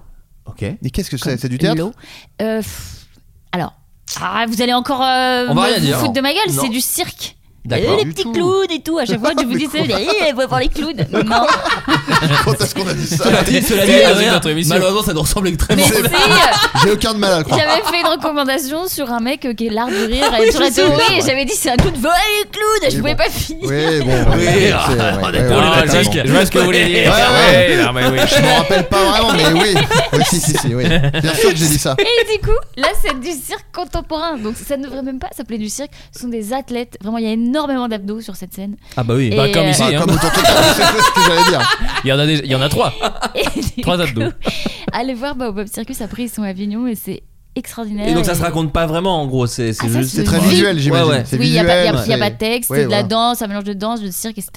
[SPEAKER 6] Ok.
[SPEAKER 2] Mais qu'est-ce que c'est
[SPEAKER 11] Comme
[SPEAKER 2] C'est du théâtre
[SPEAKER 11] l'eau. Euh, pff, alors, ah, vous allez encore euh,
[SPEAKER 6] On va rien
[SPEAKER 11] me
[SPEAKER 6] dire.
[SPEAKER 11] foutre de ma gueule,
[SPEAKER 6] Non.
[SPEAKER 11] c'est du cirque.
[SPEAKER 6] D'accord.
[SPEAKER 11] Euh,
[SPEAKER 6] Du
[SPEAKER 11] les petits clowns et tout, à chaque fois je vous dis ça, eh, va voir les clowns. Non,
[SPEAKER 2] Quand est-ce qu'on a dit ça
[SPEAKER 6] Cela dit, cela dit,
[SPEAKER 8] C'est-
[SPEAKER 6] Adrien,
[SPEAKER 8] c'est notre émission.
[SPEAKER 6] malheureusement, ça nous ressemble
[SPEAKER 11] mais
[SPEAKER 6] extrêmement.
[SPEAKER 11] si, euh,
[SPEAKER 2] J'ai aucun de mal à le croire.
[SPEAKER 11] j'avais fait une recommandation sur un mec euh, qui est l'art du rire
[SPEAKER 6] Ah oui,
[SPEAKER 11] et sur
[SPEAKER 6] je
[SPEAKER 11] la
[SPEAKER 6] sais,
[SPEAKER 11] théorie,
[SPEAKER 2] c'est
[SPEAKER 11] et
[SPEAKER 2] vrai.
[SPEAKER 11] j'avais dit c'est un clown, va voir les clowns, je
[SPEAKER 2] Mais
[SPEAKER 11] pouvais
[SPEAKER 2] bon.
[SPEAKER 11] pas finir.
[SPEAKER 2] Oui, bon. ouais, c'est-
[SPEAKER 11] Ah,
[SPEAKER 2] ouais, ouais,
[SPEAKER 6] on est pour
[SPEAKER 2] ouais,
[SPEAKER 6] les
[SPEAKER 2] t'as
[SPEAKER 6] basiques.
[SPEAKER 2] raison.
[SPEAKER 8] Je vois ce que vous voulez dire.
[SPEAKER 2] Ouais, ouais.
[SPEAKER 8] non, mais oui.
[SPEAKER 2] Je m'en rappelle pas vraiment, mais oui. Oui, si, si, si, oui. Bien sûr que j'ai dit ça.
[SPEAKER 11] Et du coup, là, c'est du cirque contemporain. Donc, ça ne devrait même pas s'appeler du cirque. Ce sont des athlètes. Vraiment, il y a énormément d'abdos sur cette scène.
[SPEAKER 6] Ah bah oui.
[SPEAKER 11] Et,
[SPEAKER 8] Bah, comme
[SPEAKER 11] euh,
[SPEAKER 8] ici,
[SPEAKER 2] Bah,
[SPEAKER 8] hein.
[SPEAKER 2] comme autant que c'est ce que j'allais dire.
[SPEAKER 8] il y en a des- il y en a trois.
[SPEAKER 11] Et du
[SPEAKER 8] Trois
[SPEAKER 11] coup,
[SPEAKER 8] abdos.
[SPEAKER 11] Allez voir Bob Circus. Après, ils sont à Avignon et c'est extraordinaire.
[SPEAKER 6] Et donc ça se raconte pas vraiment en gros, c'est c'est
[SPEAKER 11] Ah, ça,
[SPEAKER 6] juste.
[SPEAKER 11] c'est
[SPEAKER 2] C'est très
[SPEAKER 11] Oui.
[SPEAKER 2] visuel, j'imagine.
[SPEAKER 6] Ouais, ouais.
[SPEAKER 2] C'est
[SPEAKER 11] oui, il n'y a, pas- y a-
[SPEAKER 2] visuel,
[SPEAKER 11] y a
[SPEAKER 2] c'est-
[SPEAKER 11] pas de texte,
[SPEAKER 2] Ouais,
[SPEAKER 11] c'est de la
[SPEAKER 2] voilà.
[SPEAKER 11] danse, un mélange de danse, de cirque, etc.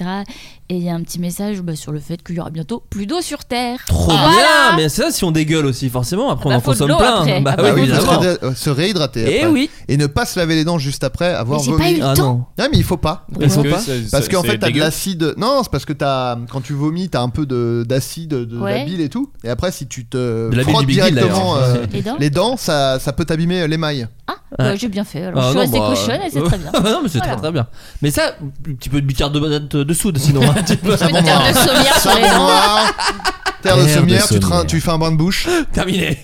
[SPEAKER 11] Et il y a un petit message bah, sur le fait qu'il y aura bientôt plus d'eau sur Terre.
[SPEAKER 6] Trop
[SPEAKER 11] Voilà.
[SPEAKER 6] bien, mais ça si on dégueule aussi forcément, après
[SPEAKER 11] Bah,
[SPEAKER 6] on en
[SPEAKER 11] faut de
[SPEAKER 6] consomme
[SPEAKER 11] l'eau
[SPEAKER 6] plein.
[SPEAKER 11] après.
[SPEAKER 6] Bah
[SPEAKER 11] Ah Eh
[SPEAKER 2] Bah
[SPEAKER 6] oui,
[SPEAKER 2] oui, faut se
[SPEAKER 6] évidemment.
[SPEAKER 2] rédé- euh, se réhydrater.
[SPEAKER 6] Et
[SPEAKER 2] après.
[SPEAKER 6] oui.
[SPEAKER 2] Et ne pas se laver les dents juste après avoir
[SPEAKER 11] Mais j'ai
[SPEAKER 2] vomi.
[SPEAKER 11] pas eu le
[SPEAKER 6] Ah
[SPEAKER 11] temps.
[SPEAKER 6] non.
[SPEAKER 2] Non mais il faut pas.
[SPEAKER 6] Il faut pas.
[SPEAKER 2] Parce qu'en fait, t'as de
[SPEAKER 8] dégueu.
[SPEAKER 2] l'acide. Non, c'est parce que t'as quand tu vomis, t'as un peu de d'acide, de, de
[SPEAKER 11] Ouais.
[SPEAKER 2] la bile et tout. Et après, si tu te
[SPEAKER 6] De la bile
[SPEAKER 2] frottes
[SPEAKER 6] du Big Deal,
[SPEAKER 2] directement
[SPEAKER 6] d'ailleurs.
[SPEAKER 2] euh,
[SPEAKER 11] Les dents
[SPEAKER 2] les dents, ça, ça peut t'abîmer euh, l'émail.
[SPEAKER 11] Ah, bah, j'ai bien fait. Alors,
[SPEAKER 6] Ah,
[SPEAKER 11] je suis
[SPEAKER 6] non,
[SPEAKER 11] restée
[SPEAKER 6] bah,
[SPEAKER 11] cochonne et c'est très bien.
[SPEAKER 6] non mais c'est
[SPEAKER 11] Voilà.
[SPEAKER 6] très très bien. Mais ça, un petit peu de bicarbonate de, de soude sinon. hein, Un petit peu.
[SPEAKER 11] Une terre de sommière sur les dents.
[SPEAKER 2] Savon hein. noir, terre de
[SPEAKER 6] Terre de
[SPEAKER 2] sommière, tu, te
[SPEAKER 6] sommière.
[SPEAKER 2] rin- tu fais un bain de bouche.
[SPEAKER 6] Terminé.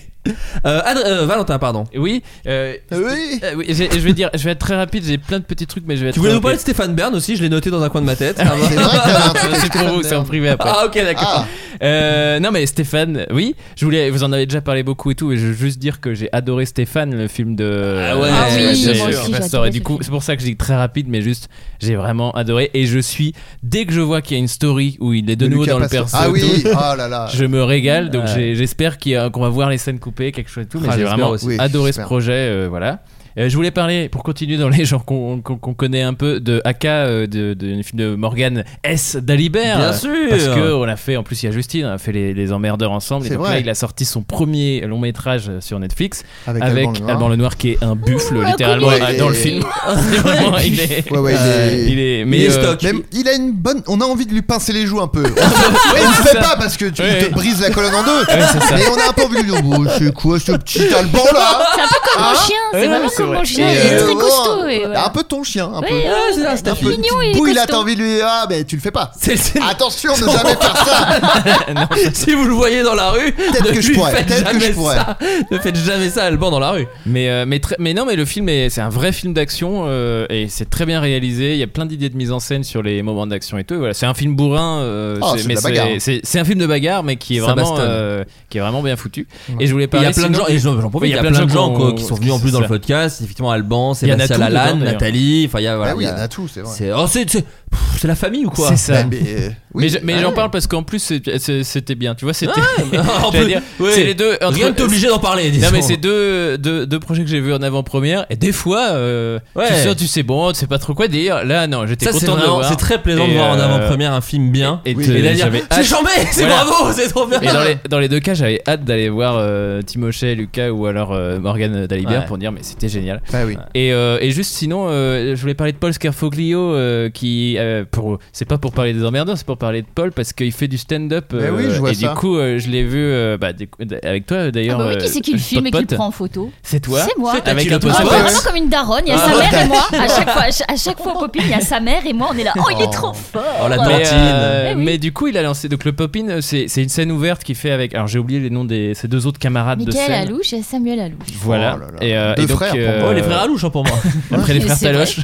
[SPEAKER 6] Euh, Adr- euh, Valentin, pardon.
[SPEAKER 8] Oui, euh,
[SPEAKER 2] Ah Oui.
[SPEAKER 8] euh, oui, j'ai- je vais dire, je vais être très rapide. J'ai plein de petits trucs, mais je vais être.
[SPEAKER 6] Tu voulais
[SPEAKER 8] très
[SPEAKER 6] nous parler de
[SPEAKER 8] rapide.
[SPEAKER 6] Stéphane Bern aussi, je l'ai noté dans un coin de ma tête.
[SPEAKER 2] C'est vrai que t'avais un truc
[SPEAKER 8] C'est pour vous, c'est en privé après.
[SPEAKER 6] Ah ok d'accord.
[SPEAKER 8] Euh, non mais Stéphane, oui, je voulais, vous en avez déjà parlé beaucoup et tout, et je veux juste dire que j'ai adoré Stéphane, le film de.
[SPEAKER 6] Ah ouais,
[SPEAKER 8] de-
[SPEAKER 6] Ah oui,
[SPEAKER 8] de-
[SPEAKER 6] moi
[SPEAKER 8] de-
[SPEAKER 6] aussi,
[SPEAKER 11] j'ai
[SPEAKER 8] Pastor.
[SPEAKER 11] adoré
[SPEAKER 8] Et du
[SPEAKER 11] ce
[SPEAKER 8] coup,
[SPEAKER 11] film.
[SPEAKER 8] c'est pour ça que je dis très rapide, mais juste, j'ai vraiment adoré, et je suis dès que je vois qu'il y a une story où il est de,
[SPEAKER 2] De
[SPEAKER 8] nouveau
[SPEAKER 2] Lucas
[SPEAKER 8] dans le
[SPEAKER 2] Pastor.
[SPEAKER 8] perso,
[SPEAKER 2] Ah
[SPEAKER 8] et
[SPEAKER 2] oui,
[SPEAKER 8] tout,
[SPEAKER 2] oh là là.
[SPEAKER 8] je me régale. Donc
[SPEAKER 6] Ouais.
[SPEAKER 8] j'ai- j'espère qu'il y a- qu'on va voir les scènes coupées, quelque chose et tout. Mais
[SPEAKER 6] Ah,
[SPEAKER 8] j'ai
[SPEAKER 6] j'espère
[SPEAKER 8] vraiment
[SPEAKER 6] aussi.
[SPEAKER 2] Oui,
[SPEAKER 8] adoré ce
[SPEAKER 2] j'espère.
[SPEAKER 8] projet, euh, voilà. Euh, je voulais parler, pour continuer dans les genres qu'on qu'on- qu'on connaît un peu, de AK, euh, de, de, du film de Morgan S. Dalibert.
[SPEAKER 6] Bien sûr.
[SPEAKER 8] Ah, Parce que on a fait, en plus il y a Justine, on a fait les, les emmerdeurs ensemble. Et
[SPEAKER 2] C'est
[SPEAKER 8] donc
[SPEAKER 2] vrai.
[SPEAKER 8] là, il a sorti son premier long métrage euh, sur Netflix
[SPEAKER 2] Avec hein.
[SPEAKER 8] avec,
[SPEAKER 2] Alban Lenoir.
[SPEAKER 8] Alban Lenoir qui est un buffle
[SPEAKER 11] Ouh, un
[SPEAKER 8] littéralement
[SPEAKER 2] comique.
[SPEAKER 8] euh, dans le film. Vraiment, il est,
[SPEAKER 2] Ouais, ouais, il est-
[SPEAKER 8] il est- mais
[SPEAKER 6] il est
[SPEAKER 8] euh,
[SPEAKER 6] stock.
[SPEAKER 2] Même, il a une bonne. On a envie de lui pincer les joues un peu. On se- Ouais, il le fait pas parce que tu
[SPEAKER 8] Ouais.
[SPEAKER 2] te brises la colonne en deux.
[SPEAKER 8] c'est ça.
[SPEAKER 2] Mais on a un peu envie de lui dire Bon, c'est quoi ce petit Alban là Ah,
[SPEAKER 11] C'est un peu comme mon chien, c'est
[SPEAKER 8] Ouais,
[SPEAKER 11] vraiment
[SPEAKER 8] c'est
[SPEAKER 11] comme
[SPEAKER 8] vrai.
[SPEAKER 11] mon chien.
[SPEAKER 2] Et,
[SPEAKER 11] Il est
[SPEAKER 2] euh,
[SPEAKER 11] très
[SPEAKER 2] bon,
[SPEAKER 11] costaud. et voilà.
[SPEAKER 2] Un peu ton chien, un peu.
[SPEAKER 11] Ouais,
[SPEAKER 6] Ah, c'est ça,
[SPEAKER 2] Un
[SPEAKER 6] Stéphane.
[SPEAKER 2] peu une
[SPEAKER 11] mignon, il est
[SPEAKER 2] petite bouille, là,
[SPEAKER 11] costaud.
[SPEAKER 2] t'as envie de lui. Ah, mais tu le fais pas.
[SPEAKER 6] C'est- c'est-
[SPEAKER 2] Attention, ne jamais faire ça.
[SPEAKER 6] si vous le voyez dans la rue, ne
[SPEAKER 2] que je
[SPEAKER 6] lui
[SPEAKER 2] pourrais,
[SPEAKER 6] faites
[SPEAKER 2] peut-être que je
[SPEAKER 6] jamais
[SPEAKER 2] pourrais.
[SPEAKER 6] ça. Ne faites jamais ça à Alban dans la rue.
[SPEAKER 8] Mais, euh, mais, très- mais non, mais le film, est- c'est un vrai film d'action euh, et c'est très bien réalisé. Il y a plein d'idées de mise en scène sur les moments d'action et tout. Et voilà, c'est un film bourrin. euh,
[SPEAKER 2] Ah, c'est de
[SPEAKER 8] mais
[SPEAKER 2] la bagarre.
[SPEAKER 8] c'est- c'est un film de bagarre, mais qui est,
[SPEAKER 6] Ça
[SPEAKER 8] vraiment,
[SPEAKER 6] bastonne.
[SPEAKER 8] euh, qui est vraiment bien foutu. Et je voulais
[SPEAKER 6] Il y
[SPEAKER 8] parler.
[SPEAKER 6] a plein de
[SPEAKER 8] sinon-
[SPEAKER 6] gens, et j'en j'en profite, il y a plein de gens quoi, qui sont venus en plus dans le podcast. Effectivement, Alban,
[SPEAKER 8] Il y en a
[SPEAKER 6] Sébastien
[SPEAKER 8] tout dedans,
[SPEAKER 6] Lalanne,
[SPEAKER 8] d'ailleurs.
[SPEAKER 6] Nathalie, enfin il y a
[SPEAKER 2] Ah
[SPEAKER 6] voilà.
[SPEAKER 2] oui,
[SPEAKER 6] il
[SPEAKER 2] il
[SPEAKER 6] y
[SPEAKER 2] y en
[SPEAKER 6] a-
[SPEAKER 2] a tout, c'est vrai.
[SPEAKER 6] C'est oh, c'est- c'est- pff, c'est la famille ou quoi
[SPEAKER 8] C'est ça.
[SPEAKER 6] Mais, euh, oui.
[SPEAKER 8] Mais je- mais
[SPEAKER 6] Ouais.
[SPEAKER 2] Ah,
[SPEAKER 8] j'en parle parce qu'en plus c'est- c'est- c'était bien. Tu vois, c'était.
[SPEAKER 6] Ouais, en
[SPEAKER 8] J'allais
[SPEAKER 6] plus,
[SPEAKER 8] dire,
[SPEAKER 6] ouais.
[SPEAKER 8] C'est les deux.
[SPEAKER 6] Rien ne t'obligeait d'en parler, disons.
[SPEAKER 8] Non mais c'est deux, deux deux projets que j'ai vus en avant-première et des fois euh, tu
[SPEAKER 6] Ouais.
[SPEAKER 8] sors, tu sais bon, tu sais pas trop quoi dire. Là non, j'étais
[SPEAKER 6] Ça, c'est
[SPEAKER 8] content de le
[SPEAKER 6] vraiment-
[SPEAKER 8] voir.
[SPEAKER 6] c'est très plaisant de
[SPEAKER 8] Et,
[SPEAKER 6] voir en
[SPEAKER 8] euh,
[SPEAKER 6] avant-première un film bien.
[SPEAKER 8] Et,
[SPEAKER 6] Oui.
[SPEAKER 8] te-
[SPEAKER 6] Et d'aller dire,
[SPEAKER 8] j'avais
[SPEAKER 6] c'est
[SPEAKER 8] hâte.
[SPEAKER 6] chambé, c'est bravo, c'est trop bien.
[SPEAKER 8] Et dans les, dans les deux cas, j'avais hâte d'aller voir euh, Timochet, Lucas ou alors euh, Morgan Dalibert
[SPEAKER 6] Ouais.
[SPEAKER 8] pour dire mais c'était génial.
[SPEAKER 2] Bah oui.
[SPEAKER 8] Et, euh, et juste sinon, euh, je voulais parler de Paul Scarfoglio euh, qui euh, pour c'est pas pour parler des emmerdeurs, c'est pour parler de Paul parce qu'il fait du stand-up.
[SPEAKER 2] Eh oui, je vois
[SPEAKER 8] et
[SPEAKER 2] ça.
[SPEAKER 8] du coup, euh, je l'ai vu euh, bah, du coup, avec toi
[SPEAKER 11] Ah
[SPEAKER 8] d'ailleurs.
[SPEAKER 11] bah oui, qui c'est qui le
[SPEAKER 8] euh,
[SPEAKER 11] filme et qui
[SPEAKER 8] pote,
[SPEAKER 11] le
[SPEAKER 8] pote.
[SPEAKER 11] prend en photo
[SPEAKER 8] C'est toi.
[SPEAKER 11] C'est moi.
[SPEAKER 8] C'est toi, Avec tu l'as un posé.
[SPEAKER 11] Ah,
[SPEAKER 8] pote.
[SPEAKER 11] Vraiment comme une daronne, il y a
[SPEAKER 8] Ah,
[SPEAKER 11] sa mère
[SPEAKER 8] ouais.
[SPEAKER 11] et moi. À chaque fois, à chaque- à chaque fois, au popine, il y a sa mère et moi. On est là. Oh, il est trop fort.
[SPEAKER 6] la
[SPEAKER 8] Mais,
[SPEAKER 6] dentine.
[SPEAKER 8] euh,
[SPEAKER 6] Eh
[SPEAKER 8] mais du coup, il a lancé. Donc, le Popin, c'est c'est une scène ouverte qu'il fait avec. Alors, j'ai oublié les noms de ses deux autres camarades de
[SPEAKER 11] Michael
[SPEAKER 8] scène.
[SPEAKER 11] Alouche et Samuel Alouche.
[SPEAKER 8] Voilà.
[SPEAKER 6] Oh là là.
[SPEAKER 8] Et, euh,
[SPEAKER 6] Deux
[SPEAKER 8] et donc,
[SPEAKER 6] frères, pour
[SPEAKER 8] euh,
[SPEAKER 6] moi. Oh, les frères Alouche, hein, pour moi.
[SPEAKER 8] Après les
[SPEAKER 6] Mais
[SPEAKER 8] frères
[SPEAKER 6] c'est vrai.
[SPEAKER 8] Taloche.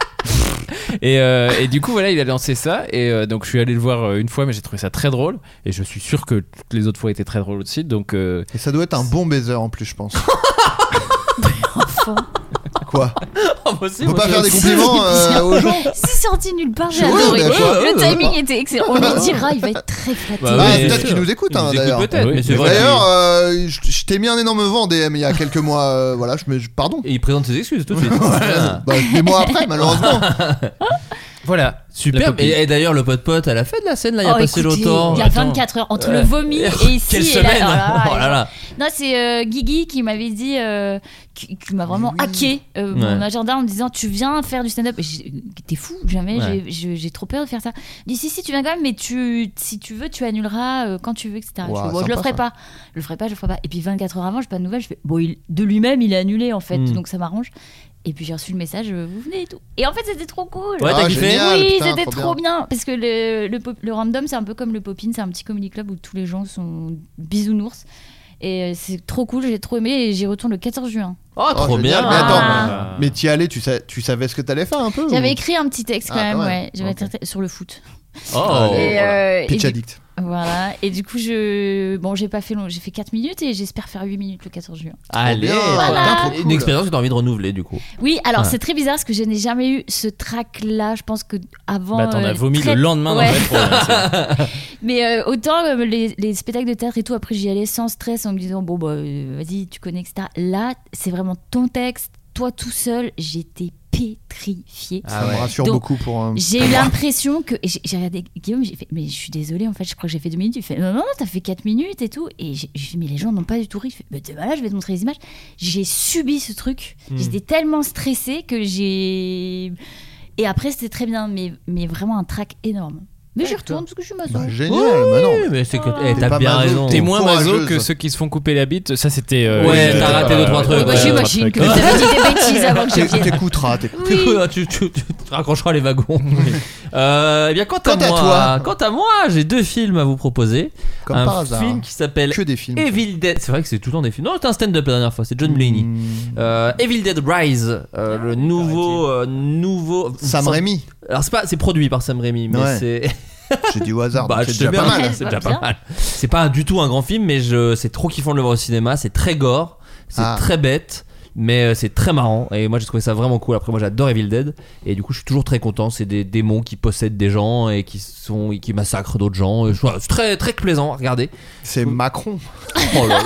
[SPEAKER 8] et, euh, et du coup, voilà, il a lancé ça. Et euh, donc, je suis allé le voir euh, une fois, mais j'ai trouvé ça très drôle. Et je suis sûr que toutes les autres fois étaient très drôles aussi. Donc, euh,
[SPEAKER 2] Et ça doit être un bon baiser en plus, je pense. Quoi
[SPEAKER 6] Faut
[SPEAKER 2] pas faire des compliments euh, aux gens
[SPEAKER 11] C'est sorti nulle part, j'ai
[SPEAKER 2] Ouais,
[SPEAKER 11] adoré.
[SPEAKER 2] bah, toi,
[SPEAKER 11] Le
[SPEAKER 2] ouais,
[SPEAKER 11] timing
[SPEAKER 2] ouais.
[SPEAKER 11] était excellent. On lui dira, il va être très flatté.
[SPEAKER 2] Bah,
[SPEAKER 6] oui, bien
[SPEAKER 2] peut-être
[SPEAKER 6] sûr.
[SPEAKER 2] qu'il nous écoute,
[SPEAKER 6] Il nous
[SPEAKER 2] hein,
[SPEAKER 6] écoute
[SPEAKER 2] d'ailleurs.
[SPEAKER 6] peut-être, mais c'est vrai
[SPEAKER 2] D'ailleurs, euh, je je t'ai mis un énorme vent en DM il y a quelques mois. euh, voilà, je me, je- pardon.
[SPEAKER 6] Et il présente ses excuses tout de suite. Ah.
[SPEAKER 2] Bah, des mois après, malheureusement.
[SPEAKER 8] Voilà,
[SPEAKER 2] La
[SPEAKER 6] super.
[SPEAKER 2] copine.
[SPEAKER 6] Et, et d'ailleurs, le pote pote, elle a fait de la scène là, il y a
[SPEAKER 11] Oh,
[SPEAKER 6] pas si
[SPEAKER 11] écoutez,
[SPEAKER 6] longtemps.
[SPEAKER 11] Il y a 24 heures entre
[SPEAKER 6] Ouais.
[SPEAKER 11] le vomi et ici.
[SPEAKER 6] Quelle
[SPEAKER 11] et là, oh
[SPEAKER 6] semaine
[SPEAKER 11] là là,
[SPEAKER 6] Oh là là.
[SPEAKER 11] Non, c'est euh, Guigui qui m'avait dit, euh, qui, qui m'a vraiment hacké euh, mon
[SPEAKER 6] Ouais.
[SPEAKER 11] agenda en me disant Tu viens faire du stand-up. Et j'ai- T'es fou, jamais,
[SPEAKER 6] Ouais.
[SPEAKER 11] j'ai- j'ai j'ai trop peur de faire ça. Il dit Si, si, tu viens quand même, mais tu, si tu veux, tu annuleras euh, quand tu veux, etc. je,
[SPEAKER 6] Ouah,
[SPEAKER 11] fais, Bon, je le
[SPEAKER 6] sympa,
[SPEAKER 11] ferai
[SPEAKER 6] ça.
[SPEAKER 11] pas. Je le ferai pas, je le ferai pas. Et puis 24 heures avant, je pas de nouvelles. Je fais Bon, il- de lui-même, il a annulé en fait,
[SPEAKER 6] Hmm.
[SPEAKER 11] donc ça m'arrange. Et puis j'ai reçu le message, euh, vous venez et tout. Et en fait, c'était trop cool.
[SPEAKER 6] Ouais, t'as Ah, kiffé génial,
[SPEAKER 11] Oui,
[SPEAKER 6] putain,
[SPEAKER 11] c'était
[SPEAKER 6] trop
[SPEAKER 11] trop bien. Parce que le, le, pop- le random, c'est un peu comme le Popin, c'est un petit comedy club où tous les gens sont bisounours. Et euh, c'est trop cool, j'ai trop aimé et j'y retourne le 14 juin.
[SPEAKER 6] Oh,
[SPEAKER 2] Oh,
[SPEAKER 6] trop
[SPEAKER 2] génial.
[SPEAKER 6] bien.
[SPEAKER 2] Mais attends,
[SPEAKER 6] Ah.
[SPEAKER 2] mais t'y allais, tu, sais, tu savais ce que t'allais faire un peu ou-
[SPEAKER 11] J'avais écrit un petit texte quand
[SPEAKER 2] Ah,
[SPEAKER 11] même,
[SPEAKER 2] quand même.
[SPEAKER 11] ouais. J'avais écrit un texte sur le foot.
[SPEAKER 6] Oh.
[SPEAKER 11] Et, euh, et
[SPEAKER 2] Pitch
[SPEAKER 11] du-
[SPEAKER 2] addict.
[SPEAKER 11] Voilà. Et du coup, je. Bon, j'ai pas fait long, j'ai fait 4 minutes et j'espère faire 8 minutes le 14 juin.
[SPEAKER 6] Allez,
[SPEAKER 2] Trop bien.
[SPEAKER 6] voilà.
[SPEAKER 2] Putain, trop cool.
[SPEAKER 6] une expérience que t'as envie de renouveler du coup.
[SPEAKER 11] Oui, alors
[SPEAKER 6] Ouais.
[SPEAKER 11] c'est très bizarre parce que je n'ai jamais eu ce trac-là. Je pense que avant.
[SPEAKER 6] Bah, t'en
[SPEAKER 11] euh,
[SPEAKER 6] as vomi
[SPEAKER 11] très-
[SPEAKER 6] le lendemain dans le
[SPEAKER 11] Ouais.
[SPEAKER 6] métro,
[SPEAKER 11] Mais euh, autant euh, les, les spectacles de théâtre et tout, après j'y allais sans stress en me disant bon, bah euh, vas-y, tu connais, etc. Là, c'est vraiment ton texte, toi tout seul. J'étais pétrifiée.
[SPEAKER 2] Ça
[SPEAKER 6] Ah
[SPEAKER 2] me rassure
[SPEAKER 11] Donc,
[SPEAKER 2] beaucoup pour. un-
[SPEAKER 11] J'ai
[SPEAKER 2] pour
[SPEAKER 11] eu
[SPEAKER 2] moi.
[SPEAKER 11] l'impression que. et J'ai j'ai regardé Guillaume, j'ai fait. Mais je suis désolée, en fait, je crois que j'ai fait deux minutes. Il fait. Non, non, non, t'as fait quatre minutes et tout. Et j'ai j'ai fait, Mais les gens n'ont pas du tout ri. Il fait, Mais t'es malade, je vais te montrer les images. J'ai subi ce truc.
[SPEAKER 6] Hmm.
[SPEAKER 11] J'étais tellement stressée que j'ai. Et après, c'était très bien, mais, mais vraiment un trac énorme. Mais j'y retourne parce que je suis maso.
[SPEAKER 2] Bah, génial, bah non.
[SPEAKER 6] mais c'est que
[SPEAKER 8] Ah.
[SPEAKER 6] eh, t'as
[SPEAKER 2] pas
[SPEAKER 6] bien
[SPEAKER 2] maso,
[SPEAKER 6] raison.
[SPEAKER 8] T'es moins maso
[SPEAKER 2] Courageuse.
[SPEAKER 8] que ceux qui se font couper la bite. Ça, c'était. euh,
[SPEAKER 6] Ouais,
[SPEAKER 8] une-
[SPEAKER 6] t'as raté deux, trois trucs.
[SPEAKER 8] Ouais,
[SPEAKER 6] Moi, je suis
[SPEAKER 8] ouais,
[SPEAKER 6] machine,
[SPEAKER 8] trois
[SPEAKER 6] que
[SPEAKER 8] trucs.
[SPEAKER 6] vous avez
[SPEAKER 11] dit des bêtises avant que je vienne.
[SPEAKER 2] T'écouteras, t'écouteras.
[SPEAKER 6] Ah, tu, tu- tu te raccrocheras les wagons. Euh, eh bien, quant, à,
[SPEAKER 2] Quant à toi.
[SPEAKER 6] moi, quant à moi, j'ai deux films à vous proposer.
[SPEAKER 2] Comme
[SPEAKER 6] un
[SPEAKER 2] par hasard.
[SPEAKER 6] film qui s'appelle
[SPEAKER 2] Que des films.
[SPEAKER 6] Evil Dead. C'est vrai que c'est tout le temps des films. Non, c'était un stand-up la dernière fois. C'est
[SPEAKER 2] Hmm.
[SPEAKER 6] John Mulaney. Euh, Evil Dead Rise, euh, le nouveau, euh, nouveau.
[SPEAKER 2] Sam Raimi.
[SPEAKER 6] Alors c'est pas, c'est produit par Sam Raimi, mais
[SPEAKER 2] Ouais.
[SPEAKER 6] c'est.
[SPEAKER 2] J'ai dit au hasard,
[SPEAKER 6] Bah,
[SPEAKER 2] donc
[SPEAKER 6] je
[SPEAKER 2] c'est
[SPEAKER 6] te
[SPEAKER 2] déjà
[SPEAKER 6] mets
[SPEAKER 2] pas
[SPEAKER 6] un-
[SPEAKER 2] mal.
[SPEAKER 6] C'est déjà pas mal. C'est pas du tout un grand film, mais je, c'est trop kiffant de le voir au cinéma. C'est très gore, c'est
[SPEAKER 2] Ah.
[SPEAKER 6] très bête, mais euh, c'est très marrant. Et moi, j'ai trouvé ça vraiment cool. Après, moi, j'adore Evil Dead, et du coup, je suis toujours très content. C'est des démons qui possèdent des gens et qui sont, et qui massacrent d'autres gens. Et je- voilà, c'est très, très plaisant. à regarder
[SPEAKER 2] C'est Macron.
[SPEAKER 6] Oh là là.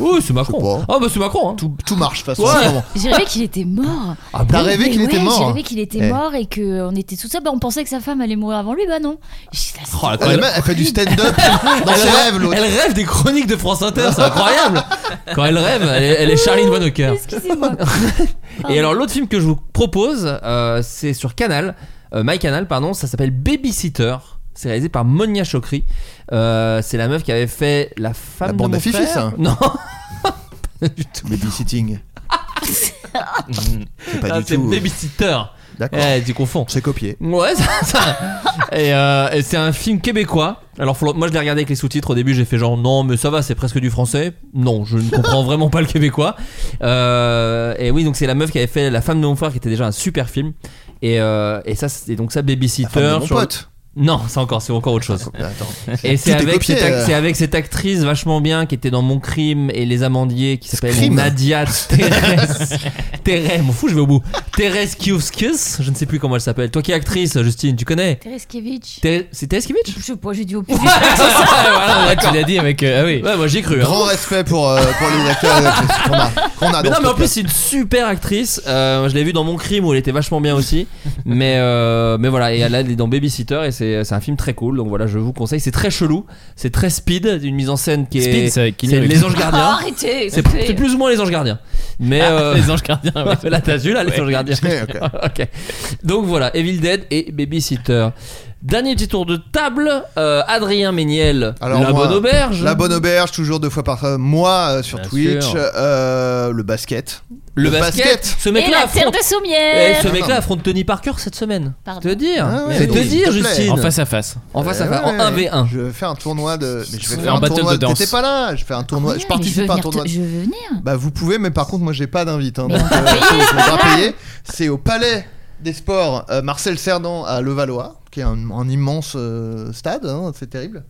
[SPEAKER 6] oui, c'est Macron. Ah bah c'est Macron. hein.
[SPEAKER 2] Tout, tout marche de toute façon. en ce
[SPEAKER 6] Ouais.
[SPEAKER 2] moment.
[SPEAKER 11] J'ai rêvé qu'il était mort.
[SPEAKER 2] T'as
[SPEAKER 6] Ah bon
[SPEAKER 2] rêvé
[SPEAKER 11] Mais
[SPEAKER 2] qu'il était
[SPEAKER 11] ouais, J'ai
[SPEAKER 2] mort.
[SPEAKER 11] rêvé qu'il était
[SPEAKER 2] Eh.
[SPEAKER 11] mort et qu'on était tout ça. Bah, on pensait que sa femme allait mourir avant lui. Bah non. J'ai-
[SPEAKER 6] Oh, la
[SPEAKER 2] Elle,
[SPEAKER 6] elle-
[SPEAKER 2] elle- elle fait du stand-up dans
[SPEAKER 6] elle,
[SPEAKER 2] ses
[SPEAKER 6] rêve,
[SPEAKER 2] rêves, l'autre.
[SPEAKER 6] elle rêve des chroniques de France Inter, c'est incroyable! Quand elle rêve, elle est, elle est Charline Wanoker.
[SPEAKER 11] Excusez-moi.
[SPEAKER 6] Et alors, l'autre film que je vous propose, euh, c'est sur Canal, euh, My Canal, pardon, ça s'appelle Babysitter. C'est réalisé par Monia Chokri. Euh, c'est la meuf qui avait fait La femme
[SPEAKER 2] La
[SPEAKER 6] de
[SPEAKER 2] bande
[SPEAKER 6] mon
[SPEAKER 2] à Fifi,
[SPEAKER 6] frère.
[SPEAKER 2] ça.
[SPEAKER 6] Non,
[SPEAKER 2] Babysitting. C'est pas
[SPEAKER 6] Ah,
[SPEAKER 2] du
[SPEAKER 6] c'est
[SPEAKER 2] tout. euh,
[SPEAKER 6] Babysitter.
[SPEAKER 2] D'accord.
[SPEAKER 6] Eh, tu confonds.
[SPEAKER 2] C'est copié.
[SPEAKER 6] Ouais, ça. ça. Et, euh, et c'est un film québécois. Alors, faut- moi, je l'ai regardé avec les sous-titres. Au début, j'ai fait genre non, mais ça va, c'est presque du français. Non, je ne comprends vraiment pas le québécois. Euh, et oui, donc c'est la meuf qui avait fait La femme de mon frère, qui était déjà un super film. Et, euh, et ça, c'est donc ça,
[SPEAKER 2] La femme de
[SPEAKER 6] Babysitter.
[SPEAKER 2] mon
[SPEAKER 6] sur-
[SPEAKER 2] pote.
[SPEAKER 6] Non, c'est encore, c'est encore autre chose. Et
[SPEAKER 2] Tout
[SPEAKER 6] c'est
[SPEAKER 2] est
[SPEAKER 6] avec,
[SPEAKER 2] copié,
[SPEAKER 6] cette, ac-
[SPEAKER 2] euh.
[SPEAKER 6] c'est avec cette actrice vachement bien qui était dans Mon Crime et Les Amandiers qui s'appelle
[SPEAKER 2] Scream.
[SPEAKER 6] Nadia Thérèse. Thérèse, m'en fous, je vais au bout. Thérèse Kiuskis, je ne sais plus comment elle s'appelle. Toi qui es actrice, Justine, tu connais
[SPEAKER 11] Tereskevich.
[SPEAKER 6] Thé- C'est Tereskevich
[SPEAKER 11] Je sais pas, j'ai dit au pif.
[SPEAKER 6] voilà,
[SPEAKER 8] tu l'as dit avec. ah oui.
[SPEAKER 6] Ouais, moi j'ai cru. hein.
[SPEAKER 2] Grand respect pour, euh, pour les acteurs et actrices qu'on a, qu'on a
[SPEAKER 6] mais
[SPEAKER 2] dans
[SPEAKER 6] non,
[SPEAKER 2] ce
[SPEAKER 6] mais en plus,
[SPEAKER 2] podcast.
[SPEAKER 6] c'est une super actrice. Euh, je l'ai vu dans Mon Crime où elle était vachement bien aussi. mais, euh, mais voilà, et elle elle est dans Babysitter et c'est c'est un film très cool. Donc voilà, je vous conseille. C'est très chelou, c'est très speed. Une mise en scène qui est.
[SPEAKER 8] Speed, c'est avec Keanu
[SPEAKER 6] c'est
[SPEAKER 8] Reeves.
[SPEAKER 6] Les Anges Gardiens.
[SPEAKER 11] Ah, arrêtez,
[SPEAKER 6] C'est
[SPEAKER 11] arrêtez.
[SPEAKER 6] c'est plus ou moins Les Anges Gardiens. Mais,
[SPEAKER 8] Ah,
[SPEAKER 6] euh,
[SPEAKER 8] Les Anges Gardiens, ouais.
[SPEAKER 6] là, t'as vu, là, Les
[SPEAKER 8] Ouais.
[SPEAKER 6] Anges Gardiens. Ok. Donc voilà, Evil Dead et Babysitter. Dernier petit tour de table, euh, Adrien Méniel, la
[SPEAKER 2] moi,
[SPEAKER 6] bonne auberge.
[SPEAKER 2] La bonne auberge, toujours deux fois par mois euh, sur
[SPEAKER 6] Bien
[SPEAKER 2] Twitch.
[SPEAKER 6] sûr.
[SPEAKER 2] euh, le basket.
[SPEAKER 6] Le, basket. Ce
[SPEAKER 11] Et
[SPEAKER 6] mec-là
[SPEAKER 11] la terre
[SPEAKER 6] affronte.
[SPEAKER 11] de
[SPEAKER 6] Eh,
[SPEAKER 11] soumière.
[SPEAKER 6] ce mec-là affronte Tony Parker cette semaine.
[SPEAKER 11] Pardon.
[SPEAKER 6] Te dire.
[SPEAKER 2] Ah ouais,
[SPEAKER 6] C'est te
[SPEAKER 2] donc,
[SPEAKER 6] dire,
[SPEAKER 2] s'il te plaît.
[SPEAKER 6] Justine.
[SPEAKER 8] En face à face.
[SPEAKER 6] En face à
[SPEAKER 2] Ouais,
[SPEAKER 6] face, en
[SPEAKER 2] ouais.
[SPEAKER 6] 1v1.
[SPEAKER 2] Je vais faire un tournoi de. Mais je vais
[SPEAKER 8] En
[SPEAKER 2] faire un
[SPEAKER 8] battle
[SPEAKER 2] tournoi
[SPEAKER 8] de danse.
[SPEAKER 2] T'étais pas là. Je fais un tournoi. Je
[SPEAKER 11] Mais Ah je veux
[SPEAKER 2] participe à un
[SPEAKER 11] venir
[SPEAKER 2] tournoi.
[SPEAKER 11] te- Je veux venir.
[SPEAKER 2] Bah vous pouvez, mais par contre moi j'ai pas d'invite. Hein,
[SPEAKER 11] Mais
[SPEAKER 2] donc,
[SPEAKER 11] on peut
[SPEAKER 2] euh,
[SPEAKER 11] payer,
[SPEAKER 2] faut-
[SPEAKER 11] c'est pas
[SPEAKER 2] faudra
[SPEAKER 11] grave.
[SPEAKER 2] payer. C'est au Palais des Sports euh, Marcel Cerdan à Levallois, qui est un, un immense euh, stade. hein, c'est terrible.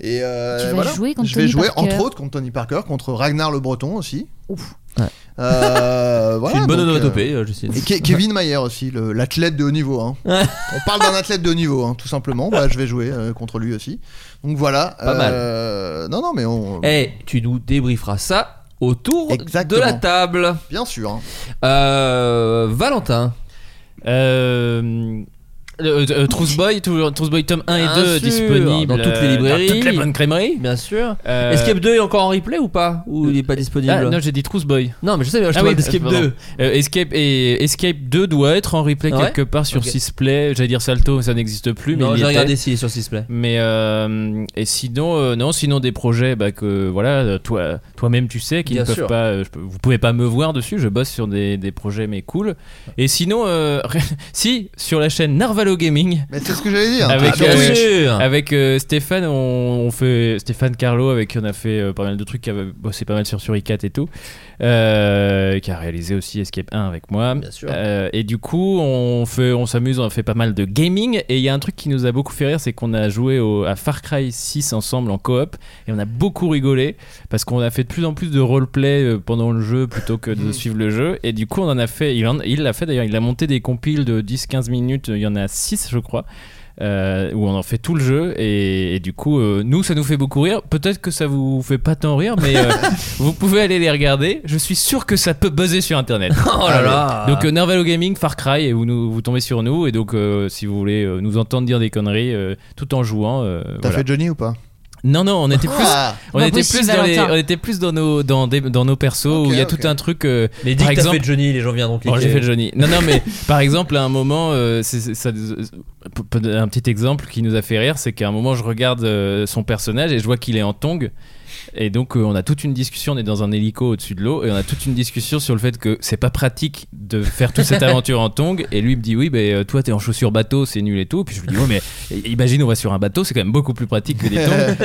[SPEAKER 2] Et euh,
[SPEAKER 11] Tu vas
[SPEAKER 2] voilà.
[SPEAKER 11] jouer contre
[SPEAKER 2] Je vais
[SPEAKER 11] Tony
[SPEAKER 2] jouer
[SPEAKER 11] Parker.
[SPEAKER 2] entre autres contre Tony Parker, contre Ragnar Le Breton aussi.
[SPEAKER 11] Ouf.
[SPEAKER 6] Ouais.
[SPEAKER 2] Euh, voilà,
[SPEAKER 6] C'est une bonne
[SPEAKER 2] donc, euh,
[SPEAKER 6] onomatopée, euh, Justine.
[SPEAKER 2] et Ke- Kevin Mayer aussi, le- l'athlète de haut niveau. hein. On parle d'un athlète de haut niveau, hein, tout simplement. Bah, je vais jouer euh, contre lui aussi. Donc voilà.
[SPEAKER 6] Pas mal.
[SPEAKER 2] euh, Non, non, mais on.
[SPEAKER 6] Eh, tu nous débrieferas ça autour
[SPEAKER 2] Exactement.
[SPEAKER 6] de la table.
[SPEAKER 2] Bien sûr. hein.
[SPEAKER 6] Euh, Valentin.
[SPEAKER 8] Euh. le- euh, Truth Boy, toujours- Truth Boy tome 1 et
[SPEAKER 6] Bien
[SPEAKER 8] 2
[SPEAKER 6] sûr,
[SPEAKER 8] disponibles
[SPEAKER 6] dans toutes les
[SPEAKER 8] euh,
[SPEAKER 6] librairies.
[SPEAKER 8] dans toutes les bonnes crèmeries.
[SPEAKER 6] Bien sûr.
[SPEAKER 8] Euh,
[SPEAKER 6] Escape 2 est encore en replay ou pas Ou il est pas disponible
[SPEAKER 8] Ah, non, j'ai dit Truth Boy.
[SPEAKER 6] Non, mais je sais, mais je
[SPEAKER 8] Ah oui,
[SPEAKER 6] te parle d'Escape
[SPEAKER 8] pardon.
[SPEAKER 6] 2.
[SPEAKER 8] Euh, Escape et Escape 2 doit être en replay
[SPEAKER 6] Ah ouais
[SPEAKER 8] quelque part sur
[SPEAKER 6] Ok.
[SPEAKER 8] Sisplay. J'allais dire Salto, ça n'existe plus. mais
[SPEAKER 6] Non,
[SPEAKER 8] il
[SPEAKER 6] j'ai
[SPEAKER 8] y était.
[SPEAKER 6] regardé s'il est sur Sisplay.
[SPEAKER 8] Mais euh, et sinon, euh, non, sinon des projets bah, que voilà, toi, toi-même tu sais qu'ils
[SPEAKER 6] Bien
[SPEAKER 8] ne peuvent
[SPEAKER 6] sûr.
[SPEAKER 8] pas, euh, je peux- vous pouvez pas me voir dessus. Je bosse sur des, des projets mais cool. Et sinon, euh, si sur la chaîne Narvalo Gaming.
[SPEAKER 2] Mais c'est ce que j'allais dire.
[SPEAKER 8] Avec,
[SPEAKER 6] Ah, bien
[SPEAKER 8] euh,
[SPEAKER 6] sûr.
[SPEAKER 8] avec euh, Stéphane, on, on fait Stéphane Carlo, avec qui on a fait euh, pas mal de trucs, qui a bossé pas mal sur Suricat et tout, euh, qui a réalisé aussi Escape 1 avec moi.
[SPEAKER 6] Bien sûr.
[SPEAKER 8] Euh, et du coup, on fait, on s'amuse, on fait pas mal de gaming. Et il y a un truc qui nous a beaucoup fait rire, c'est qu'on a joué au- à Far Cry 6 ensemble en coop, et on a beaucoup rigolé parce qu'on a fait de plus en plus de roleplay euh, pendant le jeu plutôt que de suivre le jeu. Et du coup, on en a fait, il en- il l'a fait d'ailleurs, il a monté des compiles de 10-15 minutes, il y en a 6 je crois. euh, où on en fait tout le jeu et, et du coup euh, nous ça nous fait beaucoup rire peut-être que ça vous fait pas tant rire mais euh, vous pouvez aller les regarder je suis sûr que ça peut buzzer sur internet
[SPEAKER 6] Oh là
[SPEAKER 2] Ah.
[SPEAKER 6] là.
[SPEAKER 8] donc euh, Narvalo Gaming, Far Cry, et vous, nous, vous tombez sur nous. Et donc, euh, si vous voulez euh, nous entendre dire des conneries euh, tout en jouant, euh,
[SPEAKER 2] T'as
[SPEAKER 8] voilà.
[SPEAKER 2] fait Johnny ou pas
[SPEAKER 8] Non, non, on était plus,
[SPEAKER 2] Ah.
[SPEAKER 8] on
[SPEAKER 11] Pas
[SPEAKER 8] était
[SPEAKER 11] possible,
[SPEAKER 8] plus dans les-
[SPEAKER 11] Valentin.
[SPEAKER 8] on était plus dans nos, dans des- dans nos persos où il y a
[SPEAKER 2] ok.
[SPEAKER 8] tout un truc. euh,
[SPEAKER 6] Mais dis
[SPEAKER 8] par
[SPEAKER 6] que t'as
[SPEAKER 8] exemple,
[SPEAKER 6] fait Johnny, les gens viendront cliquer.
[SPEAKER 8] Bon, Oh, j'ai fait Johnny. Non, non, mais par exemple, à un moment, euh, c'est- c'est- ça- p- p- un petit exemple qui nous a fait rire, c'est qu'à un moment, je regarde euh, son personnage et je vois qu'il est en tong. Et donc, euh, on a toute une discussion. On est dans un hélico au-dessus de l'eau et on a toute une discussion sur le fait que c'est pas pratique de faire toute cette aventure en tong. Et lui il me dit Oui, ben euh, toi, t'es en chaussures bateau, c'est nul et tout. Puis je lui dis Ouais, mais imagine, on va sur un bateau, c'est quand même beaucoup plus pratique que des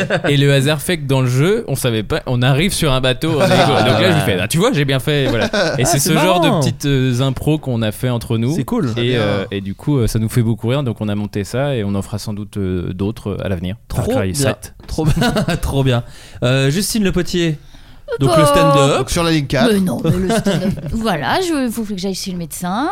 [SPEAKER 8] tongs. et le hasard fait que dans le jeu, on savait pas, on arrive sur un bateau en hélico. Donc là, je lui fais Ah, Tu vois, j'ai bien fait. Voilà. Et
[SPEAKER 6] Ah,
[SPEAKER 8] c'est
[SPEAKER 6] c'est
[SPEAKER 8] ce genre
[SPEAKER 6] marrant.
[SPEAKER 8] de petites euh, impros qu'on a fait entre nous.
[SPEAKER 6] C'est cool.
[SPEAKER 2] Très
[SPEAKER 8] Et,
[SPEAKER 2] bien.
[SPEAKER 8] euh, et du coup, euh, ça nous fait beaucoup rire. Donc, on a monté ça et on en fera sans doute euh, d'autres euh, à l'avenir.
[SPEAKER 6] Trop
[SPEAKER 8] Far Cry
[SPEAKER 6] bien.
[SPEAKER 8] 7.
[SPEAKER 6] Trop bien. Trop bien. Euh, Justine Le Potier. Donc
[SPEAKER 11] Bah.
[SPEAKER 6] le stand-up.
[SPEAKER 2] Donc sur la ligne 4.
[SPEAKER 11] Mais non, mais le stand-up. voilà, je faut que j'aille chez le médecin.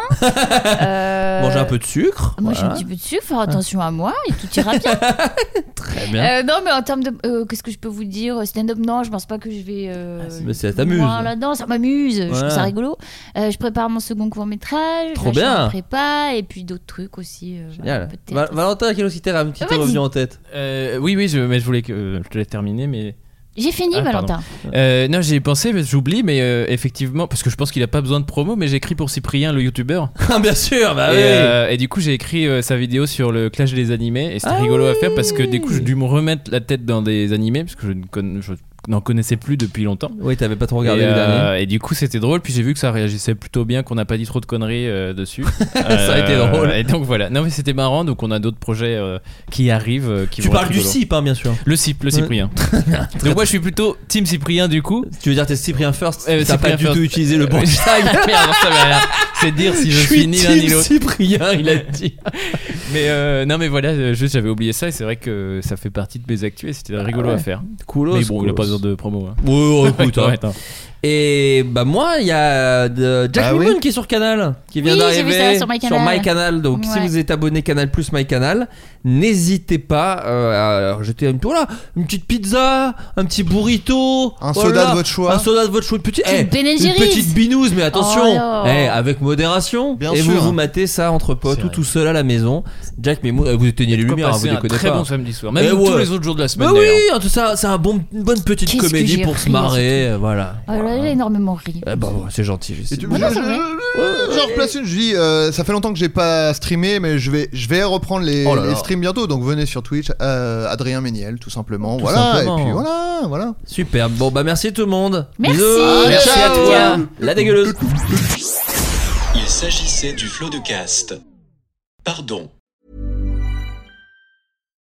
[SPEAKER 11] Euh,
[SPEAKER 6] Manger un peu de sucre.
[SPEAKER 11] Moi, j'ai un
[SPEAKER 6] Voilà.
[SPEAKER 11] petit peu de sucre, faire attention à moi et tout ira bien.
[SPEAKER 6] Très bien.
[SPEAKER 11] Euh, non, mais en termes de. euh, Qu'est-ce que je peux vous dire Stand-up, non, je pense pas que je vais. euh,
[SPEAKER 6] c'est- mais Ah, ça t'amuse.
[SPEAKER 11] loin là-dedans, ça m'amuse, je trouve
[SPEAKER 6] Voilà.
[SPEAKER 11] ça rigolo. Euh, je prépare mon second court-métrage.
[SPEAKER 6] Trop
[SPEAKER 11] là, je suis en
[SPEAKER 6] bien.
[SPEAKER 11] prépa, et puis d'autres trucs aussi. euh, voilà,
[SPEAKER 6] Génial.
[SPEAKER 11] peut-être.
[SPEAKER 6] Va- Valentin, quel autre qui t'est un petit
[SPEAKER 11] Vas-y.
[SPEAKER 6] revenu en tête
[SPEAKER 8] Euh, oui, oui, je, mais je voulais que euh, je te l'ai terminé, mais.
[SPEAKER 11] J'ai fini,
[SPEAKER 8] Ah, pardon.
[SPEAKER 11] Valentin.
[SPEAKER 8] Euh, non, j'y ai pensé, mais j'oublie, mais euh, effectivement, parce que je pense qu'il a pas besoin de promo, mais j'écris pour Cyprien, le youtubeur.
[SPEAKER 6] Ah, bien sûr, bah
[SPEAKER 8] et,
[SPEAKER 6] oui.
[SPEAKER 8] euh, et du coup, j'ai écrit euh, sa vidéo sur le clash des animés, et c'était
[SPEAKER 6] Ah
[SPEAKER 8] rigolo à
[SPEAKER 6] oui.
[SPEAKER 8] faire parce que du coup, j'ai dû me remettre la tête dans des animés, parce que je ne connais. je n'en connaissais plus depuis longtemps.
[SPEAKER 6] Oui, t'avais pas trop regardé
[SPEAKER 8] et, euh,
[SPEAKER 6] le dernier.
[SPEAKER 8] et du coup, c'était drôle. Puis j'ai vu que ça réagissait plutôt bien, qu'on n'a pas dit trop de conneries euh, dessus. Euh,
[SPEAKER 6] Ça a été drôle.
[SPEAKER 8] Et donc voilà. Non, mais c'était marrant. Donc on a d'autres projets euh, qui arrivent. euh, qui
[SPEAKER 6] Tu
[SPEAKER 8] vont
[SPEAKER 6] parles
[SPEAKER 8] être
[SPEAKER 6] du
[SPEAKER 8] rigolos.
[SPEAKER 6] CIP, hein, bien sûr.
[SPEAKER 8] Le CIP, le
[SPEAKER 6] Ouais.
[SPEAKER 8] Cyprien. donc moi, je suis plutôt Team Cyprien du coup.
[SPEAKER 6] Tu veux dire, t'es Cyprien First
[SPEAKER 8] Euh,
[SPEAKER 6] T'as
[SPEAKER 8] Cyprien
[SPEAKER 6] pas du
[SPEAKER 8] First.
[SPEAKER 6] tout utilisé le bon
[SPEAKER 8] Euh,
[SPEAKER 6] hashtag.
[SPEAKER 8] Merde, ça m'a l'air- C'est dire si je,
[SPEAKER 6] Je
[SPEAKER 8] suis
[SPEAKER 6] suis
[SPEAKER 8] ni l'un ni
[SPEAKER 6] team
[SPEAKER 8] l'autre.
[SPEAKER 6] Cyprien, il a dit.
[SPEAKER 8] Mais euh, non, mais voilà, euh, juste j'avais oublié ça et c'est vrai que ça fait partie de mes actus et c'était rigolo
[SPEAKER 6] ouais.
[SPEAKER 8] à faire.
[SPEAKER 6] Coolos,
[SPEAKER 8] Mais bon, il a pas
[SPEAKER 6] coolos.
[SPEAKER 8] besoin de promo. hein.
[SPEAKER 6] Ouais, ouais, écoute. hein.
[SPEAKER 8] Ouais, attends.
[SPEAKER 6] Et bah moi, il y a de- Jack
[SPEAKER 8] Ah oui.
[SPEAKER 6] Lemmon qui est sur Canal, qui vient
[SPEAKER 12] Oui, j'ai vu
[SPEAKER 6] d'arriver
[SPEAKER 12] ça sur My Canal.
[SPEAKER 6] Canal. Donc si
[SPEAKER 12] Ouais.
[SPEAKER 6] vous êtes abonné Canal plus My Canal, n'hésitez pas euh, à jeter un voilà, une petite pizza, un petit burrito,
[SPEAKER 2] Un
[SPEAKER 6] oh
[SPEAKER 2] soda
[SPEAKER 6] là,
[SPEAKER 2] de votre choix.
[SPEAKER 6] un soda de votre choix, une petite,
[SPEAKER 2] Petite
[SPEAKER 6] eh,
[SPEAKER 2] Ben
[SPEAKER 6] une
[SPEAKER 2] Jerry's.
[SPEAKER 6] petite binouse, mais attention,
[SPEAKER 2] Oh là.
[SPEAKER 6] eh, avec modération.
[SPEAKER 2] Bien
[SPEAKER 6] et
[SPEAKER 2] sûr.
[SPEAKER 6] vous vous matez ça entre potes ou tout seul à la maison. Jack, mais moi, euh, vous éteignez les
[SPEAKER 8] Comme
[SPEAKER 6] lumières, hein, vous
[SPEAKER 8] passer un
[SPEAKER 6] déconnez
[SPEAKER 8] très
[SPEAKER 6] pas.
[SPEAKER 8] bon samedi soir, même
[SPEAKER 6] Eh
[SPEAKER 8] tous
[SPEAKER 6] ouais.
[SPEAKER 8] les autres jours de la semaine,
[SPEAKER 6] Mais oui,
[SPEAKER 8] d'ailleurs.
[SPEAKER 6] en tout ça, c'est un bon, une bonne petite
[SPEAKER 12] Qu'est-ce que
[SPEAKER 6] comédie
[SPEAKER 12] j'ai
[SPEAKER 6] pour se
[SPEAKER 12] ri,
[SPEAKER 6] marrer, euh, voilà.
[SPEAKER 12] Oh là là, j'ai énormément ri.
[SPEAKER 6] Eh ben, ouais, c'est gentil, Justine.
[SPEAKER 2] Tu- je- je- J'en replace une, je dis, euh, ça fait longtemps que j'ai pas streamé, mais je vais, je vais reprendre les,
[SPEAKER 6] Oh là
[SPEAKER 2] les
[SPEAKER 6] là.
[SPEAKER 2] streams bientôt, donc venez sur Twitch, euh, Adrien Méniel, tout simplement.
[SPEAKER 6] Tout
[SPEAKER 2] voilà,
[SPEAKER 6] simplement.
[SPEAKER 2] et puis voilà, voilà.
[SPEAKER 6] Superbe. Bon, bah merci tout le monde.
[SPEAKER 2] Merci.
[SPEAKER 6] Bisous. Merci à
[SPEAKER 2] Ah, Ciao.
[SPEAKER 6] toi. La dégueuleuse.
[SPEAKER 1] Il s'agissait du flot de cast. Pardon.